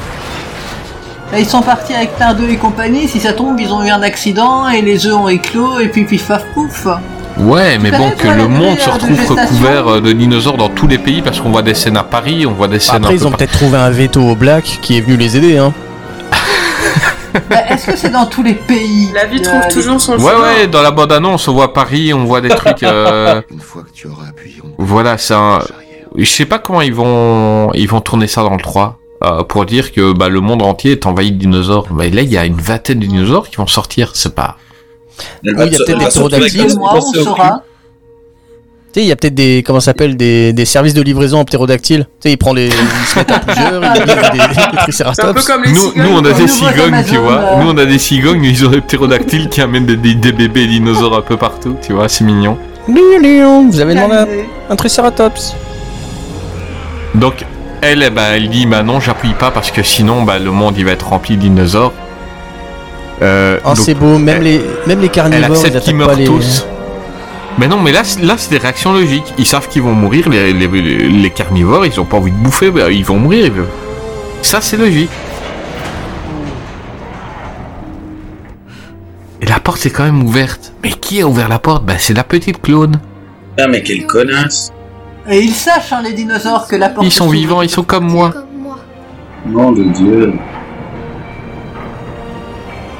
Speaker 8: Bah, ils sont partis avec plein d'œufs et compagnie. Si ça tombe, ils ont eu un accident et les œufs ont éclos et puis pif paf pouf. Bah,
Speaker 5: Ouais, mais bon,
Speaker 8: connais,
Speaker 5: que
Speaker 8: toi, la
Speaker 5: le monde
Speaker 8: durée,
Speaker 5: se
Speaker 8: euh, de
Speaker 5: retrouve
Speaker 8: gestation
Speaker 5: recouvert euh, de dinosaures dans tous les pays parce qu'on voit des scènes à Paris, on voit des scènes
Speaker 6: Bah, Après,
Speaker 5: un peu
Speaker 6: ils ont
Speaker 5: partout.
Speaker 6: peut-être trouvé un veto au Black qui est venu les aider. Hein.
Speaker 8: Bah, Est-ce que c'est dans tous les pays
Speaker 9: La vie
Speaker 8: Euh,
Speaker 9: trouve
Speaker 8: les-
Speaker 9: toujours son
Speaker 5: Ouais,
Speaker 9: chemin.
Speaker 5: ouais, dans la bande-annonce, on voit Paris, on voit des trucs. euh, Voilà, c'est un. Je sais pas comment ils vont, ils vont tourner ça dans le 3. euh, pour dire que bah, le monde entier est envahi de dinosaures. Mais là, il y a une vingtaine de dinosaures qui vont sortir, c'est pas.
Speaker 19: Elle
Speaker 6: Oui, il y a
Speaker 19: va-
Speaker 6: peut-être
Speaker 19: elle
Speaker 6: des
Speaker 19: va surtout avec
Speaker 6: pterodactyles.
Speaker 19: elle
Speaker 8: Moi, on
Speaker 19: penser au
Speaker 8: saura.
Speaker 6: Tu sais, il y a peut-être des, comment ça s'appelle, des, des services de livraison en ptérodactyle. Tu sais, il prend les, il se met à plusieurs, il livre des, des
Speaker 9: C'est un peu
Speaker 6: triceratops.
Speaker 9: comme les
Speaker 5: nous,
Speaker 9: cigognes,
Speaker 5: nous, on a
Speaker 9: quoi.
Speaker 5: des
Speaker 9: Nouveau
Speaker 5: cigognes, tu
Speaker 9: Amazon,
Speaker 5: vois.
Speaker 9: euh.
Speaker 5: Nous, on a des cigognes, ils ont des ptérodactyles qui amènent des, des- des bébés dinosaures un peu partout, tu vois, c'est mignon.
Speaker 6: Léon, Léon, vous avez demandé un, un triceratops.
Speaker 5: Donc, elle, eh ben, elle dit bah non, j'appuie pas parce que sinon, bah, le monde il va être rempli de dinosaures. Euh,
Speaker 6: Oh,
Speaker 5: donc,
Speaker 6: c'est beau, même, les, même les
Speaker 5: elle
Speaker 6: carnivores, ils
Speaker 5: accepte qu'ils
Speaker 6: attaquent pas
Speaker 5: meurent
Speaker 6: les.
Speaker 5: tous. Mais non, mais là, c'est- là c'est des réactions logiques. Ils savent qu'ils vont mourir. Les, les- les carnivores, ils ont pas envie de bouffer, bah, ils vont mourir. Ça, c'est logique. Et la porte est quand même ouverte. Mais qui a ouvert la porte Bah, c'est la petite clone.
Speaker 19: Putain, mais quelle connasse.
Speaker 8: Et ils sachent, hein, les dinosaures, que la porte.
Speaker 5: Ils sont
Speaker 8: s'ouvre.
Speaker 5: vivants, ils sont comme moi.
Speaker 19: Nom de Dieu.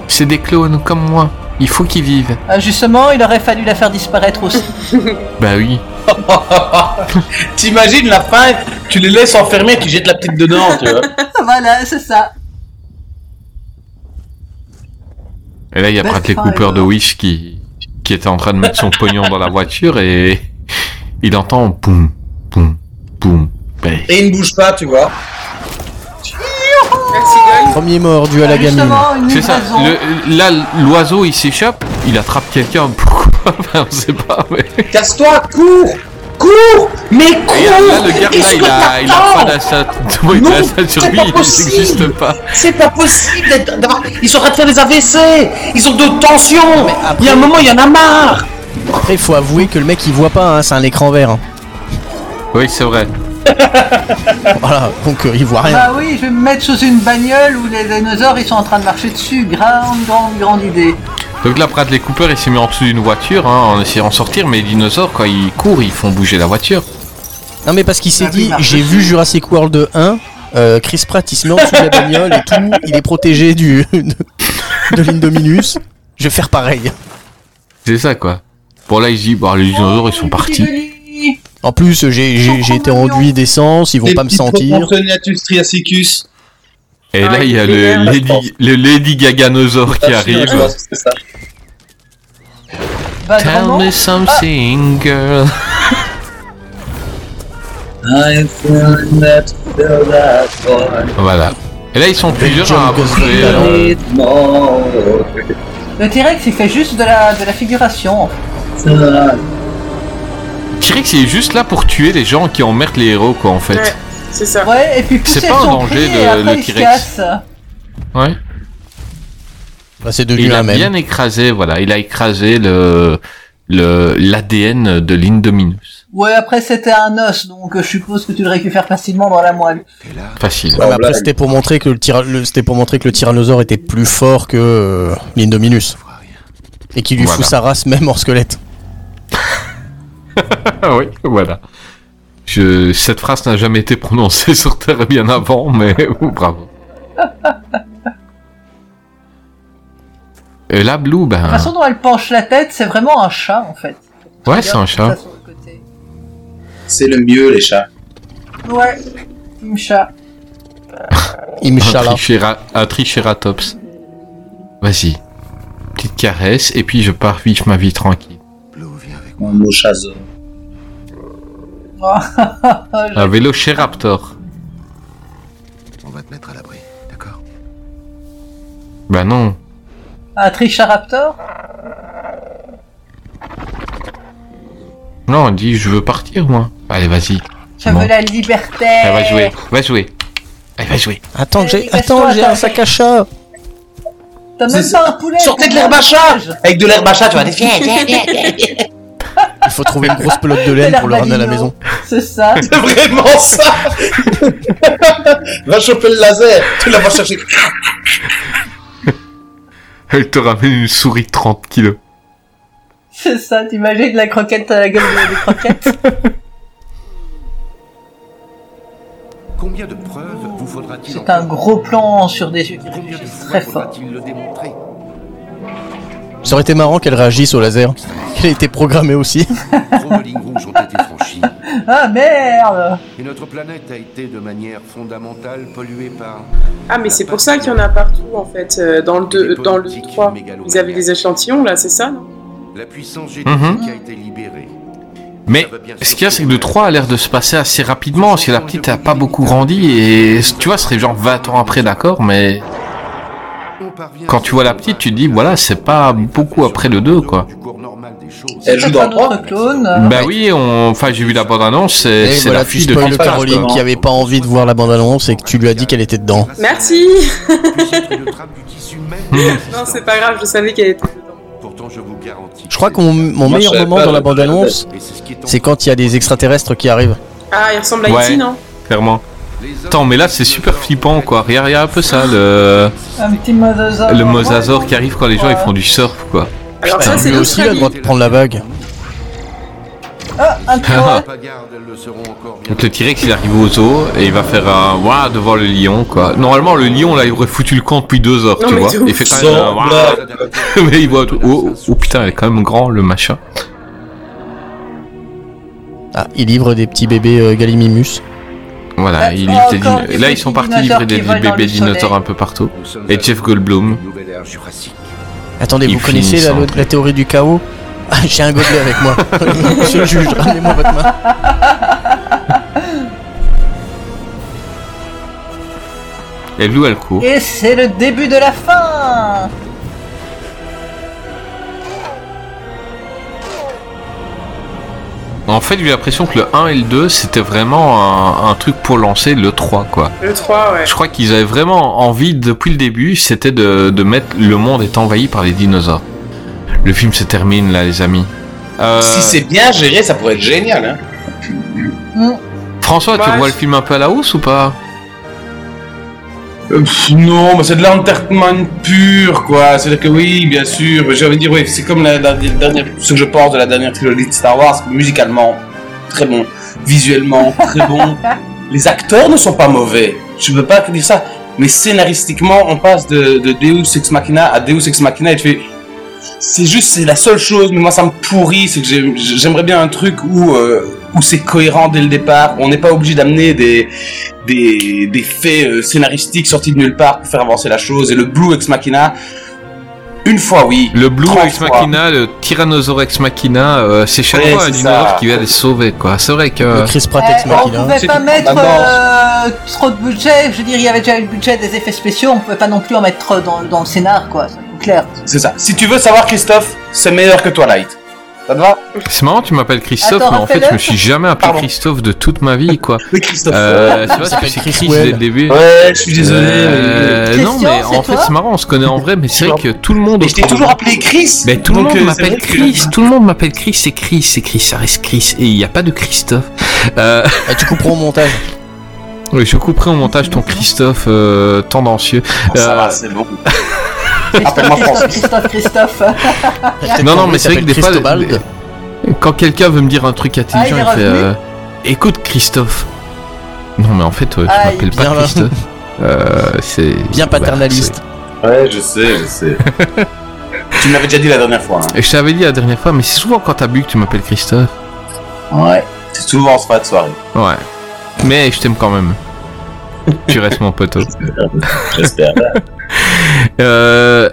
Speaker 5: C'est des clones comme moi. Il faut qu'ils vivent.
Speaker 8: Ah, justement, il aurait fallu la faire disparaître aussi.
Speaker 5: Bah oui.
Speaker 7: T'imagines la fin, tu les laisses enfermer, tu jettes la petite dedans, tu vois.
Speaker 8: voilà, c'est ça.
Speaker 5: Et là, il y a
Speaker 8: Best
Speaker 5: Bradley
Speaker 8: five.
Speaker 5: Cooper de Wish qui, qui était en train de mettre son pognon dans la voiture et il entend poum, poum, poum. Ben,
Speaker 19: Et il ne bouge pas, tu vois.
Speaker 6: Premier mort dû à
Speaker 8: Ah,
Speaker 6: la gamine.
Speaker 5: C'est ça. Le- là, l'oiseau, il s'échappe, il attrape quelqu'un. Pourquoi ben, On sait pas. Mais...
Speaker 19: Casse-toi, cours Cours Mais
Speaker 5: Et là, là, le
Speaker 19: cours
Speaker 5: garde, là, il a, il a pas d'assat- ouais, de
Speaker 19: Non,
Speaker 5: l'assat sur
Speaker 19: c'est
Speaker 5: lui,
Speaker 19: pas
Speaker 5: il
Speaker 19: possible.
Speaker 5: n'existe pas.
Speaker 19: C'est pas possible d'être- d'avoir. Ils sont en train de faire des AVC Ils ont de tension Il y a un moment, il y en a marre
Speaker 6: Après, il faut avouer que le mec il voit pas, hein, c'est un écran vert. hein.
Speaker 5: Oui, c'est vrai.
Speaker 6: Voilà, donc euh, il voit rien.
Speaker 8: Bah oui, je vais me mettre sous une bagnole où les dinosaures ils sont en train de marcher dessus. Grande, grande, grande idée.
Speaker 5: Donc là, Bradley Cooper, il s'est mis en dessous d'une voiture hein, en essayant de sortir, mais les dinosaures, quand ils courent, ils font bouger la voiture.
Speaker 6: Non, mais parce qu'il s'est dit, j'ai vu Jurassic World 1, euh, Chris Pratt il se met en dessous de la bagnole et tout, il est protégé du, de, de l'Indominus. Je vais faire pareil.
Speaker 5: C'est ça, quoi. Bon, là, il se dit, bah, les dinosaures, ils sont partis.
Speaker 6: En plus, j'ai- j'ai j'ai été enduit d'essence, ils vont
Speaker 23: Les
Speaker 6: pas me
Speaker 23: petites
Speaker 6: sentir.
Speaker 23: Fortunatus triassicus.
Speaker 5: Et là, il y a le
Speaker 23: génial.
Speaker 5: Lady, le Lady Gaganosaure qui
Speaker 23: Ah,
Speaker 5: arrive.
Speaker 23: je vois, c'est ça.
Speaker 8: Bah,
Speaker 5: Tell
Speaker 8: vraiment,
Speaker 5: me something, girl.
Speaker 19: I feel that, feel that boy.
Speaker 5: Voilà. Et là, ils sont plusieurs à bouffer, euh,
Speaker 8: Le T-Rex il fait juste de la, de la figuration. en fait.
Speaker 5: Je dirais que c'est juste là pour tuer les gens qui emmerdent les héros, quoi, en fait.
Speaker 9: c'est ça.
Speaker 8: Ouais, et puis
Speaker 5: C'est
Speaker 8: pousser
Speaker 5: pas un
Speaker 8: son
Speaker 5: danger
Speaker 8: prix
Speaker 5: de-
Speaker 8: et après
Speaker 5: le
Speaker 8: il se
Speaker 5: T-Rex.
Speaker 8: casse.
Speaker 5: Ouais.
Speaker 6: c'est
Speaker 5: Il a
Speaker 6: un même.
Speaker 5: bien écrasé, voilà. Il a écrasé le le l'ADN de l'Indominus.
Speaker 8: Ouais, après c'était un os, donc euh, je suppose que tu le récupères facilement dans la moelle.
Speaker 5: Facile.
Speaker 6: Ouais, mais après, c'était pour montrer que le, tyra- le- c'était pour montrer que le tyrannosaure était plus fort que euh, l'Indominus et qu'il lui fout
Speaker 5: Voilà.
Speaker 6: sa race même hors squelette.
Speaker 5: Ah oui, voilà. Je, cette phrase n'a jamais été prononcée sur Terre bien avant, mais oh, bravo. Et là, Blue,
Speaker 8: La
Speaker 5: ben.
Speaker 8: façon dont elle penche la tête, c'est vraiment un chat en fait.
Speaker 5: Ouais, c'est un chat.
Speaker 19: C'est le mieux, les chats.
Speaker 8: Ouais, un chat.
Speaker 5: Un, trichera- un trichératops. Vas-y. Petite caresse, et puis je pars vivre ma vie tranquille.
Speaker 19: Mon mochazo.
Speaker 5: Un vélociraptor.
Speaker 16: On va te mettre à l'abri.
Speaker 5: Ben non.
Speaker 8: Un tricharaptor
Speaker 5: Non, elle dit je veux partir, moi. Allez, vas-y.
Speaker 8: Je
Speaker 5: Bon.
Speaker 8: veux la liberté
Speaker 5: Elle va jouer. Va jouer. Elle va jouer.
Speaker 6: Attends, que j'ai,
Speaker 8: Allez,
Speaker 6: attends,
Speaker 8: casse-toi,
Speaker 6: j'ai
Speaker 8: attends.
Speaker 6: un sac à chat.
Speaker 8: T'as même
Speaker 6: C'est-
Speaker 8: pas un poulet
Speaker 19: Sortez de l'herbe à chat Avec de l'herbe à chat, tu vas dire viens, viens, viens, viens.
Speaker 6: Il faut trouver une grosse pelote de laine pour le ramener à la maison.
Speaker 8: C'est ça.
Speaker 19: C'est vraiment ça Va choper le laser Tu la vas chercher.
Speaker 5: Elle te ramène une souris de 30 kilos.
Speaker 8: C'est ça, t'imagines la croquette à la gueule de- des croquettes
Speaker 12: Combien de preuves vous faudra-t-il
Speaker 8: C'est un gros plan sur des yeux qui
Speaker 12: Combien de
Speaker 8: réfléchissent
Speaker 12: fois
Speaker 8: très fort.
Speaker 12: faudra-t-il le démontrer
Speaker 6: Ça aurait été marrant qu'elle réagisse au laser. Elle a été programmée aussi.
Speaker 12: Trop de lignes rouges ont été franchies.
Speaker 8: Ah merde
Speaker 12: Et notre planète a été de manière fondamentale polluée par.
Speaker 9: Ah, mais c'est pour ça qu'il y en a partout, en fait, euh, dans le, deux- dans le 3. Ils avaient des échantillons, là, c'est ça, non
Speaker 12: La puissance génétique
Speaker 5: Mhm.
Speaker 12: a été libérée.
Speaker 5: Mais ce qu'il y a, c'est que le 3 a l'air de se passer assez rapidement, parce que la petite a pas beaucoup grandi, et tu vois, ce serait genre 20 ans après, d'accord, mais quand tu vois la petite, tu te dis, voilà, c'est pas beaucoup après le 2, quoi.
Speaker 12: Du cours normal des
Speaker 38: chose.
Speaker 39: Elle joue dans le
Speaker 8: Notre clone. euh,
Speaker 5: Bah oui, on... enfin j'ai vu la bande-annonce, c'est
Speaker 6: Et
Speaker 5: c'est
Speaker 6: Eh, voilà,
Speaker 5: la
Speaker 6: tu
Speaker 5: fille de
Speaker 6: spoil
Speaker 5: Chris
Speaker 6: Caroline
Speaker 5: Pratt,
Speaker 6: qui avait pas envie de voir la bande-annonce et que tu lui as dit qu'elle était dedans.
Speaker 9: Merci
Speaker 5: Hmm.
Speaker 9: Non, c'est pas grave, je savais qu'elle était dedans.
Speaker 23: Pourtant, je vous garantis.
Speaker 6: Je crois que mon, mon
Speaker 23: Moi, je
Speaker 6: meilleur
Speaker 23: savais
Speaker 6: moment
Speaker 23: pas,
Speaker 6: dans
Speaker 23: je-
Speaker 6: la bande-annonce, c'est quand il y a des extraterrestres qui arrivent.
Speaker 9: Ah, il ressemble à
Speaker 5: Ouais.
Speaker 9: E.T., non
Speaker 5: clairement. Attends, mais là c'est super flippant quoi. Regarde, regarde un peu ça, le,
Speaker 8: Un petit mosasaur.
Speaker 5: le mosasaur qui arrive quand les gens ils font du surf quoi.
Speaker 9: Alors Ah, ça, c'est
Speaker 6: Euh, lui aussi il a le droit de prendre la vague.
Speaker 8: Ah, un pirouette.
Speaker 5: Donc le T-Rex il arrive aux eaux et il va faire un waouh devant le lion quoi. Normalement le lion là il aurait foutu le camp depuis deux heures
Speaker 9: Non,
Speaker 5: tu
Speaker 9: mais
Speaker 5: vois.
Speaker 9: de ouf.
Speaker 5: Il fait
Speaker 9: Sans
Speaker 5: un Ouah. mais il voit un truc, oh, oh, oh, putain il est quand même grand le machin.
Speaker 6: Ah, il livre des petits bébés euh, Gallimimus.
Speaker 5: Voilà, il,
Speaker 6: Euh, encore
Speaker 5: était dit-
Speaker 6: des
Speaker 5: là
Speaker 6: petits
Speaker 5: ils sont partis
Speaker 6: dinosaures
Speaker 5: livrer des
Speaker 6: qui volent dans
Speaker 5: bébés
Speaker 6: le
Speaker 5: dinosaures
Speaker 6: soleil.
Speaker 5: un peu partout. Et Jeff Goldblum.
Speaker 6: Attendez,
Speaker 5: Ils
Speaker 6: vous connaissez la,
Speaker 5: finissent en
Speaker 6: la théorie du chaos Ah, J'ai un gobelet avec moi. Monsieur le juge, ramenez-moi votre main.
Speaker 5: Et Lou elle court.
Speaker 8: Et c'est le début de la fin.
Speaker 5: En fait, j'ai eu l'impression que le 1 et le 2, c'était vraiment un, un truc pour lancer le 3, quoi.
Speaker 9: Le 3, ouais.
Speaker 5: Je crois qu'ils avaient vraiment envie, depuis le début, c'était de, de mettre le monde est envahi par les dinosaures. Le film se termine, là, les amis. Euh,
Speaker 7: Si c'est bien géré, ça pourrait être génial. Hein.
Speaker 6: Mm.
Speaker 5: François, tu
Speaker 6: Bah,
Speaker 7: Ouais,
Speaker 5: vois le
Speaker 7: je-
Speaker 5: film un peu à la hausse ou pas
Speaker 7: Euh, pff, non, mais c'est de l'entertainment pur, quoi. C'est-à-dire que oui, bien sûr, mais j'ai envie de dire, oui, c'est comme la, la- la dernière, ce que je pense de la dernière trilogie de Star Wars, musicalement, très bon, visuellement, très bon. Les acteurs ne sont pas mauvais, je peux pas dire ça, mais scénaristiquement, on passe de, de Deus Ex Machina à Deus Ex Machina et tu fais. C'est juste, c'est la seule chose, mais moi ça me pourrit, c'est que j'ai- j'aimerais bien un truc où, euh, où c'est cohérent dès le départ, on n'est pas obligé d'amener des, des, des faits euh, scénaristiques sortis de nulle part pour faire avancer la chose, et le Blue Ex Machina, une fois oui.
Speaker 5: Le Blue
Speaker 7: 30
Speaker 5: Ex
Speaker 7: fois.
Speaker 5: Machina, le Tyrannosaurus Ex Machina, euh, c'est chaque
Speaker 7: Ouais,
Speaker 5: fois un
Speaker 7: c'est
Speaker 5: dinosaure
Speaker 7: ça.
Speaker 5: qui va les sauver, quoi. C'est vrai que... euh,
Speaker 6: Le Chris Pratt Ex
Speaker 8: Eh, on
Speaker 6: Machina.
Speaker 8: pouvait pas mettre
Speaker 5: Maintenant-
Speaker 8: euh, trop de budget. Je veux dire, il y avait déjà eu le budget des effets spéciaux. On pouvait pas non plus en mettre trop dans, dans le scénar, quoi. C'est clair.
Speaker 7: C'est ça. Si tu veux savoir, Christophe, c'est meilleur que Twilight. Ça te va
Speaker 5: C'est marrant, tu m'appelles Christophe,
Speaker 7: Attends,
Speaker 5: mais en fait, je me
Speaker 7: rappelle-le.
Speaker 5: suis jamais appelé Christophe de toute ma vie, quoi.
Speaker 7: Christophe.
Speaker 5: Euh, tu vois,
Speaker 7: Il
Speaker 5: c'est
Speaker 7: s'appelle
Speaker 5: Chris,
Speaker 7: Chris
Speaker 5: Chris
Speaker 7: Well.
Speaker 5: dès le début.
Speaker 7: Ouais, je suis désolé,
Speaker 5: Euh,
Speaker 7: mais-
Speaker 5: non,
Speaker 7: Christian,
Speaker 5: mais en
Speaker 7: c'est
Speaker 5: fait,
Speaker 7: toi
Speaker 5: c'est marrant, on se connaît en vrai, mais c'est vrai que tout le monde.
Speaker 7: Et je t'ai toujours appelé Chris
Speaker 5: Mais tout le
Speaker 7: Donc,
Speaker 5: monde
Speaker 7: euh, c'est
Speaker 5: m'appelle
Speaker 7: vrai que-
Speaker 5: Chris, tout le monde m'appelle Chris, c'est Chris, c'est Chris, ça reste Chris, et il n'y a pas de Christophe. Euh...
Speaker 6: Ah, tu couperas au montage.
Speaker 5: Oui, je couperai au montage ton Christophe euh, tendancieux.
Speaker 7: Ça va,
Speaker 5: Euh,
Speaker 7: c'est bon.
Speaker 8: Christophe,
Speaker 6: Ah,
Speaker 7: Appelle-moi François.
Speaker 8: Christophe, Christophe.
Speaker 5: Non, non, mais c'est vrai que des fois,
Speaker 6: Christobald.
Speaker 5: les- quand quelqu'un veut me dire un truc intelligent,
Speaker 8: Ah, il est
Speaker 5: il fait
Speaker 8: revenu
Speaker 5: euh, Écoute, Christophe. Non, mais en fait, euh, tu
Speaker 8: Ah, il
Speaker 5: m'appelles pas
Speaker 6: vient là.
Speaker 5: Christophe. Euh, c'est. voilà,
Speaker 6: Bien paternaliste.
Speaker 7: Ouais, je sais, je sais. tu me l'avais déjà dit la dernière fois. hein.
Speaker 5: c'est- Et je t'avais dit la dernière fois, mais c'est souvent quand t'as bu que tu m'appelles Christophe.
Speaker 7: Ouais. hein. C'est souvent en soirée de soirée.
Speaker 5: Ouais. Mais je t'aime quand même. tu restes mon poteau.
Speaker 7: J'espère.
Speaker 5: Euh,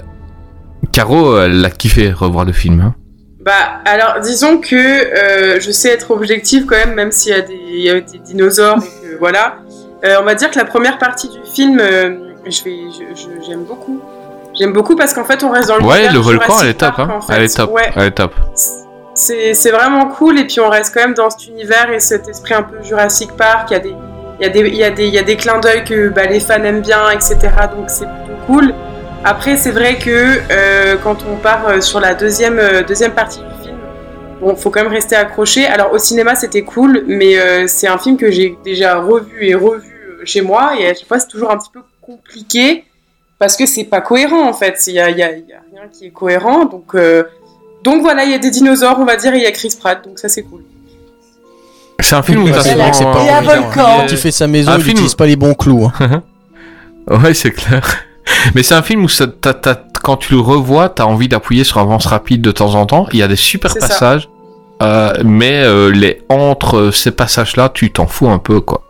Speaker 5: Caro, elle a kiffé revoir le film. hein.
Speaker 9: Bah, alors, disons que euh, je sais être objective quand même, même s'il y a des, il y a des dinosaures, et que, voilà. Euh, on va dire que la première partie du film, euh, je vais, je- je- j'aime beaucoup. J'aime beaucoup parce qu'en fait, on reste dans le
Speaker 5: Ouais,
Speaker 9: univers
Speaker 5: le volcan,
Speaker 9: Jurassic
Speaker 5: elle est top.
Speaker 9: Park,
Speaker 5: hein.
Speaker 9: en fait.
Speaker 5: Elle est top.
Speaker 9: Ouais.
Speaker 5: Elle est top.
Speaker 9: c'est c'est vraiment cool et puis on reste quand même dans cet univers et cet esprit un peu Jurassic Park. Il y a des, il y a des, il y a des, il y a des clins d'œil que bah, les fans aiment bien, etc. Donc c'est plutôt cool. Après, c'est vrai que euh, quand on part euh, sur la deuxième, euh, deuxième partie du film, bon, faut quand même rester accroché. Alors au cinéma, c'était cool, mais euh, c'est un film que j'ai déjà revu et revu euh, chez moi et à chaque fois, c'est toujours un petit peu compliqué parce que c'est pas cohérent en fait. Il y a, il y a- il y a rien qui est cohérent, donc. euh, donc voilà, il y a des dinosaures, on va dire, et il y a Chris Pratt, donc ça c'est cool.
Speaker 5: C'est un film où
Speaker 6: Ouais,
Speaker 5: t'as
Speaker 6: c'est vrai que c'est
Speaker 5: souvent,
Speaker 6: pas
Speaker 5: euh,
Speaker 6: envie, hein. Quand il fait sa maison,
Speaker 5: Un
Speaker 6: il
Speaker 5: film-
Speaker 6: n'utilise pas les bons clous. hein.
Speaker 5: Ouais, c'est clair. Mais c'est un film où ça, t'as- t'as- quand tu le revois, t'as envie d'appuyer sur avance rapide de temps en temps. Il y a des super
Speaker 9: C'est ça.
Speaker 5: passages, euh, mais euh, les entre euh, ces passages-là, tu t'en fous un peu, quoi.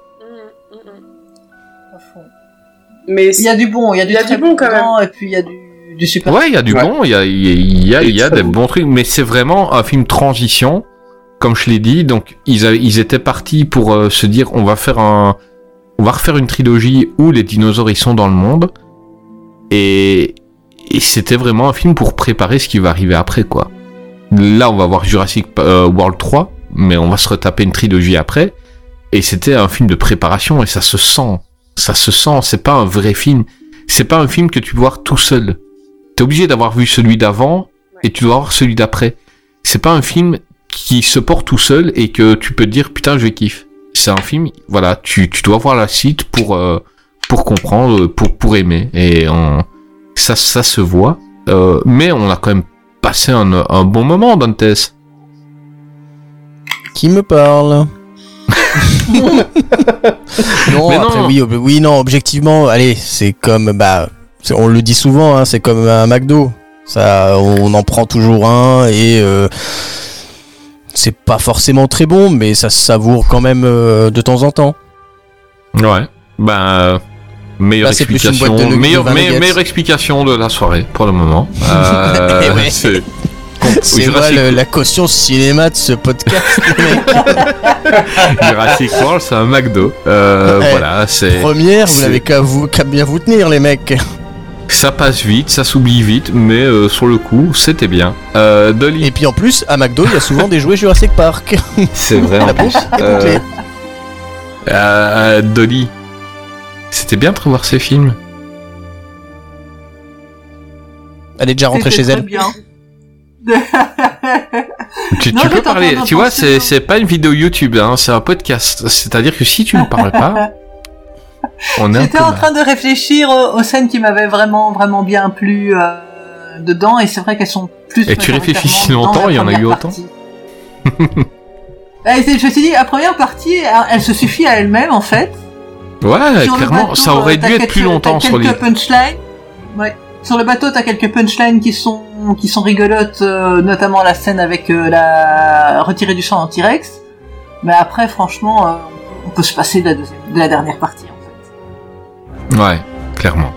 Speaker 9: Mais
Speaker 8: il y a du bon, il y a du très bon quand même. Et puis il y a du, du super.
Speaker 5: Ouais, il y a du bon, il y a, il y a- il y a- il y a
Speaker 8: très
Speaker 5: des bons trucs, mais c'est vraiment un film transition, comme je l'ai dit. Donc ils, avaient- ils étaient partis pour euh, se dire, on va faire un, on va refaire une trilogie où les dinosaures ils sont dans le monde, et, et c'était vraiment un film pour préparer ce qui va arriver après, quoi. Là, on va voir Jurassic euh, World 3, mais on va se retaper une trilogie après. Et c'était un film de préparation et ça se sent. Ça se sent, c'est pas un vrai film. C'est pas un film que tu dois voir tout seul. T'es obligé d'avoir vu celui d'avant et tu dois voir celui d'après. C'est pas un film qui se porte tout seul et que tu peux te dire putain je kiffe. C'est un film, voilà, tu, tu dois voir la suite pour, euh, pour comprendre, euh, pour, pour aimer. Et on, ça, ça se voit. Euh, mais on a quand même passé un, un bon moment, Dantes.
Speaker 6: Qui me parle non,
Speaker 5: Mais
Speaker 6: après,
Speaker 5: non.
Speaker 6: Oui, ob- oui, non, objectivement, allez, c'est comme, bah, c'est- on le dit souvent, hein, c'est comme un McDo. Ça, on en prend toujours un et euh, c'est pas forcément très bon, mais ça se savoure quand même euh, de temps en temps.
Speaker 5: Ouais. Ben, euh, meilleure
Speaker 6: Bah, c'est plus une boîte
Speaker 5: explication,
Speaker 6: de nu- de
Speaker 5: meilleure,
Speaker 6: vingt
Speaker 5: meilleure-
Speaker 6: nuggets.
Speaker 5: meilleure explication de la soirée pour le moment. Euh,
Speaker 6: Eh ouais.
Speaker 5: c'est-
Speaker 6: C'est moi
Speaker 5: Jurassic-
Speaker 6: le- la caution cinéma de ce podcast.
Speaker 5: Jurassic World, c'est un McDo. Euh,
Speaker 6: Eh,
Speaker 5: voilà, c'est.
Speaker 6: Première, vous
Speaker 5: c'est-
Speaker 6: n'avez qu'à vous- qu'à bien vous tenir, les mecs.
Speaker 5: Ça passe vite, ça s'oublie vite, mais euh, sur le coup, c'était bien. Euh, Dolly.
Speaker 6: Et puis en plus, à McDo, il y a souvent des jouets Jurassic Park.
Speaker 5: C'est vrai en
Speaker 6: La
Speaker 5: plus.
Speaker 6: bouche est bouclée.
Speaker 5: Euh, euh, Dolly. C'était bien de revoir ces films.
Speaker 6: Elle est déjà rentrée chez
Speaker 8: C'était
Speaker 6: elle.
Speaker 8: très bien.
Speaker 5: Tu,
Speaker 8: Non,
Speaker 5: tu
Speaker 8: je
Speaker 5: peux
Speaker 8: t'entends
Speaker 5: parler.
Speaker 8: dans
Speaker 5: Tu
Speaker 8: ton
Speaker 5: vois, c'est c'est pas une vidéo YouTube, hein, c'est un podcast. C'est-à-dire que si tu ne parles pas, on est un peu
Speaker 8: J'étais en
Speaker 5: mal.
Speaker 8: train de réfléchir aux, aux scènes qui m'avaient vraiment, vraiment bien plu euh, dedans, et c'est vrai qu'elles sont plus.
Speaker 5: Et tu réfléchis si
Speaker 8: majoritairement
Speaker 5: longtemps,
Speaker 8: dans la
Speaker 5: il y en a eu
Speaker 8: première
Speaker 5: autant.
Speaker 8: partie. Bah, c'est- je me suis dit, la première partie, elle, elle se suffit à elle-même en fait.
Speaker 5: Ouais,
Speaker 8: Sur le
Speaker 5: clairement,
Speaker 8: bateau,
Speaker 5: ça aurait
Speaker 8: euh,
Speaker 5: dû
Speaker 8: t'as
Speaker 5: être
Speaker 8: quelques-
Speaker 5: plus longtemps
Speaker 8: t'as
Speaker 5: sur les.
Speaker 8: quelques punchlines. Ouais. Sur le bateau, t'as quelques punchlines qui sont qui sont rigolotes, euh, notamment la scène avec euh, la retirée du champ en T-Rex. Mais après, franchement, euh, on peut se passer de la, deuxième- de la dernière partie.
Speaker 5: Ouais, clairement.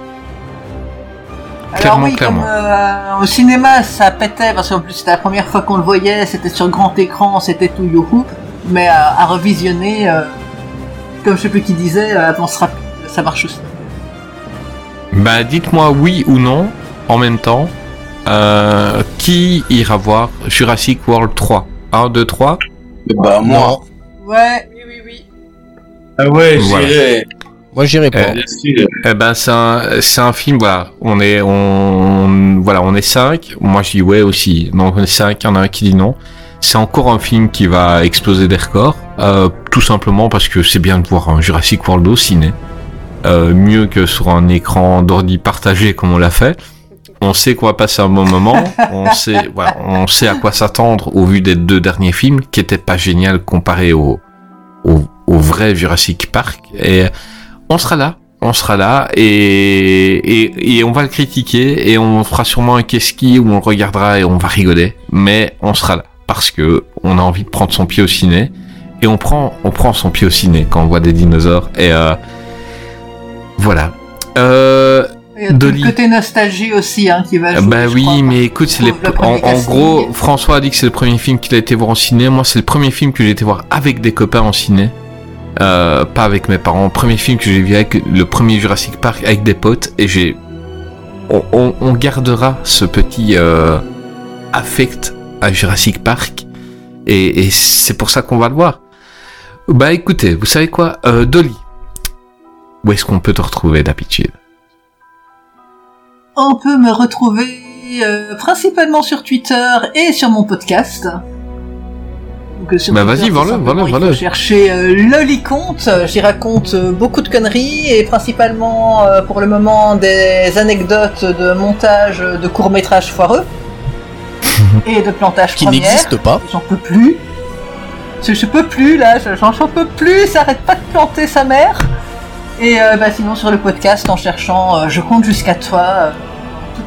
Speaker 8: Alors
Speaker 5: Clairement,
Speaker 8: oui,
Speaker 5: clairement.
Speaker 8: comme euh, au cinéma, ça pétait parce qu'en plus c'était la première fois qu'on le voyait, c'était sur grand écran, c'était tout youhou. Mais euh, à revisionner, euh, comme je sais plus qui disait, euh, avance rapide, ça marche aussi.
Speaker 5: Bah, dites-moi oui ou non, en même temps, euh, qui ira voir Jurassic World 3 1, 2, 3
Speaker 1: Bah, moi.
Speaker 8: Ouais.
Speaker 1: Ah ouais,
Speaker 5: Voilà.
Speaker 1: j'irai.
Speaker 6: Moi, j'irai pas.
Speaker 5: Eh, eh ben, c'est un, c'est un film, voilà. On est, on, voilà, on est cinq. Moi, je dis ouais aussi. Donc, on est cinq. Il y en a un qui dit non. C'est encore un film qui va exploser des records. euh, tout simplement parce que c'est bien de voir un Jurassic World au ciné. Euh, mieux que sur un écran d'ordi partagé comme on l'a fait. On sait qu'on va passer un bon moment. on sait, voilà, on sait à quoi s'attendre au vu des deux derniers films qui étaient pas génial comparés au, au, au vrai Jurassic Park. Et on sera là, on sera là, et, et, et on va le critiquer, et on fera sûrement un qu'est-ce-qui où on le regardera et on va rigoler. Mais on sera là parce que on a envie de prendre son pied au ciné, et on prend, on prend son pied au ciné quand on voit des dinosaures. Et euh, voilà. Euh,
Speaker 8: Il y a tout
Speaker 5: Dolly.
Speaker 8: le côté nostalgie aussi hein, qui va jouer.
Speaker 5: Bah
Speaker 8: je
Speaker 5: oui,
Speaker 8: crois.
Speaker 5: mais écoute, c'est les...
Speaker 8: trouve le
Speaker 5: en,
Speaker 8: premier
Speaker 5: en
Speaker 8: casting.
Speaker 5: gros, François a dit que c'est le premier film qu'il a été voir en ciné. Moi, c'est le premier film que j'ai été voir avec des copains en ciné. Euh, pas avec mes parents. Premier film que j'ai vu avec le premier Jurassic Park avec des potes. Et j'ai. On, on- on gardera ce petit euh, affect à Jurassic Park. Et, et c'est pour ça qu'on va le voir. Bah écoutez, vous savez quoi Euh, Dolly, où est-ce qu'on peut te retrouver d'habitude
Speaker 8: On peut me retrouver euh, principalement sur Twitter et sur mon podcast. Donc, euh, sur
Speaker 5: Bah
Speaker 8: Twitter,
Speaker 5: vas-y,
Speaker 8: c'est
Speaker 5: vends-le,
Speaker 8: simplement,
Speaker 5: vends-le,
Speaker 8: il faut
Speaker 5: vends-le.
Speaker 8: Chercher euh, Loliconte, j'y raconte euh, beaucoup de conneries et principalement euh, pour le moment des anecdotes de montage de courts-métrages foireux et de plantage
Speaker 6: Qui
Speaker 8: première.
Speaker 6: n'existe pas.
Speaker 8: J'en peux plus. Je, je peux plus là, je- j'en j'en peux plus, ça arrête pas de planter sa mère. Et euh, bah, sinon sur le podcast en cherchant euh, Je compte jusqu'à toi, euh,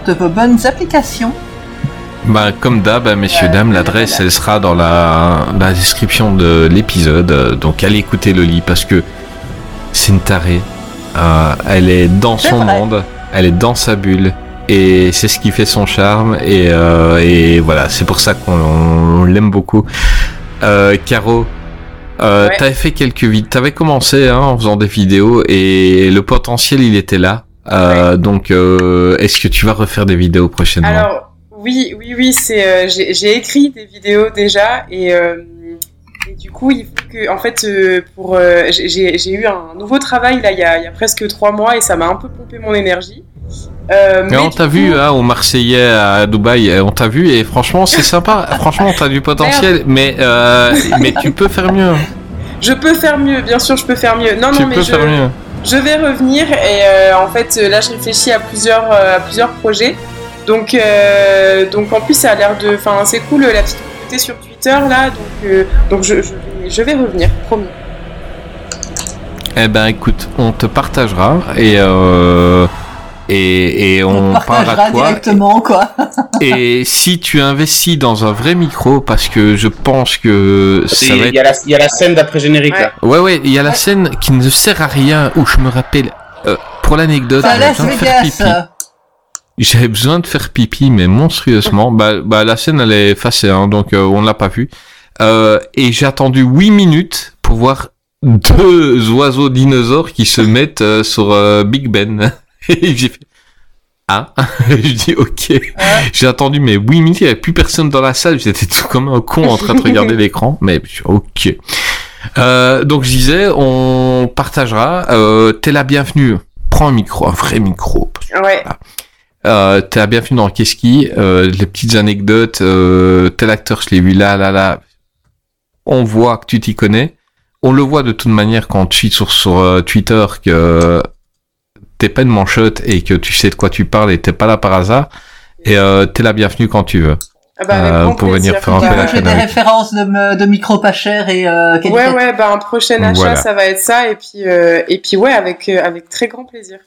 Speaker 8: toutes vos bonnes applications.
Speaker 5: Bah, comme d'hab, hein, messieurs, dames, l'adresse, elle sera dans la, la description de l'épisode. Euh, Donc, allez écouter Loli parce que c'est une tarée. Euh, elle est dans
Speaker 8: C'est
Speaker 5: son
Speaker 8: vrai.
Speaker 5: monde, elle est dans sa bulle. Et c'est ce qui fait son charme. Et, euh, et voilà, c'est pour ça qu'on on l'aime beaucoup. Euh, Caro, euh,
Speaker 9: Ouais.
Speaker 5: t'avais fait quelques vidéos. T'avais commencé hein, en faisant des vidéos et le potentiel, il était là. Euh, Donc, euh, est-ce que tu vas refaire des vidéos prochainement
Speaker 9: Alors, Oui, oui, oui, c'est euh, j'ai j'ai écrit des vidéos déjà et, euh, et du coup il faut que en fait euh, pour euh, j'ai- j'ai j'ai eu un nouveau travail là il y a, il y a presque trois mois et ça m'a un peu pompé mon énergie. Euh,
Speaker 5: Mais on
Speaker 9: du
Speaker 5: t'a
Speaker 9: coup-
Speaker 5: vu, hein, au Marseillais à Dubaï, euh, on t'a vu et franchement, c'est sympa. franchement, t'as du potentiel, mais, euh, mais tu peux faire mieux.
Speaker 9: Je peux faire mieux, bien sûr, je peux faire mieux. Non,
Speaker 5: tu
Speaker 9: non, mais
Speaker 5: peux
Speaker 9: je,
Speaker 5: faire mieux.
Speaker 9: je vais revenir et euh, en fait euh, là je réfléchis à plusieurs, euh, à plusieurs projets. Donc, euh, donc en plus ça a l'air de... Enfin c'est cool euh, la petite communauté sur Twitter là, donc, euh, donc je, je, vais, je vais revenir, promis.
Speaker 5: Eh ben, écoute, on te partagera et, euh, et, et on, parlera
Speaker 8: partagera
Speaker 5: de toi.
Speaker 8: directement, quoi.
Speaker 5: Et si tu investis dans un vrai micro, parce que je pense que ça va
Speaker 1: Il y, a
Speaker 5: être...
Speaker 1: la- il y a la scène d'après-générique là.
Speaker 5: Ouais, ouais, il y a la scène qui ne sert à rien, où je me rappelle, euh, pour l'anecdote,
Speaker 8: Enfin,
Speaker 5: j'avais
Speaker 8: Las
Speaker 5: besoin de faire
Speaker 8: Vegas. euh,
Speaker 5: pipi. J'avais besoin de faire pipi, mais monstrueusement. Bah, bah la scène, elle est effacée, hein, donc euh, on l'a pas vue. Euh, et j'ai attendu 8 minutes pour voir deux oiseaux dinosaures qui se mettent euh, sur euh, Big Ben. et j'ai fait... Ah, je dis ok. J'ai attendu mais 8 minutes, il n'y avait plus personne dans la salle, j'étais tout comme un con en train de regarder l'écran, mais je suis ok. Euh, donc je disais, on partagera, euh, t'es la bienvenue, prends un micro, un vrai micro. parce que,
Speaker 9: Ouais.
Speaker 5: voilà. Euh, t'es la bienvenue dans Qu'est-ce qui, euh, les petites anecdotes, euh, tel acteur je l'ai vu là, là, là, on voit que tu t'y connais. On le voit de toute manière quand tu cheats sur, sur euh, Twitter que euh, t'es pas une manchotte et que tu sais de quoi tu parles et t'es pas là par hasard. Et euh, t'es la bienvenue quand tu veux.
Speaker 9: Ah bah, avec
Speaker 5: Euh,
Speaker 9: grand
Speaker 5: pour venir
Speaker 9: plaisir. Bah,
Speaker 5: faire un peu la
Speaker 8: J'ai
Speaker 5: chaîne
Speaker 8: des
Speaker 5: avec.
Speaker 8: références de, me- de micro pas cher et euh,
Speaker 9: Ouais,
Speaker 8: qualité.
Speaker 9: ouais, bah un prochain achat
Speaker 5: Voilà.
Speaker 9: ça va être ça et puis, euh, et puis ouais avec, euh, avec très grand plaisir.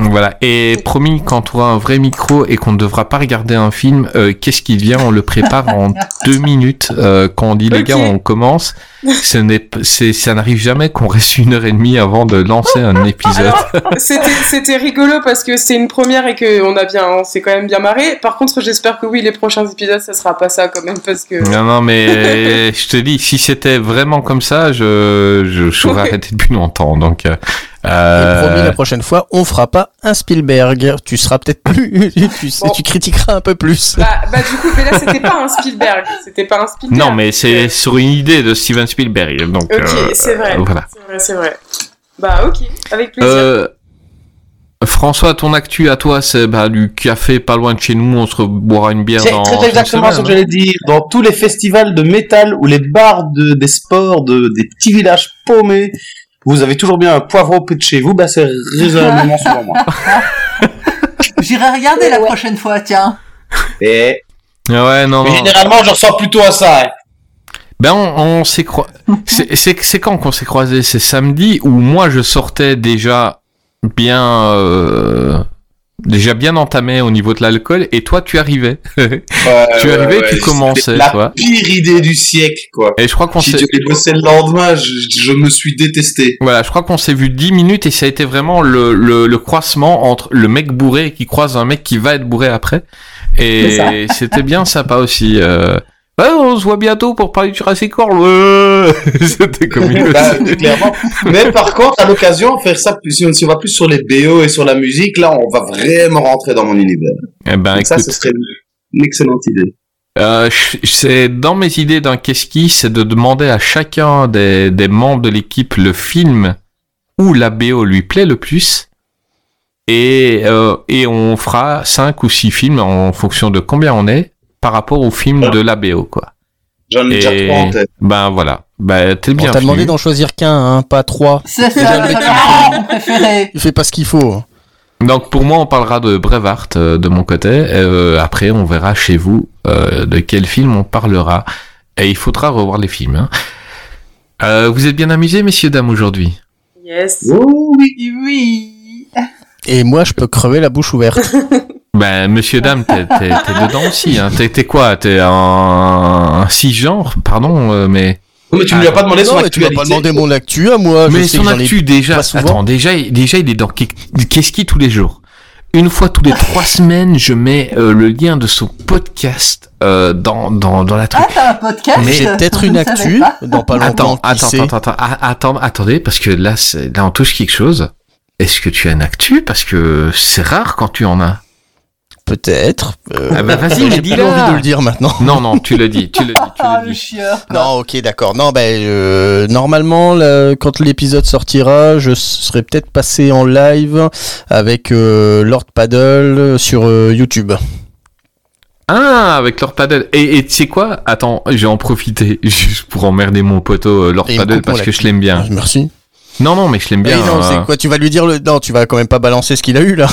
Speaker 5: Voilà. Et promis, quand tu auras un vrai micro et qu'on ne devra pas regarder un film, euh, qu'est-ce qui vient On le prépare en deux minutes. Euh, quand on dit les
Speaker 9: Ok.
Speaker 5: gars, on commence. Ce n'est, p- c'est, ça n'arrive jamais qu'on reste une heure et demie avant de lancer un épisode.
Speaker 9: C'était c'était rigolo parce que c'était une première et que on a bien, on s'est quand même bien marré. Par contre, j'espère que oui, les prochains épisodes, ça sera pas ça quand même parce que.
Speaker 5: Non, non, mais je te dis, si c'était vraiment comme ça, je, je, je serais arrêté depuis longtemps. Donc, euh,
Speaker 6: Et promis,
Speaker 5: euh,
Speaker 6: la prochaine fois, on fera pas un Spielberg. Tu seras peut-être plus, tu, sais, tu critiqueras un peu plus.
Speaker 9: Bah, bah, du coup, mais là, c'était pas un Spielberg. C'était pas un Spielberg.
Speaker 5: non, mais c'est sur une idée de Steven Spielberg. Donc,
Speaker 9: Ok,
Speaker 5: euh,
Speaker 9: c'est vrai.
Speaker 5: Voilà.
Speaker 9: C'est vrai, c'est vrai. Bah, ok, avec plaisir.
Speaker 5: Euh, François, ton actu à toi, c'est bah, du café pas loin de chez nous. On se boira une bière
Speaker 1: C'est
Speaker 5: dans.
Speaker 1: très exactement ce que j'allais dire. Dans tous les festivals de métal ou les bars de, des sports de, des petits villages paumés, vous avez toujours bien un poivreau près de chez vous, bah c'est raisonnablement souvent moi.
Speaker 8: J'irai regarder la prochaine fois, tiens.
Speaker 1: Et...
Speaker 5: hein. Ah Ouais, non,
Speaker 1: Mais
Speaker 5: non.
Speaker 1: généralement, je ressens plutôt à ça. hein.
Speaker 5: Ben, on, on s'est croisé. C'est c'est quand qu'on s'est croisé C'est samedi où moi je sortais déjà bien. euh, Déjà bien entamé au niveau de l'alcool, et toi tu arrivais. tu
Speaker 1: ouais, ouais,
Speaker 5: arrivais et tu
Speaker 1: c'est
Speaker 5: commençais,
Speaker 1: la
Speaker 5: toi.
Speaker 1: pire idée du siècle, quoi.
Speaker 5: Et je crois qu'on
Speaker 1: Si
Speaker 5: s'est-
Speaker 1: tu les bossais le lendemain, je, je me suis détesté.
Speaker 5: Voilà, je crois qu'on s'est vu 10 minutes et ça a été vraiment le, le, le croisement entre le mec bourré qui croise un mec qui va être bourré après.
Speaker 1: C'est
Speaker 5: Et
Speaker 1: ça.
Speaker 5: c'était bien sympa aussi. euh. Ouais, on se voit bientôt pour parler de Jurassic World. ouais. c'était comme une
Speaker 1: Bah, clairement. Mais par contre, à l'occasion, faire ça, plus- si on, si on va plus sur les BO et sur la musique, là, on va vraiment rentrer dans mon univers.
Speaker 5: Eh ben,
Speaker 1: Donc ça,
Speaker 5: écoute.
Speaker 1: ce serait une- une excellente idée.
Speaker 5: Euh, je- c'est dans mes idées d'un qu'est-ce qui, c'est de demander à chacun des, des membres de l'équipe le film où la BO lui plaît le plus. Et, euh, et on fera 5 ou 6 films en fonction de combien on est par rapport au film de la BO, quoi.
Speaker 1: J'en ai déjà
Speaker 5: Et-
Speaker 1: trois en tête.
Speaker 5: Ben voilà. Ben, t'es le
Speaker 6: On t'a demandé
Speaker 5: bienvenu.
Speaker 6: d'en choisir qu'un, hein, pas trois.
Speaker 8: C'est ça,
Speaker 6: Déjà, le
Speaker 8: c'est
Speaker 6: mec,
Speaker 8: mon préféré.
Speaker 6: il fait pas ce qu'il faut.
Speaker 5: Donc pour moi, on parlera de Braveheart euh, de mon côté. Euh, après, on verra chez vous euh, de quel film on parlera. Et il faudra revoir les films. hein. Euh, vous êtes bien amusés, messieurs, dames, aujourd'hui
Speaker 9: Yes.
Speaker 8: Oui, oui.
Speaker 6: Et moi, je peux crever la bouche ouverte.
Speaker 5: Ben, monsieur, dame, t'es t'es- t'es dedans aussi. Hein. T'es t'es quoi T'es un, un cisgenre Pardon, euh, mais...
Speaker 1: Mais tu ne lui as pas demandé son
Speaker 6: non, mais tu m'as
Speaker 1: actualité.
Speaker 6: pas demandé mon actu à moi. je
Speaker 5: Mais
Speaker 6: sais
Speaker 5: son
Speaker 6: que j'en ai
Speaker 5: actu, déjà...
Speaker 6: pas souvent.
Speaker 5: Attends, déjà, il- déjà, il est dans Qu'est- Qu'est-ce qui tous les jours Une fois tous les trois semaines, je mets euh, le lien de son podcast euh, dans, dans, dans la truc.
Speaker 8: Ah, t'as un podcast
Speaker 5: Mais c'est
Speaker 6: peut-être
Speaker 8: Je
Speaker 6: une
Speaker 8: ne savais
Speaker 6: actu
Speaker 8: pas.
Speaker 6: dans pas longtemps.
Speaker 5: Attends,
Speaker 6: Ah, qui
Speaker 5: attends,
Speaker 6: sait.
Speaker 5: attends, attends, a- attends, attendez, parce que là, c'est- là, on touche quelque chose. Est-ce que tu as une actu Parce que c'est rare quand tu en as.
Speaker 6: Peut-être. euh,
Speaker 5: Ah bah vas-y, mais
Speaker 6: j'ai
Speaker 5: dis-le.
Speaker 6: plus envie de le dire maintenant.
Speaker 5: Non, non, tu le dis, tu le dis.
Speaker 8: Ah, le chieur.
Speaker 6: Non, ok, d'accord. Non, ben euh, normalement, là, quand l'épisode sortira, je serai peut-être passé en live avec euh, Lord Paddle sur euh, YouTube.
Speaker 5: Ah, avec leur paddle. Et et tu sais quoi Attends, je vais en profiter juste pour emmerder mon poteau euh, leur
Speaker 6: Et il me
Speaker 5: paddle
Speaker 6: coupe mon
Speaker 5: parce que
Speaker 6: lac.
Speaker 5: je l'aime bien.
Speaker 6: Ah, Merci.
Speaker 5: Non, non, mais je l'aime bien.
Speaker 6: Eh non,
Speaker 5: euh,
Speaker 6: c'est quoi Tu vas lui dire le Non, tu vas quand même pas balancer ce qu'il a eu là.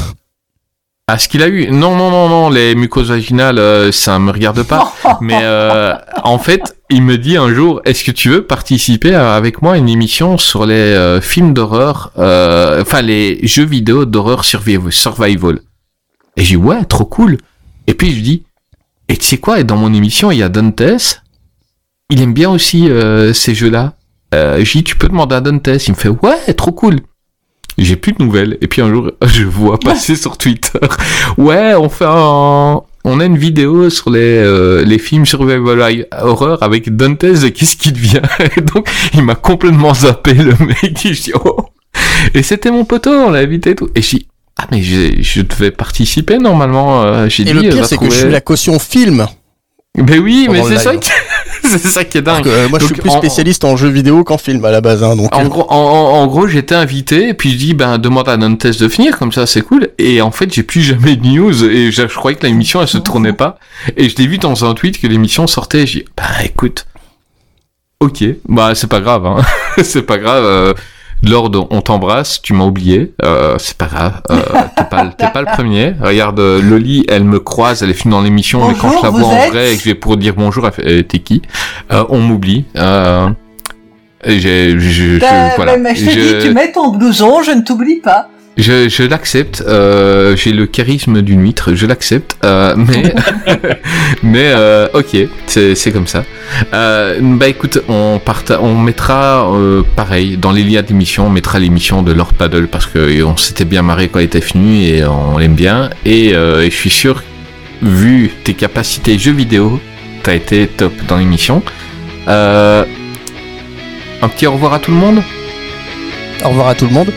Speaker 5: Ah, ce qu'il a eu Non, non, non, non, les mucoses vaginales, euh, ça me regarde pas. Mais euh, en fait, il me dit un jour, est-ce que tu veux participer à- avec moi à une émission sur les euh, films d'horreur, euh, enfin les jeux vidéo d'horreur survi- survival Et j'ai dit, ouais, trop cool. Et puis je dis, et tu sais quoi, et dans mon émission, il y a Dantes, il aime bien aussi euh, ces jeux-là. Euh, j'ai dit, tu peux demander à Dantes. Il me fait, ouais, trop cool. J'ai plus de nouvelles. Et puis un jour, je vois passer sur Twitter. Ouais, on fait un... On a une vidéo sur les, euh, les films survival hi- horror avec Dantes et qu'est-ce qui devient Et donc, il m'a complètement zappé, le mec. Je dis, oh. Et c'était mon poteau, on l'a invité et tout. Et je dis, ah, mais j'ai- je devais participer normalement. euh, J'ai
Speaker 6: Et
Speaker 5: dit,
Speaker 6: le
Speaker 5: euh,
Speaker 6: pire,
Speaker 5: va
Speaker 6: c'est que
Speaker 5: trouver-
Speaker 6: je suis la caution film.
Speaker 5: Mais Ben oui, mais
Speaker 6: Pendant le
Speaker 5: c'est ça,
Speaker 6: live.
Speaker 5: qui... c'est ça qui est dingue.
Speaker 6: Euh, moi, je
Speaker 5: Donc,
Speaker 6: suis plus
Speaker 5: en-
Speaker 6: spécialiste en jeux vidéo qu'en film à la base. hein, donc,
Speaker 5: en
Speaker 6: euh,
Speaker 5: gros, en, en- en gros, j'étais invité et puis je dis ben demande à Nantes de finir comme ça c'est cool et en fait j'ai plus jamais de news et je, je croyais que l'émission elle se tournait pas et je l'ai vu dans un tweet que l'émission sortait et j'ai dit, ben écoute ok bah c'est pas grave hein. c'est pas grave euh, Lord on t'embrasse tu m'as oublié euh, c'est pas grave euh, t'es pas le- t'es pas le premier regarde euh, Loli elle me croise elle est venue dans l'émission mais quand
Speaker 8: Bonjour,
Speaker 5: je la vois
Speaker 8: vous
Speaker 5: en
Speaker 8: êtes
Speaker 5: vrai et que je vais pour dire bonjour elle fait, Eh, t'es qui Euh, on m'oublie euh, et j'ai, je- je-
Speaker 8: T'as-
Speaker 5: voilà.
Speaker 8: Bah, mais je te
Speaker 5: Je-
Speaker 8: dis, tu mets ton blouson, je ne t'oublie pas.
Speaker 5: je, je l'accepte. euh, J'ai le charisme d'une huître. Je l'accepte. euh, mais mais euh, ok, c'est c'est comme ça. Euh, bah écoute, on parta on mettra euh, pareil dans les liens d'émission. On mettra l'émission de Lord Paddle parce que on s'était bien marré quand elle était finie et on l'aime bien. Et, euh, et je suis sûr, vu tes capacités jeux vidéo, t'as été top dans l'émission. Euh, un petit au revoir à tout le monde.
Speaker 6: Au revoir à tout le monde.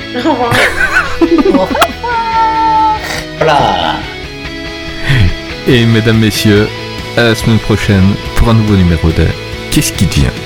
Speaker 5: Et mesdames, messieurs, à la semaine prochaine pour un nouveau numéro de Qu'est-ce qui devient